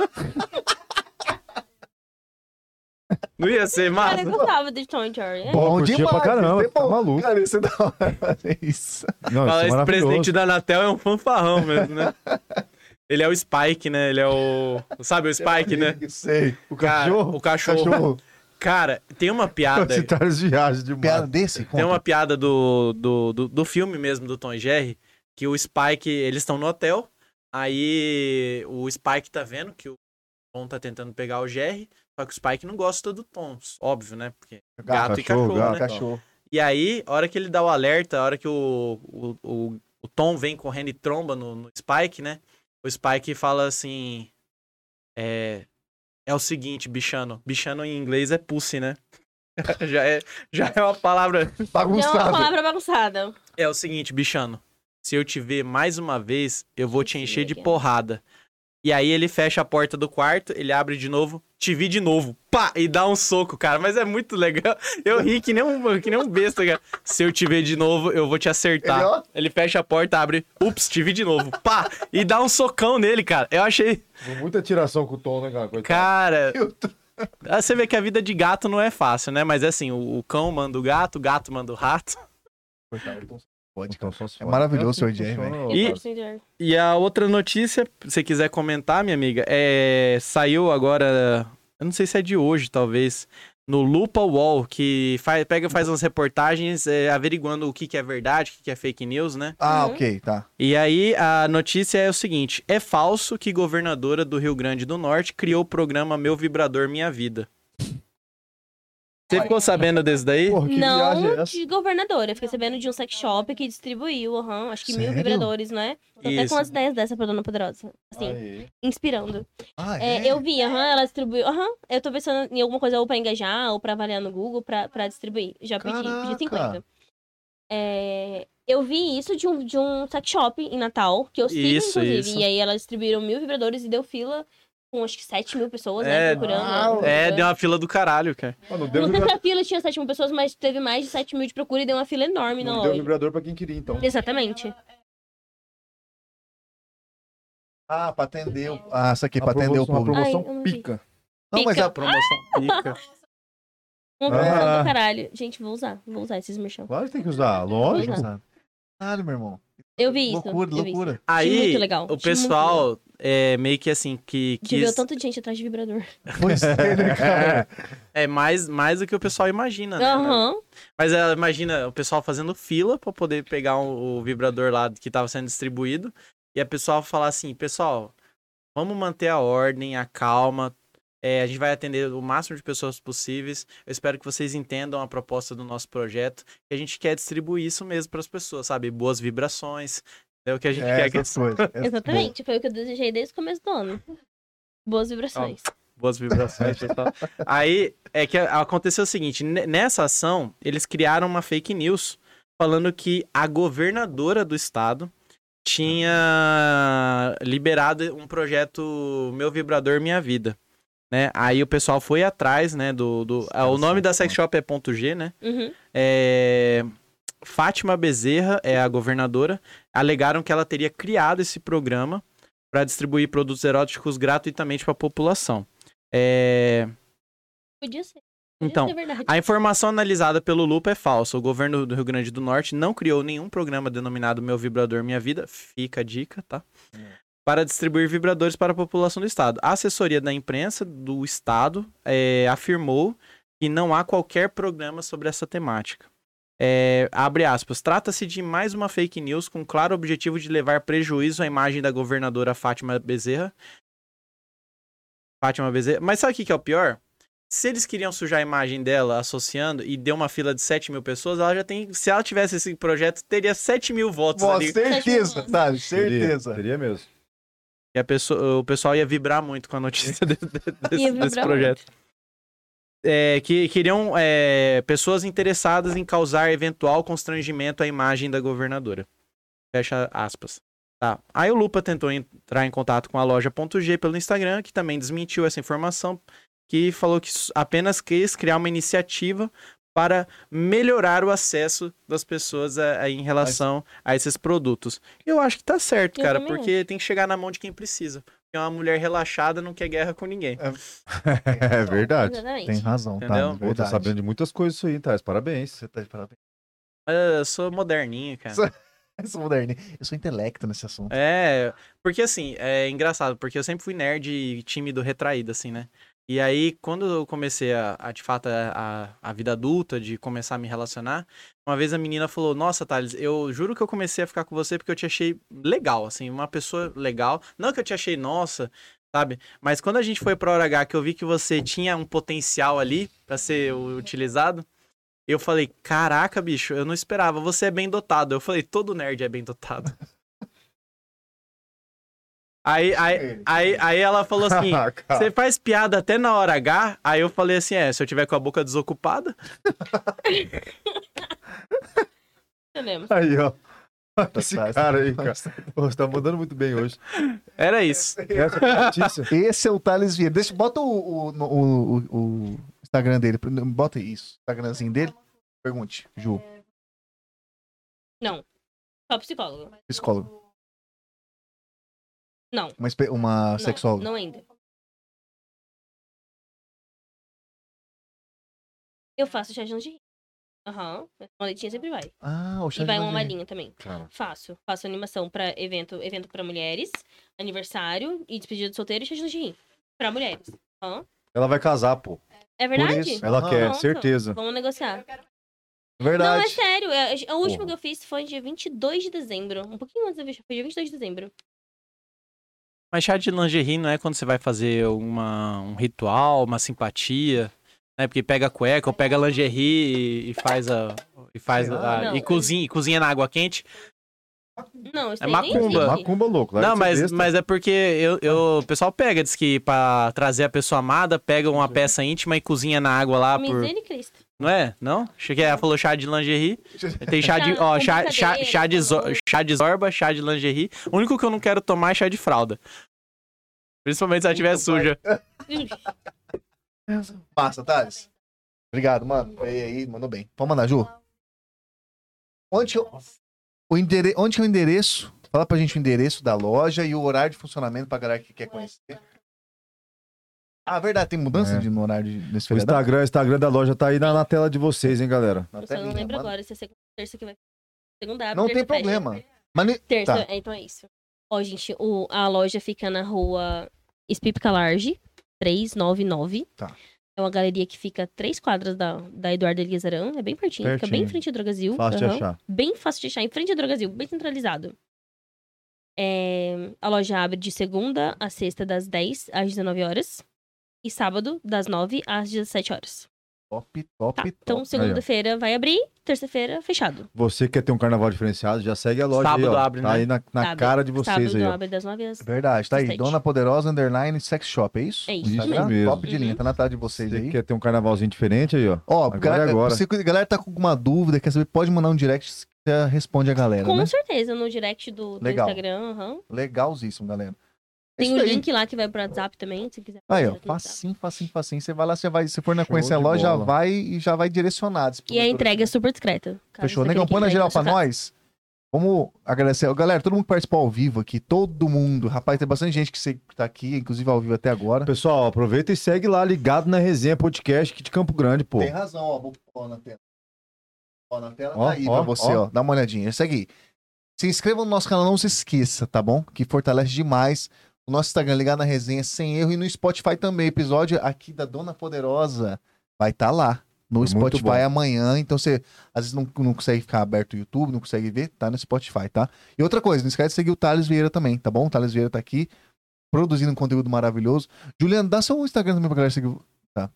Speaker 6: Não ia ser
Speaker 2: Cara,
Speaker 6: massa?
Speaker 2: eu gostava de Tom e Jerry. É,
Speaker 1: Bom,
Speaker 3: Bom
Speaker 1: curtia
Speaker 3: demais,
Speaker 1: pra caramba,
Speaker 3: isso é
Speaker 1: tá
Speaker 3: bom.
Speaker 1: maluco.
Speaker 3: Cara, isso é da hora <laughs> fazer isso.
Speaker 1: Não,
Speaker 6: Fala,
Speaker 1: isso é
Speaker 6: esse presidente
Speaker 1: maravilhoso.
Speaker 6: da Anatel é um fanfarrão mesmo,
Speaker 1: <laughs>
Speaker 6: né? Ele é o Spike, né? Ele é o. Sabe o Spike, né?
Speaker 1: É.
Speaker 3: Sei.
Speaker 1: O
Speaker 6: Cara,
Speaker 1: cachorro?
Speaker 6: o cachorro.
Speaker 1: <laughs> cachorro. tá
Speaker 6: Cara, tem
Speaker 1: <laughs>
Speaker 6: uma piada.
Speaker 1: Citários de viagem de
Speaker 3: Piada
Speaker 1: mar.
Speaker 3: desse?
Speaker 6: Tem
Speaker 3: Conta.
Speaker 6: uma piada do, do, do, do filme mesmo, do Tom e Jerry, que o Spike, eles estão no hotel, aí o Spike tá vendo que o Tom tá tentando pegar o Jerry, só que o Spike não gosta do Tom, óbvio, né? Porque gato, e
Speaker 1: cachorro,
Speaker 6: cachorro,
Speaker 1: gato,
Speaker 6: né?
Speaker 3: Cachorro.
Speaker 6: E aí, a hora que ele dá o alerta, a hora que o, o, o, o Tom vem correndo e tromba no, no Spike, né? O Spike fala assim: É, é o seguinte, bichano. Bichano em inglês é pussy, né? <laughs> já, é, já é uma palavra
Speaker 2: é uma
Speaker 3: Bagunçado.
Speaker 2: palavra bagunçada.
Speaker 6: é o seguinte, bichano. Se eu te ver mais uma vez, eu vou te encher de
Speaker 2: Chega.
Speaker 6: porrada. E aí ele fecha a porta do quarto, ele abre de novo, te vi de novo, pá, e dá um soco, cara. Mas é muito legal. <laughs> Eu ri que nem um, que nem um besta, cara. Se eu te ver de novo, eu vou te acertar.
Speaker 3: Ele, ó.
Speaker 6: Ele fecha a porta, abre, ups, te vi de novo, pá, e dá um socão nele, cara. Eu achei,
Speaker 1: Muita tiração com o Tom, né, cara? Coitado.
Speaker 6: cara,
Speaker 3: Eu tô-
Speaker 6: ah, você vê que a vida de gato não é fácil, né? Mas é assim, o, o cão manda o gato, o gato manda o rato.
Speaker 1: Coitado, o Tom
Speaker 3: Pode,
Speaker 1: Então, só se
Speaker 3: É
Speaker 1: fala.
Speaker 3: maravilhoso o Sr.
Speaker 1: assim que
Speaker 3: Jerry,
Speaker 1: funciona,
Speaker 2: Eu
Speaker 6: E-
Speaker 1: cara.
Speaker 2: gosto de Tom e Jerry.
Speaker 6: E a outra notícia, se você quiser comentar, minha amiga, é... saiu agora, eu não sei se é de hoje, talvez, no Lupa Wall, que faz, pega faz umas reportagens é, averiguando o que, que é verdade, o que, que é fake news, né?
Speaker 3: Ah,
Speaker 2: Uhum.
Speaker 3: ok, tá.
Speaker 6: E aí a notícia é o seguinte: é falso que governadora do Rio Grande do Norte criou o programa Meu Vibrador Minha Vida. Você ficou sabendo desse daí?
Speaker 1: Porra, que viagem é
Speaker 2: Não
Speaker 1: essa?
Speaker 2: de governadora. Eu fiquei sabendo de um sex shop que distribuiu, aham, acho que mil
Speaker 3: Sério?
Speaker 2: vibradores, né? Tô até
Speaker 6: Isso.
Speaker 2: com as ideias dessa pra Dona Poderosa. Assim,
Speaker 1: Aí.
Speaker 2: inspirando.
Speaker 3: Ah,
Speaker 2: É, eu vi, aham, ela distribuiu. Aham, eu tô pensando em alguma coisa ou pra engajar, ou pra avaliar no Google, pra, pra distribuir. Já pedi,
Speaker 3: Caraca.
Speaker 2: pedi 50. É, eu vi isso de um, de um sex shop em Natal, que eu sigo,
Speaker 6: Isso,
Speaker 2: inclusive.
Speaker 6: isso.
Speaker 2: E aí elas distribuíram mil vibradores e deu fila com acho que 7 mil pessoas,
Speaker 6: É,
Speaker 2: né? Procurando.
Speaker 1: uau.
Speaker 6: É,
Speaker 2: procurando.
Speaker 6: deu uma fila do caralho, cara.
Speaker 1: Mano, Ah, deu
Speaker 2: Não teve
Speaker 1: vibrador,
Speaker 2: a fila, tinha 7 mil pessoas, mas teve mais de 7 mil de procura e deu uma fila enorme na
Speaker 1: não deu
Speaker 2: loja.
Speaker 1: vibrador pra quem queria, então.
Speaker 2: Exatamente.
Speaker 3: Ah, pra atender o... Ah, isso aqui,
Speaker 1: Uma
Speaker 3: pra atender o
Speaker 1: promoção-
Speaker 3: público.
Speaker 1: uma promoção
Speaker 2: Ai, eu não vi.
Speaker 1: pica.
Speaker 3: Não, mas
Speaker 2: Ah,
Speaker 3: é
Speaker 2: Pica.
Speaker 3: a
Speaker 6: Promoção pica.
Speaker 2: Uma promoção
Speaker 1: Ah.
Speaker 2: do caralho. Gente, vou usar. Vou usar esses merchan.
Speaker 1: Claro que tem que usar, lógico.
Speaker 2: Exato.
Speaker 3: Sabe? Caralho, meu irmão.
Speaker 2: Eu vi isso.
Speaker 3: loucura,
Speaker 2: eu vi isso. <laughs>
Speaker 3: loucura.
Speaker 6: Aí,
Speaker 2: muito legal,
Speaker 6: o
Speaker 2: achei muito
Speaker 6: pessoal é meio que assim, que
Speaker 2: De ver o
Speaker 6: quis...
Speaker 2: tanto de gente atrás de vibrador. <laughs>
Speaker 3: Pois
Speaker 1: <laughs>
Speaker 3: é, né, cara?
Speaker 6: É mais, mais do que o pessoal imagina, né?
Speaker 2: Aham.
Speaker 6: Mas ela imagina o pessoal fazendo fila pra poder pegar o, o vibrador lá que tava sendo distribuído. E a pessoa falar assim, pessoal, vamos manter a ordem, a calma. é, a gente vai atender o máximo de pessoas possíveis. Eu espero que vocês entendam a proposta do nosso projeto. E a gente quer distribuir isso mesmo pras pessoas, sabe? Boas vibrações. É o que a gente
Speaker 3: É,
Speaker 6: quer. Que...
Speaker 3: essas
Speaker 2: <laughs>
Speaker 3: coisas. essas coisas.
Speaker 2: Exatamente. Foi o que eu desejei desde o começo do ano. Boas vibrações.
Speaker 6: boas vibrações e tal. Aí é que aconteceu o seguinte: ne- nessa ação, eles criaram uma fake news falando que a governadora do estado tinha liberado um projeto Meu Vibrador Minha Vida. Né? Aí o pessoal foi atrás, né? Do, do... ah, o nome da sex shop é ponto .g, né?
Speaker 2: Uhum.
Speaker 6: É, Fátima Bezerra é a governadora. Alegaram que ela teria criado esse programa para distribuir produtos eróticos gratuitamente para a população. É,
Speaker 2: Podia ser. Podia
Speaker 6: Então,
Speaker 2: ser verdade.
Speaker 6: a informação analisada pelo Lupa é falsa. O governo do Rio Grande do Norte não criou nenhum programa denominado Meu Vibrador Minha Vida, fica a dica, tá? Para distribuir vibradores para a população do estado. A assessoria da imprensa do estado eh, afirmou que não há qualquer programa sobre essa temática. Eh, abre aspas. Trata-se de mais uma fake news com claro objetivo de levar prejuízo à imagem da governadora Fátima Bezerra. Fátima Bezerra. Mas sabe o que que é o pior? Se eles queriam sujar a imagem dela associando e deu uma fila de 7 mil pessoas, ela já tem. Se ela tivesse esse projeto, teria 7 mil votos
Speaker 3: Pô,
Speaker 6: ali.
Speaker 3: certeza, sabe? Certeza.
Speaker 1: Seria mesmo.
Speaker 6: E a pessoa- o pessoal ia vibrar muito com a notícia <laughs> de- de- desse,
Speaker 2: Ia vibrar
Speaker 6: desse projeto. É, que queriam é, pessoas interessadas em causar eventual constrangimento à imagem da governadora. Fecha aspas. Tá. Aí o Lupa tentou entrar em contato com a loja.g pelo Instagram, que também desmentiu essa informação, que falou que s- apenas quis criar uma iniciativa para melhorar o acesso das pessoas a- a- em relação a esses produtos. Eu acho que tá certo,
Speaker 2: Eu
Speaker 6: cara,
Speaker 2: também
Speaker 6: porque tem que chegar na mão de quem precisa. Porque uma mulher relaxada não quer guerra com ninguém.
Speaker 1: É verdade.
Speaker 2: Exatamente.
Speaker 3: Ah, Tem razão,
Speaker 6: Entendeu?
Speaker 3: tá?
Speaker 1: Eu tô
Speaker 3: Verdade.
Speaker 1: sabendo de muitas coisas isso aí, Thais. Parabéns. <laughs>
Speaker 3: Você tá de parabéns.
Speaker 6: Ah, Eu sou moderninho, cara.
Speaker 3: Eu sou moderninho. Eu sou intelecto nesse assunto.
Speaker 6: É, porque assim, é engraçado, porque eu sempre fui nerd e tímido, retraído, assim, né? E aí, quando eu comecei a, a, de fato, a, a a vida adulta, de começar a me relacionar, uma vez a menina falou, nossa, Thales, eu juro que eu comecei a ficar com você porque eu te achei legal, assim, uma pessoa legal. Não que eu te achei, nossa, sabe? Mas quando a gente foi pra Hora H, que eu vi que você tinha um potencial ali pra ser u- utilizado, eu falei, caraca, bicho, eu não esperava, você é bem dotado. Eu falei, todo nerd é bem dotado. Aí,
Speaker 1: É.
Speaker 6: aí, aí, aí ela falou assim,
Speaker 3: Ah,
Speaker 1: Ah,
Speaker 6: você faz piada até na hora H? Aí eu falei assim, é, se eu tiver com a boca desocupada...
Speaker 2: Entendemos.
Speaker 1: Aí, ó. Esse
Speaker 3: Tá- tá-
Speaker 1: cara aí, cara. Ô, Você tá mandando muito bem hoje.
Speaker 6: Era isso.
Speaker 1: Essa é a notícia.
Speaker 3: Esse é o Thales Vieira. Deixa, bota o, o, no- o, o- o Instagram dele. Bota isso. O Instagramzinho dele. Pergunte, Ju,
Speaker 2: Só psicólogo.
Speaker 3: psicólogo.
Speaker 2: Não.
Speaker 3: Uma, espe- uma
Speaker 2: Não,
Speaker 3: sexóloga.
Speaker 2: Não ainda. Eu faço chá de lingerie. Aham. Moletinha sempre vai.
Speaker 3: Ah, o
Speaker 2: E
Speaker 3: Charles
Speaker 2: vai uma
Speaker 3: Mandarim.
Speaker 2: malinha também.
Speaker 1: Cara.
Speaker 2: Faço. Faço animação pra evento, evento pra mulheres, aniversário e despedida de solteiro e chá de lingerie. Pra mulheres. Aham.
Speaker 1: Ela vai casar, pô.
Speaker 2: É verdade?
Speaker 3: isso.
Speaker 1: Ela
Speaker 3: Ah,
Speaker 1: quer,
Speaker 2: pronto.
Speaker 1: certeza.
Speaker 2: Vamos negociar. Não, é
Speaker 3: Verdade.
Speaker 2: sério. é- é- o último
Speaker 1: Porra.
Speaker 2: que eu fiz foi dia 22 de dezembro. Um pouquinho antes da festa. Foi dia 22 de dezembro.
Speaker 6: Mas chá de lingerie não é quando você vai fazer uma, um ritual, uma simpatia, né? Porque pega a cueca ou pega a lingerie e, e faz a... E faz a-
Speaker 2: Não.
Speaker 6: e cozinha, e cozinha na água quente.
Speaker 2: Não, isso
Speaker 6: É
Speaker 2: daí nem
Speaker 6: macumba.
Speaker 2: existe.
Speaker 1: Macumba louco. larga
Speaker 6: não,
Speaker 1: de
Speaker 6: mas,
Speaker 1: ser besta.
Speaker 6: mas é porque eu, eu- o pessoal pega, diz que pra trazer a pessoa amada, pega uma peça íntima e cozinha na água lá por...
Speaker 2: Misericórdia.
Speaker 6: Não é? Não? Achei que ela falou chá de lingerie. Tem chá de.
Speaker 2: Chá
Speaker 6: Ó,
Speaker 2: com
Speaker 6: chá, chá,
Speaker 2: brincadeira,
Speaker 6: chá, de zo-
Speaker 2: falou.
Speaker 6: chá de zorba, chá de lingerie. O único que eu não quero tomar é chá de fralda. Principalmente se ela estiver suja.
Speaker 3: Massa, Thales. Obrigado, mano. E aí, mandou bem. Pode mandar, Ju. Onde, que eu- o endere... Onde que é o endereço? Fala pra gente o endereço da loja e o horário de funcionamento pra galera que quer conhecer. Ah, verdade, tem mudança
Speaker 1: É.
Speaker 3: de, no horário de, nesse
Speaker 1: O
Speaker 3: feriado?
Speaker 1: Instagram, o Instagram da loja tá aí na, na tela de vocês, hein, galera.
Speaker 3: Não,
Speaker 2: Eu
Speaker 3: tá
Speaker 2: só não
Speaker 3: lindo,
Speaker 2: lembro
Speaker 3: mano.
Speaker 2: agora tá se é segunda terça que vai. Segunda
Speaker 3: Não
Speaker 2: terça
Speaker 3: tem
Speaker 2: fecha.
Speaker 3: problema. Mas não-
Speaker 2: Terça,
Speaker 3: Tá.
Speaker 2: é, então é isso. Ó, gente, o, a loja fica na rua Espípica Large, 399.
Speaker 3: Tá.
Speaker 2: É uma galeria que fica a três quadras da, da Eduardo Elias Arão. É bem pertinho, fica bem
Speaker 1: Pertinho.
Speaker 2: em frente à Drogazil.
Speaker 1: Fácil de
Speaker 2: aham.
Speaker 1: achar.
Speaker 2: Bem fácil de achar, em frente à Drogazil, bem centralizado. É, a loja abre de segunda a sexta, das 10 às 19 horas. E sábado, das 9 às 17 horas.
Speaker 3: top, top,
Speaker 2: Tá.
Speaker 3: top.
Speaker 2: Então, segunda-feira vai abrir, terça-feira, fechado.
Speaker 1: Você quer ter um carnaval diferenciado, já segue a loja aí,
Speaker 6: Sábado
Speaker 1: ó.
Speaker 6: abre,
Speaker 1: tá
Speaker 6: né?
Speaker 1: aí na, na
Speaker 2: Sábado.
Speaker 1: cara de vocês
Speaker 2: Sábado
Speaker 1: aí, ó.
Speaker 2: abre das 9 às
Speaker 3: Verdade, tá aí.
Speaker 2: Sextante.
Speaker 3: Dona Poderosa Underline Sex Shop, é isso?
Speaker 2: É isso
Speaker 3: Instagram?
Speaker 1: mesmo. Isso
Speaker 3: Top de linha,
Speaker 2: mesmo.
Speaker 3: tá na tela de vocês
Speaker 1: Você
Speaker 3: aí.
Speaker 1: quer ter um carnavalzinho diferente aí, ó.
Speaker 3: Ó,
Speaker 1: Agora é
Speaker 3: galera,
Speaker 1: agora.
Speaker 3: se a galera tá com alguma dúvida, quer saber, pode mandar um direct, você responde a galera,
Speaker 2: Com
Speaker 3: né?
Speaker 2: certeza, no direct do, do
Speaker 3: Legal.
Speaker 2: Instagram. aham.
Speaker 3: Legalzíssimo, galera. É
Speaker 2: Tem
Speaker 3: isso
Speaker 2: o
Speaker 3: aí.
Speaker 2: link lá que vai pro WhatsApp também, se quiser.
Speaker 3: Aí, ó,
Speaker 2: direto no WhatsApp.
Speaker 3: facinho, facinho, facinho. Você vai lá, você vai, se for na
Speaker 1: Show
Speaker 3: conhecer a
Speaker 1: de
Speaker 3: loja, já
Speaker 1: bola.
Speaker 3: vai e já vai direcionado.
Speaker 2: E a entrega é super discreta. caso
Speaker 3: Fechou.
Speaker 2: você
Speaker 3: Negão,
Speaker 2: queira que
Speaker 3: põe na
Speaker 2: entregue
Speaker 3: geral
Speaker 2: sua
Speaker 3: pra
Speaker 2: casa.
Speaker 3: nós. Vamos agradecer. Ó, Galera, todo mundo que participou ao vivo aqui, todo mundo. Rapaz, tem bastante gente que se- que tá aqui, inclusive ao vivo até agora.
Speaker 1: Pessoal, aproveita e segue lá, ligado na resenha podcast aqui de Campo Grande, pô.
Speaker 3: Tem razão, ó. Vou pôr na tela. Ó, na tela
Speaker 1: Ó,
Speaker 3: tá aí
Speaker 1: ó,
Speaker 3: pra você, ó.
Speaker 1: ó.
Speaker 3: Dá uma olhadinha. Segue aí. Se inscreva no nosso canal, não se esqueça, tá bom? Que fortalece demais. O nosso Instagram ligado na resenha sem erro e no Spotify também. Episódio aqui da Dona Poderosa vai estar lá. No
Speaker 1: Muito
Speaker 3: Spotify
Speaker 1: bom.
Speaker 3: amanhã. Então você às vezes não, não consegue ficar aberto o YouTube, não consegue ver, tá no Spotify, tá? E outra coisa, não esquece de seguir o Thales Vieira também, tá bom? O Thales Vieira tá aqui produzindo um conteúdo maravilhoso. Juliano, dá seu Instagram também pra galera seguir. o- Tá.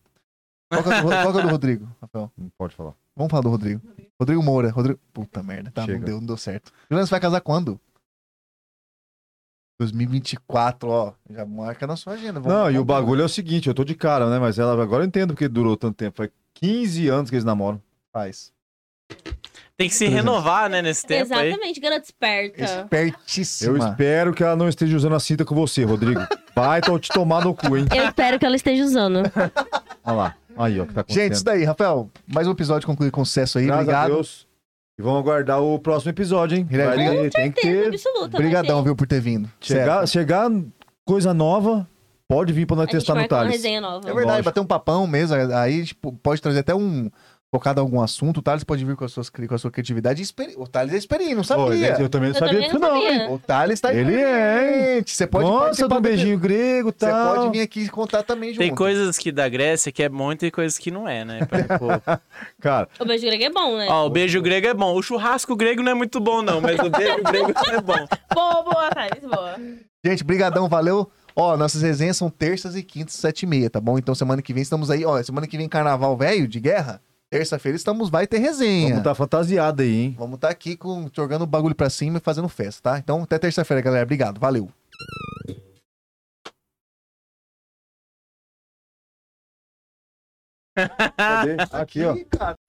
Speaker 3: Qual que é o do, qual que é o do Rodrigo, Rafael?
Speaker 1: Não pode falar.
Speaker 3: Vamos falar do Rodrigo. Rodrigo Moura. Rodrigo... Puta merda. Tá, não
Speaker 1: Chega.
Speaker 3: deu, não deu certo. Juliano, você vai casar quando? 2024, ó. Já marca na sua agenda. Vamos
Speaker 1: Não, e o
Speaker 3: marcar.
Speaker 1: bagulho é o seguinte, eu tô de cara, né? Mas ela agora eu entendo porque durou tanto tempo. Foi 15 anos que eles namoram.
Speaker 3: Faz.
Speaker 6: Tem que se renovar, né, nesse tempo aí.
Speaker 2: Exatamente, garota esperta.
Speaker 1: Eu
Speaker 3: Espertíssima.
Speaker 1: espero que ela não esteja usando a cinta com você,
Speaker 3: <laughs>
Speaker 1: Rodrigo. Vai tô te tomar no cu, hein?
Speaker 2: Eu espero que ela esteja
Speaker 3: <laughs>
Speaker 2: usando.
Speaker 1: Olha lá. Aí, ó, o que tá acontecendo.
Speaker 3: Gente, isso daí, Rafael. Mais um episódio concluído com sucesso aí.
Speaker 1: Graças a
Speaker 3: Obrigado. é
Speaker 1: Deus. E vamos aguardar o próximo episódio, hein?
Speaker 3: Obrigado.
Speaker 1: Vai- tem que
Speaker 2: Certeza
Speaker 1: ter.
Speaker 2: absoluta. vai
Speaker 3: Obrigadão,
Speaker 2: ter.
Speaker 3: viu, por ter vindo.
Speaker 1: Chegar,
Speaker 3: Certo.
Speaker 1: chegar coisa nova, pode vir pra nós
Speaker 2: A gente
Speaker 1: testar no
Speaker 2: marca uma
Speaker 1: Thales.
Speaker 2: resenha nova.
Speaker 3: É verdade,
Speaker 1: Lógico.
Speaker 3: bater um papão mesmo. Aí tipo, pode trazer até um. Focado em algum assunto, o Thales pode vir com, as suas, cri- com a sua criatividade. e experi- O Thales é experiente, não
Speaker 1: Pô,
Speaker 3: sabia.
Speaker 1: eu também não
Speaker 2: Eu
Speaker 1: sabia
Speaker 2: também
Speaker 1: disso,
Speaker 2: não
Speaker 1: não, hein?
Speaker 2: sabia.
Speaker 3: O Thales tá
Speaker 1: Ele é, hein?
Speaker 3: experiente. Você pode
Speaker 1: Nossa,
Speaker 3: participar
Speaker 1: do
Speaker 3: do-
Speaker 1: beijinho grego e
Speaker 3: Você
Speaker 1: tal.
Speaker 3: pode vir aqui contar também junto.
Speaker 6: Tem coisas que da Grécia que é bom e tem coisas que não é, né? Por exemplo,
Speaker 1: Cara,
Speaker 2: O beijo grego <laughs> é bom, né?
Speaker 6: Ó, o beijo grego é bom. O churrasco grego não é muito bom, não, mas o beijo grego <laughs> é bom.
Speaker 2: Boa, boa, Thales, boa.
Speaker 3: Gente, brigadão, valeu. Ó, nossas resenhas são terças e quintas, sete e meia, tá bom? Então semana que vem estamos aí, ó, semana que vem carnaval velho de guerra. Terça-feira estamos, vai ter
Speaker 1: vamos
Speaker 3: resenha.
Speaker 1: tá fantasiado aí, hein?
Speaker 3: Vamos estar aqui com, jogando o bagulho pra cima e fazendo festa, tá? Então até terça-feira, galera. Obrigado, valeu. Ah.
Speaker 1: Cadê? Aqui, ó.